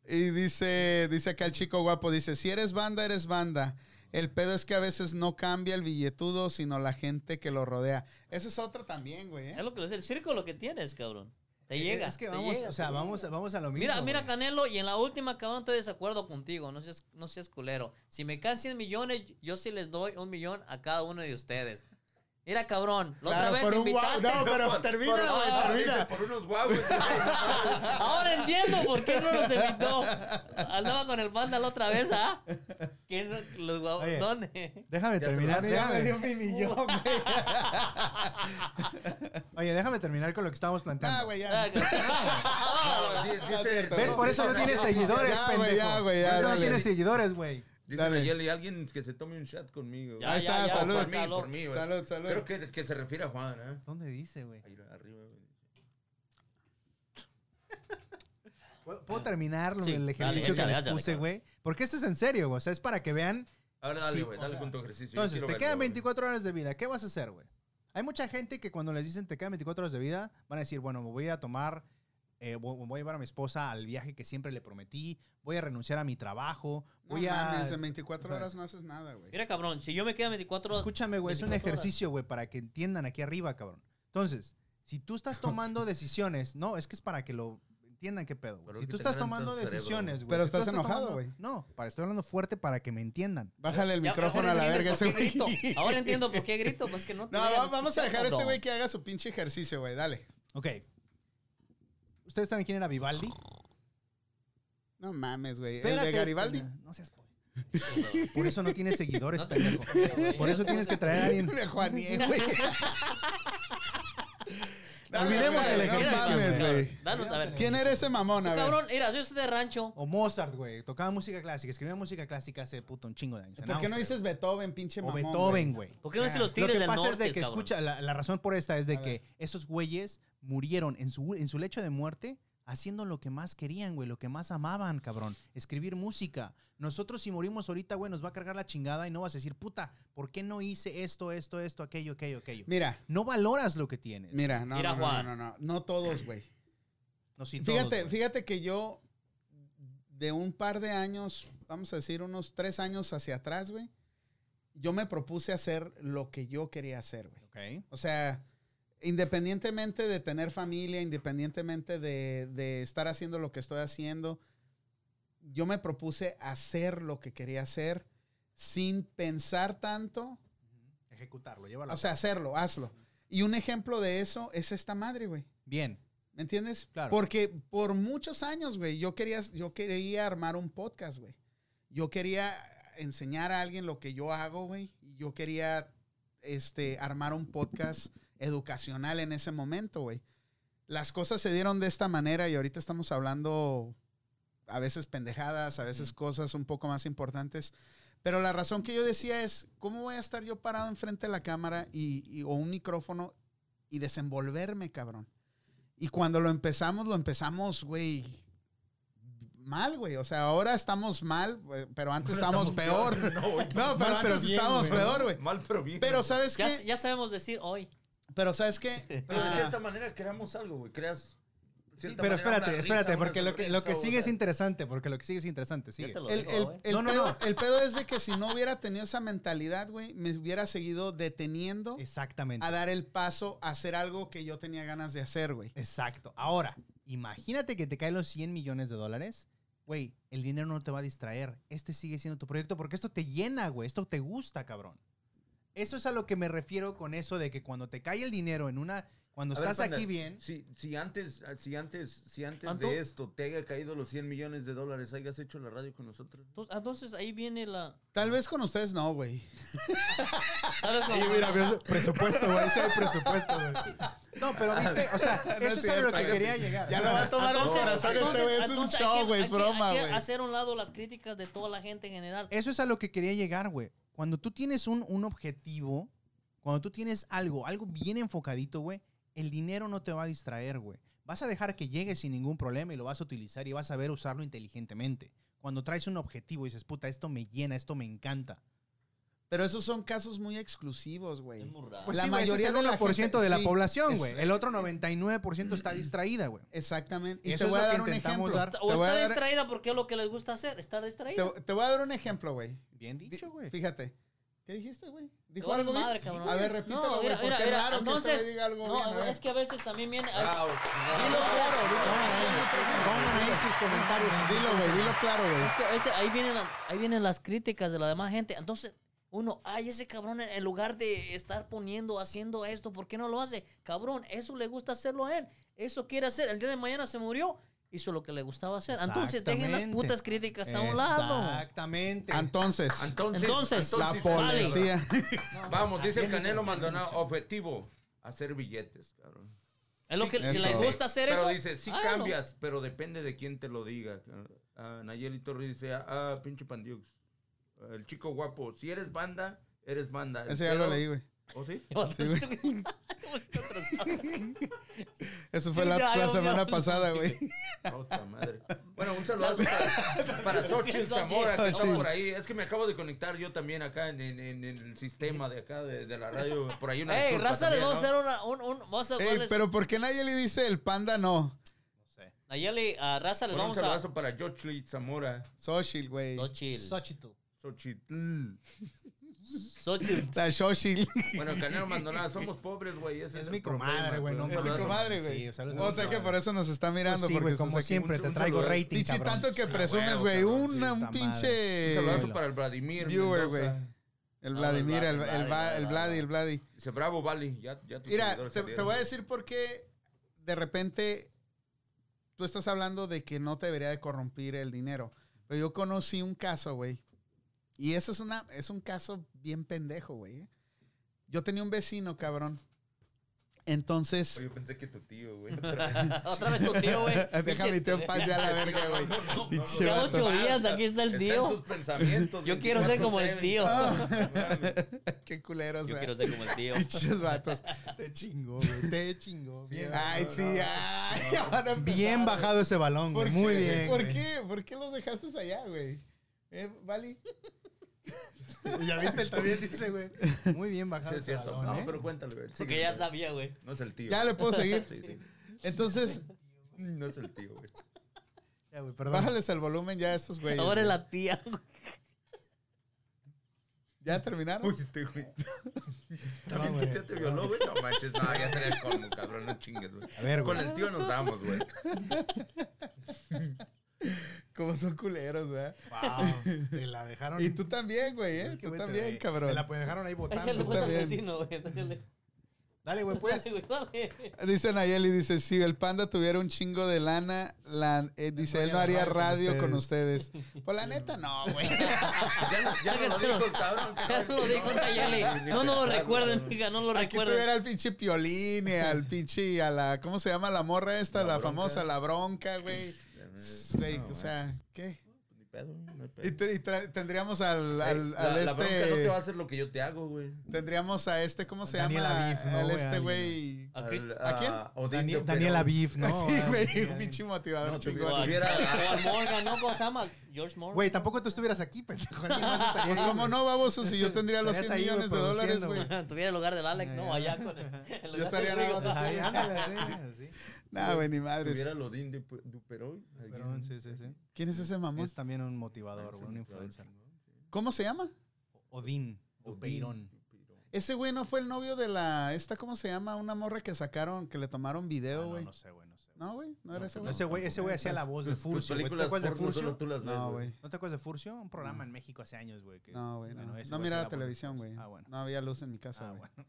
Speaker 1: y dice, dice acá el chico guapo, dice, si eres banda, eres banda. El pedo es que a veces no cambia el billetudo, sino la gente que lo rodea. Esa es otra también, güey. ¿eh?
Speaker 5: Es lo que es el círculo que tienes, cabrón. Te
Speaker 4: Eh,
Speaker 5: llega.
Speaker 4: Es que
Speaker 5: te
Speaker 4: vamos,
Speaker 5: llega,
Speaker 4: o sea,
Speaker 5: te
Speaker 4: vamos, vamos a lo mismo.
Speaker 5: Mira, mira,
Speaker 4: güey.
Speaker 5: Canelo, y en la última, cabrón, estoy de desacuerdo contigo. No seas, no seas culero. Si me caen 100 millones, yo sí les doy un millón a cada uno de ustedes. Mira, cabrón, la
Speaker 1: Claro,
Speaker 5: otra vez
Speaker 1: por un guau-
Speaker 5: invitaste.
Speaker 1: No, pero termina,
Speaker 5: por-
Speaker 1: güey,
Speaker 5: ah,
Speaker 1: termina.
Speaker 3: Dice, por unos guau.
Speaker 5: Ahora entiendo por qué no nos invitó. Andaba con el panda la otra vez, ¿ah? ¿Qué no- los guau-
Speaker 4: Oye.
Speaker 5: ¿Dónde?
Speaker 4: Déjame
Speaker 3: Ya se
Speaker 4: terminar.
Speaker 3: va,
Speaker 1: Ya me dio mi
Speaker 4: déjame-
Speaker 1: millón, güey.
Speaker 4: Oye, déjame terminar con lo que estábamos
Speaker 1: Ah,
Speaker 4: planteando.
Speaker 1: güey, ya.
Speaker 5: Ah, cabrón.
Speaker 3: Dice,
Speaker 4: ¿Ves? Por eso no tienes seguidores,
Speaker 1: Ya, güey,
Speaker 4: pendejo.
Speaker 1: ya, güey, ya,
Speaker 4: Por eso no
Speaker 1: dale.
Speaker 4: tienes seguidores, güey.
Speaker 3: Dice
Speaker 1: Dale.
Speaker 3: Nayeli, alguien que se tome un chat conmigo.
Speaker 5: Ya,
Speaker 1: Ahí está,
Speaker 5: ya, ya,
Speaker 1: salud.
Speaker 3: Por mí,
Speaker 5: salud.
Speaker 3: por mí. güey.
Speaker 1: Salud, salud.
Speaker 3: Creo que, que se refiere a Juan, ¿eh?
Speaker 4: ¿Dónde dice, güey?
Speaker 3: Ahí arriba, güey.
Speaker 4: ¿Puedo puedo terminar lo
Speaker 5: Ah. Sí,
Speaker 4: del
Speaker 5: dale,
Speaker 4: ejercicio
Speaker 5: échale,
Speaker 4: que les
Speaker 5: échale,
Speaker 4: puse,
Speaker 5: cabrón.
Speaker 4: güey? Porque esto es en serio, güey. O sea, es para que vean
Speaker 3: Ahora dale,
Speaker 4: Sí,
Speaker 3: güey,
Speaker 4: o
Speaker 3: dale
Speaker 4: sea,
Speaker 3: con tu ejercicio. yo
Speaker 4: Entonces,
Speaker 3: quiero
Speaker 4: te
Speaker 3: verlo,
Speaker 4: quedan
Speaker 3: güey.
Speaker 4: 24 horas de vida. ¿Qué vas a hacer, güey? Hay mucha gente que cuando les dicen te quedan 24 horas de vida, van a decir, bueno, me voy a tomar, eh, vo- voy a llevar a mi esposa al viaje que siempre le prometí, voy a renunciar a mi trabajo,
Speaker 1: No
Speaker 4: voy a... este,
Speaker 1: mames, en 24
Speaker 4: Ajá.
Speaker 1: horas no haces nada, güey.
Speaker 5: Mira, cabrón, si yo me quedo 24
Speaker 4: Escúchame, güey, es un
Speaker 5: 24 horas.
Speaker 4: ejercicio, güey, para que entiendan aquí arriba, cabrón. Entonces, si tú estás tomando decisiones, no, es que es para que lo entiendan qué pedo, güey.
Speaker 3: Pero
Speaker 4: Si
Speaker 3: que
Speaker 4: tú
Speaker 3: te
Speaker 4: estás
Speaker 3: entren
Speaker 4: tomando
Speaker 3: todo el cerebro,
Speaker 4: decisiones, güey.
Speaker 1: Pero
Speaker 4: si tú
Speaker 1: estás enojado,
Speaker 4: tomando-
Speaker 1: güey.
Speaker 4: No, para, estoy hablando fuerte para que me entiendan.
Speaker 1: Bájale el
Speaker 5: Ya,
Speaker 1: micrófono
Speaker 5: ahora
Speaker 1: a la
Speaker 5: entiendo
Speaker 1: verga
Speaker 5: por
Speaker 1: ese
Speaker 5: qué
Speaker 1: güey.
Speaker 5: grito. Ahora entiendo por qué grito, pues que no te
Speaker 1: No,
Speaker 5: llegan
Speaker 1: va- vamos a dejar a este
Speaker 5: escuchando.
Speaker 1: güey que haga su pinche ejercicio, güey. Dale.
Speaker 4: Ok. ¿Ustedes saben quién era Vivaldi?
Speaker 1: No mames, güey. El
Speaker 4: Espérate,
Speaker 1: de Garibaldi.
Speaker 4: pendejo. No seas pobre. Por eso no tienes seguidores,
Speaker 5: No te
Speaker 4: pendejo.
Speaker 5: escucho, güey.
Speaker 4: Por eso tienes que traer a alguien.
Speaker 1: Me Juanié, güey. Dale,
Speaker 4: Olvidemos
Speaker 1: güey,
Speaker 4: el
Speaker 1: no
Speaker 4: ejercicio,
Speaker 1: mames,
Speaker 4: güey.
Speaker 1: güey.
Speaker 5: Danos, a ver.
Speaker 1: ¿Quién era ese mamón, a
Speaker 5: Sí,
Speaker 1: ver?
Speaker 5: cabrón, mira, yo soy de rancho.
Speaker 4: O Mozart, güey. Tocaba música clásica. Escribía música clásica hace puto un chingo de años.
Speaker 1: ¿Por qué no dices Beethoven, pinche
Speaker 4: O
Speaker 1: mamón?
Speaker 4: Beethoven, güey?
Speaker 5: ¿Por qué no
Speaker 1: O
Speaker 5: se
Speaker 1: sea,
Speaker 5: los
Speaker 4: Lo
Speaker 5: tigres
Speaker 4: que
Speaker 5: del
Speaker 4: pasa
Speaker 5: norte?
Speaker 4: es de que
Speaker 5: cabrón?
Speaker 4: escucha, la, la razón por esta es de
Speaker 1: A
Speaker 4: que
Speaker 1: ver.
Speaker 4: esos güeyes murieron en su, en su lecho de muerte haciendo lo que más querían, güey, lo que más amaban, cabrón, escribir música. Nosotros si morimos ahorita, güey, nos va a cargar la chingada y no vas a decir, puta, ¿por qué no hice esto, esto, esto, aquello, aquello, aquello?
Speaker 1: Mira,
Speaker 4: No valoras lo que tienes.
Speaker 1: mira, no,
Speaker 5: Mira,
Speaker 1: no, no,
Speaker 5: Juan.
Speaker 1: no, no, no, no todos, güey.
Speaker 4: No, sí, todos,
Speaker 1: Fíjate,
Speaker 4: güey.
Speaker 1: fíjate que yo de un par de años, vamos a decir unos tres años hacia atrás, güey, yo me propuse hacer lo que yo quería hacer, güey.
Speaker 4: Ok.
Speaker 1: O sea, independientemente de tener familia, independientemente de, de estar haciendo lo que estoy haciendo, yo me propuse hacer lo que quería hacer sin pensar tanto.
Speaker 4: Ejecutarlo, llévalo.
Speaker 1: O sea, hacerlo, hazlo. Y un ejemplo de eso es esta madre, güey.
Speaker 4: Bien.
Speaker 1: ¿Me entiendes?
Speaker 4: Claro.
Speaker 1: Porque por muchos años, güey, yo quería, yo quería armar un podcast, güey. Yo quería enseñar a alguien lo que yo hago, güey. Yo quería este, armar un podcast educacional en ese momento, güey. Las cosas se dieron de esta manera y ahorita estamos hablando a veces pendejadas, a veces cosas un poco más importantes. Pero la razón que yo decía es, ¿cómo voy a estar yo parado enfrente de la cámara y, y- o un micrófono y desenvolverme, cabrón? Y cuando lo empezamos, lo empezamos, güey, mal, güey. O sea, ahora estamos mal, güey, pero antes estábamos peor.
Speaker 3: No, güey,
Speaker 1: No, pero
Speaker 4: Mal, pero
Speaker 1: antes
Speaker 4: bien,
Speaker 1: estábamos
Speaker 4: güey.
Speaker 1: peor, güey.
Speaker 3: Mal, pero bien.
Speaker 1: Pero sabes
Speaker 5: Ya,
Speaker 1: qué,
Speaker 5: ya sabemos decir hoy.
Speaker 1: pero sabes qué,
Speaker 3: Pero de
Speaker 1: Ah,
Speaker 3: cierta manera creamos algo, güey. Creas. de
Speaker 4: Sí,
Speaker 3: cierta
Speaker 4: pero
Speaker 3: manera,
Speaker 4: espérate,
Speaker 3: una
Speaker 4: espérate,
Speaker 3: risa, una
Speaker 4: porque lo que, lo que
Speaker 3: sonrisa,
Speaker 4: sigue
Speaker 3: o
Speaker 4: es
Speaker 3: sea,
Speaker 4: interesante, porque lo que sigue es interesante,
Speaker 5: Ya
Speaker 4: sigue.
Speaker 5: te lo
Speaker 1: el,
Speaker 5: digo,
Speaker 1: el-
Speaker 5: güey.
Speaker 1: el
Speaker 4: No, no,
Speaker 1: pedo,
Speaker 4: no.
Speaker 1: el pedo es de que si no hubiera tenido esa mentalidad, güey, me hubiera seguido deteniendo
Speaker 4: Exactamente.
Speaker 1: a dar el paso a hacer algo que yo tenía ganas de hacer, güey.
Speaker 4: Exacto. Ahora, imagínate que te caen los 100 millones de dólares. Güey, el dinero no te va a distraer. Este sigue siendo tu proyecto porque esto te llena, güey. Esto te gusta, cabrón. Eso es a lo que me refiero con eso de que cuando te cae el dinero en una. Cuando
Speaker 3: A ver,
Speaker 4: estás
Speaker 3: Panda,
Speaker 4: aquí bien.
Speaker 3: Si, si antes, si antes, si antes
Speaker 5: ¿Cuánto?
Speaker 3: de esto te haya caído los 100 millones de dólares, hayas hecho la radio con nosotros.
Speaker 5: Entonces- Entonces ahí viene la...
Speaker 1: Tal vez con ustedes no, güey.
Speaker 5: ¿sabes cómo?
Speaker 4: presupuesto, güey. Ese es presupuesto, güey. No, pero viste, o sea,
Speaker 1: No es
Speaker 4: eso es a lo
Speaker 1: cierto.
Speaker 4: que quería llegar.
Speaker 1: Ya lo va a tomar el
Speaker 5: Entonces-
Speaker 1: corazón este
Speaker 5: entonces-
Speaker 1: güey. Es un
Speaker 5: entonces hay
Speaker 1: show,
Speaker 5: que-
Speaker 1: güey. Es
Speaker 5: hay que-
Speaker 1: broma,
Speaker 5: hay que
Speaker 1: güey.
Speaker 5: hacer a un lado las críticas de toda la gente en general.
Speaker 4: Eso es a lo que quería llegar, güey. Cuando tú tienes un, un objetivo, cuando tú tienes algo, algo bien enfocadito, güey, el dinero no te va a distraer, güey. Vas a dejar que llegue sin ningún problema y lo vas a utilizar y vas a saber usarlo inteligentemente. Cuando traes un objetivo y dices, puta, esto me llena, esto me encanta.
Speaker 1: Pero esos son casos muy exclusivos, güey.
Speaker 5: Es muy raro.
Speaker 4: Pues
Speaker 1: La
Speaker 4: sí, güey, ese
Speaker 1: mayoría
Speaker 4: es
Speaker 1: de
Speaker 4: el
Speaker 1: la
Speaker 4: 1% de
Speaker 1: gente-
Speaker 4: la,
Speaker 1: sí,
Speaker 4: población,
Speaker 1: es-
Speaker 4: güey. El otro 99% está distraída, güey.
Speaker 1: Exactamente. Y te
Speaker 4: Eso es
Speaker 1: voy a
Speaker 4: lo que
Speaker 1: dar un
Speaker 4: intentamos
Speaker 1: ejemplo.
Speaker 4: dar.
Speaker 1: Te
Speaker 5: o
Speaker 1: voy
Speaker 5: está
Speaker 1: a dar-
Speaker 5: distraída porque es lo que les gusta hacer, estar distraída.
Speaker 1: te- te voy a dar un ejemplo, güey.
Speaker 4: Bien dicho, güey.
Speaker 1: Fíjate. ¿Qué dijiste, güey? ¿Dijo
Speaker 5: Todo
Speaker 1: algo bien?
Speaker 5: desmadre, cabrón.
Speaker 1: A ver,
Speaker 5: No,
Speaker 1: repítelo, güey.
Speaker 5: mira,
Speaker 1: porque
Speaker 5: mira,
Speaker 1: es
Speaker 5: mira,
Speaker 1: raro que este
Speaker 5: entonces-
Speaker 1: güey diga algo
Speaker 5: No,
Speaker 1: bien. A ver. Ah,
Speaker 5: es que a veces también viene...
Speaker 4: Ah,
Speaker 3: Ah,
Speaker 1: Dilo claro.
Speaker 4: Pongan ahí sus comentarios.
Speaker 1: Dilo, güey. Dilo, güey. Dilo claro, güey.
Speaker 5: Es que a veces ahí vienen, la- ahí vienen las críticas de la demás gente. Entonces, uno, ay, ese cabrón, en- en lugar de estar poniendo, haciendo esto, ¿por qué no lo hace? Cabrón, eso le gusta hacerlo a él. Eso quiere hacer. El día de mañana se murió, hizo lo que le gustaba hacer. Entonces, dejen las
Speaker 4: Exactamente.
Speaker 5: putas críticas a un lado.
Speaker 4: Exactamente.
Speaker 1: Entonces,
Speaker 3: Entonces,
Speaker 5: Entonces,
Speaker 1: la
Speaker 5: entonces, vale.
Speaker 1: policía.
Speaker 3: Vamos, dice el
Speaker 4: bien dicho,
Speaker 3: Canelo
Speaker 4: bien
Speaker 3: Maldonado,
Speaker 4: dicho.
Speaker 3: objetivo, hacer billetes, cabrón.
Speaker 5: Es lo que si
Speaker 1: eso.
Speaker 5: les gusta hacer
Speaker 3: pero
Speaker 5: eso. Ah,
Speaker 3: dice, sí
Speaker 5: háganlo.
Speaker 3: cambias, pero depende de quién te lo diga. Ah, Nayeli Torres dice, ah, pinche Pandiux. El chico guapo, si eres banda, eres banda. El
Speaker 1: Ese ya lo
Speaker 3: pedo-
Speaker 1: leí, güey.
Speaker 3: ¿Oh, sí?
Speaker 1: Eso fue
Speaker 5: Sí,
Speaker 1: la,
Speaker 5: ya,
Speaker 1: la
Speaker 5: ya,
Speaker 1: semana
Speaker 5: ya.
Speaker 1: pasada, güey.
Speaker 3: Otra madre. Bueno, un saludo para, para Xochitl Zamora,
Speaker 1: Ah,
Speaker 3: que está por ahí. Es que me acabo de conectar yo también acá en, en- en el sistema de acá de, de la radio. Por ahí una
Speaker 5: Ey,
Speaker 3: disculpa
Speaker 5: raza, les
Speaker 3: también,
Speaker 5: vamos a
Speaker 3: ¿no?
Speaker 5: hacer una, un, un- vamos a
Speaker 1: Ey,
Speaker 5: darles-
Speaker 1: pero ¿por qué nadie le dice el panda no?
Speaker 5: Nayeli, a raza les
Speaker 3: Bueno, un
Speaker 5: vamos a...
Speaker 3: saludazo para Xochitl Zamora.
Speaker 1: Xochitl, güey.
Speaker 5: No, chill.
Speaker 1: Mm.
Speaker 3: Xochitl.
Speaker 5: Xochitl.
Speaker 1: La Xochitl.
Speaker 3: Bueno, Canelo Maldonado, somos pobres, güey. ese
Speaker 4: Es
Speaker 3: el
Speaker 4: mi
Speaker 3: problema,
Speaker 4: comadre, güey,
Speaker 3: pero
Speaker 4: no
Speaker 3: un
Speaker 4: me
Speaker 1: Es mi
Speaker 4: lo-
Speaker 3: saludazo.
Speaker 1: comadre,
Speaker 4: Sí,
Speaker 1: güey.
Speaker 4: saludos a
Speaker 1: o
Speaker 4: mi
Speaker 1: sea que
Speaker 4: comadre.
Speaker 1: por eso nos está mirando.
Speaker 4: Sí,
Speaker 1: porque
Speaker 4: güey,
Speaker 1: estás
Speaker 4: como
Speaker 1: aquí.
Speaker 4: siempre,
Speaker 3: Un-
Speaker 4: te
Speaker 3: un
Speaker 4: traigo
Speaker 3: saludo.
Speaker 4: rating,
Speaker 1: Pichi,
Speaker 4: cabrón.
Speaker 1: tanto que
Speaker 4: Sí,
Speaker 1: presumes,
Speaker 4: huevo,
Speaker 1: güey.
Speaker 4: cabrón.
Speaker 1: Un, un
Speaker 4: Sí, está madre.
Speaker 3: Un
Speaker 1: pinche
Speaker 3: saludazo para el Vladimir.
Speaker 1: viewer, güey.
Speaker 3: Mendoza.
Speaker 1: El
Speaker 5: No,
Speaker 1: Vladimir,
Speaker 5: el
Speaker 1: el, el,
Speaker 5: Vladi,
Speaker 1: Va-
Speaker 5: el
Speaker 1: el
Speaker 5: Vladi.
Speaker 1: Vladi, el Vladi.
Speaker 3: Dice, bravo, Vali. Ya, ya tus
Speaker 1: Mira,
Speaker 3: seguidores
Speaker 1: te,
Speaker 3: salieron.
Speaker 1: te voy a decir por qué de repente tú estás hablando de que no te debería de corrompir el dinero. Pero yo conocí un caso, güey. Y eso es, una, es un caso bien pendejo, güey. ¿eh? Yo tenía un vecino, cabrón. Entonces...
Speaker 3: Oye, Yo pensé que tu tío, güey.
Speaker 5: Otra vez tu tío, güey.
Speaker 1: Deja a mi tío en paz ya la verga, güey. Pinche
Speaker 5: Ya
Speaker 1: vato.
Speaker 5: ocho días, aquí está el
Speaker 3: Está en sus
Speaker 5: tío.
Speaker 3: pensamientos.
Speaker 5: Yo quiero ser como el
Speaker 3: 24/7.
Speaker 5: tío.
Speaker 1: Qué culero, o
Speaker 5: Yo
Speaker 1: sea.
Speaker 5: quiero ser como el tío.
Speaker 1: Pinches vatos.
Speaker 4: Te chingó, güey. Te chingó. Bien,
Speaker 1: Ay, sí, ay. ya van a empezar,
Speaker 4: Bien
Speaker 1: güey.
Speaker 4: bajado ese balón,
Speaker 1: ¿Por
Speaker 4: güey.
Speaker 1: qué?
Speaker 4: Muy bien.
Speaker 1: ¿Por
Speaker 4: güey.
Speaker 1: qué? ¿Por qué los dejaste allá, güey? ¿Eh, Vali?
Speaker 4: Ya viste, él también dice, güey. Muy bien bajado
Speaker 3: Sí, es
Speaker 4: ese
Speaker 3: cierto.
Speaker 4: balón,
Speaker 3: No,
Speaker 4: ¿eh?
Speaker 3: pero cuéntalo, güey.
Speaker 5: Porque
Speaker 3: Síguele,
Speaker 5: ya
Speaker 3: güey.
Speaker 5: sabía, güey.
Speaker 3: No es el tío.
Speaker 1: Ya le puedo seguir.
Speaker 3: Sí, sí.
Speaker 1: Entonces,
Speaker 3: No es el tío, güey.
Speaker 4: Ya, güey, perdón.
Speaker 1: bájales el volumen ya a estos güeyes.
Speaker 5: Ahora es
Speaker 1: güey.
Speaker 5: la tía, güey.
Speaker 1: ¿Ya terminaron?
Speaker 3: Uy, este güey.
Speaker 4: No,
Speaker 3: También tu
Speaker 4: güey.
Speaker 3: tío te violó, güey. No manches, no, ya será el colmo, cabrón. No chingues, güey.
Speaker 4: A ver,
Speaker 3: Con
Speaker 4: güey.
Speaker 3: el tío nos damos, güey.
Speaker 1: Como son culeros, ¿verdad?
Speaker 4: Wow, te la dejaron.
Speaker 1: Y tú también, güey, ¿eh?
Speaker 4: Es que,
Speaker 1: Tú
Speaker 4: güey, te-
Speaker 1: también,
Speaker 4: Te
Speaker 1: cabrón.
Speaker 4: la dejaron ahí
Speaker 5: Échale
Speaker 4: botando.
Speaker 5: pues al
Speaker 1: también.
Speaker 5: vecino, güey. Dale,
Speaker 4: Dale, güey, pues.
Speaker 5: güey, dale.
Speaker 1: Dice Nayeli, dice, si el panda tuviera un chingo de lana, la- eh, dice, él no haría radio con ustedes. Pues la neta, no, güey.
Speaker 3: Ya, no- ya no lo dijo el cabrón.
Speaker 5: Ya no lo dijo Nayeli. No, no lo recuerden,
Speaker 3: mija.
Speaker 5: mija, no lo
Speaker 1: Aquí
Speaker 5: recuerden.
Speaker 1: tuviera al pinche Piolín y al pinche, a la, ¿cómo se llama la morra esta?
Speaker 3: La
Speaker 1: La,
Speaker 3: bronca.
Speaker 1: famosa, la bronca, güey.
Speaker 4: Mm,
Speaker 1: Güey, o sea, ¿qué?
Speaker 3: Ni pedo, no hay pedo.
Speaker 1: Y, te- y tra- tendríamos al, al,
Speaker 3: Ey,
Speaker 1: al
Speaker 3: la, la
Speaker 1: este...
Speaker 3: bronca no te va a hacer lo que yo te hago, güey.
Speaker 1: Tendríamos a este, ¿cómo se
Speaker 4: Daniel
Speaker 1: llama?
Speaker 4: Aviv, ¿no,
Speaker 1: Al
Speaker 4: güey?
Speaker 1: este
Speaker 4: Alguien,
Speaker 1: güey.
Speaker 5: A Chris-
Speaker 3: Al-
Speaker 1: ¿a quién?
Speaker 3: Odín de
Speaker 4: Daniel,
Speaker 3: Operón.
Speaker 4: Daniel Aviv, ¿no?
Speaker 1: sí, güey, un
Speaker 4: güey.
Speaker 1: pinche motivador
Speaker 3: No,
Speaker 5: O
Speaker 1: chingón.
Speaker 5: a-
Speaker 3: tuviera-
Speaker 5: o al Morgan, ¿no? ¿Cómo se llama? George Morgan.
Speaker 4: Güey, tampoco tú estuvieras aquí, pendejo. Alguien más estaría
Speaker 1: Pues,
Speaker 4: ahí,
Speaker 1: ¿Cómo
Speaker 4: güey.
Speaker 1: no, baboso? Si yo tendría los
Speaker 4: Estarías
Speaker 1: 100
Speaker 4: ahí, güey,
Speaker 1: millones de dólares,
Speaker 4: produciendo,
Speaker 1: güey.
Speaker 5: Tuviera el lugar del Alex, ¿no? Allá con el. el lugar
Speaker 1: estaría
Speaker 5: del
Speaker 1: nada
Speaker 5: Rigo.
Speaker 1: más
Speaker 4: Ay, ándale, sí, sí.
Speaker 1: Nah, güey, ni madres.
Speaker 3: Tuviera el Odín de Pe- Duperón.
Speaker 4: Pero,
Speaker 3: alguien-
Speaker 4: sí, sí, sí.
Speaker 1: ¿Quién es ese mamón?
Speaker 4: Es también un motivador, güey, un influencer.
Speaker 1: ¿Cómo se llama?
Speaker 4: Odín.
Speaker 3: Odín
Speaker 4: Obeirón.
Speaker 3: Duperón.
Speaker 1: Ese güey no fue el novio de la. Esta, ¿cómo se llama? Una morra que sacaron, que le tomaron
Speaker 4: Ah,
Speaker 1: video,
Speaker 4: no,
Speaker 1: güey.
Speaker 4: no sé, güey, no sé.
Speaker 1: No, güey, no era ese güey.
Speaker 4: Ese güey ese güey hacía la voz de
Speaker 3: Tus- tus
Speaker 4: Furcio. güey. ¿Tú te
Speaker 3: películas
Speaker 4: acuerdas de
Speaker 3: porno solo
Speaker 4: Furcio?
Speaker 3: tú las ves,
Speaker 1: No,
Speaker 3: güey.
Speaker 1: güey.
Speaker 4: ¿No te acuerdas de Furcio? Un programa en México hace años, güey. que-
Speaker 1: No, güey. No,
Speaker 4: Bueno, ese
Speaker 1: No
Speaker 4: güey
Speaker 1: miraba
Speaker 4: hacía la voz de
Speaker 1: televisión,
Speaker 4: Furcio.
Speaker 1: güey.
Speaker 4: Ah, bueno.
Speaker 1: No había luz en mi casa.
Speaker 4: Ah,
Speaker 1: güey.
Speaker 4: bueno.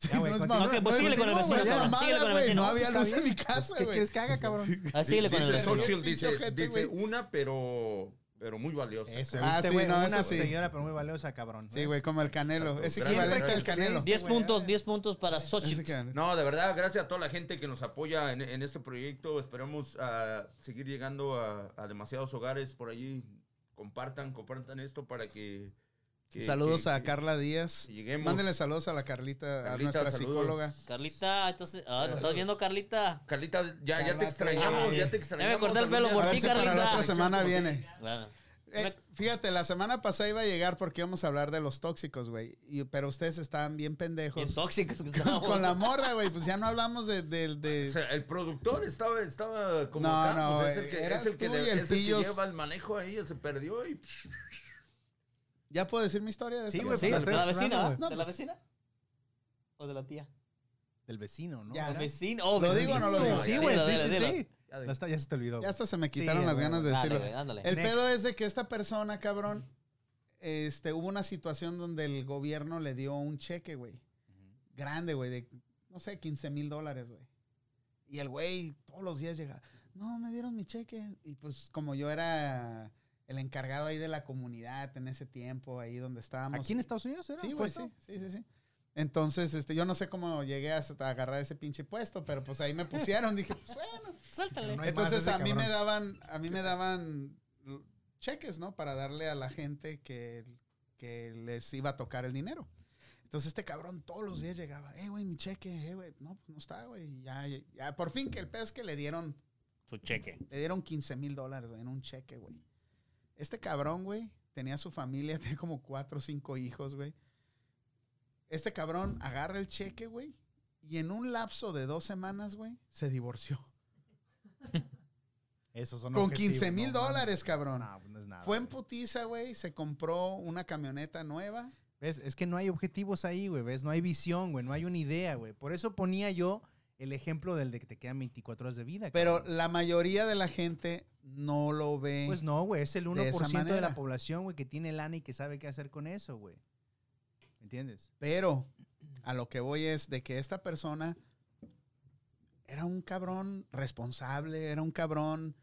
Speaker 4: Ya, güey,
Speaker 1: No es
Speaker 4: continúa,
Speaker 1: mamá.
Speaker 5: Ok, pues
Speaker 1: No,
Speaker 5: síguele con el
Speaker 1: continúa, güey,
Speaker 5: vecino, cabrón,
Speaker 1: mamada,
Speaker 5: síguele con el
Speaker 1: güey,
Speaker 5: vecino.
Speaker 1: No había
Speaker 4: Está
Speaker 1: luz en
Speaker 4: bien.
Speaker 1: mi casa,
Speaker 4: ¿Qué
Speaker 1: güey.
Speaker 4: quieres que haga, cabrón?
Speaker 5: Así le
Speaker 3: Dice-
Speaker 5: con el
Speaker 1: sí,
Speaker 5: vecino.
Speaker 1: sí.
Speaker 3: Xochitl dice,
Speaker 1: Pinche ojete,
Speaker 3: dice
Speaker 1: güey.
Speaker 3: una, pero, pero muy valiosa.
Speaker 4: Eso,
Speaker 1: Ah,
Speaker 4: viste,
Speaker 1: sí,
Speaker 4: güey.
Speaker 1: no,
Speaker 4: Una
Speaker 1: eso sí.
Speaker 4: señora, pero muy valiosa, cabrón.
Speaker 1: Sí, güey, como el canelo.
Speaker 3: Exacto.
Speaker 1: Es
Speaker 3: Gracias,
Speaker 1: equivalente
Speaker 3: gracias.
Speaker 1: al canelo.
Speaker 4: Diez-
Speaker 5: 10 puntos, 10 puntos para
Speaker 1: Es
Speaker 5: Sochi.
Speaker 1: equivalente.
Speaker 3: No, de verdad, gracias a toda la gente que nos apoya en, en este proyecto. Esperamos ah, seguir llegando a, a demasiados hogares por allí. Compartan, compartan esto para que... que-
Speaker 1: Saludos
Speaker 3: que-
Speaker 1: a
Speaker 3: que-
Speaker 1: Carla Díaz.
Speaker 3: que Lleguemos.
Speaker 1: Mándenle saludos a la Carlita, a
Speaker 3: Carlita,
Speaker 1: nuestra
Speaker 3: saludos.
Speaker 1: psicóloga.
Speaker 5: Carlita, entonces, ah, ¿estás viendo, Carlita?
Speaker 3: Carlita, ya, ya
Speaker 1: Carlita,
Speaker 3: te extrañamos,
Speaker 1: ay.
Speaker 3: ya te
Speaker 5: Ya me
Speaker 3: extrañamos.
Speaker 5: corté el
Speaker 3: algún
Speaker 5: pelo
Speaker 3: día.
Speaker 5: por
Speaker 1: a ver
Speaker 5: ti,
Speaker 1: si para la
Speaker 5: Carlita.
Speaker 1: otra semana viene.
Speaker 5: Bueno,
Speaker 1: Eh, fíjate, la semana pasada iba a llegar porque íbamos a hablar de los tóxicos, güey. Y- Pero ustedes estaban bien
Speaker 5: bien
Speaker 1: pendejos.
Speaker 5: tóxicos que
Speaker 1: Con,
Speaker 5: estábamos.
Speaker 1: con la morra, güey. Pues ya no hablamos de... de-
Speaker 3: O
Speaker 4: Ah,
Speaker 1: de-
Speaker 3: sea, el productor estaba, estaba como
Speaker 1: No,
Speaker 3: acá,
Speaker 1: no,
Speaker 3: pues, es el que,
Speaker 1: eras
Speaker 3: es el que,
Speaker 1: tú
Speaker 3: de-
Speaker 1: y el
Speaker 3: es el que
Speaker 1: Pillos.
Speaker 3: lleva el manejo ahí, se perdió y... psh,
Speaker 1: ¿Ya puedo decir mi historia? De
Speaker 4: Sí,
Speaker 1: esta
Speaker 4: güey,
Speaker 5: Sí,
Speaker 1: vez?
Speaker 4: pues,
Speaker 5: de la
Speaker 4: Estoy
Speaker 5: vecina,
Speaker 4: hablando,
Speaker 5: ¿va?
Speaker 1: güey.
Speaker 5: ¿De la vecina? ¿O de la tía?
Speaker 4: Del vecino, ¿no?
Speaker 1: Ya,
Speaker 4: Era-
Speaker 5: Vecino. Oh,
Speaker 1: ¿Lo
Speaker 5: vecino.
Speaker 1: digo o no lo digo?
Speaker 4: Sí,
Speaker 5: Dilo,
Speaker 4: güey,
Speaker 5: dilo,
Speaker 4: sí,
Speaker 5: dilo,
Speaker 4: sí,
Speaker 5: dilo.
Speaker 4: sí.
Speaker 3: ya de-
Speaker 4: Ya, está- ya se te olvidó.
Speaker 1: Ya
Speaker 4: güey.
Speaker 1: hasta se me quitaron
Speaker 4: Sí,
Speaker 1: las
Speaker 4: güey.
Speaker 1: ganas de
Speaker 5: Dale,
Speaker 1: decirlo.
Speaker 5: güey, ándale.
Speaker 1: El
Speaker 4: Next.
Speaker 1: pedo es de que esta persona, cabrón, este, hubo una situación donde el gobierno le dio un cheque, güey. Grande, güey, de, no sé, 15 mil dólares, güey. Y el güey todos los días llega, no, me dieron mi cheque. Y pues como yo era el encargado ahí de la comunidad en ese tiempo, ahí donde estábamos.
Speaker 4: ¿Aquí en Estados Unidos era?
Speaker 1: Sí,
Speaker 4: ¿Fue
Speaker 1: güey,
Speaker 4: esto?
Speaker 1: sí, sí, sí, sí. Entonces, este, yo no sé cómo llegué hasta agarrar ese pinche puesto, pero pues ahí me pusieron. Dije, pues bueno.
Speaker 4: Pero no hay
Speaker 1: Entonces
Speaker 4: más, ese
Speaker 1: a mí
Speaker 4: cabrón.
Speaker 1: me daban, a mí me daban l- cheques, ¿no? Para darle a la gente que, que les iba a tocar el dinero. Entonces este cabrón todos los días llegaba, eh, güey, mi cheque, eh, güey, no, pues no está, güey. Y Ya, ya, ya. por fin que el pedo es que le dieron,
Speaker 5: Su cheque.
Speaker 1: le dieron 15 mil dólares, güey, en un cheque, güey. Este cabrón, güey, tenía su familia, tenía como cuatro o cinco hijos, güey. Este cabrón agarra el cheque, güey, y en un lapso de dos semanas, güey, se divorció.
Speaker 4: Esos son
Speaker 1: Con
Speaker 4: objetivos,
Speaker 1: 15 mil
Speaker 4: no mames.
Speaker 1: dólares, cabrón.
Speaker 4: No, pues no es nada.
Speaker 1: Fue en
Speaker 4: güey.
Speaker 1: putiza, güey. Se compró una camioneta nueva.
Speaker 4: ¿Ves? Es que no hay objetivos ahí, güey. ¿Ves? No hay visión, güey. No hay una idea, güey. Por eso ponía yo el ejemplo del de que te quedan 24 horas de vida.
Speaker 1: Pero
Speaker 4: cabrón.
Speaker 1: la mayoría de la gente no lo ve.
Speaker 4: Pues no, güey. Es el 1% de,
Speaker 1: manera.
Speaker 4: la población, güey, que tiene lana y que sabe qué hacer con eso, güey. ¿Me entiendes?
Speaker 1: Pero a lo que voy es de que esta persona era un cabrón responsable, era un cabrón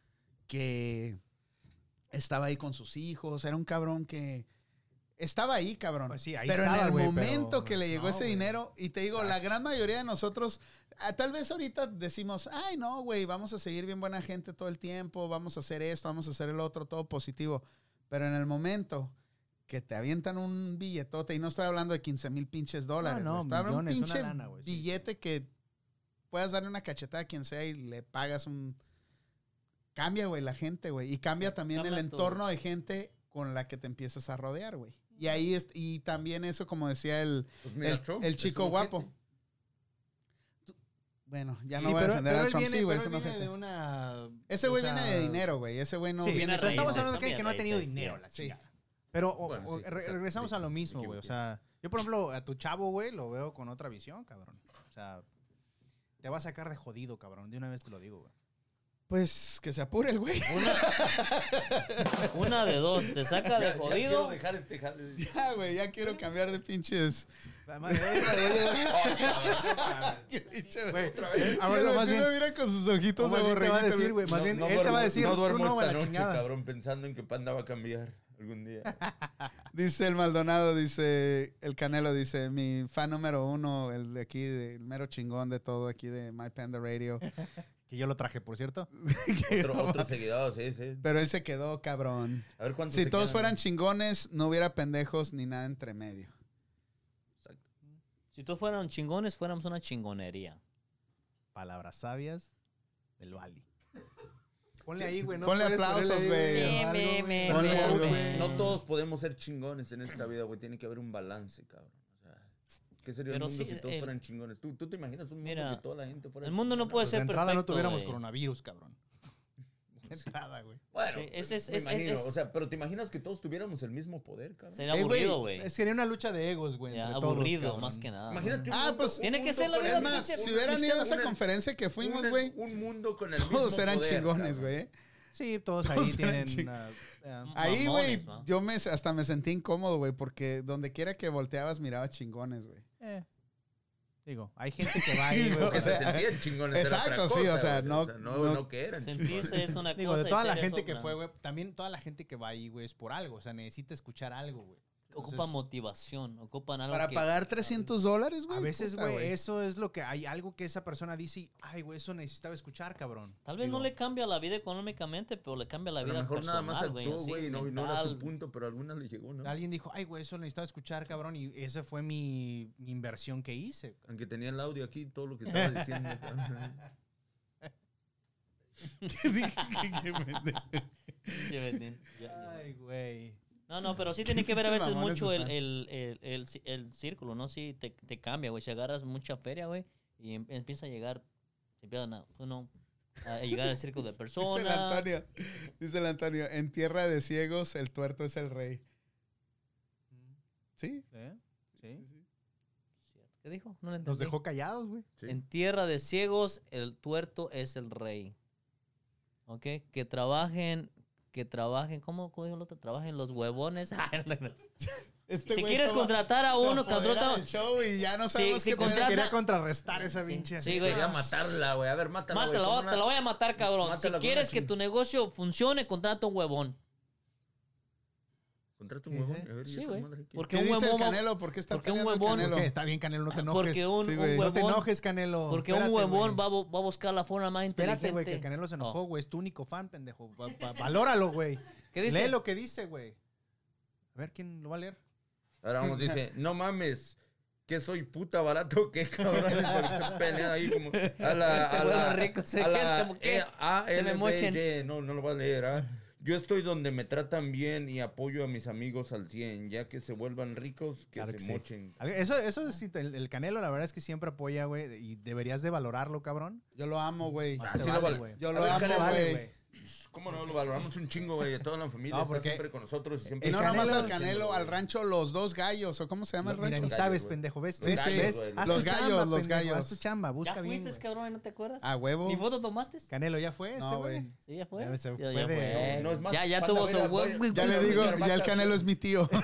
Speaker 1: que estaba ahí con sus hijos, era un cabrón que estaba ahí, cabrón.
Speaker 4: Pues sí, ahí
Speaker 1: pero en
Speaker 4: estaba,
Speaker 1: el
Speaker 4: güey, pero
Speaker 1: momento que le
Speaker 4: pues
Speaker 1: llegó
Speaker 4: no,
Speaker 1: ese
Speaker 4: güey.
Speaker 1: dinero, y te digo, la gran mayoría de nosotros, ah, tal vez ahorita decimos, ay no, güey, vamos a seguir bien buena gente todo el tiempo, vamos a hacer esto, vamos a hacer el otro, todo positivo. Pero en el momento que te avientan un billetote, y no estoy hablando de 15 mil pinches dólares,
Speaker 4: no,
Speaker 1: güey, estoy hablando de
Speaker 4: millones,
Speaker 1: un
Speaker 4: una
Speaker 1: pinche
Speaker 4: lana, güey, sí.
Speaker 1: billete que puedas darle una cachetada a quien sea y le pagas un... Cambia, güey, la gente, güey. Y cambia también el
Speaker 5: Cambia todo.
Speaker 1: entorno de gente con la que te empiezas a rodear, güey. Y ahí es, y también eso, como decía el,
Speaker 3: Pues mira,
Speaker 1: el-
Speaker 3: Trump
Speaker 1: el
Speaker 3: es
Speaker 1: chico
Speaker 3: un ojete.
Speaker 1: guapo. Tú- Bueno, ya no
Speaker 4: Sí,
Speaker 1: voy a
Speaker 4: pero-
Speaker 1: defender
Speaker 4: pero
Speaker 1: a
Speaker 4: él
Speaker 1: Trump,
Speaker 4: viene-
Speaker 1: sí, güey,
Speaker 4: pero
Speaker 1: es
Speaker 4: él
Speaker 1: un
Speaker 4: viene
Speaker 1: ojete.
Speaker 4: de una...
Speaker 1: Ese güey
Speaker 4: o sea,
Speaker 1: viene de dinero, güey. Ese güey no
Speaker 5: Sí,
Speaker 1: viene
Speaker 5: viene
Speaker 4: O sea, estamos
Speaker 5: Raíces,
Speaker 4: hablando de que,
Speaker 5: también
Speaker 4: que no ha tenido
Speaker 5: raíces,
Speaker 4: dinero,
Speaker 5: sí.
Speaker 4: la
Speaker 1: Sí.
Speaker 4: chingada. Pero o-
Speaker 3: Bueno,
Speaker 4: o
Speaker 3: sí,
Speaker 4: re-
Speaker 3: exacto,
Speaker 4: regresamos
Speaker 3: sí,
Speaker 4: a lo
Speaker 3: me
Speaker 4: mismo, güey. O
Speaker 3: equivoqué.
Speaker 4: sea, yo por ejemplo a tu chavo, güey, lo veo con otra visión, cabrón. O sea, te va a sacar de jodido, cabrón. De una vez te lo digo, güey.
Speaker 1: Pues que se apure el güey.
Speaker 5: Una de dos, te
Speaker 3: Ya-
Speaker 5: saca de
Speaker 3: ya quiero
Speaker 5: jodido.
Speaker 3: dejar este jale.
Speaker 1: Ya, güey, ya quiero cambiar de pinches. Pinche-
Speaker 4: Güey,
Speaker 3: Otra vez.
Speaker 4: Ahora
Speaker 1: Mira,
Speaker 4: más
Speaker 1: sí
Speaker 4: bien,
Speaker 1: lo mira con sus ojitos
Speaker 4: más
Speaker 1: de
Speaker 4: bien te va a
Speaker 1: borreguito, güey.
Speaker 4: decir, güey, más
Speaker 3: No-
Speaker 4: bien
Speaker 3: no
Speaker 4: él te
Speaker 3: duermo-
Speaker 4: va a decir,
Speaker 3: no
Speaker 4: tú
Speaker 3: duermo
Speaker 4: no, a
Speaker 3: esta
Speaker 4: la
Speaker 3: noche,
Speaker 4: chingada.
Speaker 3: cabrón, pensando en que Panda va a cambiar algún día.
Speaker 1: Dice el Maldonado, dice el Canelo, dice mi fan número uno, el de aquí, de- el mero chingón de todo aquí de My Panda Radio.
Speaker 4: Que yo lo traje, por cierto.
Speaker 3: Otro, otro seguidor, sí, sí.
Speaker 1: Pero él se quedó, cabrón.
Speaker 3: A ver cuántos
Speaker 1: Si
Speaker 3: se
Speaker 1: todos
Speaker 3: quedan.
Speaker 1: fueran chingones, no hubiera pendejos ni nada entre medio.
Speaker 5: Si tú fueran chingones, fuéramos una chingonería.
Speaker 4: Palabras sabias del Bali. Ponle ahí, güey. ¿no?
Speaker 1: Ponle
Speaker 4: Puedes ponerle
Speaker 1: aplausos,
Speaker 4: ahí,
Speaker 1: güey.
Speaker 4: algo,
Speaker 5: Me, me,
Speaker 1: Ponle
Speaker 5: me,
Speaker 1: algo.
Speaker 5: me.
Speaker 3: No todos podemos ser chingones en esta vida, güey. Tiene que haber un balance, cabrón. O sea, ¿qué sería
Speaker 5: Pero
Speaker 3: el mundo
Speaker 5: sí,
Speaker 3: si todos
Speaker 5: el-
Speaker 3: fueran chingones? ¿Tú, tú te imaginas un mundo
Speaker 5: Mira,
Speaker 3: que toda la gente fuera
Speaker 5: El mundo no
Speaker 3: chingona,
Speaker 5: puede
Speaker 4: Pues de
Speaker 5: ser
Speaker 4: entrada
Speaker 5: perfecto.
Speaker 4: no tuviéramos
Speaker 5: güey.
Speaker 4: coronavirus, cabrón.
Speaker 3: güey?
Speaker 4: entrada, güey.
Speaker 3: Bueno,
Speaker 5: Sí, es- es-
Speaker 3: me
Speaker 5: es- es-
Speaker 3: imagino,
Speaker 5: es-
Speaker 3: o sea, pero te imaginas que todos tuviéramos el mismo poder, cabrón.
Speaker 5: Sería
Speaker 4: Eh,
Speaker 5: aburrido, güey.
Speaker 4: Sería una lucha de egos, güey.
Speaker 5: Ya,
Speaker 4: entre todos,
Speaker 5: Aburrido,
Speaker 4: cabrón.
Speaker 5: más que nada.
Speaker 3: Imagínate un
Speaker 1: Ah,
Speaker 3: mundo-
Speaker 1: pues,
Speaker 3: un
Speaker 5: tiene que
Speaker 3: mundo
Speaker 5: ser la
Speaker 3: con
Speaker 5: vida
Speaker 3: el-
Speaker 1: Es más,
Speaker 5: Un-
Speaker 1: si hubieran ido a esa
Speaker 3: un-
Speaker 1: conferencia que fuimos,
Speaker 3: un-
Speaker 1: güey,
Speaker 3: Un mundo con el
Speaker 1: todos
Speaker 3: mismo
Speaker 1: eran
Speaker 3: poder,
Speaker 1: chingones,
Speaker 3: cabrón.
Speaker 1: güey. ¿eh?
Speaker 4: Sí, todos ahí
Speaker 1: Todos eran
Speaker 4: tienen. uh, yeah.
Speaker 1: Ahí, güey,
Speaker 5: Mamones, ¿no?
Speaker 1: yo me, hasta me sentí incómodo, güey, porque donde quiera que volteabas miraba chingones, güey.
Speaker 4: Eh, Digo, hay gente que va ahí, güey.
Speaker 1: Digo,
Speaker 4: para-
Speaker 3: Que se
Speaker 1: sea,
Speaker 3: sentían chingones. era otra
Speaker 1: exacto, sí, o
Speaker 3: cosa,
Speaker 1: sea,
Speaker 3: güey.
Speaker 1: no-
Speaker 3: no,
Speaker 1: no-
Speaker 3: no que eran
Speaker 5: Sentirse
Speaker 3: chingones.
Speaker 5: es una cosa.
Speaker 4: Digo, de
Speaker 5: y
Speaker 4: toda la
Speaker 5: ser es
Speaker 4: gente que
Speaker 5: otra.
Speaker 4: fue, güey, también toda la gente que va ahí, güey, es por algo. O sea, necesita escuchar algo, güey.
Speaker 5: Ocupa
Speaker 4: Entonces,
Speaker 5: motivación, ocupan algo
Speaker 1: Para
Speaker 5: que-
Speaker 1: pagar 300 dólares, güey.
Speaker 4: A veces,
Speaker 1: puta,
Speaker 4: güey, eso es lo que hay algo que esa persona dice y, ay, güey, eso necesitaba escuchar, cabrón.
Speaker 5: Tal vez no
Speaker 4: Digo,
Speaker 5: le cambia la vida económicamente, pero le cambia la
Speaker 3: A lo
Speaker 5: vida
Speaker 3: mejor nada
Speaker 5: personal,
Speaker 3: más actuó,
Speaker 5: así,
Speaker 3: güey, y no, y no era su
Speaker 5: mental.
Speaker 3: punto, pero alguna le llegó, ¿no?
Speaker 4: Alguien dijo, ay, güey, eso necesitaba escuchar, cabrón, y esa fue mi, mi inversión que hice.
Speaker 3: Aunque tenía el audio aquí, todo lo que estaba diciendo. cabrón.
Speaker 5: Sí, Betín, ya, ya.
Speaker 4: Ay, güey.
Speaker 5: No, no, pero sí tiene que ver a
Speaker 1: Pinches
Speaker 5: veces
Speaker 1: mamones
Speaker 5: mucho el,
Speaker 1: están.
Speaker 5: el, el, el, ci- el círculo, ¿no? Sí, te, te cambia, güey. Si agarras mucha feria, güey, y em- empieza a llegar, empiezan a, uno, a llegar al círculo de
Speaker 1: Dice el
Speaker 5: personas.
Speaker 1: Antonio, dice el Antonio, en tierra de ciegos el tuerto es el rey. ¿Sí?
Speaker 4: ¿Eh? ¿Sí?
Speaker 5: ¿Qué dijo? No le entendí.
Speaker 4: Nos dejó callados, güey.
Speaker 3: Sí.
Speaker 5: En tierra de ciegos, el tuerto es el rey. ¿Ok? Que trabajen, que trabajen, ¿cómo, cómo dijo el otro? Trabajen los huevones. Ay, no, no.
Speaker 1: Este
Speaker 5: si
Speaker 1: güey
Speaker 5: quieres
Speaker 1: toma-
Speaker 5: contratar a
Speaker 1: se
Speaker 5: unos
Speaker 1: apodera
Speaker 5: contrata...
Speaker 1: del show y ya no
Speaker 5: Sí,
Speaker 1: sabemos
Speaker 5: sí,
Speaker 1: qué pedo.
Speaker 5: contrata-
Speaker 4: Quería contrarrestar esa
Speaker 5: Sí,
Speaker 4: pinche.
Speaker 5: sí,
Speaker 4: así.
Speaker 5: güey.
Speaker 3: Quería matarla, güey. A ver, mátala, güey.
Speaker 5: Mátala,
Speaker 3: Toma
Speaker 5: va-
Speaker 3: una-
Speaker 5: te la voy a matar, cabrón.
Speaker 3: Mátala
Speaker 5: si
Speaker 3: con
Speaker 5: quieres
Speaker 3: una
Speaker 5: que
Speaker 3: chin-
Speaker 5: tu negocio funcione, contrata un huevón.
Speaker 3: Contrata un huevón. A ver,
Speaker 5: Sí,
Speaker 3: ¿y esa
Speaker 5: güey.
Speaker 3: madre qué?
Speaker 5: Porque
Speaker 1: ¿Qué
Speaker 5: un
Speaker 1: dice el
Speaker 5: huevón...
Speaker 1: Canelo? ¿Por qué está
Speaker 5: porque un
Speaker 1: peleando el
Speaker 5: huevón- Ah,
Speaker 1: Canelo?
Speaker 4: ¿Por qué? Está bien, Canelo, no te enojes.
Speaker 5: Porque un,
Speaker 1: sí,
Speaker 5: un
Speaker 1: güey.
Speaker 4: No
Speaker 5: huevón...
Speaker 4: te enojes, Canelo.
Speaker 5: Porque
Speaker 4: Espérate,
Speaker 5: un huevón
Speaker 4: güey.
Speaker 5: va, a bu- va a buscar la forma más inteligente.
Speaker 4: Espérate, güey, que el Canelo se enojó,
Speaker 5: Oh.
Speaker 4: güey. Es tu único fan, pendejo. Va- va- valóralo, güey.
Speaker 5: ¿Qué dice?
Speaker 4: Lee lo que dice, güey. A ver quién lo va a leer.
Speaker 3: Ahora vamos, dice, no mames. Que soy puta barato, que cabrón. Peleando ahí como. A la.
Speaker 5: Se
Speaker 3: A
Speaker 5: vuelve
Speaker 3: la.
Speaker 5: rico, se-
Speaker 3: a la-
Speaker 5: es como que
Speaker 3: eh, A,
Speaker 5: se me
Speaker 3: L, B,
Speaker 5: mochen.
Speaker 3: Y. No, no lo voy a leer, ¿ah? Yo estoy donde me tratan bien y apoyo a mis amigos al 100, ya que se vuelvan ricos, que
Speaker 4: Claro
Speaker 3: se
Speaker 4: que sí.
Speaker 3: mochen.
Speaker 4: A ver, Eso, eso es, el, el Canelo, la verdad es que siempre apoya, güey. Y deberías de valorarlo, cabrón.
Speaker 1: Yo lo amo, güey.
Speaker 4: Más
Speaker 3: Ah,
Speaker 4: te
Speaker 3: sí lo
Speaker 4: vale,
Speaker 3: vale.
Speaker 4: güey.
Speaker 1: Yo
Speaker 4: A
Speaker 1: lo
Speaker 4: ver,
Speaker 1: amo,
Speaker 4: Canelo,
Speaker 1: güey.
Speaker 3: ¿Cómo no? Lo valoramos un chingo, güey. Toda la familia
Speaker 4: No,
Speaker 3: está
Speaker 4: porque-
Speaker 3: siempre con nosotros. y siempre
Speaker 1: Y
Speaker 4: El
Speaker 1: no nada más
Speaker 4: Canelo-
Speaker 1: al Canelo, al rancho Los Dos Gallos, ¿o cómo se llama el
Speaker 4: Mira,
Speaker 1: rancho?
Speaker 4: ni
Speaker 3: Gallos,
Speaker 4: sabes,
Speaker 3: güey.
Speaker 4: pendejo. ¿Ves?
Speaker 3: Los
Speaker 4: ¿Ves?
Speaker 3: gallos,
Speaker 4: ¿Ves?
Speaker 3: güey.
Speaker 4: Haz
Speaker 1: Los
Speaker 4: tu
Speaker 1: gallos,
Speaker 4: chamba,
Speaker 1: los
Speaker 4: pendejo,
Speaker 1: gallos.
Speaker 4: Haz tu chamba, busca
Speaker 5: ¿Ya
Speaker 4: bien,
Speaker 5: fuiste,
Speaker 4: güey.
Speaker 5: cabrón, y no te acuerdas?
Speaker 1: A huevo.
Speaker 5: ¿Ni foto tomaste?
Speaker 4: Canelo, ¿ya fue este,
Speaker 1: No,
Speaker 4: güey?
Speaker 1: güey.
Speaker 5: Sí, ya fue.
Speaker 4: Ya se
Speaker 5: Ya,
Speaker 4: fue
Speaker 5: ya
Speaker 4: de-
Speaker 5: fue.
Speaker 3: No, es más,
Speaker 5: ya, ya
Speaker 3: panda,
Speaker 5: tuvo su
Speaker 3: mira,
Speaker 5: huevo.
Speaker 3: voy-
Speaker 5: güey,
Speaker 1: Ya
Speaker 5: güey.
Speaker 1: le
Speaker 3: Güey,
Speaker 1: digo,
Speaker 3: mi hermana-
Speaker 1: ya el Canelo es mi tío.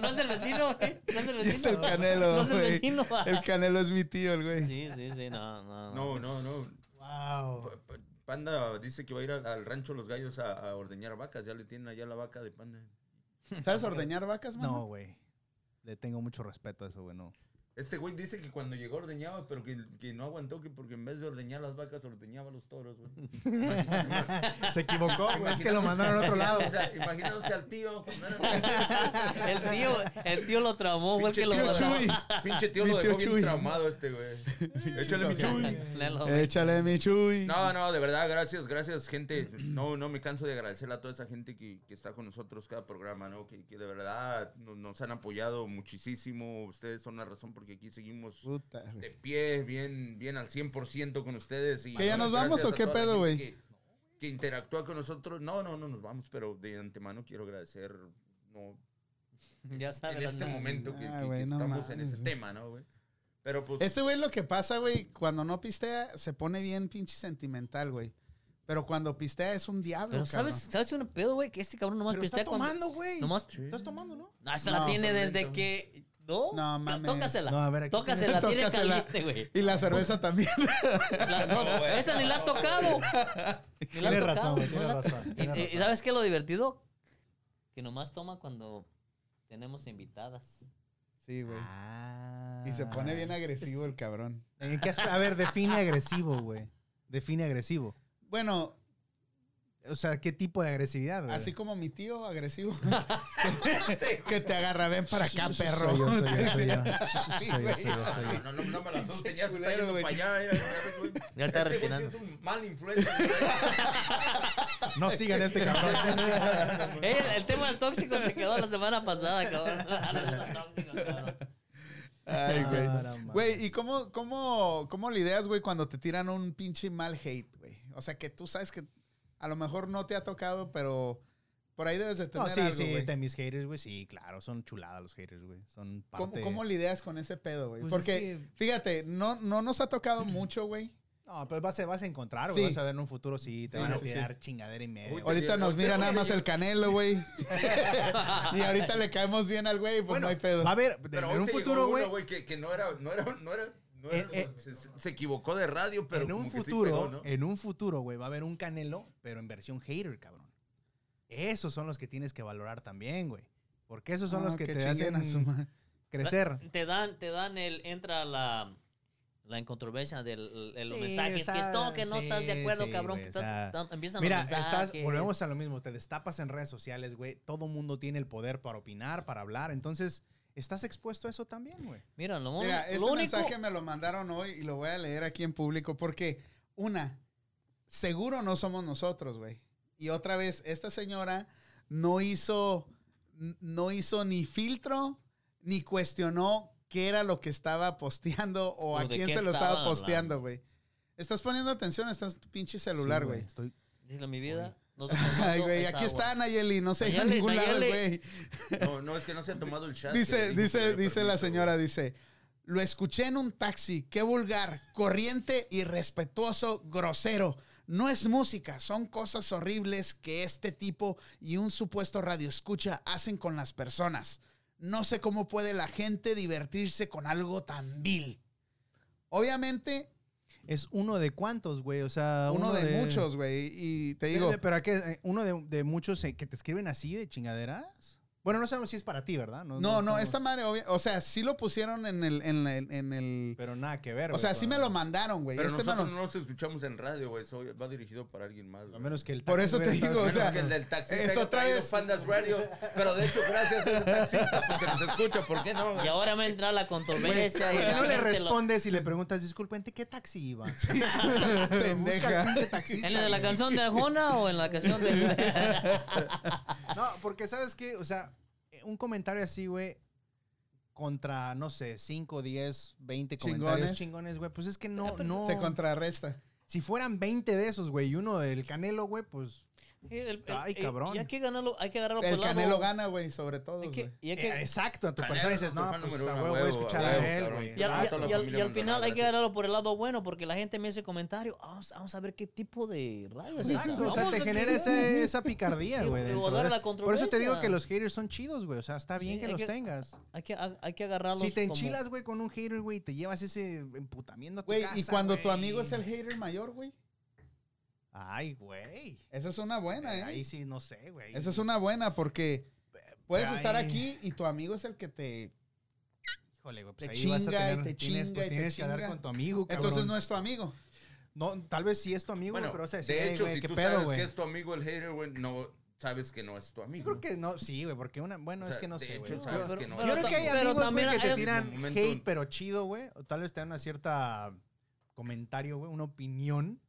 Speaker 5: No es el vecino, güey. No es el
Speaker 1: Ya
Speaker 5: vecino.
Speaker 1: es el Canelo,
Speaker 5: No es el
Speaker 1: güey.
Speaker 5: vecino.
Speaker 1: El Canelo es mi tío, el güey.
Speaker 5: Sí, sí, sí, no, no.
Speaker 3: No, no, no.
Speaker 4: Wow.
Speaker 3: Pa- pa- Panda dice que va a ir al, al rancho Los Gallos a, a ordeñar vacas. Ya le tienen allá la vaca de Panda.
Speaker 1: ¿Sabes ordeñar vacas, mano?
Speaker 4: No, güey. Le tengo mucho respeto a eso, güey. No.
Speaker 3: Este güey dice que cuando llegó ordeñaba, pero que, que no aguantó, que porque en vez de ordeñar las vacas, ordeñaba los toros, güey.
Speaker 4: Se equivocó, güey. Es que lo mandaron a otro lado.
Speaker 3: O sea, imaginándose al tío. cuando era-
Speaker 5: El tío, el tío lo tramó, fue el
Speaker 3: Pinche
Speaker 5: que lo
Speaker 3: tío
Speaker 5: mandó.
Speaker 1: Chuy.
Speaker 3: Pinche tío
Speaker 1: Mi
Speaker 3: lo
Speaker 1: tío
Speaker 3: dejó
Speaker 1: Chuy.
Speaker 3: bien traumado este güey. Échale mi chuy.
Speaker 5: Canelo,
Speaker 4: Eh,
Speaker 5: güey.
Speaker 1: Échale mi chuy.
Speaker 3: No, no, de verdad, gracias, gracias, gente. No, no me canso de agradecer a toda esa gente que, que está con nosotros cada programa, ¿no? Que, que de verdad no- nos, han apoyado muchísimo. Ustedes son la razón porque aquí seguimos
Speaker 1: Puta, güey.
Speaker 3: de pie, bien, bien al 100% con ustedes. Y
Speaker 1: ¿Que ya nos vamos
Speaker 3: gracias
Speaker 1: o
Speaker 3: a
Speaker 1: qué
Speaker 3: toda la
Speaker 1: pedo,
Speaker 3: gente Que, que interactúa con nosotros. No, no, no nos vamos, pero de antemano quiero agradecer, no,
Speaker 5: Ya sabes.
Speaker 3: en este
Speaker 5: la-
Speaker 3: momento que,
Speaker 1: Ah,
Speaker 3: que- que
Speaker 1: güey, no
Speaker 3: estamos en
Speaker 1: mames,
Speaker 3: ese
Speaker 1: güey.
Speaker 3: tema, ¿no, güey? Pero pues...
Speaker 1: Este güey lo que pasa, güey, cuando no pistea, se pone bien pinche sentimental, güey. Pero cuando pistea es un diablo,
Speaker 5: Pero
Speaker 1: cabrón.
Speaker 5: ¿sabes, ¿sabes un pedo, güey? Que este cabrón nomás
Speaker 4: Pero está
Speaker 5: pistea cuando...
Speaker 4: tomando, güey.
Speaker 5: Nomás...
Speaker 4: Estás tomando, ¿no? pues,
Speaker 5: Ah, esa
Speaker 1: No,
Speaker 5: la tiene desde
Speaker 3: tormento.
Speaker 5: que... No,
Speaker 1: No, mames.
Speaker 5: Tócasela.
Speaker 4: No, a ver, aquí
Speaker 5: Tócasela, tiene
Speaker 1: Tócasela.
Speaker 5: caliente, güey.
Speaker 1: Y la
Speaker 4: Ah.
Speaker 1: cerveza también.
Speaker 5: La- no,
Speaker 3: No, güey.
Speaker 5: esa ni la ha tocado. Ni la ha
Speaker 4: Tiene
Speaker 5: tocado,
Speaker 4: razón, güey.
Speaker 5: no
Speaker 4: Tiene
Speaker 5: la-
Speaker 4: razón.
Speaker 5: Y,
Speaker 4: tiene
Speaker 5: y-
Speaker 4: razón.
Speaker 5: ¿Sabes qué es lo divertido? Que nomás toma cuando tenemos invitadas.
Speaker 1: Sí, güey.
Speaker 4: Ah.
Speaker 1: Y se pone bien agresivo el cabrón.
Speaker 4: ¿En qué aspe- A ver, define agresivo, güey. Define agresivo.
Speaker 1: Bueno,
Speaker 4: O sea, ¿qué tipo de agresividad, güey?
Speaker 1: así como mi tío agresivo. que te agarra, ven para acá, perro.
Speaker 4: Soy yo, soy yo, soy yo.
Speaker 1: Sí,
Speaker 4: Soy yo,
Speaker 1: güey.
Speaker 4: soy yo, soy yo.
Speaker 3: No, no, no me la asusten, ya se está
Speaker 1: culero,
Speaker 3: yendo
Speaker 1: güey.
Speaker 3: para allá. mira, mira, güey.
Speaker 5: Ya
Speaker 3: Este
Speaker 5: está
Speaker 3: güey sí
Speaker 5: retirando.
Speaker 3: es un mal influencer.
Speaker 4: No sigan a este cabrón.
Speaker 5: Eh, el tema del tóxico se quedó la semana pasada, cabrón. Hablando de tóxico, cabrón.
Speaker 1: Ay, güey.
Speaker 4: Ah, no mames.
Speaker 1: Güey, ¿y cómo, cómo, cómo lidias, güey, cuando te tiran un pinche mal hate, güey? O sea, que tú sabes que a lo mejor no te ha tocado, pero por ahí debes de tener
Speaker 4: No, sí,
Speaker 1: algo,
Speaker 4: sí,
Speaker 1: güey.
Speaker 4: de mis haters, güey, sí, claro, son chuladas los haters, güey. Son parte...
Speaker 1: ¿Cómo, ¿Cómo lidias con ese pedo, güey?
Speaker 4: Pues es
Speaker 1: Porque,
Speaker 4: que-
Speaker 1: fíjate, no, no nos ha tocado mucho, güey.
Speaker 4: No, pero vas a, vas a encontrar, güey,
Speaker 1: Sí.
Speaker 4: vas a ver en un futuro, sí, te
Speaker 1: Sí,
Speaker 4: van a
Speaker 1: sí, sí.
Speaker 4: tirar chingadera y medio.
Speaker 3: Uy,
Speaker 4: güey.
Speaker 1: Ahorita
Speaker 3: bien,
Speaker 1: nos
Speaker 3: ahorita
Speaker 1: mira
Speaker 3: sí.
Speaker 1: nada más el canelo, güey. y ahorita le caemos bien al güey, pues no hay pedo.
Speaker 4: Va a haber, de-
Speaker 3: Pero
Speaker 4: en un
Speaker 3: ahorita llegó
Speaker 4: futuro,
Speaker 3: uno,
Speaker 4: güey,
Speaker 3: Que, que no era, no era, no era, no
Speaker 4: Eh,
Speaker 3: era-
Speaker 4: eh.
Speaker 3: se, se equivocó de radio, pero
Speaker 4: en un
Speaker 3: como que sí
Speaker 4: futuro, eh.
Speaker 3: pegó, ¿no?
Speaker 4: en un futuro, güey, va a haber un Canelo, pero en versión hater, cabrón. Esos son los que tienes que valorar también, güey. Porque esos son
Speaker 1: Ah,
Speaker 4: los que, te
Speaker 1: chinguen
Speaker 4: hacen
Speaker 1: a su madre.
Speaker 4: crecer.
Speaker 5: Te dan, te dan el, entra la, la incontroversia del el, los
Speaker 4: Sí,
Speaker 5: mensajes,
Speaker 4: o sea,
Speaker 5: que es no, que no
Speaker 4: sí,
Speaker 5: estás de acuerdo,
Speaker 4: sí,
Speaker 5: cabrón,
Speaker 4: güey,
Speaker 5: que estás-
Speaker 4: o sea,
Speaker 5: tam- empiezan
Speaker 4: Mira,
Speaker 5: los mensajes.
Speaker 4: estás, volvemos a lo mismo, te destapas en redes sociales, güey. Todo mundo tiene el poder para opinar, para hablar. Entonces, estás expuesto a eso también, güey.
Speaker 5: Mira, lo,
Speaker 1: Mira,
Speaker 5: lo
Speaker 1: este
Speaker 5: único,
Speaker 1: mensaje me lo mandaron hoy y lo voy a leer aquí en público porque, una, seguro no somos nosotros, güey. Y otra vez, esta señora no hizo, n- no hizo ni filtro, ni cuestionó qué era lo que estaba posteando o,
Speaker 5: O
Speaker 1: a
Speaker 5: de
Speaker 1: quién
Speaker 5: qué
Speaker 1: se lo estaba
Speaker 5: estaban
Speaker 1: posteando,
Speaker 5: hablando.
Speaker 1: güey. Estás poniendo atención, estás en tu pinche celular,
Speaker 4: Sí,
Speaker 1: güey.
Speaker 4: Estoy
Speaker 5: dile mi vida, no
Speaker 1: Ay, güey, aquí está Nayeli, no se llega a
Speaker 5: Nayeli,
Speaker 1: ningún lado, el
Speaker 5: Nayeli.
Speaker 1: güey.
Speaker 3: No, no, es que no se ha tomado el chat. que le
Speaker 1: Dice,
Speaker 3: dijo que le
Speaker 1: dice,
Speaker 3: dio
Speaker 1: dice la
Speaker 3: permiso,
Speaker 1: señora,
Speaker 3: güey.
Speaker 1: dice, lo escuché en un taxi, qué vulgar, corriente, irrespetuoso, grosero. No es música, son cosas horribles que este tipo y un supuesto radio escucha hacen con las personas. No sé cómo puede la gente divertirse con algo tan vil. Obviamente,
Speaker 4: Es uno de cuántos, güey. O sea,
Speaker 1: uno, de, muchos, güey. Y te digo,
Speaker 4: Pero ¿a qué? Eh, uno de, de muchos eh, que te escriben así de chingaderas. Bueno, no sabemos si es para ti, ¿verdad?
Speaker 1: no, no,
Speaker 4: estamos-
Speaker 1: esta madre, obvia- o sea, sí lo pusieron en el, en el, en el-
Speaker 4: Pero nada que ver.
Speaker 1: o
Speaker 4: güey,
Speaker 1: sea, sí
Speaker 4: con-
Speaker 1: me lo mandaron, güey.
Speaker 3: Pero
Speaker 1: Este me lo-
Speaker 3: nosotros no nos escuchamos en radio, güey. Eso va dirigido para alguien más.
Speaker 4: A
Speaker 3: güey.
Speaker 4: menos que el
Speaker 1: Por
Speaker 4: taxi
Speaker 1: eso
Speaker 4: hubiera
Speaker 1: te
Speaker 4: estado
Speaker 1: digo, o
Speaker 4: esperando.
Speaker 1: sea,
Speaker 3: Menos que el del taxista
Speaker 1: es
Speaker 3: haya
Speaker 1: otra
Speaker 3: traído
Speaker 1: vez.
Speaker 3: Pandas Radio. Pero de hecho, gracias a ese taxista porque nos escucha. ¿Por qué no? güey?
Speaker 5: Y ahora va a entrar la controversia. y
Speaker 4: Si
Speaker 5: la
Speaker 4: no le
Speaker 5: gente lo-
Speaker 4: respondes y le preguntas, disculpente, ¿qué taxi iba? Busca
Speaker 1: pendeja.
Speaker 4: al pinche taxista,
Speaker 5: ¿En la de la
Speaker 4: güey.
Speaker 5: canción de Arjona o en la canción de.?
Speaker 4: No, porque sabes que, o sea, eh, un comentario así, güey, contra, no sé, 5, 10, 20 comentarios
Speaker 1: Chingones.
Speaker 4: chingones, güey, pues es que no, no.
Speaker 1: se contrarresta.
Speaker 4: Si fueran 20 de esos, güey, y uno del Canelo, güey, pues
Speaker 5: El- el-
Speaker 4: Ay,
Speaker 5: el-
Speaker 4: cabrón.
Speaker 5: Y hay que ganarlo, hay que agarrarlo por
Speaker 1: El
Speaker 5: lado.
Speaker 1: Canelo gana, güey, sobre todo,
Speaker 5: Hay
Speaker 1: güey.
Speaker 5: que- y hay que-
Speaker 4: eh, exacto, a tu
Speaker 3: Canelo
Speaker 4: persona
Speaker 3: es
Speaker 4: dices, no,
Speaker 3: nuestro fan
Speaker 4: pues a
Speaker 3: número uno,
Speaker 4: huevo, voy a
Speaker 3: huevo,
Speaker 4: escuchar
Speaker 3: a
Speaker 4: a
Speaker 3: huevo,
Speaker 4: él,
Speaker 3: cabrón.
Speaker 4: güey.
Speaker 5: Y al,
Speaker 3: Ah,
Speaker 5: y-
Speaker 3: toda la familia
Speaker 5: y al- y al
Speaker 3: Maldonado,
Speaker 5: final hay que
Speaker 3: gracias.
Speaker 5: agarrarlo por el lado bueno, porque la gente me hace comentario. "Ah, Vamos, vamos a ver qué tipo de radio es esa.
Speaker 4: Exacto, o sea,
Speaker 5: Vamos
Speaker 4: pues, te
Speaker 5: a-
Speaker 4: genera ese- esa picardía,
Speaker 5: Y-
Speaker 4: güey.
Speaker 5: y
Speaker 4: dentro
Speaker 5: guardar
Speaker 4: de-
Speaker 5: la
Speaker 4: Por eso te digo
Speaker 5: controversia.
Speaker 4: que los haters son chidos, güey. O sea, está bien
Speaker 5: Sí,
Speaker 4: que
Speaker 5: hay
Speaker 4: los
Speaker 5: que-
Speaker 4: tengas.
Speaker 5: Hay que, hay que agarrarlos.
Speaker 4: Si te
Speaker 5: como-
Speaker 4: enchilas, güey, con un hater, güey, te llevas ese emputamiento a tu
Speaker 1: Güey,
Speaker 4: casa,
Speaker 1: y cuando tu
Speaker 4: güey.
Speaker 1: amigo es el hater mayor, güey.
Speaker 4: Ay, güey.
Speaker 1: Esa es una buena,
Speaker 4: Eh, Ahí
Speaker 1: ¿eh?
Speaker 4: sí, no sé, güey.
Speaker 1: Esa es una buena porque puedes
Speaker 4: Ay.
Speaker 1: estar aquí y tu amigo es el que te...
Speaker 4: Híjole, güey, pues
Speaker 1: te
Speaker 4: ahí vas a
Speaker 1: chinga y
Speaker 4: tener,
Speaker 1: te
Speaker 4: tienes,
Speaker 1: chinga
Speaker 4: pues,
Speaker 1: y te
Speaker 4: tienes que hablar
Speaker 1: chinga.
Speaker 4: con tu amigo, cabrón.
Speaker 1: Entonces no es tu amigo.
Speaker 4: No, tal vez sí es tu amigo,
Speaker 3: Bueno,
Speaker 4: pero vas a decir,
Speaker 3: de
Speaker 4: "Ey,
Speaker 3: hecho,
Speaker 4: güey,
Speaker 3: si
Speaker 4: qué
Speaker 3: tú
Speaker 4: pedo,
Speaker 3: sabes
Speaker 4: güey.
Speaker 3: que es tu amigo el hater, güey, no sabes que no es tu
Speaker 4: Yo
Speaker 3: amigo.
Speaker 4: creo que no, sí, güey, porque una, bueno,
Speaker 3: O
Speaker 4: es
Speaker 3: sea,
Speaker 4: que no
Speaker 3: de
Speaker 4: sé,
Speaker 3: hecho,
Speaker 4: güey. Yo
Speaker 3: sabes que no.
Speaker 4: yo creo que hay
Speaker 5: Pero
Speaker 4: amigos, güey,
Speaker 5: también
Speaker 4: que te
Speaker 5: hay-
Speaker 4: tiran
Speaker 3: momento-
Speaker 4: hate, pero chido, güey. O tal vez te dan una cierta comentario, güey, una opinión.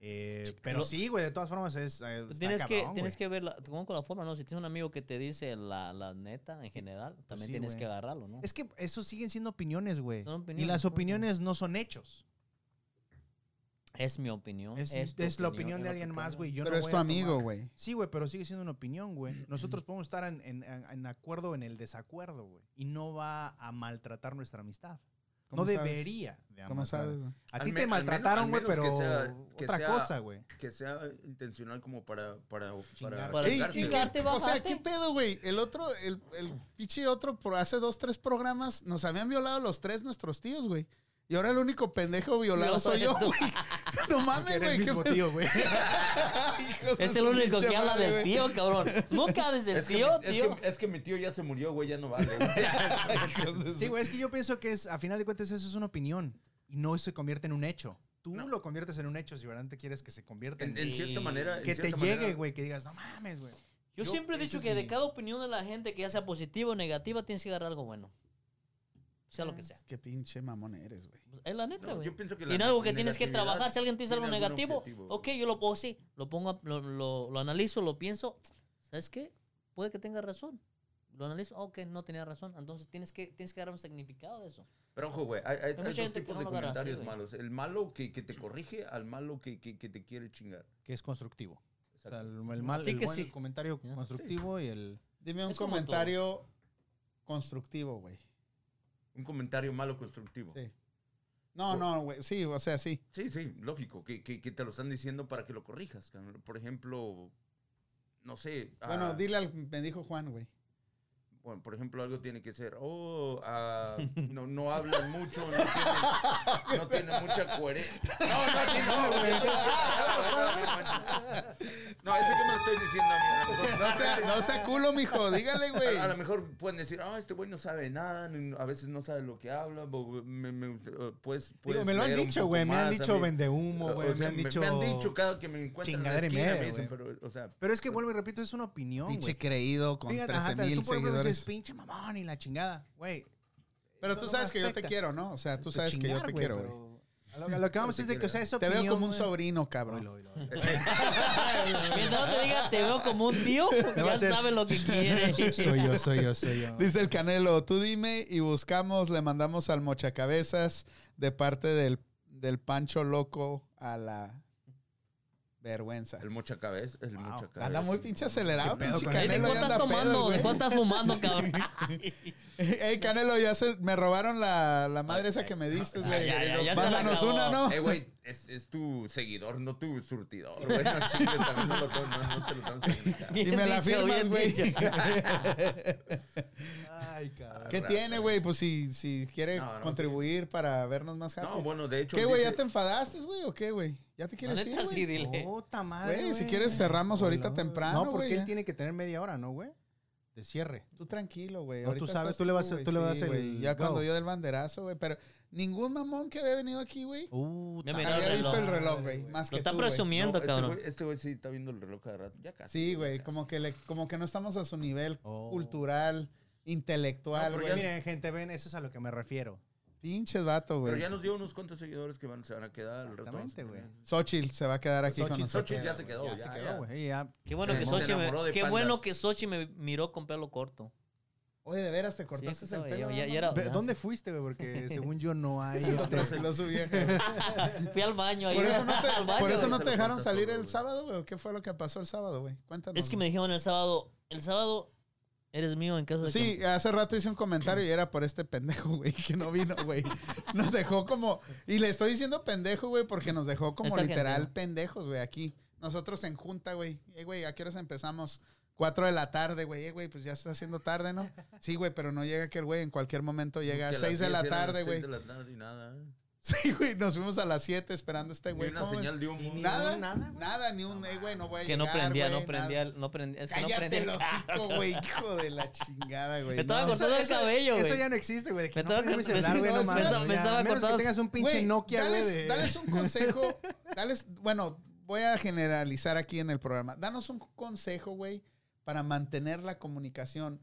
Speaker 4: Eh, pero
Speaker 5: lo- Pues
Speaker 4: sí, güey, de todas formas es. eh, está
Speaker 5: Tienes, que,
Speaker 4: cabrón,
Speaker 5: tienes
Speaker 4: güey.
Speaker 5: que ver la, como con la forma, ¿no? Si tienes un amigo que te dice la, la neta en general, también
Speaker 4: sí,
Speaker 5: tienes
Speaker 4: güey.
Speaker 5: que agarrarlo, ¿no?
Speaker 4: Es que eso siguen siendo opiniones, güey.
Speaker 5: Son
Speaker 4: Y
Speaker 5: opiniones,
Speaker 4: las
Speaker 5: punto.
Speaker 4: opiniones no son hechos.
Speaker 5: Es mi opinión.
Speaker 4: Es,
Speaker 5: tu
Speaker 4: es la opinión
Speaker 5: es
Speaker 4: de
Speaker 5: lo
Speaker 4: alguien
Speaker 5: que
Speaker 4: más,
Speaker 5: cuenta.
Speaker 4: güey. yo
Speaker 1: pero
Speaker 4: no
Speaker 1: es
Speaker 4: voy
Speaker 1: tu
Speaker 4: a
Speaker 1: amigo,
Speaker 4: tomar-
Speaker 1: güey.
Speaker 4: Sí, güey, pero sigue siendo una opinión, güey. Nosotros podemos estar en, en- en- en acuerdo o en el desacuerdo, güey. Y no va a maltratar nuestra amistad.
Speaker 1: ¿Cómo
Speaker 4: No
Speaker 1: sabes?
Speaker 4: debería. de
Speaker 1: ¿Cómo
Speaker 4: maltratar.
Speaker 1: sabes? güey?
Speaker 4: A ti
Speaker 3: Al me-
Speaker 4: te
Speaker 3: al menos-
Speaker 4: maltrataron,
Speaker 3: al
Speaker 4: güey, pero
Speaker 3: menos que sea- que
Speaker 4: otra
Speaker 3: sea-
Speaker 4: cosa, güey.
Speaker 3: que sea intencional como para para
Speaker 4: Chingar.
Speaker 5: Para
Speaker 1: Ey,
Speaker 3: chingarte,
Speaker 1: y-
Speaker 3: güey.
Speaker 5: Bajarte,
Speaker 1: o sea,
Speaker 5: bajarte.
Speaker 1: ¿qué pedo, güey? El otro, el, el pinche otro, por hace dos, tres programas, nos habían violado los tres nuestros tíos, güey. Y ahora el único pendejo violado
Speaker 5: Yo
Speaker 1: soy yo,
Speaker 5: soy tú.
Speaker 1: güey. No mames,
Speaker 4: Era
Speaker 1: güey.
Speaker 4: el
Speaker 1: qué
Speaker 4: mismo
Speaker 1: pedo.
Speaker 4: tío, güey.
Speaker 1: Hijos de
Speaker 5: Es
Speaker 1: su
Speaker 5: el único
Speaker 1: pinche
Speaker 5: que habla
Speaker 1: madre,
Speaker 5: del
Speaker 1: güey.
Speaker 5: tío, cabrón. Nunca hables del
Speaker 3: Es que,
Speaker 5: tío,
Speaker 3: mi, es
Speaker 5: tío.
Speaker 3: que- es que mi tío ya se murió, güey, ya no vale. güey.
Speaker 1: Hijos de su-
Speaker 4: Sí, güey, es que yo pienso que es, a final de cuentas eso es una opinión y no se convierte en un hecho. Tú lo conviertes en un hecho si realmente quieres que se convierta en...
Speaker 3: En, en cierta manera. en
Speaker 4: que te
Speaker 3: cierta
Speaker 4: llegue,
Speaker 3: manera,
Speaker 4: güey, que digas, no mames, güey.
Speaker 5: Yo,
Speaker 3: Yo-
Speaker 5: siempre he
Speaker 3: ese
Speaker 5: dicho
Speaker 3: es
Speaker 5: que de
Speaker 3: mi-
Speaker 5: cada opinión de la gente, que ya sea positiva o negativa, tienes que agarrar algo bueno. Sea lo que sea.
Speaker 1: Qué pinche mamón eres, güey.
Speaker 5: Es la neta,
Speaker 3: No,
Speaker 5: güey.
Speaker 3: yo pienso que
Speaker 5: y en
Speaker 3: la
Speaker 5: algo que tienes que
Speaker 3: negatividad
Speaker 5: trabajar, si alguien te dice
Speaker 3: tiene
Speaker 5: algo
Speaker 3: algún
Speaker 5: negativo,
Speaker 3: objetivo, güey.
Speaker 5: ok, yo lo pongo así, lo pongo, a- lo, lo- lo analizo, lo pienso, ¿sabes qué? Puede que tenga razón. lo analizo, ok, no tenía razón. Entonces tienes que, tienes que dar un significado de eso.
Speaker 3: Pero ojo, güey, hay, hay- hay
Speaker 5: mucha
Speaker 3: dos
Speaker 5: gente que
Speaker 3: tipos
Speaker 5: no
Speaker 3: de
Speaker 5: lo agarra así,
Speaker 3: comentarios
Speaker 5: güey.
Speaker 3: malos. El malo que, que te corrige al malo que, que, que te quiere chingar.
Speaker 4: que es constructivo. O sea,
Speaker 3: Exacto.
Speaker 4: el, el mal,
Speaker 5: Así
Speaker 4: el
Speaker 5: que
Speaker 4: buen
Speaker 5: sí.
Speaker 4: comentario
Speaker 5: Ya.
Speaker 4: constructivo y el...
Speaker 1: Dime un
Speaker 5: Es como
Speaker 1: comentario constructivo, güey.
Speaker 3: Un comentario malo constructivo.
Speaker 1: Sí. No, no, güey. Sí, o sea, sí.
Speaker 3: Sí, sí, lógico, que, que, que te lo están diciendo para que lo corrijas. cabrón. Por ejemplo, no sé.
Speaker 1: Bueno,
Speaker 3: ah,
Speaker 1: dile al. Me dijo Juan, güey.
Speaker 3: bueno, por ejemplo, algo tiene que ser, oh, ah, no, no hablan mucho, no tienen, no tienen mucha coherencia. No, no, sí, no, güey. No, ese que me lo estoy diciendo a mí. a lo
Speaker 1: No
Speaker 3: mejor-
Speaker 1: sea, no sea culo, mijo. Dígale, güey.
Speaker 3: A, a lo mejor pueden decir, ah, este güey no sabe nada, ni- a veces no sabe lo que habla, bo- me, me- eh, pues,
Speaker 4: Digo,
Speaker 3: puedes
Speaker 4: me lo han
Speaker 3: leer un
Speaker 4: dicho,
Speaker 3: poco
Speaker 4: güey. Me han
Speaker 3: más,
Speaker 4: dicho
Speaker 3: ¿sabes?
Speaker 4: vende
Speaker 3: O-
Speaker 4: humo,
Speaker 3: o
Speaker 4: güey. Me
Speaker 3: sea,
Speaker 4: han dicho...
Speaker 3: me han dicho cada que me encuentran en la
Speaker 4: chingadera y
Speaker 3: esquina,
Speaker 4: media,
Speaker 3: me dicen,
Speaker 4: güey.
Speaker 3: pero, o sea,
Speaker 4: Pero es que vuelvo y repito, es una opinión, güey.
Speaker 1: Pinche creído con
Speaker 4: Fíjate, ajá,
Speaker 1: 13
Speaker 4: tú
Speaker 1: mil
Speaker 4: por ejemplo dices,
Speaker 1: seguidores.
Speaker 4: pinche mamón y la chingada, güey.
Speaker 1: Pero
Speaker 4: eso
Speaker 1: tú
Speaker 4: no
Speaker 1: sabes
Speaker 4: me
Speaker 1: que yo te
Speaker 4: afecta.
Speaker 1: quiero, ¿no? O sea, tú
Speaker 4: De
Speaker 1: sabes que yo
Speaker 4: chingar,
Speaker 1: te
Speaker 4: güey,
Speaker 1: quiero, güey.
Speaker 4: pero a Lo, a lo que vamos
Speaker 3: Yo
Speaker 4: es
Speaker 3: te
Speaker 4: de que, o sea, es
Speaker 1: Te
Speaker 4: opinión,
Speaker 1: veo como un
Speaker 4: güey.
Speaker 1: sobrino, cabrón.
Speaker 4: Oilo, oilo, oilo.
Speaker 5: Mientras no te diga, te veo como un tío,
Speaker 4: va
Speaker 5: ya
Speaker 4: a ser-
Speaker 5: sabes lo que quieres.
Speaker 4: Soy yo, soy yo, soy yo.
Speaker 1: Dice el Canelo, tú dime y buscamos, le mandamos al mochacabezas de parte del, del Pancho Loco a la vergüenza.
Speaker 3: el mochacabez, el
Speaker 4: Wow.
Speaker 3: mochacabez.
Speaker 1: Anda muy pinche acelerado,
Speaker 4: ¿Qué pedo
Speaker 1: pinche
Speaker 4: con él?
Speaker 5: Ey, ¿De
Speaker 1: Canelo.
Speaker 5: cuánto
Speaker 1: ya
Speaker 5: estás
Speaker 1: anda pedo,
Speaker 5: tomando?
Speaker 1: güey.
Speaker 5: ¿De cuánto estás fumando, cabrón?
Speaker 1: Ey, Canelo, ya se, me robaron la, la madre esa que me diste,
Speaker 5: Ay,
Speaker 1: pues, güey.
Speaker 5: Ah, ya, ya, ya se la
Speaker 1: Mándanos
Speaker 5: acabó.
Speaker 1: una, ¿no?
Speaker 3: Eh, güey, es, es tu seguidor, no tu surtidor, güey. No chingues, también no, lo, to- no, no te lo tomes en cuenta.
Speaker 5: Bien
Speaker 1: Y me la
Speaker 5: dicho,
Speaker 1: firmas,
Speaker 5: bien
Speaker 1: güey.
Speaker 5: dicho.
Speaker 4: Ay, cabrón.
Speaker 1: ¿Qué
Speaker 3: Raza,
Speaker 1: tiene, güey? Pues si, si quiere
Speaker 3: No, no,
Speaker 1: contribuir para vernos más happy.
Speaker 3: No, bueno, de hecho.
Speaker 1: ¿Qué, güey?
Speaker 3: dice-
Speaker 1: ¿Ya te enfadaste, güey? ¿O qué, güey? ¿Ya te
Speaker 5: La
Speaker 1: quieres ir,
Speaker 5: neta sí,
Speaker 1: güey?
Speaker 5: dile.
Speaker 4: Puta madre,
Speaker 1: Güey, si quieres cerramos ahorita temprano,
Speaker 4: No, porque
Speaker 1: güey,
Speaker 4: él
Speaker 1: ya.
Speaker 4: tiene que tener media hora, ¿no, güey? De cierre.
Speaker 1: Tú tranquilo, güey.
Speaker 4: No, tú
Speaker 1: ahorita
Speaker 4: sabes,
Speaker 1: estás
Speaker 4: tú le vas a-
Speaker 1: güey.
Speaker 4: tú le vas a hacer
Speaker 1: güey.
Speaker 4: el
Speaker 1: Ya
Speaker 4: go.
Speaker 1: cuando yo del banderazo, güey. Pero ningún mamón que había venido aquí, güey.
Speaker 4: Uh,
Speaker 5: Me miró el
Speaker 1: Había visto el
Speaker 5: reloj.
Speaker 1: reloj, güey. Más
Speaker 5: Lo
Speaker 1: que
Speaker 5: está
Speaker 1: tú, güey.
Speaker 3: No,
Speaker 5: presumiendo,
Speaker 3: este
Speaker 5: cabrón.
Speaker 3: güey- Este güey sí está viendo el reloj cada rato. Ya casi.
Speaker 1: Sí,
Speaker 3: ya
Speaker 1: güey.
Speaker 3: casi.
Speaker 1: Como que le, como que no estamos a su nivel
Speaker 4: Oh. Ah,
Speaker 1: cultural, intelectual,
Speaker 3: No, pero
Speaker 1: güey.
Speaker 3: ya-
Speaker 4: Miren, gente, ven, eso es a lo que me refiero.
Speaker 1: Pinches vato,
Speaker 3: Pero
Speaker 1: güey.
Speaker 3: ya nos dio unos cuantos seguidores que van, se van a quedar. al rato vamos a
Speaker 4: Pues Exactamente, güey.
Speaker 3: tener.
Speaker 1: Xochitl se va a quedar aquí con
Speaker 4: Xochitl-
Speaker 1: nosotros.
Speaker 3: Xochitl ya se quedó,
Speaker 4: se
Speaker 3: ya,
Speaker 4: quedó,
Speaker 3: ya.
Speaker 4: güey. ya.
Speaker 5: Qué bueno
Speaker 3: Se
Speaker 5: que Sochi
Speaker 3: enamoró
Speaker 5: me,
Speaker 3: de
Speaker 5: qué bueno
Speaker 3: pandas.
Speaker 5: que Sochi me miró con pelo corto.
Speaker 1: Oye, de veras, te
Speaker 5: Sí,
Speaker 1: cortaste
Speaker 5: eso
Speaker 1: el
Speaker 5: estaba
Speaker 1: pelo.
Speaker 5: yo, ya-
Speaker 1: ¿no?
Speaker 5: ya era-
Speaker 4: Ve, ¿Dónde fuiste, güey? Porque según yo no hay...
Speaker 1: Se lo
Speaker 4: este-
Speaker 1: trasquiló su vieja, güey.
Speaker 5: Fui al baño ahí.
Speaker 1: Por eso no
Speaker 5: al
Speaker 1: te,
Speaker 5: baño,
Speaker 1: por eso
Speaker 5: güey.
Speaker 1: no
Speaker 3: Se
Speaker 1: te
Speaker 3: lo
Speaker 1: dejaron
Speaker 3: cortas
Speaker 1: salir
Speaker 3: todo,
Speaker 1: el
Speaker 3: güey.
Speaker 1: sábado, güey. ¿Qué fue lo que pasó el sábado, güey? Cuéntanos.
Speaker 5: Es que me
Speaker 1: güey.
Speaker 5: dijeron el sábado, el sábado eres mío en caso de
Speaker 1: Sí,
Speaker 5: que...
Speaker 1: hace rato hice un comentario y era por este pendejo, güey, que no vino, güey. Nos dejó como. Y le estoy diciendo pendejo, güey, porque nos dejó como
Speaker 5: Es argentino.
Speaker 1: literal pendejos, güey, aquí. Nosotros en junta, güey. Eh, güey, ¿a qué horas empezamos? Cuatro de la tarde, güey. Eh, güey, pues ya está haciendo tarde, ¿no? Sí, güey, pero no llega aquel güey. En cualquier momento llega a
Speaker 3: Que las
Speaker 1: seis de
Speaker 3: 10
Speaker 1: la
Speaker 3: eran las
Speaker 1: tarde,
Speaker 3: seis
Speaker 1: güey.
Speaker 3: de la tarde y nada.
Speaker 1: Sí, güey, nos fuimos a las siete esperando a este
Speaker 3: Ni
Speaker 1: güey.
Speaker 3: una
Speaker 1: ¿Cómo ves?
Speaker 3: señal de
Speaker 4: Ni-
Speaker 3: humo.
Speaker 4: ni
Speaker 1: Nada,
Speaker 4: un
Speaker 1: nada, ni un, eh, güey, no voy a
Speaker 5: Que no
Speaker 1: llegar,
Speaker 5: prendía,
Speaker 1: güey,
Speaker 5: no prendía,
Speaker 1: nada.
Speaker 5: el- no prendía, es que no
Speaker 1: Cállate
Speaker 5: prendía.
Speaker 1: el
Speaker 5: el carro.
Speaker 1: hocico, güey, hijo de la chingada, güey.
Speaker 5: Me estaba
Speaker 1: no.
Speaker 5: cortando el cabello,
Speaker 4: Eso
Speaker 5: güey.
Speaker 4: ya no existe, güey. de
Speaker 5: Me
Speaker 4: Que no
Speaker 5: estaba
Speaker 4: prende mi
Speaker 5: acordando-
Speaker 4: celular, güey, no
Speaker 1: me
Speaker 4: mames.
Speaker 1: estaba-
Speaker 5: me estaba
Speaker 4: A menos que
Speaker 5: acordando-
Speaker 4: tengas un pinche
Speaker 1: Güey,
Speaker 4: Nokia, güey.
Speaker 1: dales,
Speaker 4: de-
Speaker 1: dales un consejo. dales, bueno, voy a generalizar aquí en el programa. Danos un consejo, güey, para mantener la comunicación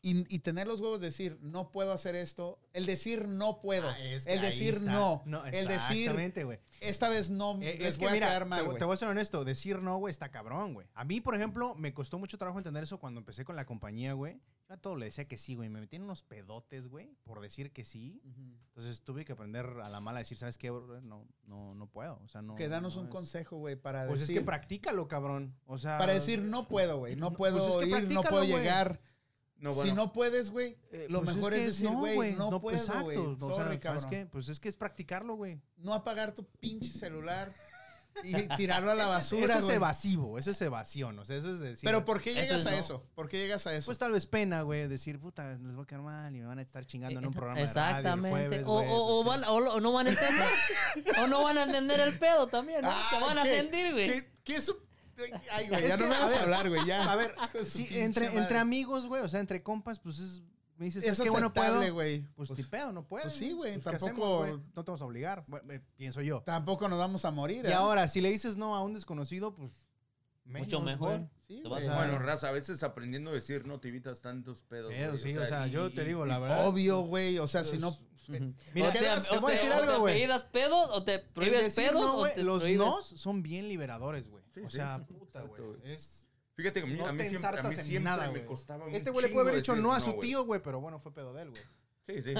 Speaker 1: y, y tener los huevos de decir, no puedo hacer esto. El decir no puedo.
Speaker 4: Ah, es que
Speaker 1: el
Speaker 4: ahí
Speaker 1: decir
Speaker 4: está.
Speaker 1: no. El decir,
Speaker 4: Exactamente, güey.
Speaker 1: esta vez no
Speaker 4: Eh,
Speaker 1: les
Speaker 4: es que
Speaker 1: voy a
Speaker 4: mira,
Speaker 1: quedar
Speaker 4: te,
Speaker 1: mal,
Speaker 4: voy-
Speaker 1: güey.
Speaker 4: te voy a ser honesto, decir no, güey, está cabrón, güey. A mí, por ejemplo, me costó mucho trabajo entender eso cuando empecé con la compañía, güey. Yo a todo le decía que sí, güey. Me metí en unos pedotes, güey, por decir que sí. Entonces tuve que aprender a la mala a decir, ¿sabes qué? bro? No, no, no puedo. O sea, no.
Speaker 1: Que danos
Speaker 4: no
Speaker 1: un
Speaker 4: es-
Speaker 1: consejo, güey, para
Speaker 4: Pues
Speaker 1: decir.
Speaker 4: es que practícalo, cabrón. O sea.
Speaker 1: para decir no puedo, güey. No
Speaker 4: No,
Speaker 1: puedo
Speaker 4: pues es que
Speaker 1: ir, no
Speaker 4: practícalo,
Speaker 1: puedo
Speaker 4: güey.
Speaker 1: llegar.
Speaker 3: No,
Speaker 1: Si
Speaker 3: bueno.
Speaker 1: no puedes, güey, lo
Speaker 4: pues
Speaker 1: mejor
Speaker 4: que
Speaker 1: es, decir, güey, no, puedo,
Speaker 4: Exacto.
Speaker 1: güey.
Speaker 4: no, o
Speaker 1: Sorry,
Speaker 4: sea, ¿sabes
Speaker 1: cabrón.
Speaker 4: qué? Pues es que es practicarlo, güey.
Speaker 1: no apagar tu pinche celular y tirarlo a la
Speaker 4: Eso es-
Speaker 1: basura.
Speaker 4: Eso es
Speaker 1: güey.
Speaker 4: evasivo, eso es evasión. O sea, eso es decir.
Speaker 1: Pero ¿por qué
Speaker 5: Eso
Speaker 1: llegas
Speaker 5: es
Speaker 1: a
Speaker 5: no.
Speaker 1: eso? ¿Por qué llegas a eso?
Speaker 4: Pues tal vez pena, güey, decir, puta, les voy a quedar mal y me van a estar chingando en un programa. de
Speaker 5: Eh, Exactamente.
Speaker 4: radio el jueves,
Speaker 5: o,
Speaker 4: güey,
Speaker 5: o- o
Speaker 4: pues,
Speaker 5: van- o- o no van a entender. o no van a entender el pedo también, ¿no?
Speaker 1: Ah,
Speaker 5: Te van a
Speaker 1: ¿qué-
Speaker 5: sentir, güey.
Speaker 1: ¿Qué, qué es un- eh, Ay, güey,
Speaker 4: Es
Speaker 1: ya
Speaker 4: que,
Speaker 1: no me
Speaker 4: a
Speaker 1: vas a
Speaker 4: ver,
Speaker 1: hablar, güey, ya.
Speaker 4: A ver,
Speaker 1: Hijo de su
Speaker 4: sí,
Speaker 1: pinche
Speaker 4: entre,
Speaker 1: madre.
Speaker 4: entre amigos, güey, o sea, entre compas, pues es. Me dices,
Speaker 1: es
Speaker 4: ¿sabes qué bueno puedo?
Speaker 1: aceptable, güey.
Speaker 4: Pues,
Speaker 1: Pues,
Speaker 4: ni pedo, no puedo.
Speaker 1: pues sí, güey, tampoco-
Speaker 4: tampoco. no te vas a obligar, bueno, eh, pienso yo.
Speaker 1: tampoco nos vamos a morir.
Speaker 4: Y
Speaker 1: ¿eh?
Speaker 4: ahora, si le dices no a un desconocido, pues.
Speaker 5: Mucho
Speaker 4: menos,
Speaker 5: mejor.
Speaker 4: güey.
Speaker 1: Sí,
Speaker 5: Te vas
Speaker 1: güey.
Speaker 5: a-
Speaker 3: Bueno, raza, a veces aprendiendo a decir no te evitas tantos pedos.
Speaker 4: Pedo,
Speaker 3: güey.
Speaker 4: sí, o sea, yo te digo, la verdad.
Speaker 1: obvio, güey, o sea, si no
Speaker 4: Mira,
Speaker 5: o te,
Speaker 4: te,
Speaker 5: o
Speaker 4: voy a
Speaker 5: te-
Speaker 4: decir
Speaker 5: o te
Speaker 4: algo, güey.
Speaker 5: apellidas pedos o te
Speaker 4: El
Speaker 5: prohíbes
Speaker 4: decir
Speaker 5: pedos
Speaker 4: no,
Speaker 5: o
Speaker 4: güey,
Speaker 5: te
Speaker 4: Los
Speaker 5: prohíbes-
Speaker 4: nos son bien liberadores, güey.
Speaker 3: Sí,
Speaker 4: o
Speaker 3: sí.
Speaker 4: sea, puta,
Speaker 3: Exacto,
Speaker 4: güey.
Speaker 3: güey.
Speaker 4: Es.
Speaker 3: Fíjate que a mí,
Speaker 4: No
Speaker 3: a mí
Speaker 4: te
Speaker 3: siempre, a mí
Speaker 4: ensartas en
Speaker 3: siempre
Speaker 4: nada,
Speaker 3: me
Speaker 4: güey.
Speaker 3: costaba un
Speaker 4: Este güey le
Speaker 3: chingo
Speaker 4: puede haber dicho
Speaker 3: decir
Speaker 4: no a su
Speaker 3: güey.
Speaker 4: tío, güey, pero bueno, fue pedo de él, güey.
Speaker 3: Sí, sí.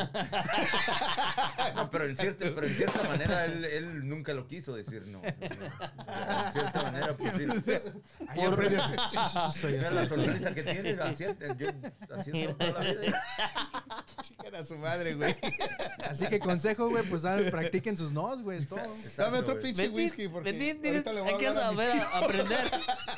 Speaker 3: No, pero en cierta, pero en cierta manera él, él nunca lo quiso decir no. En cierta manera, pues sí.
Speaker 4: Ahí aprendió. Sí, sí, sí, soy
Speaker 3: Mira
Speaker 4: así,
Speaker 3: la
Speaker 4: soy así.
Speaker 3: sonrisa que tiene, así, yo, así he estado toda la vida.
Speaker 1: Chica era su madre, güey.
Speaker 4: Así que consejo, güey, pues dale, practiquen sus nos, güey, es todo.
Speaker 3: Exacto,
Speaker 1: Dame otro
Speaker 3: güey.
Speaker 1: pinche
Speaker 5: Betín,
Speaker 1: whisky porque
Speaker 5: Betín, tienes-
Speaker 1: ahorita le voy a
Speaker 5: hay que
Speaker 1: hablar a mi
Speaker 5: saber a- aprender.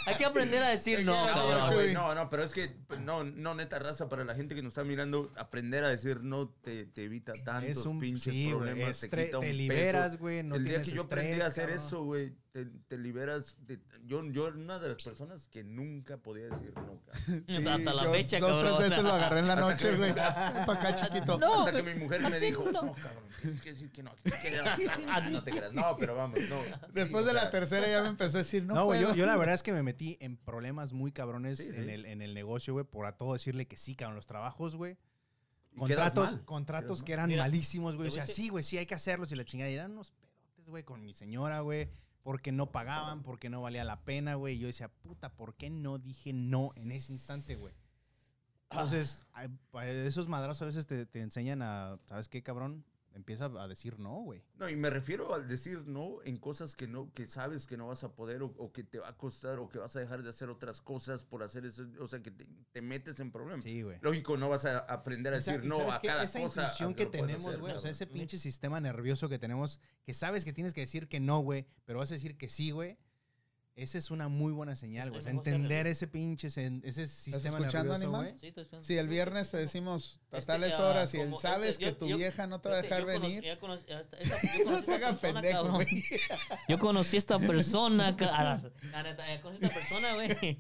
Speaker 5: Hay que aprender a decir no,
Speaker 1: quiero,
Speaker 5: cabrón.
Speaker 3: No,
Speaker 1: güey.
Speaker 3: Ah, güey, no, no, pero es que, pues, no, no, neta raza, para la gente que nos está mirando, aprender a decir no te, te evita tantos
Speaker 4: Es un
Speaker 3: pinches
Speaker 4: sí, güey,
Speaker 3: problemas,
Speaker 4: es
Speaker 3: te
Speaker 4: tre-
Speaker 3: quita un
Speaker 4: te
Speaker 3: peso.
Speaker 4: liberas, güey, no
Speaker 3: el día
Speaker 4: tienes
Speaker 3: que yo aprendí
Speaker 4: estrés,
Speaker 3: a hacer
Speaker 4: cabrón.
Speaker 3: eso, güey, te, te liberas. de- yo, yo era una de las personas que nunca podía decir nunca.
Speaker 1: Sí,
Speaker 5: Hasta la
Speaker 1: yo
Speaker 5: fecha,
Speaker 1: dos,
Speaker 5: cabrón.
Speaker 1: tres veces lo agarré en la noche, güey. Ven pa' acá, chiquito.
Speaker 5: No,
Speaker 3: Hasta que mi mujer me
Speaker 5: así
Speaker 3: dijo,
Speaker 5: no.
Speaker 3: no, cabrón, tienes que decir que no. que- que no". no te creas, no, pero vamos, no.
Speaker 1: Después
Speaker 3: Sí,
Speaker 1: de
Speaker 3: o
Speaker 1: la
Speaker 3: sea,
Speaker 1: tercera ya me empezó a decir, no,
Speaker 4: No, güey, yo,
Speaker 1: puedo.
Speaker 4: yo la verdad es que me metí en problemas muy cabrones
Speaker 3: Sí,
Speaker 4: En,
Speaker 3: sí.
Speaker 4: el, en el negocio, güey, por a todo decirle que sí, cabrón, los trabajos, güey.
Speaker 3: y quedas
Speaker 4: Contratos,
Speaker 3: mal.
Speaker 4: contratos
Speaker 3: Quedas
Speaker 4: que eran
Speaker 5: Mira,
Speaker 4: malísimos, güey.
Speaker 5: te
Speaker 4: O sea,
Speaker 5: voy a decir-
Speaker 4: sí, güey, sí hay que hacerlos y la chingada. Y eran unos pedotes, güey, con mi señora, güey. Porque no pagaban, porque no valía la pena, güey. Y yo decía, puta, ¿por qué no dije no en ese instante, güey? Entonces, ay, pa- esos madrazos a veces te, te enseñan a, ¿sabes qué, cabrón? Empieza a decir no, güey.
Speaker 3: No, y me refiero al decir no en cosas que no, que sabes que no vas a poder o, o que te va a costar o que vas a dejar de hacer otras cosas por hacer eso, o sea, que te, te metes en problemas.
Speaker 4: Sí, güey.
Speaker 3: Lógico, no vas a aprender a
Speaker 4: Y sa-
Speaker 3: decir
Speaker 4: y
Speaker 3: no
Speaker 4: sabes
Speaker 3: a
Speaker 4: qué?
Speaker 3: cada
Speaker 4: esa
Speaker 3: cosa.
Speaker 4: intuición que
Speaker 3: lo puedes
Speaker 4: tenemos,
Speaker 3: hacer,
Speaker 4: güey, o sea,
Speaker 3: cabrón.
Speaker 4: ese pinche sistema nervioso que tenemos, que sabes que tienes que decir que no, güey, pero vas a decir que sí, güey. Esa es una muy buena señal,
Speaker 5: Es
Speaker 4: güey.
Speaker 5: el
Speaker 4: O sea,
Speaker 5: negocio
Speaker 4: entender
Speaker 5: nervioso.
Speaker 4: ese pinche, sen- ese sistema
Speaker 1: escuchando,
Speaker 4: nervioso,
Speaker 1: animal?
Speaker 4: güey.
Speaker 5: Sí, estoy escuchando.
Speaker 1: Si el viernes te decimos a
Speaker 5: Este,
Speaker 1: tales
Speaker 5: ah,
Speaker 1: horas y él
Speaker 5: como-
Speaker 1: sabes
Speaker 5: este,
Speaker 1: que
Speaker 5: yo-
Speaker 1: tu
Speaker 5: yo-
Speaker 1: vieja no te va a dejar
Speaker 5: Fíjate, yo conocí-
Speaker 1: venir,
Speaker 5: ya conocí- hasta esta-
Speaker 1: no
Speaker 5: yo conocí
Speaker 1: se
Speaker 5: a
Speaker 1: hagan
Speaker 5: esta persona,
Speaker 1: pendejo,
Speaker 5: cabrón.
Speaker 1: güey.
Speaker 5: Yo conocí a esta persona, cara. La neta, eh, Conocí a esta persona, güey.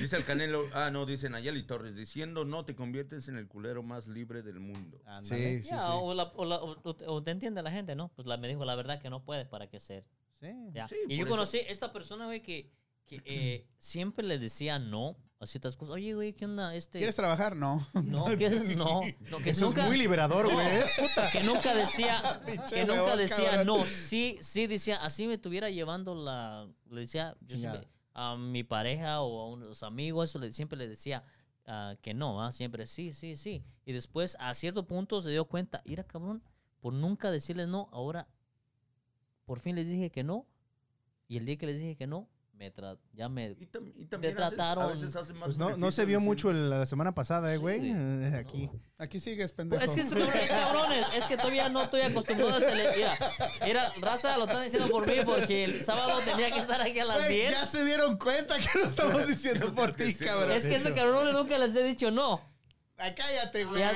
Speaker 3: Dice el Canelo, ah, no, dice Nayeli Torres, diciendo no te conviertes en el culero más libre del mundo.
Speaker 4: Ándale.
Speaker 1: sí,
Speaker 5: Ya, O, la- o la- o- o te entiende la gente, ¿no? Pues la, me dijo la verdad que no puede para qué ser.
Speaker 4: Sí.
Speaker 5: Ya.
Speaker 3: Sí,
Speaker 5: y
Speaker 3: por
Speaker 5: yo
Speaker 3: eso.
Speaker 5: conocí esta persona, güey, que, que eh, siempre le decía no a ciertas cosas. Oye, güey, ¿qué onda? Este,
Speaker 1: ¿Quieres trabajar? No.
Speaker 5: No, que no. no que
Speaker 4: Eso
Speaker 5: nunca,
Speaker 4: es muy liberador,
Speaker 5: No,
Speaker 4: güey.
Speaker 5: Que nunca decía,
Speaker 1: ¿eh? Pinche
Speaker 5: que nunca
Speaker 1: huevón,
Speaker 5: decía
Speaker 1: cabrón.
Speaker 5: no. Sí, sí decía, así me estuviera llevando la, le decía, yo
Speaker 4: Chingada.
Speaker 5: siempre- a mi pareja o a unos amigos, eso le- siempre le decía ah, que no, ah, siempre sí, sí, sí. Y después a cierto punto se dio cuenta, mira cabrón, por nunca decirles no, ahora por fin les dije que no. Y el día que les dije que no, me tra- ya me...
Speaker 3: Y, tam- y también
Speaker 5: Te
Speaker 3: haces-
Speaker 5: trataron.
Speaker 3: a veces hace más
Speaker 4: Pues no, no se
Speaker 3: beneficio
Speaker 4: vio
Speaker 3: decir-
Speaker 4: mucho el- la semana pasada, eh,
Speaker 5: Sí,
Speaker 4: güey.
Speaker 5: güey.
Speaker 4: Aquí.
Speaker 1: Aquí sigues, pendejo.
Speaker 5: Pues Es que estos cabrones, cabrones, es que todavía no estoy acostumbrado a tele... Mira, mira, raza, lo están diciendo por mí porque el sábado tenía que estar aquí a las
Speaker 1: Güey,
Speaker 5: 10.
Speaker 1: ya se dieron cuenta que lo estamos diciendo por ti,
Speaker 3: sí,
Speaker 1: cabrón.
Speaker 5: Es que esos cabrones nunca les he dicho no.
Speaker 1: Ay, cállate, güey.
Speaker 5: Ya-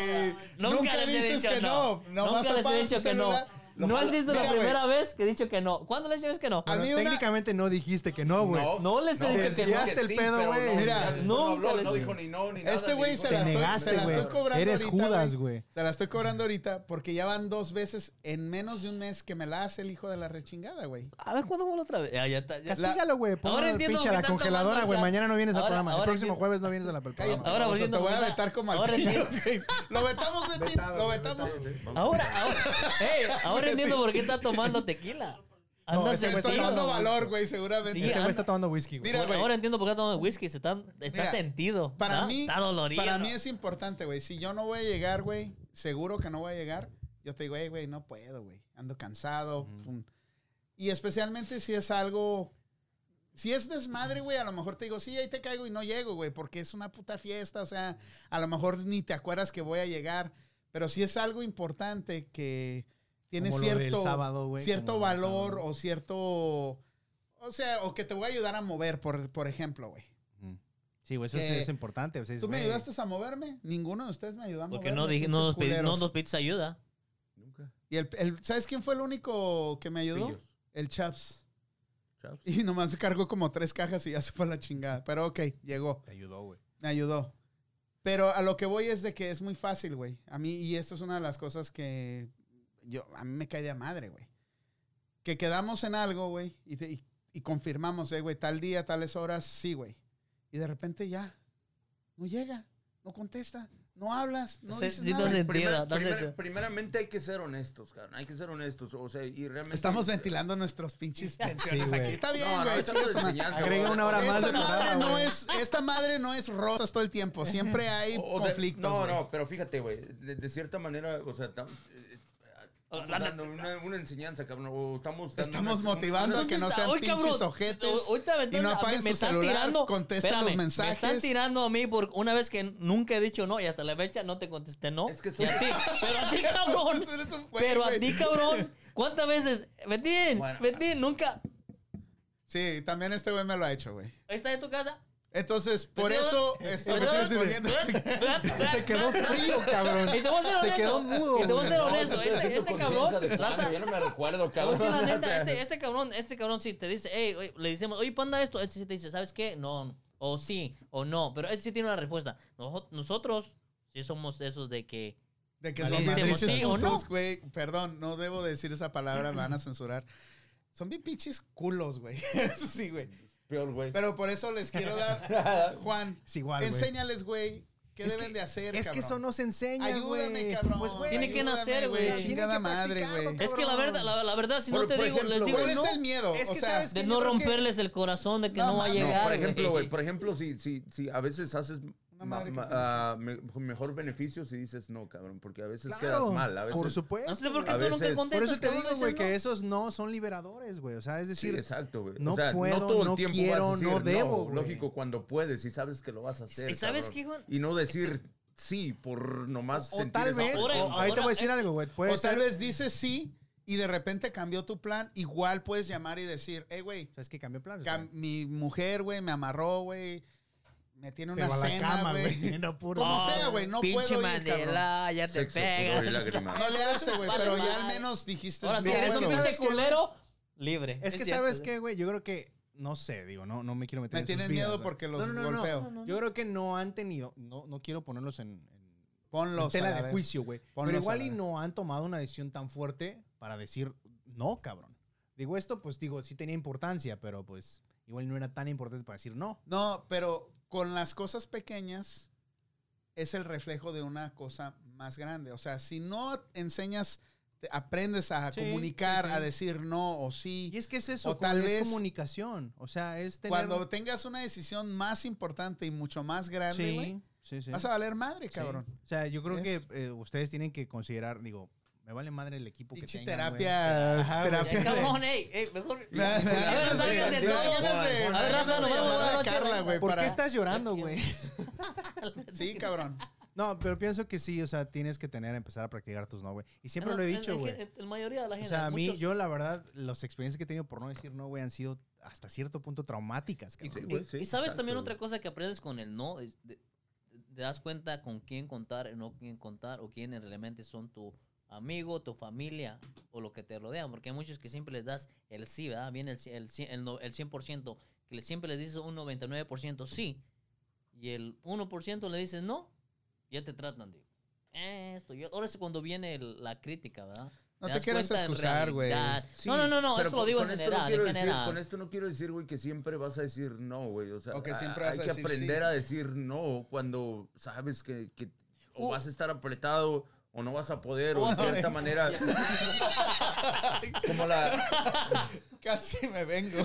Speaker 5: nunca,
Speaker 1: nunca,
Speaker 5: les he
Speaker 1: dices
Speaker 5: dicho
Speaker 1: que no. Nomás
Speaker 5: nunca les
Speaker 1: apagas tu
Speaker 5: he dicho que no.
Speaker 1: celular. Lo
Speaker 5: No has
Speaker 1: malo-
Speaker 5: visto la
Speaker 1: Mira, güey,
Speaker 5: primera vez que he dicho que no. ¿Cuándo les dices que no?
Speaker 1: A
Speaker 4: Pero
Speaker 1: mí una-
Speaker 4: técnicamente no dijiste que no, güey.
Speaker 5: No les he dicho que no.
Speaker 4: desviaste el pedo,
Speaker 3: pero
Speaker 4: güey.
Speaker 3: no,
Speaker 1: Mira,
Speaker 3: ya después
Speaker 5: nunca
Speaker 3: no habló,
Speaker 5: le-
Speaker 3: no dijo ni no, ni nada.
Speaker 1: Este güey
Speaker 3: ni-
Speaker 1: se
Speaker 4: Te
Speaker 1: la, estoy, se
Speaker 4: negaste,
Speaker 1: la estoy
Speaker 4: güey.
Speaker 1: cobrando
Speaker 4: Eres
Speaker 1: ahorita,
Speaker 4: Judas, güey.
Speaker 1: Se la estoy cobrando ahorita porque ya van dos veces en menos de un mes que me la hace el hijo de la rechingada, güey.
Speaker 5: A ver, ¿cuándo vuelvo otra vez? Ah, ya está, ya está.
Speaker 4: Castígalo, güey.
Speaker 5: Ahora
Speaker 4: Ponlo al
Speaker 5: entiendo
Speaker 4: pinche a
Speaker 5: por
Speaker 4: la
Speaker 5: qué tanto
Speaker 4: congeladora,
Speaker 5: mando,
Speaker 4: güey.
Speaker 5: o sea,
Speaker 4: Mañana no vienes al
Speaker 5: ahora-
Speaker 4: programa. El
Speaker 5: ahora
Speaker 4: próximo
Speaker 5: entiendo-
Speaker 4: jueves no vienes a la- al programa.
Speaker 5: Ahora
Speaker 1: Vamos,
Speaker 5: volviendo
Speaker 1: te voy
Speaker 5: a
Speaker 1: a
Speaker 5: la-
Speaker 1: vetar como
Speaker 5: ahora
Speaker 1: al Kiros,
Speaker 5: sí.
Speaker 1: güey. Lo vetamos, Betín.
Speaker 4: Vetado,
Speaker 1: Lo
Speaker 4: vetado.
Speaker 1: vetamos.
Speaker 5: Ahora, ahora, ey, ahora entiendo por qué está tomando tequila.
Speaker 4: No,
Speaker 5: Anda
Speaker 4: ese
Speaker 1: Se
Speaker 4: güey
Speaker 1: estoy
Speaker 4: vetado.
Speaker 1: dando valor, güey, seguramente.
Speaker 5: Sí,
Speaker 4: Ese
Speaker 5: anda-
Speaker 4: güey está tomando whisky, güey.
Speaker 1: Mira,
Speaker 5: Ahora,
Speaker 1: güey.
Speaker 5: ahora entiendo por qué está tomando whisky. Se está, está
Speaker 1: Mira,
Speaker 5: sentido.
Speaker 1: Para
Speaker 5: está,
Speaker 1: mí,
Speaker 5: Está dolorido.
Speaker 1: para mí es importante, güey. Si yo no voy a llegar, güey, seguro que no voy a llegar. Yo te digo, "Ey, güey, no puedo, güey. Ando cansado. pum". Y especialmente si es algo. Si es desmadre, güey, a lo mejor te digo, sí, ahí te caigo y no llego, güey, porque es una puta fiesta. O sea, a lo mejor ni te acuerdas que voy a llegar. Pero si es algo importante que tiene
Speaker 4: Como lo del
Speaker 1: cierto,
Speaker 4: sábado, güey,
Speaker 1: cierto
Speaker 4: como lo del
Speaker 1: valor
Speaker 4: sábado.
Speaker 1: o cierto. O sea, o que te voy a ayudar a mover, por, por ejemplo, güey.
Speaker 4: Ujú. Sí, güey, eso es,
Speaker 1: Que-
Speaker 4: es importante. o sea,
Speaker 1: ¿Tú me
Speaker 4: güey,
Speaker 1: ayudaste a moverme? Ninguno de ustedes me ayudó a
Speaker 5: Porque
Speaker 1: moverme,
Speaker 5: no, dije, no, nos
Speaker 1: pinches
Speaker 5: pedí, no
Speaker 1: culeros.
Speaker 5: nos pediste ayuda.
Speaker 3: Nunca.
Speaker 1: Y el, el- ¿Sabes quién fue el único que me ayudó?
Speaker 3: Pillos,
Speaker 1: El Chaps.
Speaker 3: chavos.
Speaker 1: Y nomás se cargó como tres cajas y ya se fue a la chingada. Pero ok, llegó.
Speaker 4: Te ayudó, güey.
Speaker 1: Me ayudó. Pero a lo que voy es de que es muy fácil, güey. A mí, y esto es una de las cosas que yo, a mí me cae de a madre, güey. Que quedamos en algo, güey, y, te- y- y confirmamos, eh, güey, tal día, tales horas, sí, güey. Y de repente ya, no llega. no contesta, no hablas, no
Speaker 5: Sí,
Speaker 1: dices
Speaker 5: sí,
Speaker 1: nada.
Speaker 5: no sé.
Speaker 3: Primer-
Speaker 5: Sentido, da
Speaker 3: primer-
Speaker 5: sentido.
Speaker 3: primeramente hay que ser honestos, cabrón. Hay que ser honestos. O sea, y realmente.
Speaker 1: Estamos ventilando nuestros pinches tensiones
Speaker 4: güey.
Speaker 1: aquí. Está bien,
Speaker 3: No, no,
Speaker 1: güey.
Speaker 3: esa
Speaker 1: chinga
Speaker 3: es
Speaker 1: su madre.
Speaker 3: enseñanza,
Speaker 4: Agrega
Speaker 3: güey.
Speaker 4: una hora más
Speaker 1: esta,
Speaker 4: de
Speaker 1: madre
Speaker 4: programa,
Speaker 1: no
Speaker 4: güey.
Speaker 1: es, esta madre no es rosas todo el tiempo. Siempre hay
Speaker 3: O- o de-
Speaker 1: conflictos.
Speaker 3: No,
Speaker 1: güey.
Speaker 3: no, pero fíjate, güey. De, de cierta manera, o sea, tam- eh, eh, estamos
Speaker 5: Ah, La- la-
Speaker 3: dando una, una enseñanza, cabrón. O estamos
Speaker 1: Te
Speaker 3: dando
Speaker 1: estamos
Speaker 3: una- una-
Speaker 1: motivando a que no sean
Speaker 5: Hoy,
Speaker 1: pinches ojetes.
Speaker 5: hoy- hoy te aventaron-
Speaker 1: y no apaguen
Speaker 5: me
Speaker 1: su
Speaker 5: están
Speaker 1: celular,
Speaker 5: tirando-
Speaker 1: contesten los
Speaker 5: espérame,
Speaker 1: mensajes.
Speaker 5: Me están tirando a mí por una vez que nunca he dicho no y hasta la fecha no te contesté no.
Speaker 3: Es que
Speaker 5: Y a
Speaker 3: soy-
Speaker 5: ti, pero a ti, cabrón.
Speaker 1: Tú eres un güey,
Speaker 5: pero a
Speaker 1: güey.
Speaker 5: ti, cabrón. ¿Cuántas veces? Betín,
Speaker 3: Bueno.
Speaker 5: Betín, nunca.
Speaker 1: Sí, también este güey me lo ha hecho, güey.
Speaker 5: Ahí está en tu casa.
Speaker 1: Entonces, por
Speaker 5: Betín,
Speaker 1: eso
Speaker 5: ¿verdad?
Speaker 1: estamos
Speaker 5: ¿verdad?
Speaker 1: poniendo-
Speaker 5: ¿verdad?
Speaker 4: Se quedó frío, cabrón.
Speaker 5: Y te voy a ser
Speaker 4: Se
Speaker 5: honesto.
Speaker 4: quedó mudo,
Speaker 5: Y te voy a ser
Speaker 4: güey.
Speaker 5: honesto. Este, este cabrón, raza,
Speaker 3: Yo no me recuerdo,
Speaker 5: Te voy a
Speaker 3: cabrón.
Speaker 5: decir la
Speaker 3: O
Speaker 5: neta,
Speaker 3: sea,
Speaker 5: este, este cabrón, este cabrón sí te dice, "Ey, oye", le decimos, oye, panda esto, este sí te dice, ¿sabes qué? No, no. o sí, o no, pero este sí tiene una respuesta. Nojo- Nosotros sí somos esos de que,
Speaker 1: De que
Speaker 4: Vale,
Speaker 1: son bien
Speaker 4: decimos
Speaker 1: pinches
Speaker 5: sí o no.
Speaker 1: putos, güey. Perdón, no debo decir esa palabra, me van a censurar. Son bien pinches culos, güey. Eso sí, güey.
Speaker 3: Peor, güey.
Speaker 1: Pero por eso les quiero dar, Juan,
Speaker 4: Es igual, güey.
Speaker 1: enséñales, güey, qué
Speaker 4: Es
Speaker 1: deben
Speaker 4: que-
Speaker 1: de hacer,
Speaker 4: Es que
Speaker 1: cabrón.
Speaker 4: eso no se enseña, güey.
Speaker 1: Ayúdame, cabrón.
Speaker 4: Pues, güey,
Speaker 5: Tiene que
Speaker 1: ayúdame,
Speaker 5: nacer, güey. Tiene
Speaker 1: Chingada
Speaker 4: que
Speaker 1: madre,
Speaker 4: practicarlo,
Speaker 1: güey.
Speaker 4: cabrón.
Speaker 5: es que la verdad, la, la verdad, si
Speaker 3: Por-
Speaker 5: no te
Speaker 3: por
Speaker 5: digo,
Speaker 3: ejemplo,
Speaker 5: les digo
Speaker 1: ¿Cuál es
Speaker 5: no,
Speaker 1: el miedo?
Speaker 4: Es
Speaker 1: o
Speaker 4: que
Speaker 1: sea,
Speaker 4: sabes
Speaker 5: de
Speaker 4: que
Speaker 5: no
Speaker 4: yo creo que-
Speaker 5: romperles el corazón de que
Speaker 1: No,
Speaker 5: no, va a
Speaker 1: mano,
Speaker 5: llegar.
Speaker 3: No, por
Speaker 5: güey.
Speaker 3: ejemplo, güey, por ejemplo, si, si, si a veces haces
Speaker 1: Una
Speaker 3: ma-
Speaker 1: madre que
Speaker 3: ma-
Speaker 1: te-
Speaker 3: ah, me- mejor beneficio si dices no, cabrón, porque a veces
Speaker 4: Claro,
Speaker 3: Pues quedas mal, a veces.
Speaker 4: Por supuesto.
Speaker 5: No sé por qué
Speaker 3: a
Speaker 5: tú nunca
Speaker 3: veces-
Speaker 5: contestas.
Speaker 4: Por eso te
Speaker 5: cabrón,
Speaker 4: digo, güey,
Speaker 5: ese
Speaker 4: que
Speaker 5: no.
Speaker 4: esos no son liberadores, güey. O sea, es
Speaker 3: Sí,
Speaker 4: decir,
Speaker 3: exacto, güey.
Speaker 4: no
Speaker 3: o sea,
Speaker 4: puedo,
Speaker 3: no todo el
Speaker 4: no
Speaker 3: tiempo
Speaker 4: quiero,
Speaker 3: vas a
Speaker 4: no
Speaker 3: decir,
Speaker 4: debo, güey".
Speaker 3: lógico, cuando puedes y sabes que lo vas a hacer.
Speaker 5: ¿Y sabes
Speaker 3: cabrón.
Speaker 5: qué, Juan?
Speaker 3: Y no decir sí por nomás
Speaker 4: o
Speaker 3: sentir
Speaker 4: tal
Speaker 3: esa
Speaker 4: vez,
Speaker 5: Ahora-
Speaker 4: o- ahí te
Speaker 5: ahora
Speaker 4: voy a decir
Speaker 5: es-
Speaker 4: algo, güey.
Speaker 1: O
Speaker 4: Puede
Speaker 1: tal
Speaker 4: ser,
Speaker 1: vez dices sí y de repente cambió tu plan. Igual puedes llamar y decir, hey, güey,
Speaker 4: o sea, es que cambió planes.
Speaker 1: cam-
Speaker 4: güey.
Speaker 1: mi mujer, güey, me amarró, güey. Me tiene una
Speaker 4: Pero a la
Speaker 1: cena,
Speaker 4: cama,
Speaker 1: güey.
Speaker 4: güey. No puro.
Speaker 1: Como
Speaker 5: Ah,
Speaker 1: sea, güey, no
Speaker 5: pinche
Speaker 1: puedo ir,
Speaker 5: Mandela, ya te
Speaker 3: sexo, pudor y
Speaker 5: pega.
Speaker 3: lágrimas.
Speaker 1: No le hace, güey,
Speaker 5: Vale,
Speaker 1: pero
Speaker 5: madre.
Speaker 1: ya al menos dijiste
Speaker 5: Ahora sí,
Speaker 1: "No
Speaker 5: eres un
Speaker 1: puedo".
Speaker 5: pinche
Speaker 4: ¿Sabes qué, güey?
Speaker 5: culero libre.
Speaker 4: Es ¿eh? que,
Speaker 5: cierto,
Speaker 4: ¿sabes
Speaker 5: güey.
Speaker 4: qué, güey? Yo creo que, no sé, digo, no, no me quiero meter
Speaker 1: Me
Speaker 4: en sus
Speaker 1: tienen
Speaker 4: vidas,
Speaker 1: miedo
Speaker 4: güey.
Speaker 1: porque los
Speaker 4: No, no, no, no.
Speaker 1: golpeo.
Speaker 4: Yo creo que no han tenido, no, no quiero ponerlos en, en- en
Speaker 1: Ponlos. a la
Speaker 4: tela de
Speaker 1: vez.
Speaker 4: juicio, güey. Pero
Speaker 1: Ponlos a
Speaker 4: igual
Speaker 1: la
Speaker 4: y
Speaker 1: vez.
Speaker 4: no han tomado una decisión tan fuerte para decir, no, cabrón. Digo esto, pues digo, sí tenía importancia, pero pues igual no era tan importante para decir no.
Speaker 1: No, pero con las cosas pequeñas es el reflejo de una cosa más grande. O sea, si no enseñas, te- aprendes a
Speaker 4: Sí,
Speaker 1: comunicar,
Speaker 4: sí, sí.
Speaker 1: a decir no o sí.
Speaker 4: Y es que es eso,
Speaker 1: O
Speaker 4: como
Speaker 1: tal
Speaker 4: es
Speaker 1: vez-
Speaker 4: comunicación. O sea, es tener...
Speaker 1: Cuando tengas una decisión más importante y mucho más grande, güey,
Speaker 4: Sí, sí, sí.
Speaker 1: vas a valer madre,
Speaker 4: Sí.
Speaker 1: cabrón.
Speaker 4: O sea, yo creo
Speaker 1: Es-
Speaker 4: que eh, ustedes tienen que considerar, digo, me vale madre el equipo que
Speaker 1: Pinche
Speaker 4: tengan,
Speaker 1: terapia. terapia.
Speaker 5: Eh, cabrón, ey, ey, mejor.
Speaker 1: No, no,
Speaker 5: A
Speaker 1: no,
Speaker 5: ver,
Speaker 1: no,
Speaker 5: sáquense
Speaker 1: no,
Speaker 5: todo.
Speaker 1: no, no,
Speaker 5: A
Speaker 1: no,
Speaker 5: ver,
Speaker 1: no,
Speaker 5: raza,
Speaker 1: no,
Speaker 5: nos
Speaker 1: no,
Speaker 5: vemos
Speaker 1: no,
Speaker 5: buena
Speaker 1: no,
Speaker 5: noche,
Speaker 1: Carla,
Speaker 5: güey.
Speaker 1: güey.
Speaker 4: güey. ¿Por
Speaker 1: para-
Speaker 4: qué estás llorando, güey?
Speaker 1: Sí, cabrón.
Speaker 4: No, pero pienso que sí, o sea, tienes que tener, empezar a practicar tus no, güey. Y siempre
Speaker 5: No,
Speaker 4: lo he
Speaker 5: en-
Speaker 4: dicho,
Speaker 5: en-
Speaker 4: güey.
Speaker 5: en- en mayoría de la
Speaker 4: O
Speaker 5: gente.
Speaker 4: sea, a mí,
Speaker 5: muchos-
Speaker 4: yo la verdad, las experiencias que he tenido por no decir no, güey, han sido hasta cierto punto traumáticas,
Speaker 3: Y-
Speaker 4: cabrón.
Speaker 5: Y,
Speaker 3: güey, sí,
Speaker 5: y sabes
Speaker 3: exacto,
Speaker 5: también
Speaker 3: güey.
Speaker 5: otra cosa que aprendes con el no, es de- te das cuenta con quién contar y no quién contar, o quiénes realmente son tu amigo, tu familia, o lo que te rodean, porque hay muchos que siempre les das el sí, ¿verdad? Viene el, ci- el, ci- el, no- el 100%, que le- siempre les dices un 99% sí, y el 1% le dices no, ya te tratan de... "Eh, Esto, yo, ahora es cuando viene el- la crítica, ¿verdad?
Speaker 1: No te
Speaker 5: das
Speaker 1: quieras
Speaker 5: cuenta en
Speaker 1: excusar, güey.
Speaker 5: realidad.
Speaker 3: Sí,
Speaker 5: no, no, no, no,
Speaker 3: pero
Speaker 5: eso lo
Speaker 3: con-
Speaker 5: digo
Speaker 3: con
Speaker 5: en
Speaker 3: esto no
Speaker 5: general. en
Speaker 3: quiero decir-
Speaker 5: general.
Speaker 3: con esto no quiero decir, güey, que siempre vas a decir no, güey. O sea,
Speaker 1: O que
Speaker 3: a-
Speaker 1: siempre vas
Speaker 3: hay
Speaker 1: a
Speaker 3: que
Speaker 1: decir
Speaker 3: aprender
Speaker 1: sí.
Speaker 3: a decir no cuando sabes que, que o
Speaker 4: Uh.
Speaker 3: vas a estar apretado o no vas a poder o
Speaker 5: Oh,
Speaker 3: de cierta
Speaker 1: ay.
Speaker 3: manera. como la.
Speaker 1: Casi me vengo.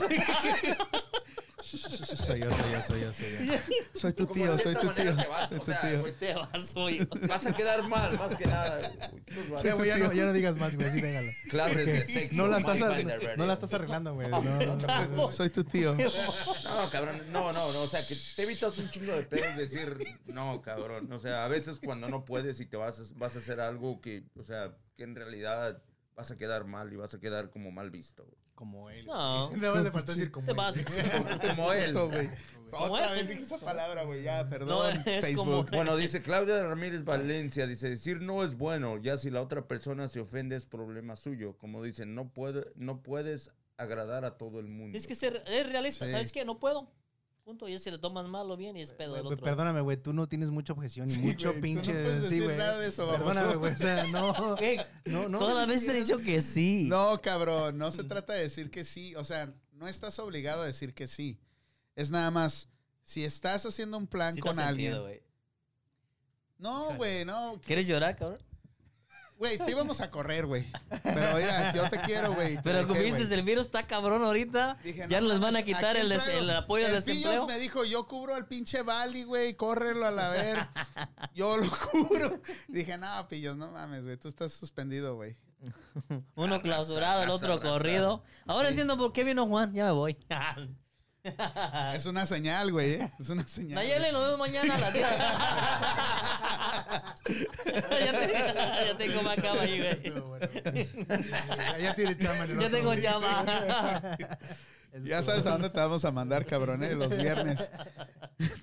Speaker 4: soy yo, soy yo, soy yo, soy yo.
Speaker 1: Soy tu
Speaker 3: como
Speaker 1: tío,
Speaker 3: de
Speaker 1: soy
Speaker 3: cierta
Speaker 1: tu
Speaker 3: manera
Speaker 1: tío.
Speaker 3: te vas,
Speaker 1: Soy
Speaker 3: o
Speaker 1: tu
Speaker 3: sea,
Speaker 1: tío.
Speaker 3: güey,
Speaker 5: Te vas, oye.
Speaker 3: Vas a quedar mal, más que nada. Uy, estos
Speaker 4: Sí,
Speaker 3: vatos.
Speaker 4: güey, ya no, ya no digas más, güey, sí, déjalo.
Speaker 3: Clases de sexo.
Speaker 4: No la estás,
Speaker 3: Mike
Speaker 4: ar-
Speaker 3: Binder
Speaker 4: no la
Speaker 3: Radio.
Speaker 4: estás arreglando, güey. No, no, no.
Speaker 1: Soy tu tío.
Speaker 3: No, cabrón, no, no, no, o sea, que te evitas un chingo de pedos decir, no, cabrón, o sea, a veces cuando no puedes y te vas a, vas a hacer algo que, o sea, que en realidad vas a quedar mal y vas a quedar como mal visto.
Speaker 4: Como él.
Speaker 5: No.
Speaker 4: Nada más le faltó decir como
Speaker 5: Te
Speaker 4: él.
Speaker 5: vas.
Speaker 3: Como él.
Speaker 1: Esto, güey.
Speaker 5: ¿Cómo
Speaker 1: Otra
Speaker 5: es?
Speaker 1: vez dije esa palabra, güey. Ya,
Speaker 5: No,
Speaker 1: perdón.
Speaker 5: es como-
Speaker 1: Facebook.
Speaker 3: Bueno, dice Claudia Ramírez Valencia, dice, decir no es bueno, ya si la otra persona se ofende es problema suyo, como dicen, no, puede, no puedes agradar a todo el mundo.
Speaker 5: Tienes que ser es realista.
Speaker 1: Sí.
Speaker 5: ¿Sabes qué? No puedo. Punto. Y si le tomas mal o bien y es pedo del
Speaker 4: Güey,
Speaker 5: otro.
Speaker 4: Perdóname, güey, tú no tienes mucha objeción y
Speaker 1: Sí,
Speaker 4: mucho
Speaker 1: güey, tú no
Speaker 4: pinche.
Speaker 1: puedes
Speaker 4: sí,
Speaker 1: decir
Speaker 4: güey.
Speaker 1: nada de eso, baboso.
Speaker 4: Perdóname, güey. O sea, no.
Speaker 5: Ey,
Speaker 4: No, no.
Speaker 5: Todas las veces te he dicho que sí.
Speaker 1: No, cabrón, no se trata de decir que sí. O sea, no estás obligado a decir que sí. Es nada más, si estás haciendo un plan
Speaker 5: Sí te
Speaker 1: con
Speaker 5: has
Speaker 1: alguien,
Speaker 5: sentido, güey.
Speaker 1: No, güey, no.
Speaker 5: ¿Quieres llorar, cabrón?
Speaker 1: Güey, te íbamos a correr, güey. Pero mira, yo te quiero, güey. te
Speaker 5: Pero
Speaker 1: dejé,
Speaker 5: como dices,
Speaker 1: güey.
Speaker 5: el virus está cabrón ahorita.
Speaker 1: Dije,
Speaker 5: ya
Speaker 1: no
Speaker 5: no les van a
Speaker 1: mames,
Speaker 5: quitar
Speaker 1: aquí
Speaker 5: el, des-
Speaker 1: traigo-
Speaker 5: el apoyo este al
Speaker 1: el Pillos
Speaker 5: desempleo.
Speaker 1: me dijo, yo cubro al pinche Bali, güey, córrelo a la ver. Yo lo cubro. Dije, no, Pillos, no mames, güey, tú estás suspendido, güey.
Speaker 5: Uno
Speaker 3: Raza,
Speaker 5: clausurado, el
Speaker 3: raza,
Speaker 5: otro
Speaker 3: raza.
Speaker 5: corrido. Ahora
Speaker 1: Sí.
Speaker 5: entiendo por qué vino Juan. Ya me voy.
Speaker 1: Es una señal, güey, ¿eh? Es una señal.
Speaker 5: Nayeli, nos vemos mañana a las 10. ya, te- ya tengo más cama ahí, güey.
Speaker 1: Estuvo bueno.
Speaker 4: Ya, ya tiene chamba. en el
Speaker 5: Ya
Speaker 4: otro,
Speaker 5: tengo
Speaker 4: güey.
Speaker 5: llama.
Speaker 1: Ya sabes a dónde te vamos a mandar, cabrón, ¿eh? Los viernes.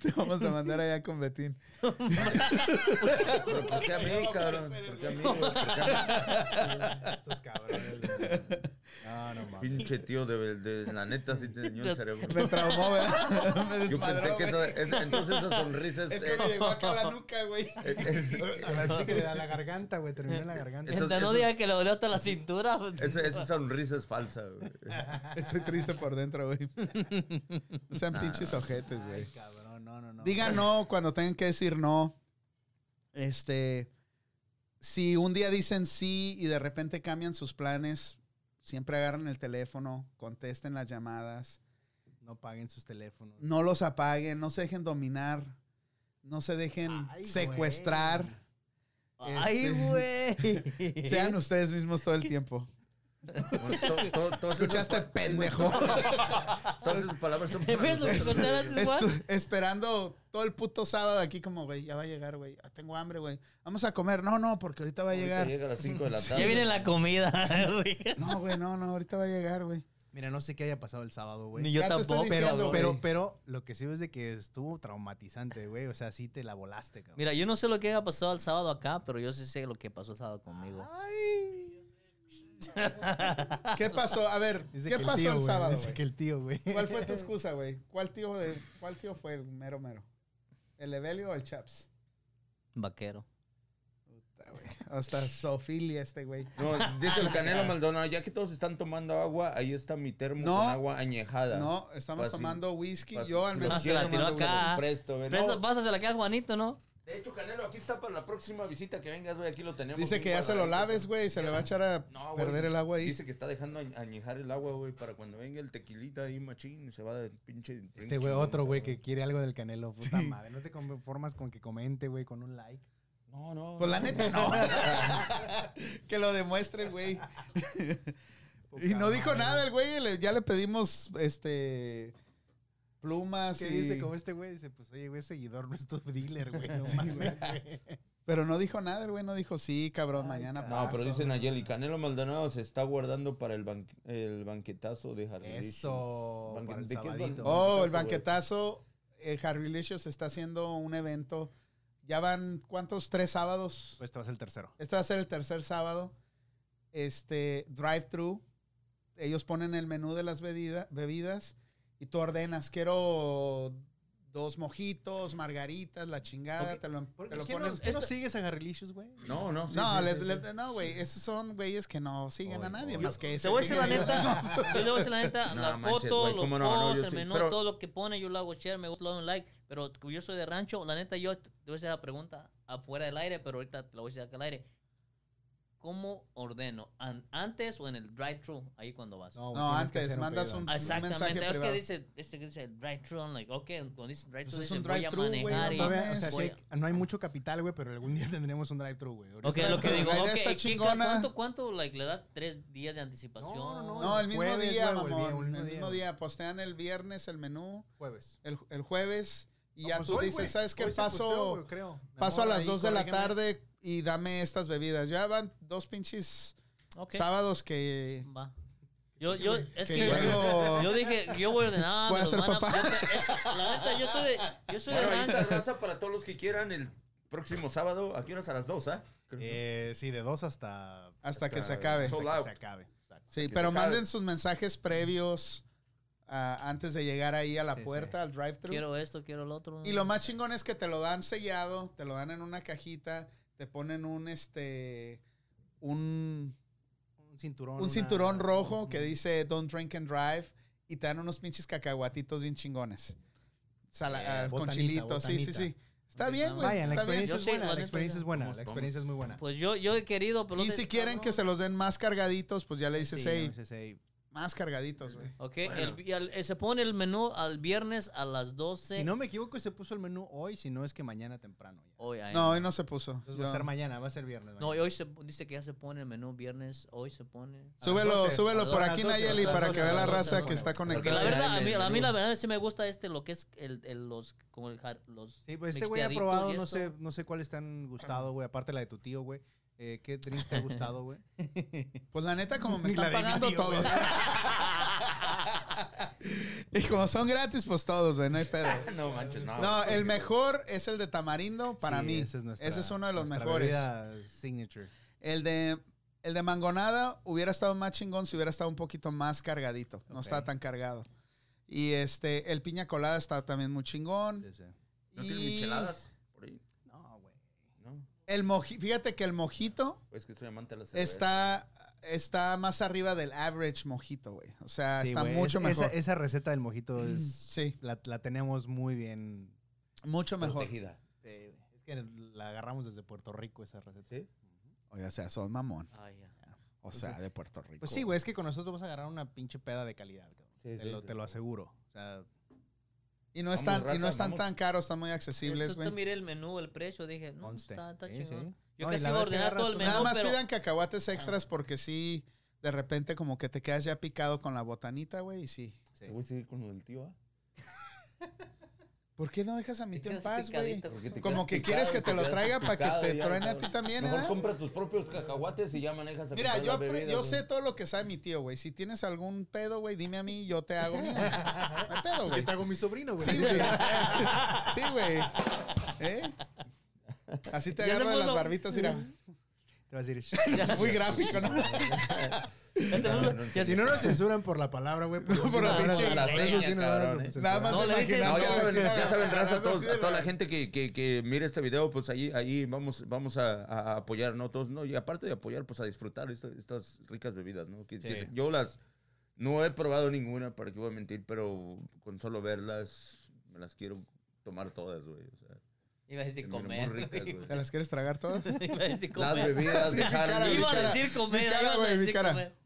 Speaker 1: Te vamos a mandar allá con Betín.
Speaker 3: ¿Pero por qué a mí, cabrón? ¿Por qué a mí? ¿Por qué a
Speaker 4: Estos cabrones. güey. No, no
Speaker 3: mí?
Speaker 4: mames.
Speaker 3: Pinche tío, de, de- la neta sí te dañó el
Speaker 1: Me
Speaker 3: cerebro.
Speaker 1: traumó, ¿verdad? Me
Speaker 3: Yo
Speaker 1: desmadró,
Speaker 3: pensé que
Speaker 1: güey.
Speaker 3: esa, esa- entonces esa sonrisa es...
Speaker 1: Es que me llegó acá a la nuca, güey.
Speaker 3: eh, eh,
Speaker 4: Así que a la garganta, güey. Terminó en la garganta.
Speaker 3: Eso-
Speaker 5: Mientras no
Speaker 3: eso-
Speaker 5: digas que le dolió hasta la cintura.
Speaker 3: esa, esa sonrisa es falsa, güey.
Speaker 1: Estoy triste por dentro, güey. No sean pinches ojetes, güey.
Speaker 4: Ay, cabrón, no, no, no.
Speaker 1: Digan no cuando tengan que decir no. Este, si un día dicen sí y de repente cambian sus planes, siempre agarran el teléfono, contesten las llamadas,
Speaker 4: No paguen sus teléfonos.
Speaker 1: no los apaguen, no se dejen dominar, no se dejen
Speaker 4: Ay, güey.
Speaker 1: secuestrar.
Speaker 5: Ay, güey.
Speaker 1: Sean ustedes mismos todo el tiempo.
Speaker 3: Bueno, to- to- todas esas
Speaker 1: Escuchaste,
Speaker 3: pa-
Speaker 1: pendejo.
Speaker 3: Todas esas palabras son para
Speaker 5: ¿Ves lo que
Speaker 3: nosotros,
Speaker 5: contaron
Speaker 3: güey.
Speaker 5: antes, Juan?
Speaker 1: Estu- esperando todo el puto sábado aquí como, güey, ya va a llegar, güey. Ah, tengo hambre, güey. Vamos a comer. No, no, porque ahorita va a
Speaker 3: Ahorita
Speaker 1: llegar.
Speaker 3: Llega a las 5 de la tarde.
Speaker 5: Ya viene la comida.
Speaker 1: No, güey, no, no, ahorita va a llegar, güey.
Speaker 4: Mira, no sé qué haya pasado el sábado, güey.
Speaker 5: Ni yo
Speaker 1: Ya te estoy
Speaker 5: tampoco,
Speaker 1: diciendo,
Speaker 5: cabrón.
Speaker 1: güey.
Speaker 4: Pero, pero lo que sí es de que estuvo traumatizante, güey. O sea, sí te la volaste, cabrón.
Speaker 5: Mira, yo no sé lo que haya pasado el sábado acá, pero yo sí sé lo que pasó el sábado conmigo.
Speaker 1: ¿Qué pasó? A ver,
Speaker 4: Dice
Speaker 1: ¿qué
Speaker 4: que
Speaker 1: pasó
Speaker 4: tío,
Speaker 1: el
Speaker 4: güey,
Speaker 1: sábado,
Speaker 4: Dice
Speaker 1: güey?
Speaker 4: que el tío, güey.
Speaker 1: ¿Cuál fue tu excusa, güey? ¿Cuál tío, de, ¿Cuál tío fue el mero mero? ¿El Evelio o el Chaps?
Speaker 5: Vaquero.
Speaker 1: Puta, güey. Hasta Sofilia este, güey.
Speaker 3: No, dice el Canelo Maldonado, ya que todos están tomando agua, ahí está mi termo
Speaker 1: No.
Speaker 3: con agua añejada.
Speaker 1: No, estamos
Speaker 3: Fácil.
Speaker 1: tomando whisky.
Speaker 3: Fácil.
Speaker 1: Yo al
Speaker 3: Lo
Speaker 1: menos
Speaker 5: quiero,
Speaker 1: estoy
Speaker 5: Ah, la tiró
Speaker 1: tomando
Speaker 5: acá.
Speaker 1: whisky.
Speaker 3: Se presto, güey.
Speaker 5: Pero
Speaker 3: No,
Speaker 5: esa- pásasela acá a Juanito, ¿no?
Speaker 3: De hecho, Canelo, aquí está para la próxima visita que vengas, güey. Aquí lo tenemos.
Speaker 1: Dice
Speaker 3: bien
Speaker 1: que ya se lo
Speaker 3: guardadito.
Speaker 1: laves, güey. y Se le va a echar a
Speaker 3: No, güey.
Speaker 1: perder el agua ahí.
Speaker 3: Dice que está dejando añ- añejar el agua, güey, para cuando venga el tequilita ahí, machín, se va de pinche.
Speaker 4: Este güey, otro güey que quiere algo del canelo. Puta madre. No te conformas con que comente, güey, con un like.
Speaker 3: No, no.
Speaker 1: Pues la neta no. que lo demuestre el güey. y no dijo nada el güey. le- Ya le pedimos este plumas
Speaker 4: ¿Qué
Speaker 1: y-
Speaker 4: dice como este güey? Dice, pues oye, güey, seguidor no es tu dealer, güey. No mames, güey.
Speaker 1: pero no dijo nada el güey. No dijo sí, cabrón,
Speaker 4: Ay,
Speaker 1: mañana
Speaker 3: No, pero
Speaker 1: paso".
Speaker 3: dicen Nayeli, Canelo Maldonado se está guardando para el, ban- el banquetazo de Harry
Speaker 4: Eso,
Speaker 3: Licious. Banque-
Speaker 4: para el
Speaker 3: ¿de qué es ban-
Speaker 4: sabadito.
Speaker 1: Oh, el
Speaker 3: güey?
Speaker 1: banquetazo. eh, Harry Licious está haciendo un evento. Ya van, ¿cuántos? Tres sábados.
Speaker 4: Pues te vas el tercero.
Speaker 1: Este va a ser el tercer sábado. Este, drive-thru. Ellos ponen el menú de las bebida- bebidas y tú ordenas, quiero dos mojitos, margaritas, la chingada,
Speaker 5: Ok.
Speaker 1: te lo, te lo
Speaker 4: ¿Quién
Speaker 1: ponen.
Speaker 4: no, quién no sigues a Garrilicious, güey?
Speaker 3: No, no, sí,
Speaker 1: no,
Speaker 3: sí,
Speaker 1: les-
Speaker 3: sí,
Speaker 1: les-
Speaker 3: sí.
Speaker 1: no, güey, esos son güeyes que no siguen
Speaker 3: Oy,
Speaker 1: a nadie
Speaker 3: oy.
Speaker 1: más que ese.
Speaker 5: Te voy a decir la
Speaker 1: siguen ellos
Speaker 5: neta.
Speaker 1: mismos.
Speaker 5: Yo le voy a decir la neta.
Speaker 3: No,
Speaker 5: las
Speaker 3: manches,
Speaker 5: fotos,
Speaker 3: güey,
Speaker 5: los
Speaker 3: cómo no, no,
Speaker 5: posts,
Speaker 3: yo
Speaker 5: el
Speaker 3: sí,
Speaker 5: menú,
Speaker 3: pero-
Speaker 5: todo lo que pone, yo lo hago share, me gusta, lo doy un like. Pero como yo soy de rancho, la neta, yo te voy a hacer la pregunta afuera del aire, pero ahorita te la voy a hacer acá al aire. ¿Cómo ordeno? ¿An- ¿Antes o en el drive-thru? Ahí cuando vas.
Speaker 4: güey,
Speaker 1: No,
Speaker 4: tienes que
Speaker 1: antes,
Speaker 4: hacer
Speaker 1: mandas
Speaker 4: pedido
Speaker 1: un-
Speaker 4: antes.
Speaker 1: mensaje
Speaker 5: Exactamente. Es que
Speaker 1: privado.
Speaker 5: dice, este que dice el drive-thru. I'm like, ok, cuando dice drive-thru,
Speaker 1: Pues es
Speaker 5: dice,
Speaker 1: un
Speaker 5: voy a
Speaker 1: drive-thru, güey,
Speaker 5: manejar
Speaker 1: no
Speaker 5: y
Speaker 4: Todavía, o sea,
Speaker 5: voy
Speaker 4: sí
Speaker 5: a-
Speaker 4: hay- no hay mucho capital, güey, pero algún día tendremos un drive-thru, güey. Ahorita-
Speaker 5: Ok, lo que
Speaker 1: pero
Speaker 5: digo,
Speaker 1: la idea
Speaker 5: ok,
Speaker 1: está
Speaker 5: ¿y qué-
Speaker 1: chingona.
Speaker 5: ¿cuánto, cuánto like, le das tres días de anticipación?
Speaker 1: No, el
Speaker 4: el
Speaker 1: mismo
Speaker 4: jueves,
Speaker 1: día,
Speaker 4: güey, o el
Speaker 1: mamón,
Speaker 4: día- o el
Speaker 1: el
Speaker 4: mismo
Speaker 1: mismo
Speaker 4: día.
Speaker 1: día. Postean el viernes el menú,
Speaker 4: Jueves.
Speaker 1: el, el jueves, y
Speaker 4: No,
Speaker 1: ya
Speaker 4: pues
Speaker 1: tú
Speaker 4: hoy,
Speaker 1: dices,
Speaker 4: güey.
Speaker 1: ¿sabes qué?
Speaker 4: Hoy se
Speaker 1: Paso...
Speaker 4: posteó, güey, creo.
Speaker 1: Paso a
Speaker 4: Amor,
Speaker 1: las
Speaker 4: ahí,
Speaker 1: 2 de la
Speaker 4: corrígeme.
Speaker 1: tarde y dame estas bebidas. Ya van dos pinches
Speaker 5: Ok,
Speaker 1: sábados que,
Speaker 5: va. Yo, yo, es
Speaker 1: que
Speaker 5: que yo-
Speaker 1: llego-
Speaker 5: Yo dije, yo voy a ordenar.
Speaker 1: Voy a
Speaker 5: me los
Speaker 1: ser
Speaker 5: van
Speaker 1: papá.
Speaker 5: yo te- es- la neta, yo soy de, yo soy de
Speaker 3: Bueno, ahí está
Speaker 5: rancho.
Speaker 3: raza para todos los que quieran el próximo sábado. ¿A qué horas? A las 2, ¿ah? Creo que-
Speaker 4: Eh, sí, de 2 hasta...
Speaker 1: hasta que se
Speaker 3: Hasta-
Speaker 1: acabe.
Speaker 3: Sold
Speaker 4: hasta que
Speaker 3: out.
Speaker 4: se acabe. exacto.
Speaker 1: Sí,
Speaker 3: que
Speaker 1: pero
Speaker 3: se acabe.
Speaker 1: manden sus mensajes previos ah, antes de llegar ahí a la
Speaker 4: Sí, sí.
Speaker 1: puerta, al drive-thru.
Speaker 5: Quiero esto, quiero lo otro.
Speaker 1: Y lo más chingón es que te lo dan sellado, te lo dan en una cajita, te ponen un este un,
Speaker 4: Un cinturón.
Speaker 1: un
Speaker 4: una-
Speaker 1: cinturón rojo que
Speaker 4: Ujú.
Speaker 1: dice Don't Drink and Drive y te dan unos pinches cacahuatitos bien chingones. Sala-
Speaker 4: Eh,
Speaker 1: ah, con
Speaker 4: botanita,
Speaker 1: chilito, sí, sí,
Speaker 4: botanita.
Speaker 1: sí. Está bien, güey.
Speaker 4: Vaya,
Speaker 1: está
Speaker 4: la
Speaker 1: bien.
Speaker 4: experiencia,
Speaker 5: Yo
Speaker 4: es
Speaker 5: sí,
Speaker 4: buena,
Speaker 5: la
Speaker 4: la experiencia es buena.
Speaker 3: Vamos,
Speaker 4: La experiencia es muy buena.
Speaker 5: Pues yo, yo he querido, pero no
Speaker 1: Y
Speaker 5: sé-
Speaker 1: si quieren que se los den más cargaditos, pues ya le dices,
Speaker 4: Sí,
Speaker 1: hey,
Speaker 4: no, ese es-
Speaker 1: más cargaditos, güey.
Speaker 5: Ok, el- y al- eh, se pone el menú al viernes a las 12.
Speaker 4: Si no me equivoco, se puso el menú hoy, si no es que mañana temprano. ya.
Speaker 5: Hoy, ahí.
Speaker 1: No, hoy no se puso.
Speaker 4: Entonces va
Speaker 1: Yo-
Speaker 4: a ser mañana, va a ser viernes.
Speaker 5: No,
Speaker 4: mañana.
Speaker 5: hoy se, dice que ya se pone el menú viernes, hoy se pone.
Speaker 4: a las
Speaker 1: Súbelo,
Speaker 4: 12,
Speaker 1: súbelo
Speaker 4: a
Speaker 1: por
Speaker 4: las
Speaker 1: aquí,
Speaker 4: 12,
Speaker 1: Nayeli,
Speaker 5: a las
Speaker 1: para
Speaker 5: 12,
Speaker 1: que vea
Speaker 5: a
Speaker 1: la
Speaker 5: las 12,
Speaker 1: raza
Speaker 5: bueno.
Speaker 1: que está
Speaker 5: Porque la
Speaker 1: conectada.
Speaker 5: verdad, a mí,
Speaker 3: el
Speaker 5: a mí
Speaker 3: menú.
Speaker 5: la verdad sí me gusta este, lo que es el, el- los, como el jar- los
Speaker 4: Sí, pues este güey ha
Speaker 5: mixteaditos
Speaker 4: probado,
Speaker 5: y
Speaker 4: no
Speaker 5: eso.
Speaker 4: sé, no sé cuál es tan gustado, güey. Aparte la de tu tío, güey. Eh, ¿Qué drinks te ha gustado, güey?
Speaker 1: Pues la neta, como me
Speaker 4: Ni la
Speaker 1: están
Speaker 4: de mi
Speaker 1: pagando
Speaker 4: tío,
Speaker 1: todos. y como son gratis, pues todos, güey, no hay pedo.
Speaker 3: No manches, no.
Speaker 1: No, el mejor es el de tamarindo para
Speaker 4: Ah, Sí,
Speaker 1: mí.
Speaker 4: Ese es, nuestra-
Speaker 1: Ese es uno de los
Speaker 4: nuestra
Speaker 1: mejores.
Speaker 4: bebida signature.
Speaker 1: El de, el de mangonada hubiera estado más chingón si hubiera estado un poquito más cargadito. No
Speaker 4: Ok.
Speaker 1: está tan cargado. Y este, el piña colada está también muy chingón.
Speaker 4: Sí, sí.
Speaker 3: ¿No tiene
Speaker 1: Y
Speaker 3: micheladas? Por ahí.
Speaker 4: No, güey.
Speaker 3: No.
Speaker 1: El moji- fíjate que el mojito
Speaker 3: Es que soy amante de la cerveza.
Speaker 1: está, está más arriba del average mojito, güey. O sea,
Speaker 4: Sí,
Speaker 1: está
Speaker 4: güey,
Speaker 1: mucho
Speaker 4: es-
Speaker 1: mejor. Pues,
Speaker 4: Esa, esa receta del mojito es.
Speaker 1: Sí.
Speaker 4: La, la tenemos muy bien. eh,
Speaker 1: mucho mejor.
Speaker 3: protegida.
Speaker 4: es que la agarramos desde Puerto Rico, esa receta.
Speaker 3: ¿Sí?
Speaker 1: Oye, o sea, son mamón.
Speaker 5: Ay, Ah, ya.
Speaker 1: O sea, de Puerto Rico.
Speaker 4: Pues sí, güey, es que con nosotros vas a agarrar una pinche peda de calidad, cabrón.
Speaker 3: Sí,
Speaker 4: te,
Speaker 3: sí,
Speaker 4: lo,
Speaker 3: sí.
Speaker 4: te lo aseguro. O sea,
Speaker 1: Y no
Speaker 3: Vamos,
Speaker 1: están, y no
Speaker 3: raza,
Speaker 1: están
Speaker 3: vamos.
Speaker 1: tan caros, están muy accesibles,
Speaker 5: Entonces,
Speaker 1: güey.
Speaker 5: yo miré el menú, el precio, dije, no,
Speaker 4: conste.
Speaker 5: está, está
Speaker 4: Sí,
Speaker 5: chingón.
Speaker 4: sí.
Speaker 5: Yo
Speaker 4: No, y
Speaker 5: casi
Speaker 4: la
Speaker 5: iba
Speaker 4: vez
Speaker 5: a
Speaker 4: que
Speaker 5: ordenar
Speaker 4: agarras Ah.
Speaker 5: todo el
Speaker 4: un-
Speaker 5: menú,
Speaker 1: Nada más
Speaker 5: pero...
Speaker 1: pidan cacahuates extras porque sí, de repente como que te quedas ya picado con la botanita, güey, y sí.
Speaker 3: Te voy a seguir con lo del tío, ¿ah?
Speaker 1: ¿Por qué no dejas a mi tío en
Speaker 5: Quedas
Speaker 1: paz, güey?
Speaker 5: picadito.
Speaker 3: Porque te
Speaker 1: Como
Speaker 3: quedas
Speaker 1: que
Speaker 3: picado,
Speaker 1: quieres que te lo
Speaker 3: quedas
Speaker 1: traiga para
Speaker 3: picado
Speaker 1: que te
Speaker 3: ya,
Speaker 1: truene a
Speaker 3: cabrón.
Speaker 1: ti también,
Speaker 3: Mejor
Speaker 1: ¿eh?
Speaker 3: compra tus propios cacahuates y ya manejas a
Speaker 1: Mira,
Speaker 3: comprar
Speaker 1: yo,
Speaker 3: la bebida,
Speaker 1: yo
Speaker 3: güey.
Speaker 1: sé todo lo que sabe mi tío, güey. Si tienes algún pedo, güey, dime a mí, yo te hago. mío. No hay pedo, güey.
Speaker 4: hago mi sobrino,
Speaker 1: Sí, güey. Sí, güey. ¿Eh? Así te
Speaker 5: Ya se
Speaker 1: agarro de las
Speaker 5: puso-
Speaker 1: barbitas, mira.
Speaker 4: Te va a decir.
Speaker 1: Muy gráfico, ¿no?
Speaker 5: Ya te lo-
Speaker 3: No, no, no,
Speaker 5: ya
Speaker 4: si
Speaker 5: te-
Speaker 4: no nos censuran por la palabra, güey. Por,
Speaker 1: Por la pinche
Speaker 3: leña, cabrón, eh.
Speaker 1: Nada más
Speaker 5: No, le dices-
Speaker 1: imaginarse,
Speaker 3: No,
Speaker 1: güey,
Speaker 3: ya
Speaker 5: Gracias,
Speaker 3: saben,
Speaker 1: que
Speaker 3: ya
Speaker 1: está
Speaker 3: saben, raza, a,
Speaker 1: agarrando
Speaker 3: todos-
Speaker 1: así
Speaker 3: a
Speaker 1: de
Speaker 3: toda la gente que, que, que mire este video, pues ahí, ahí vamos, vamos a, a- a apoyar, ¿no? Todos, ¿no? Y aparte de apoyar, pues a disfrutar esta- estas ricas bebidas, ¿no? Que- que
Speaker 4: Sí.
Speaker 3: yo las no he probado ninguna, para que voy a mentir, pero con solo verlas, me las quiero tomar todas, güey. O sea,
Speaker 5: Iba a decir
Speaker 3: terminan
Speaker 5: comer.
Speaker 3: muy ricas, güey.
Speaker 1: ¿Te las quieres tragar todas?
Speaker 5: Iba a decir
Speaker 3: Las
Speaker 5: comer.
Speaker 3: bebidas,
Speaker 1: Sí, mi
Speaker 3: dejar-
Speaker 1: cara, mi
Speaker 5: Iba a
Speaker 1: cara.
Speaker 5: decir comer.
Speaker 1: cara,
Speaker 5: ibas a
Speaker 1: güey, mi
Speaker 5: decir
Speaker 1: cara.
Speaker 5: comer.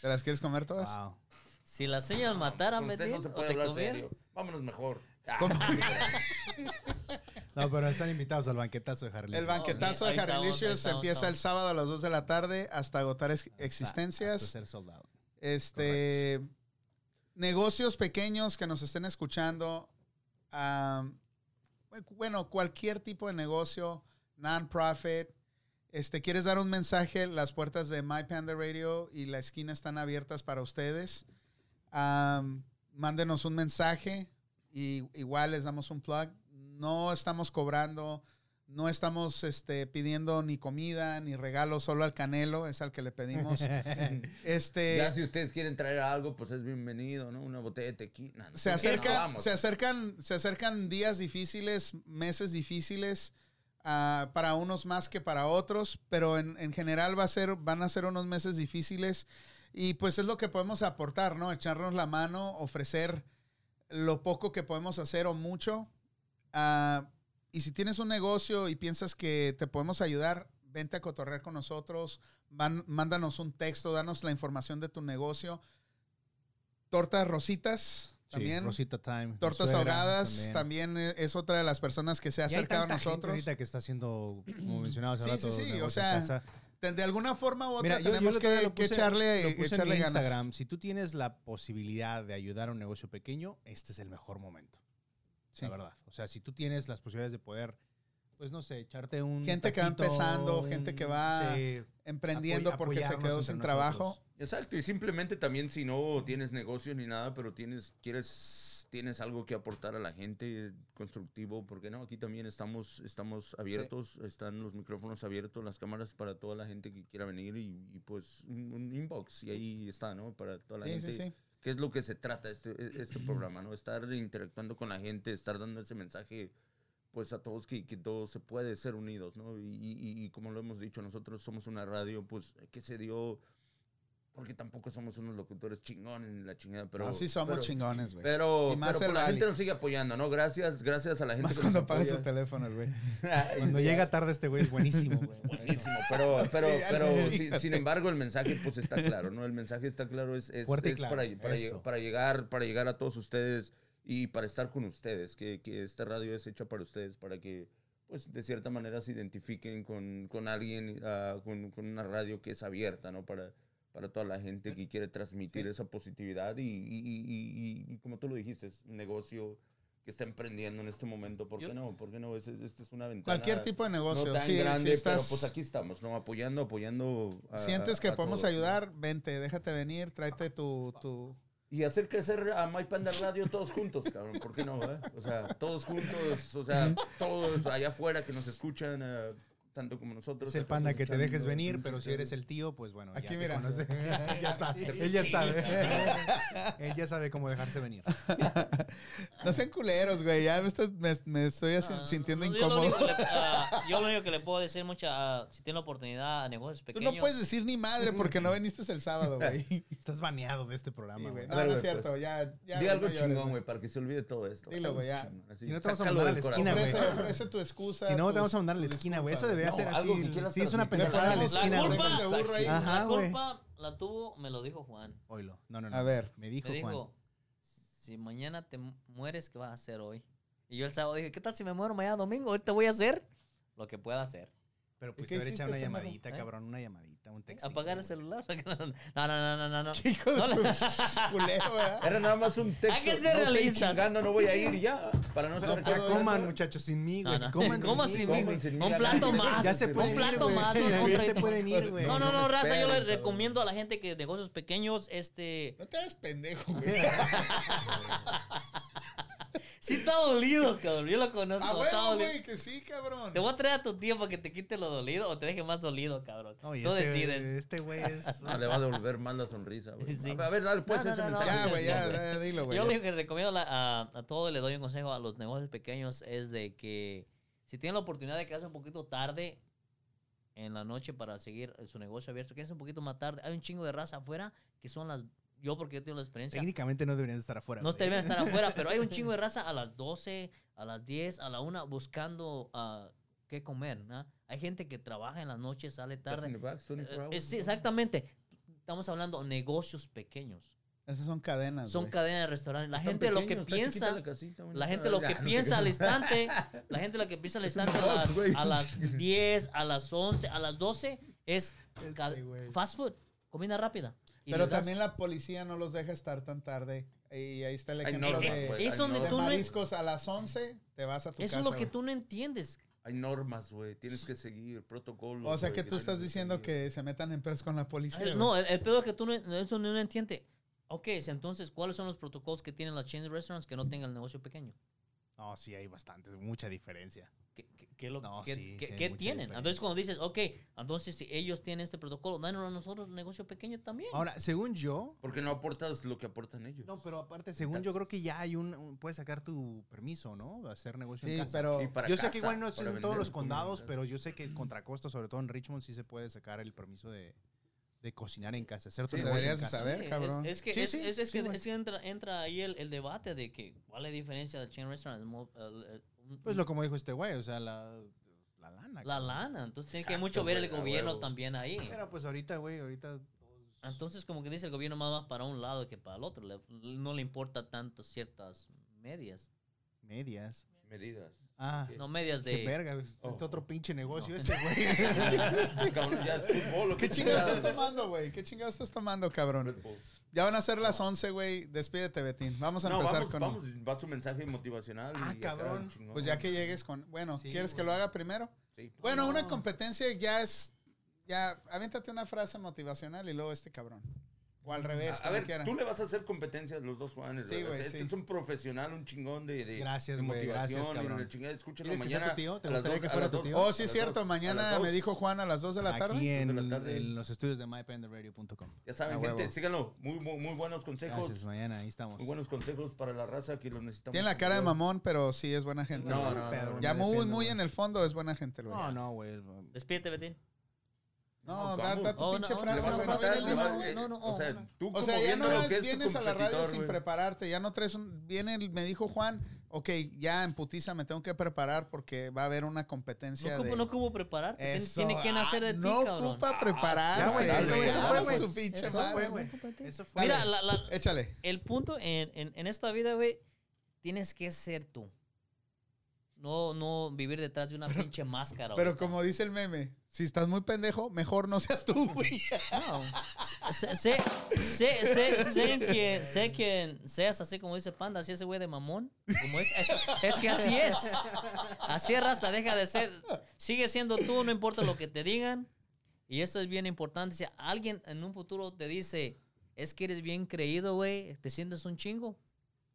Speaker 1: ¿Te las quieres comer todas?
Speaker 4: Wow.
Speaker 5: Si las señas mataran,
Speaker 3: Con
Speaker 5: me
Speaker 3: usted no se
Speaker 5: o
Speaker 3: puede
Speaker 5: te
Speaker 3: hablar
Speaker 5: comieron.
Speaker 3: serio. Vámonos mejor. Ah,
Speaker 1: ¿Cómo?
Speaker 4: No, pero están invitados al banquetazo de Harley.
Speaker 1: El banquetazo
Speaker 5: Ahí
Speaker 1: de
Speaker 5: estamos, ahí
Speaker 1: Harrylicious
Speaker 5: estamos,
Speaker 1: empieza el
Speaker 5: estamos.
Speaker 1: sábado a las 2 de la tarde hasta agotar ex-
Speaker 4: Hasta- hasta
Speaker 1: existencias.
Speaker 4: ser sold out.
Speaker 1: Este negocios pequeños que nos estén escuchando. am, bueno, cualquier tipo de negocio, non-profit. Este, ¿Quieres dar un mensaje? Las puertas de My Panda Radio y la esquina están abiertas para ustedes. Am, mándenos un mensaje y igual les damos un plug. No estamos cobrando, no estamos este, pidiendo ni comida ni regalos, solo al Canelo es al que le pedimos.
Speaker 5: Eh,
Speaker 1: este,
Speaker 3: Ya si ustedes quieren traer algo, pues es bienvenido, ¿no? Una botella de tequila. ¿no?
Speaker 1: se
Speaker 3: Porque no,
Speaker 1: acercan,
Speaker 3: vamos.
Speaker 1: se acercan, se acercan días difíciles, meses difíciles, ah, para unos más que para otros, pero en, en general va a ser, van a ser unos meses difíciles y pues es lo que podemos aportar, ¿no? Echarnos la mano, ofrecer lo poco que podemos hacer o mucho. Ah, y si tienes un negocio y piensas que te podemos ayudar, vente a cotorrear con nosotros, van- mándanos un texto, danos la información de tu negocio. Tortas rositas
Speaker 4: Sí,
Speaker 1: también.
Speaker 4: Rosita Time. mi
Speaker 1: Tortas
Speaker 4: suegra
Speaker 1: ahogadas también. eh, es otra de las personas que se ha
Speaker 4: Y hay
Speaker 1: acercado a
Speaker 4: tanta gente
Speaker 1: nosotros.
Speaker 4: ahorita que está haciendo, como mencionabas hace
Speaker 1: Sí,
Speaker 4: rato,
Speaker 1: sí, sí, o
Speaker 4: negocio en
Speaker 1: sea,
Speaker 4: casa.
Speaker 1: De, de alguna forma u otra
Speaker 4: Mira, yo- yo
Speaker 1: tenemos
Speaker 4: el otro día
Speaker 1: que,
Speaker 4: lo
Speaker 1: que
Speaker 4: puse-
Speaker 1: echarle,
Speaker 4: lo puse en
Speaker 1: echarle
Speaker 4: mi
Speaker 1: ganas.
Speaker 4: Instagram. Si tú tienes la posibilidad de ayudar a un negocio pequeño, este es el mejor momento.
Speaker 1: Sí.
Speaker 4: La verdad. O sea, si tú tienes las posibilidades de poder, pues no sé, echarte un.
Speaker 1: Gente que va
Speaker 4: taquito,
Speaker 1: empezando, gente que va
Speaker 4: sí,
Speaker 1: Emprendiendo
Speaker 4: apoy-
Speaker 1: porque se
Speaker 4: apoyarnos
Speaker 1: quedó
Speaker 4: entre
Speaker 1: sin
Speaker 4: nosotros.
Speaker 1: trabajo.
Speaker 3: Exacto, y simplemente también si no tienes negocio ni nada, pero tienes, quieres, tienes algo que aportar a la gente eh, constructivo, porque no, aquí también estamos, estamos abiertos, están los micrófonos abiertos, las cámaras para toda la gente que quiera venir y, y, pues un, un inbox, y ahí está, ¿no? Para toda la
Speaker 1: Sí,
Speaker 3: gente.
Speaker 1: sí, sí.
Speaker 3: ¿Qué es lo que se trata este, e- este programa, no? Estar interactuando con la gente, estar dando ese mensaje, pues, a todos que, que todos se puede ser unidos, ¿no? Y, y- y como lo hemos dicho, nosotros somos una radio, pues, que se dio porque tampoco somos unos locutores chingones ni la chingada, pero...
Speaker 1: Así somos
Speaker 3: pero-
Speaker 1: chingones, güey.
Speaker 3: Pero,
Speaker 1: Y más
Speaker 3: pero pues,
Speaker 1: el
Speaker 3: la gente
Speaker 1: Bali.
Speaker 3: nos sigue apoyando, ¿no? Gracias, gracias a la gente
Speaker 1: Más
Speaker 3: que nos
Speaker 1: cuando apaga su
Speaker 3: apoya.
Speaker 1: teléfono, el güey.
Speaker 4: Cuando llega tarde este güey es buenísimo, güey.
Speaker 3: Buenísimo, pero, pero,
Speaker 1: Sí, ya
Speaker 3: pero
Speaker 1: no,
Speaker 3: sin- sin,
Speaker 1: fíjate.
Speaker 3: embargo el mensaje pues está claro, ¿no? El mensaje está claro, es, es-
Speaker 4: Fuerte y
Speaker 3: es
Speaker 4: claro,
Speaker 3: para, para,
Speaker 4: eso.
Speaker 3: lleg- para llegar, para llegar a todos ustedes y para estar con ustedes, que, que esta radio es hecha para ustedes, para que pues de cierta manera se identifiquen con, con alguien, ah, con, con una radio que es abierta, ¿no? Para, para toda la gente que quiere transmitir esa positividad y, y- y- y- y como tú lo dijiste, es un negocio que está emprendiendo en este momento, ¿por
Speaker 5: Yo-
Speaker 3: qué no? ¿Por qué no? Es- es- Esta es una ventana
Speaker 1: Cualquier tipo de negocio.
Speaker 3: no tan
Speaker 1: sí,
Speaker 3: grande,
Speaker 1: si estás-
Speaker 3: pero pues aquí estamos, ¿no? Apoyando, apoyando. a-
Speaker 1: sientes que
Speaker 3: a
Speaker 1: podemos
Speaker 3: todos, ¿no?
Speaker 1: ayudar, vente, déjate venir, tráete tu... tu...
Speaker 3: Y hacer crecer a My Panda Radio todos juntos, cabrón. ¿Por qué no? eh? O sea, todos juntos, o sea, todos allá afuera que nos escuchan, eh, tanto como nosotros.
Speaker 4: Es el
Speaker 3: acá
Speaker 4: panda que te
Speaker 3: escuchando,
Speaker 4: dejes venir, pero si
Speaker 3: escuchando.
Speaker 4: eres el tío, pues bueno,
Speaker 1: Aquí
Speaker 4: ya te
Speaker 1: mira.
Speaker 4: conoce. ya sabe. Él ya sabe. Él ya sabe cómo dejarse venir.
Speaker 1: No sean culeros, güey. Ya me, estás- me- me estoy haci-
Speaker 5: Ah,
Speaker 1: sintiendo
Speaker 5: no, yo lo
Speaker 1: incómodo.
Speaker 5: único que le- ah, yo lo único que le puedo decir mucha, ah, si tiene la oportunidad a negocios
Speaker 1: Tú
Speaker 5: pequeños.
Speaker 1: no puedes decir ni madre porque no viniste el sábado, güey. Sí,
Speaker 4: Estás baneado de este programa,
Speaker 1: güey.
Speaker 4: güey.
Speaker 1: No,
Speaker 3: A ver,
Speaker 1: no
Speaker 3: güey,
Speaker 1: es cierto.
Speaker 3: pues.
Speaker 1: Ya, ya.
Speaker 3: Di
Speaker 1: güey,
Speaker 3: algo
Speaker 1: no llores,
Speaker 3: chingón, güey, para que se olvide todo esto.
Speaker 1: Dilo,
Speaker 3: Algo
Speaker 1: güey, ya.
Speaker 3: chingón, así.
Speaker 4: Si no te vamos a
Speaker 3: Sácalo
Speaker 4: mandar a la
Speaker 3: del corazón.
Speaker 4: esquina, güey.
Speaker 1: Ofrece, ofrece tu excusa.
Speaker 4: Si no,
Speaker 1: tus-
Speaker 4: te vamos a mandar a la
Speaker 1: tu
Speaker 4: esquina, güey.
Speaker 1: disculpa,
Speaker 4: Eso debería
Speaker 3: No,
Speaker 4: ser
Speaker 3: algo que
Speaker 4: así.
Speaker 3: quieras
Speaker 4: Sí, es una
Speaker 3: transmitir.
Speaker 4: pendejada a la
Speaker 1: Ponemos
Speaker 5: la
Speaker 4: esquina, güey.
Speaker 5: culpa.
Speaker 1: orejas de burro ahí.
Speaker 4: Ajá.
Speaker 5: la
Speaker 4: güey.
Speaker 5: culpa la tuvo, me lo dijo Juan.
Speaker 4: Oilo. No, no, no.
Speaker 1: A ver.
Speaker 4: Me dijo,
Speaker 5: me dijo,
Speaker 4: Juan.
Speaker 5: si mañana te mu- mueres, ¿qué vas a hacer hoy? Y yo el sábado dije, ¿qué tal si me muero mañana domingo? Ahorita voy a hacer lo que pueda hacer.
Speaker 4: Pero pues
Speaker 1: qué
Speaker 4: te haber
Speaker 1: hiciste,
Speaker 4: echado una
Speaker 1: pendejo?
Speaker 4: llamadita,
Speaker 5: ¿Eh?
Speaker 4: cabrón. Una llamadita, un texto.
Speaker 5: Apagar el celular. No, no, no, no, no. no.
Speaker 1: Hijo de
Speaker 5: No le-
Speaker 1: su culero, ¿verdad?
Speaker 3: Era nada más un texto.
Speaker 5: Hay que ser
Speaker 3: no estoy
Speaker 5: realistas.
Speaker 3: chingando, no voy a ir ya. Para no
Speaker 1: No
Speaker 3: estar
Speaker 1: puedo
Speaker 4: Ya
Speaker 1: ir,
Speaker 4: coman, muchachos, sin mí,
Speaker 5: No,
Speaker 4: güey.
Speaker 5: no.
Speaker 4: Coman
Speaker 5: Coman sin mí,
Speaker 4: güey.
Speaker 5: güey.
Speaker 3: sin mí,
Speaker 5: Un
Speaker 3: ya
Speaker 5: plato
Speaker 3: se-
Speaker 5: más.
Speaker 4: Ya se
Speaker 5: Un
Speaker 4: pueden ir,
Speaker 5: plato
Speaker 4: güey.
Speaker 5: más.
Speaker 4: Ya
Speaker 5: otro
Speaker 4: se
Speaker 5: plato.
Speaker 4: pueden ir, güey.
Speaker 5: No, no, no, raza, yo le
Speaker 3: esperen, cabrón.
Speaker 5: recomiendo a la gente que negocios pequeños, este...
Speaker 1: No te hagas pendejo, güey.
Speaker 5: Sí está dolido, cabrón, yo lo conozco,
Speaker 1: A
Speaker 5: está
Speaker 1: huevo,
Speaker 5: dolido.
Speaker 1: güey, que sí, cabrón.
Speaker 5: Te voy a traer a tu tío para que te quite lo dolido o te deje más dolido, cabrón.
Speaker 4: No, y
Speaker 5: Tú
Speaker 4: este-
Speaker 5: decides.
Speaker 4: Este güey es.
Speaker 3: No, le va a devolver mal la sonrisa, güey.
Speaker 5: Sí.
Speaker 3: A ver, dale pues
Speaker 5: No, no,
Speaker 3: ese
Speaker 5: no, no.
Speaker 3: mensaje.
Speaker 1: Ya, güey, ya,
Speaker 5: No, güey.
Speaker 1: ya, dilo, güey.
Speaker 5: Yo
Speaker 1: ya.
Speaker 5: lo que recomiendo a la- a, a todos, le doy un consejo a los negocios pequeños, es de que si tienen la oportunidad de quedarse un poquito tarde en la noche para seguir su negocio abierto, quédense un poquito más tarde. Hay un chingo de raza afuera que son las... Yo porque yo tengo la experiencia.
Speaker 4: Técnicamente no deberían estar afuera.
Speaker 5: No
Speaker 4: güey.
Speaker 5: terminan de estar afuera, pero hay un chingo de raza a las 12, a las 10, a la 1 buscando ah, qué comer. ¿no? Hay gente que trabaja en las noches, sale tarde.
Speaker 3: Stephanie Bax, 24
Speaker 5: Eh, eh,
Speaker 3: hours,
Speaker 5: sí,
Speaker 3: ¿no?
Speaker 5: exactamente. Estamos hablando de negocios pequeños.
Speaker 1: Esas son cadenas,
Speaker 5: Son
Speaker 1: Ah, güey.
Speaker 5: cadenas de restaurantes. La
Speaker 3: Está
Speaker 5: gente lo que
Speaker 3: pequeño, está chiquita
Speaker 5: piensa,
Speaker 3: la casita, bueno,
Speaker 5: la gente
Speaker 3: está-
Speaker 5: lo que
Speaker 3: Ya, no te
Speaker 5: piensa al
Speaker 3: creas.
Speaker 5: instante, la gente lo que piensa al instante a
Speaker 3: box,
Speaker 5: las,
Speaker 3: güey.
Speaker 5: a las 10, a las 11, a las 12 es ca-
Speaker 4: güey.
Speaker 5: fast food, comida rápida. Y
Speaker 1: Pero
Speaker 5: les das-
Speaker 1: también la policía no los deja estar tan tarde. Y ahí está el
Speaker 3: Ay,
Speaker 1: ejemplo
Speaker 3: no,
Speaker 1: de,
Speaker 3: güey.
Speaker 5: es
Speaker 3: Ay,
Speaker 5: donde
Speaker 1: de
Speaker 3: no.
Speaker 5: tú no,
Speaker 1: mariscos a las 11, te vas a tu
Speaker 5: eso
Speaker 1: casa.
Speaker 5: es lo que
Speaker 1: güey.
Speaker 5: tú no entiendes.
Speaker 3: Hay normas, güey. Tienes que seguir protocolos.
Speaker 1: O sea
Speaker 3: güey,
Speaker 1: que tú
Speaker 3: tienes
Speaker 1: estás diciendo
Speaker 3: seguir.
Speaker 1: que se metan en pedos con la policía.
Speaker 5: Ay,
Speaker 1: güey.
Speaker 5: Eh, No, el, el pedo es que tú no, eso no lo entiende. Ok, entonces, ¿cuáles son los protocolos que tienen las chain restaurants que no tengan el negocio pequeño?
Speaker 4: No, sí, hay bastantes, mucha diferencia.
Speaker 5: ¿Qué, qué- qué lo-
Speaker 4: No,
Speaker 5: qué-
Speaker 4: sí,
Speaker 5: qué-
Speaker 4: sí hay
Speaker 5: qué
Speaker 4: mucha
Speaker 5: tienen?
Speaker 4: diferencia.
Speaker 5: Entonces, cuando dices, ok, entonces si ellos tienen este protocolo, danos a nosotros el negocio pequeño también.
Speaker 4: Ahora, según yo.
Speaker 3: Porque no aportas lo que aportan ellos.
Speaker 4: No, pero aparte, según yo creo que ya hay un, un- puedes sacar tu permiso, ¿no? Hacer negocio en
Speaker 1: Sí,
Speaker 4: casa.
Speaker 1: pero
Speaker 3: Y para
Speaker 4: yo sé que
Speaker 3: casa,
Speaker 4: igual no es
Speaker 3: para
Speaker 4: en todos
Speaker 3: vender
Speaker 4: los
Speaker 3: tu
Speaker 4: condados,
Speaker 3: comida.
Speaker 4: pero yo sé que en Contracosta, sobre todo en Richmond, sí se puede sacar el permiso de, de cocinar en casa, hacer tu
Speaker 3: Sí,
Speaker 4: negocio en
Speaker 1: deberías de
Speaker 4: casa.
Speaker 1: saber,
Speaker 5: Sí, es-
Speaker 1: cabrón.
Speaker 5: Es, que,
Speaker 4: Sí,
Speaker 5: es,
Speaker 4: sí,
Speaker 5: es- es
Speaker 4: sí,
Speaker 5: que-
Speaker 4: güey.
Speaker 5: es que entra, entra ahí el, el debate de que cuál es la diferencia del chain restaurant. mo- el- el- un-
Speaker 4: Pues lo como dijo este güey, o sea, la, la lana.
Speaker 5: la
Speaker 4: cabrón.
Speaker 5: lana. Entonces, tiene que
Speaker 3: Exacto,
Speaker 5: mucho ver el
Speaker 3: güey, a
Speaker 5: gobierno
Speaker 3: huevo.
Speaker 5: también ahí.
Speaker 4: Pero pues ahorita, güey, ahorita... todos-
Speaker 5: Entonces, como que dice el gobierno más va para un lado que para el otro. Le- no le importa tanto ciertas medias.
Speaker 4: Medias.
Speaker 3: Medidas.
Speaker 4: Ah,
Speaker 5: No medias
Speaker 4: qué
Speaker 5: de...
Speaker 4: verga, güey, es
Speaker 3: Oh.
Speaker 4: otro pinche negocio
Speaker 5: No.
Speaker 4: ese, güey.
Speaker 3: Cabrón, ya es fútbol. ¿o
Speaker 1: ¿Qué chingados estás tomando, güey? ¿Qué chingados estás tomando, cabrón?
Speaker 3: Red Bull.
Speaker 1: Ya van a ser las 11, güey. Despídete, Betín. Vamos a
Speaker 3: No,
Speaker 1: empezar
Speaker 3: vamos,
Speaker 1: con.
Speaker 3: vamos. Va su mensaje motivacional.
Speaker 4: Ah,
Speaker 3: y acá,
Speaker 4: cabrón.
Speaker 3: chingón.
Speaker 1: Pues ya que llegues con. Bueno,
Speaker 4: Sí,
Speaker 1: ¿quieres que
Speaker 4: güey.
Speaker 1: lo haga primero?
Speaker 3: Sí. pues
Speaker 1: Bueno, una
Speaker 4: No.
Speaker 1: competencia ya es. Ya, aviéntate una frase motivacional y luego este cabrón. O al revés,
Speaker 3: A, a
Speaker 1: como
Speaker 3: ver,
Speaker 1: quieran.
Speaker 3: tú le vas a hacer competencia a los dos Juanes.
Speaker 1: Sí,
Speaker 3: ¿verdad?
Speaker 1: güey,
Speaker 3: O sea, este
Speaker 1: sí.
Speaker 3: es un profesional, un chingón de, de,
Speaker 4: Gracias,
Speaker 3: de
Speaker 4: güey,
Speaker 3: motivación.
Speaker 4: gracias,
Speaker 3: y
Speaker 4: cabrón.
Speaker 3: la chingada. Escúchalo
Speaker 4: ¿Quieres que sea tu
Speaker 3: mañana.
Speaker 4: tío? ¿Te
Speaker 3: a las
Speaker 4: gustaría
Speaker 3: dos-
Speaker 4: que
Speaker 3: a
Speaker 4: fuera
Speaker 3: las
Speaker 4: tu
Speaker 3: dos-
Speaker 4: tío?
Speaker 1: Oh,
Speaker 3: a
Speaker 1: sí,
Speaker 3: las
Speaker 1: cierto.
Speaker 3: dos- a
Speaker 1: Mañana
Speaker 3: las
Speaker 1: me
Speaker 3: dos.
Speaker 1: dijo Juan a las 2 de la
Speaker 4: Aquí
Speaker 1: tarde.
Speaker 4: en,
Speaker 3: Dos de la tarde.
Speaker 4: en los estudios de mypanderradio.com.
Speaker 3: Ya saben,
Speaker 1: A
Speaker 3: gente,
Speaker 1: huevo.
Speaker 3: síganlo. Muy, muy, muy buenos consejos.
Speaker 4: Gracias, mañana, ahí estamos.
Speaker 3: Muy buenos consejos para la raza que los necesitamos.
Speaker 1: Tiene la cara de
Speaker 3: Bueno.
Speaker 1: mamón, pero sí es buena gente.
Speaker 3: No,
Speaker 1: güey.
Speaker 3: no, no,
Speaker 4: Pedro,
Speaker 3: no.
Speaker 1: ya
Speaker 4: me
Speaker 1: muy,
Speaker 4: defiendo,
Speaker 1: muy
Speaker 4: güey.
Speaker 1: en el fondo es buena gente, güey.
Speaker 4: No, no, güey.
Speaker 5: Despídete, Betín.
Speaker 1: No,
Speaker 3: No,
Speaker 1: da, da tu
Speaker 5: Oh, no,
Speaker 1: pinche
Speaker 5: no,
Speaker 3: Le
Speaker 1: frase. no va
Speaker 3: vas a
Speaker 1: a ver
Speaker 3: matar,
Speaker 1: el
Speaker 3: le
Speaker 1: disco.
Speaker 3: vas- eh,
Speaker 5: no, no,
Speaker 3: O sea,
Speaker 5: oh.
Speaker 3: tú
Speaker 1: O
Speaker 3: como
Speaker 1: sea, ya
Speaker 3: viendo
Speaker 1: no
Speaker 3: lo
Speaker 1: vas-
Speaker 3: que es tu
Speaker 1: vienes a la radio
Speaker 3: competidor,
Speaker 1: sin
Speaker 3: güey.
Speaker 1: prepararte. Ya no traes un. Viene, el- me dijo Juan, ok, ya en putiza me tengo que preparar porque va a haber una competencia.
Speaker 5: No ocupo,
Speaker 1: de...
Speaker 5: no ocupo prepararte.
Speaker 1: Eso,
Speaker 5: Tiene que nacer de
Speaker 1: ah,
Speaker 5: ti,
Speaker 1: No
Speaker 5: cabrón.
Speaker 1: ocupa prepararse.
Speaker 3: ya, güey,
Speaker 1: eso,
Speaker 3: dale,
Speaker 1: eso
Speaker 3: ya,
Speaker 1: fue,
Speaker 3: güey.
Speaker 1: su pinche madre.
Speaker 4: Eso fue.
Speaker 5: Mira,
Speaker 1: Dale.
Speaker 5: la- la-
Speaker 1: Échale.
Speaker 5: el punto en, en- en esta vida, güey, tienes que ser tú. No, no vivir detrás de una pinche máscara.
Speaker 1: Pero
Speaker 5: güey.
Speaker 1: como dice el meme, si estás muy pendejo, mejor no seas tú, güey.
Speaker 5: No. Sé, sé, sé, sé, sé en que, sé que seas así como dice Panda, así ese güey de mamón. como es, es- es que así es. Así es, raza, deja de ser. Sigue siendo tú, no importa lo que te digan. Y esto es bien importante. Si alguien en un futuro te dice, es que eres bien creído, güey, te sientes un chingo.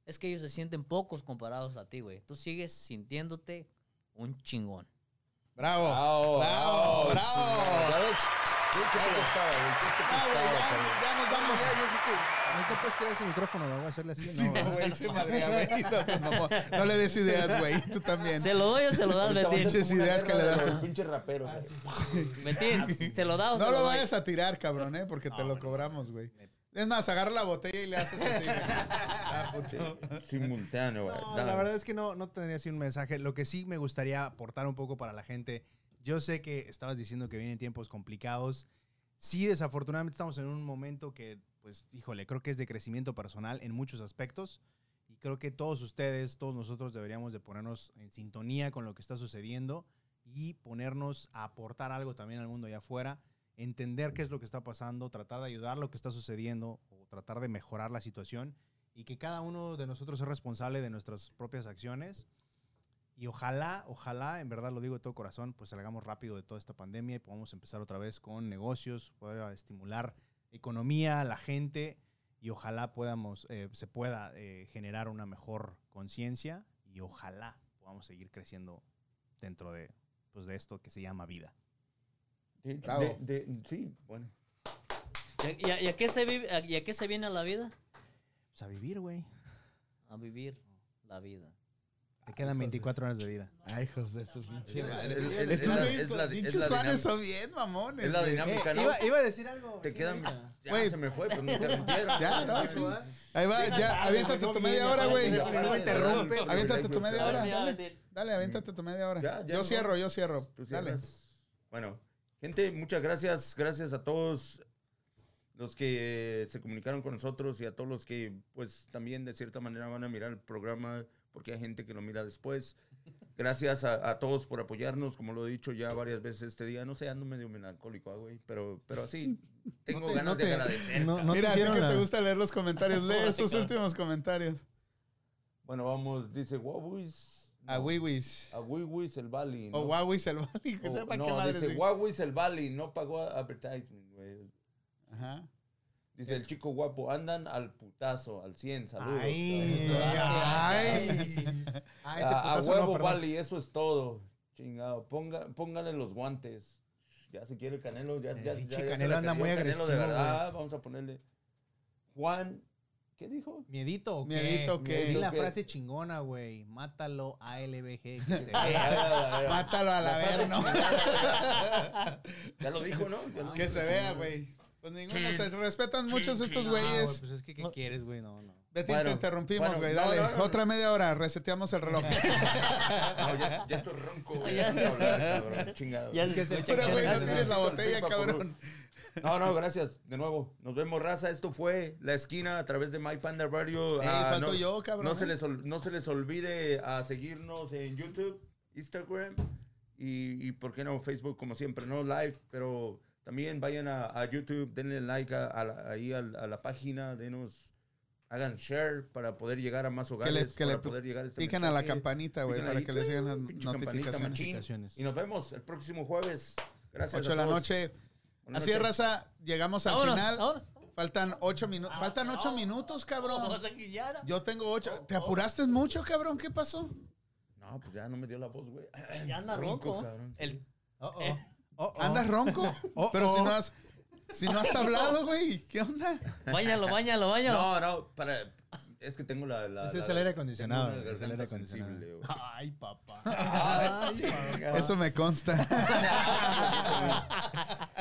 Speaker 5: Es que ellos se sienten pocos comparados a ti, güey. Tú sigues sintiéndote un chingón.
Speaker 1: Bravo.
Speaker 3: Ah,
Speaker 1: Bravo, bravo.
Speaker 3: ¿Sabes? Qué chico estaba, güey, qué
Speaker 1: No,
Speaker 3: chico
Speaker 1: Ah, güey,
Speaker 3: estaba,
Speaker 1: ya, ya nos vamos.
Speaker 4: No te puedes tirar ese micrófono, güey, voy a hacerle así.
Speaker 1: Sí, no, güey, se madrea, güey. No, se mamó. No le des ideas, güey. Tú también.
Speaker 5: Se lo doy o se lo das,
Speaker 3: cabrón.
Speaker 5: Betín.
Speaker 1: Pinches ideas que le das Ah, a-
Speaker 3: Los pinches raperos, güey.
Speaker 5: Betín, se lo da o se
Speaker 1: No
Speaker 5: lo
Speaker 1: lo
Speaker 5: doy.
Speaker 1: vayas a tirar, cabrón, ¿eh? Porque te lo cobramos, güey. Es más, agarra la botella y le haces así. güey. Ah, puto.
Speaker 3: Simultáneo, güey.
Speaker 4: No,
Speaker 3: Dale.
Speaker 4: la verdad es que no, no tendría así un mensaje. Lo que sí me gustaría aportar un poco para la gente. Yo sé que estabas diciendo que vienen tiempos complicados. Sí, desafortunadamente estamos en un momento que, pues, híjole, creo que es de crecimiento personal en muchos aspectos. Y creo que todos ustedes, todos nosotros deberíamos de ponernos en sintonía con lo que está sucediendo y ponernos a aportar algo también al mundo allá afuera, entender qué es lo que está pasando, tratar de ayudar lo que está sucediendo o tratar de mejorar la situación y que cada uno de nosotros es responsable de nuestras propias acciones. Y ojalá, ojalá, en verdad lo digo de todo corazón, pues salgamos rápido de toda esta pandemia y podamos empezar otra vez con negocios, poder estimular economía, la gente y ojalá podamos, eh, se pueda eh, generar una mejor conciencia y ojalá podamos seguir creciendo dentro de, pues, de esto que se llama vida.
Speaker 3: De- de-
Speaker 1: Bravo.
Speaker 3: de- sí, bueno.
Speaker 5: ¿Y a- ¿Y a, y a qué se vive- a- y a qué se viene a la vida?
Speaker 4: Pues a vivir, güey.
Speaker 5: A vivir la vida.
Speaker 4: Te quedan 24 horas de vida.
Speaker 1: Ay, hijos de su pinche madre.
Speaker 3: El- el-
Speaker 1: Estos
Speaker 3: es la-
Speaker 1: güeyes
Speaker 3: es
Speaker 1: son-
Speaker 3: la- es
Speaker 1: pinches
Speaker 3: la
Speaker 1: Juanes
Speaker 3: dinam-
Speaker 1: son bien mamones.
Speaker 3: Es la
Speaker 1: güey.
Speaker 3: dinámica, ¿no?
Speaker 4: iba a decir algo.
Speaker 3: Te quedan. Ya
Speaker 1: Güey.
Speaker 3: se me fue, pues me interrumpieron.
Speaker 1: Ya, no, sí. Ahí va, ya, aviéntate tu media hora, güey.
Speaker 4: No me interrumpe.
Speaker 1: Aviéntate tu media hora.
Speaker 5: Ahora, ya,
Speaker 1: Dale,
Speaker 5: Betín.
Speaker 1: Dale, aviéntate tu media hora.
Speaker 3: Ya, ya
Speaker 1: yo
Speaker 3: nos
Speaker 1: cierro,
Speaker 3: vamos.
Speaker 1: yo cierro.
Speaker 3: Tú
Speaker 1: Dale.
Speaker 3: cierras. Bueno, gente, muchas gracias. Gracias a todos los que se comunicaron con nosotros y a todos los que, pues, también de cierta manera van a mirar el programa porque hay gente que lo mira después. Gracias a, a todos por apoyarnos, como lo he dicho ya varias veces este día. No sé, ando medio melancólico, ah, güey, pero, pero así tengo
Speaker 4: te-
Speaker 3: ganas
Speaker 4: no te-
Speaker 3: de agradecer.
Speaker 4: no-
Speaker 3: cabrón.
Speaker 4: no-
Speaker 1: Mira, a ti
Speaker 4: hicieron
Speaker 1: que
Speaker 4: la-
Speaker 1: te gusta leer los comentarios, lee esos
Speaker 5: cabrón.
Speaker 1: últimos comentarios.
Speaker 3: Bueno, vamos, dice Wawis.
Speaker 1: A Wiwis.
Speaker 3: A Wiwis el Bali.
Speaker 1: O
Speaker 3: ¿no?
Speaker 1: Huawei Selvani, que
Speaker 3: O-
Speaker 1: sepa
Speaker 3: no,
Speaker 1: qué madre
Speaker 3: dice
Speaker 1: es.
Speaker 3: Huawei el Bali, no pagó advertisement, güey.
Speaker 1: Ajá.
Speaker 3: Dice
Speaker 4: Eh.
Speaker 3: el chico guapo, andan al putazo, al 100, saludos. ah,
Speaker 4: Ay, ay. Ah, ese
Speaker 3: a, a
Speaker 4: putazo no,
Speaker 3: huevo,
Speaker 4: perdón.
Speaker 3: Bali, eso es todo. Chingado, Ponga, póngale los guantes. Ya se quiere el Canelo, ya, ya,
Speaker 4: pinche
Speaker 3: ya- ya se
Speaker 4: Eh, Canelo
Speaker 3: la
Speaker 4: anda
Speaker 3: creyó
Speaker 4: muy
Speaker 3: Canelo, de
Speaker 4: agresivo,
Speaker 3: verdad, vamos a ponerle. Juan, ¿qué dijo?
Speaker 4: ¿Miedito o qué?
Speaker 1: Miedito o qué.
Speaker 4: Di la
Speaker 3: ¿Qué?
Speaker 4: frase chingona, güey. Mátalo a LBG. que se
Speaker 3: A ver,
Speaker 4: vea.
Speaker 3: a ver, a ver.
Speaker 1: Mátalo a la
Speaker 3: La frase
Speaker 1: ver, ¿no?
Speaker 3: Ya lo dijo, ¿no? Ya lo
Speaker 1: Que
Speaker 3: dijo.
Speaker 1: se vea, güey. Pues ninguno se respetan muchos estos
Speaker 4: No,
Speaker 1: güeyes.
Speaker 4: güey, Pues es que, ¿qué quieres, güey? No, no.
Speaker 1: Betty,
Speaker 3: Bueno,
Speaker 1: te interrumpimos,
Speaker 3: bueno,
Speaker 1: güey.
Speaker 3: no,
Speaker 1: Dale,
Speaker 3: no, Ah, no, no.
Speaker 1: otra media hora, reseteamos el reloj.
Speaker 3: No, ya, ya estoy ronco, güey. Ya no puedo hablar, cabrón, chingado.
Speaker 5: Ya se escucha
Speaker 1: Pero,
Speaker 5: que
Speaker 1: güey, no
Speaker 5: andas,
Speaker 1: tienes
Speaker 5: ¿no?
Speaker 1: la botella,
Speaker 3: Disculpa,
Speaker 1: cabrón.
Speaker 3: No, no, gracias. De nuevo, nos vemos, raza. Esto fue La Esquina a través de My Panda Radio.
Speaker 1: Ey,
Speaker 3: Ah,
Speaker 1: falto
Speaker 3: no,
Speaker 1: yo, cabrón,
Speaker 3: No
Speaker 1: eh.
Speaker 3: se, les, ol- no se les olvide a seguirnos en YouTube, Instagram y, y, ¿por qué no? Facebook, como siempre, ¿no? Live, pero también vayan a, a YouTube, denle like a, a la- ahí a, la- a la página, denos, hagan share para poder llegar a más hogares,
Speaker 1: que le
Speaker 3: para poder llegar a este
Speaker 1: Pican a la
Speaker 3: mensaje.
Speaker 1: campanita, güey,
Speaker 3: Píquenle
Speaker 1: para
Speaker 3: ahí,
Speaker 1: que les lleguen las
Speaker 3: pinche campanita,
Speaker 1: notificaciones.
Speaker 3: machín.
Speaker 4: Notificaciones.
Speaker 3: Y nos vemos el próximo jueves. Gracias.
Speaker 1: 8
Speaker 3: a
Speaker 1: de la
Speaker 3: todos.
Speaker 1: noche.
Speaker 3: Buenas
Speaker 1: Así es,
Speaker 3: noches.
Speaker 1: raza. Llegamos al
Speaker 5: Vámonos,
Speaker 1: final.
Speaker 5: vámonos.
Speaker 1: Faltan ocho minutos. Faltan ocho
Speaker 5: no. Oh,
Speaker 1: minutos, cabrón.
Speaker 5: Vamos a guillar.
Speaker 1: Yo tengo ocho. ¿Te apuraste mucho, cabrón? ¿Qué pasó?
Speaker 3: No, pues ya no me dio la voz, güey.
Speaker 5: Ya anda
Speaker 3: Roncos,
Speaker 5: ronco.
Speaker 3: cabrón.
Speaker 5: El-
Speaker 4: Oh, oh.
Speaker 5: Eh.
Speaker 4: Oh, oh.
Speaker 1: ¿Andas ronco?
Speaker 4: Oh,
Speaker 1: Pero si
Speaker 4: oh.
Speaker 1: no has, si no has hablado, güey. ¿Qué onda?
Speaker 5: Báñalo, báñalo, báñalo.
Speaker 3: No, no, para. Es que tengo la. la
Speaker 4: Ese
Speaker 3: la-
Speaker 4: es el aire
Speaker 3: tengo
Speaker 4: acondicionado.
Speaker 3: una
Speaker 4: Es el aire
Speaker 3: garganta
Speaker 4: acondicionado.
Speaker 3: sensible, güey.
Speaker 4: Ay, papá. Ay, papá.
Speaker 1: Eso me consta.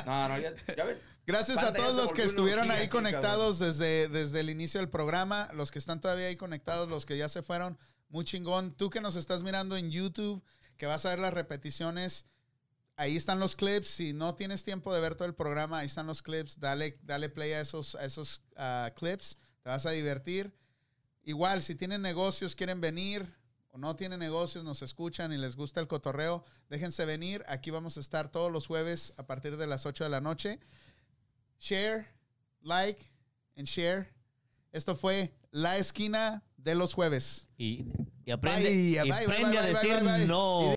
Speaker 3: No, no, ya, ya ves.
Speaker 1: Gracias a
Speaker 3: Panda, ya
Speaker 1: todos
Speaker 3: se
Speaker 1: los que
Speaker 3: volvió una
Speaker 1: estuvieron
Speaker 3: orgía
Speaker 1: ahí
Speaker 3: aquí,
Speaker 1: conectados desde, desde el inicio del programa, los que están todavía ahí conectados, los que ya se fueron, muy chingón. Tú que nos estás mirando en YouTube, que vas a ver las repeticiones, ahí están los clips. Si no tienes tiempo de ver todo el programa, ahí están los clips. Dale, dale play a esos, a esos ah, clips, te vas a divertir. Igual, si tienen negocios, quieren venir o no tienen negocios, nos escuchan y les gusta el cotorreo, déjense venir. Aquí vamos a estar todos los jueves a partir de las 8 de la noche. Share, like and share. Esto fue La Esquina de los Jueves.
Speaker 5: Y, y aprende,
Speaker 1: Bye,
Speaker 5: y
Speaker 1: bye, bye,
Speaker 5: aprende
Speaker 1: bye,
Speaker 5: a
Speaker 1: bye,
Speaker 5: decir
Speaker 1: bye, bye.
Speaker 5: no.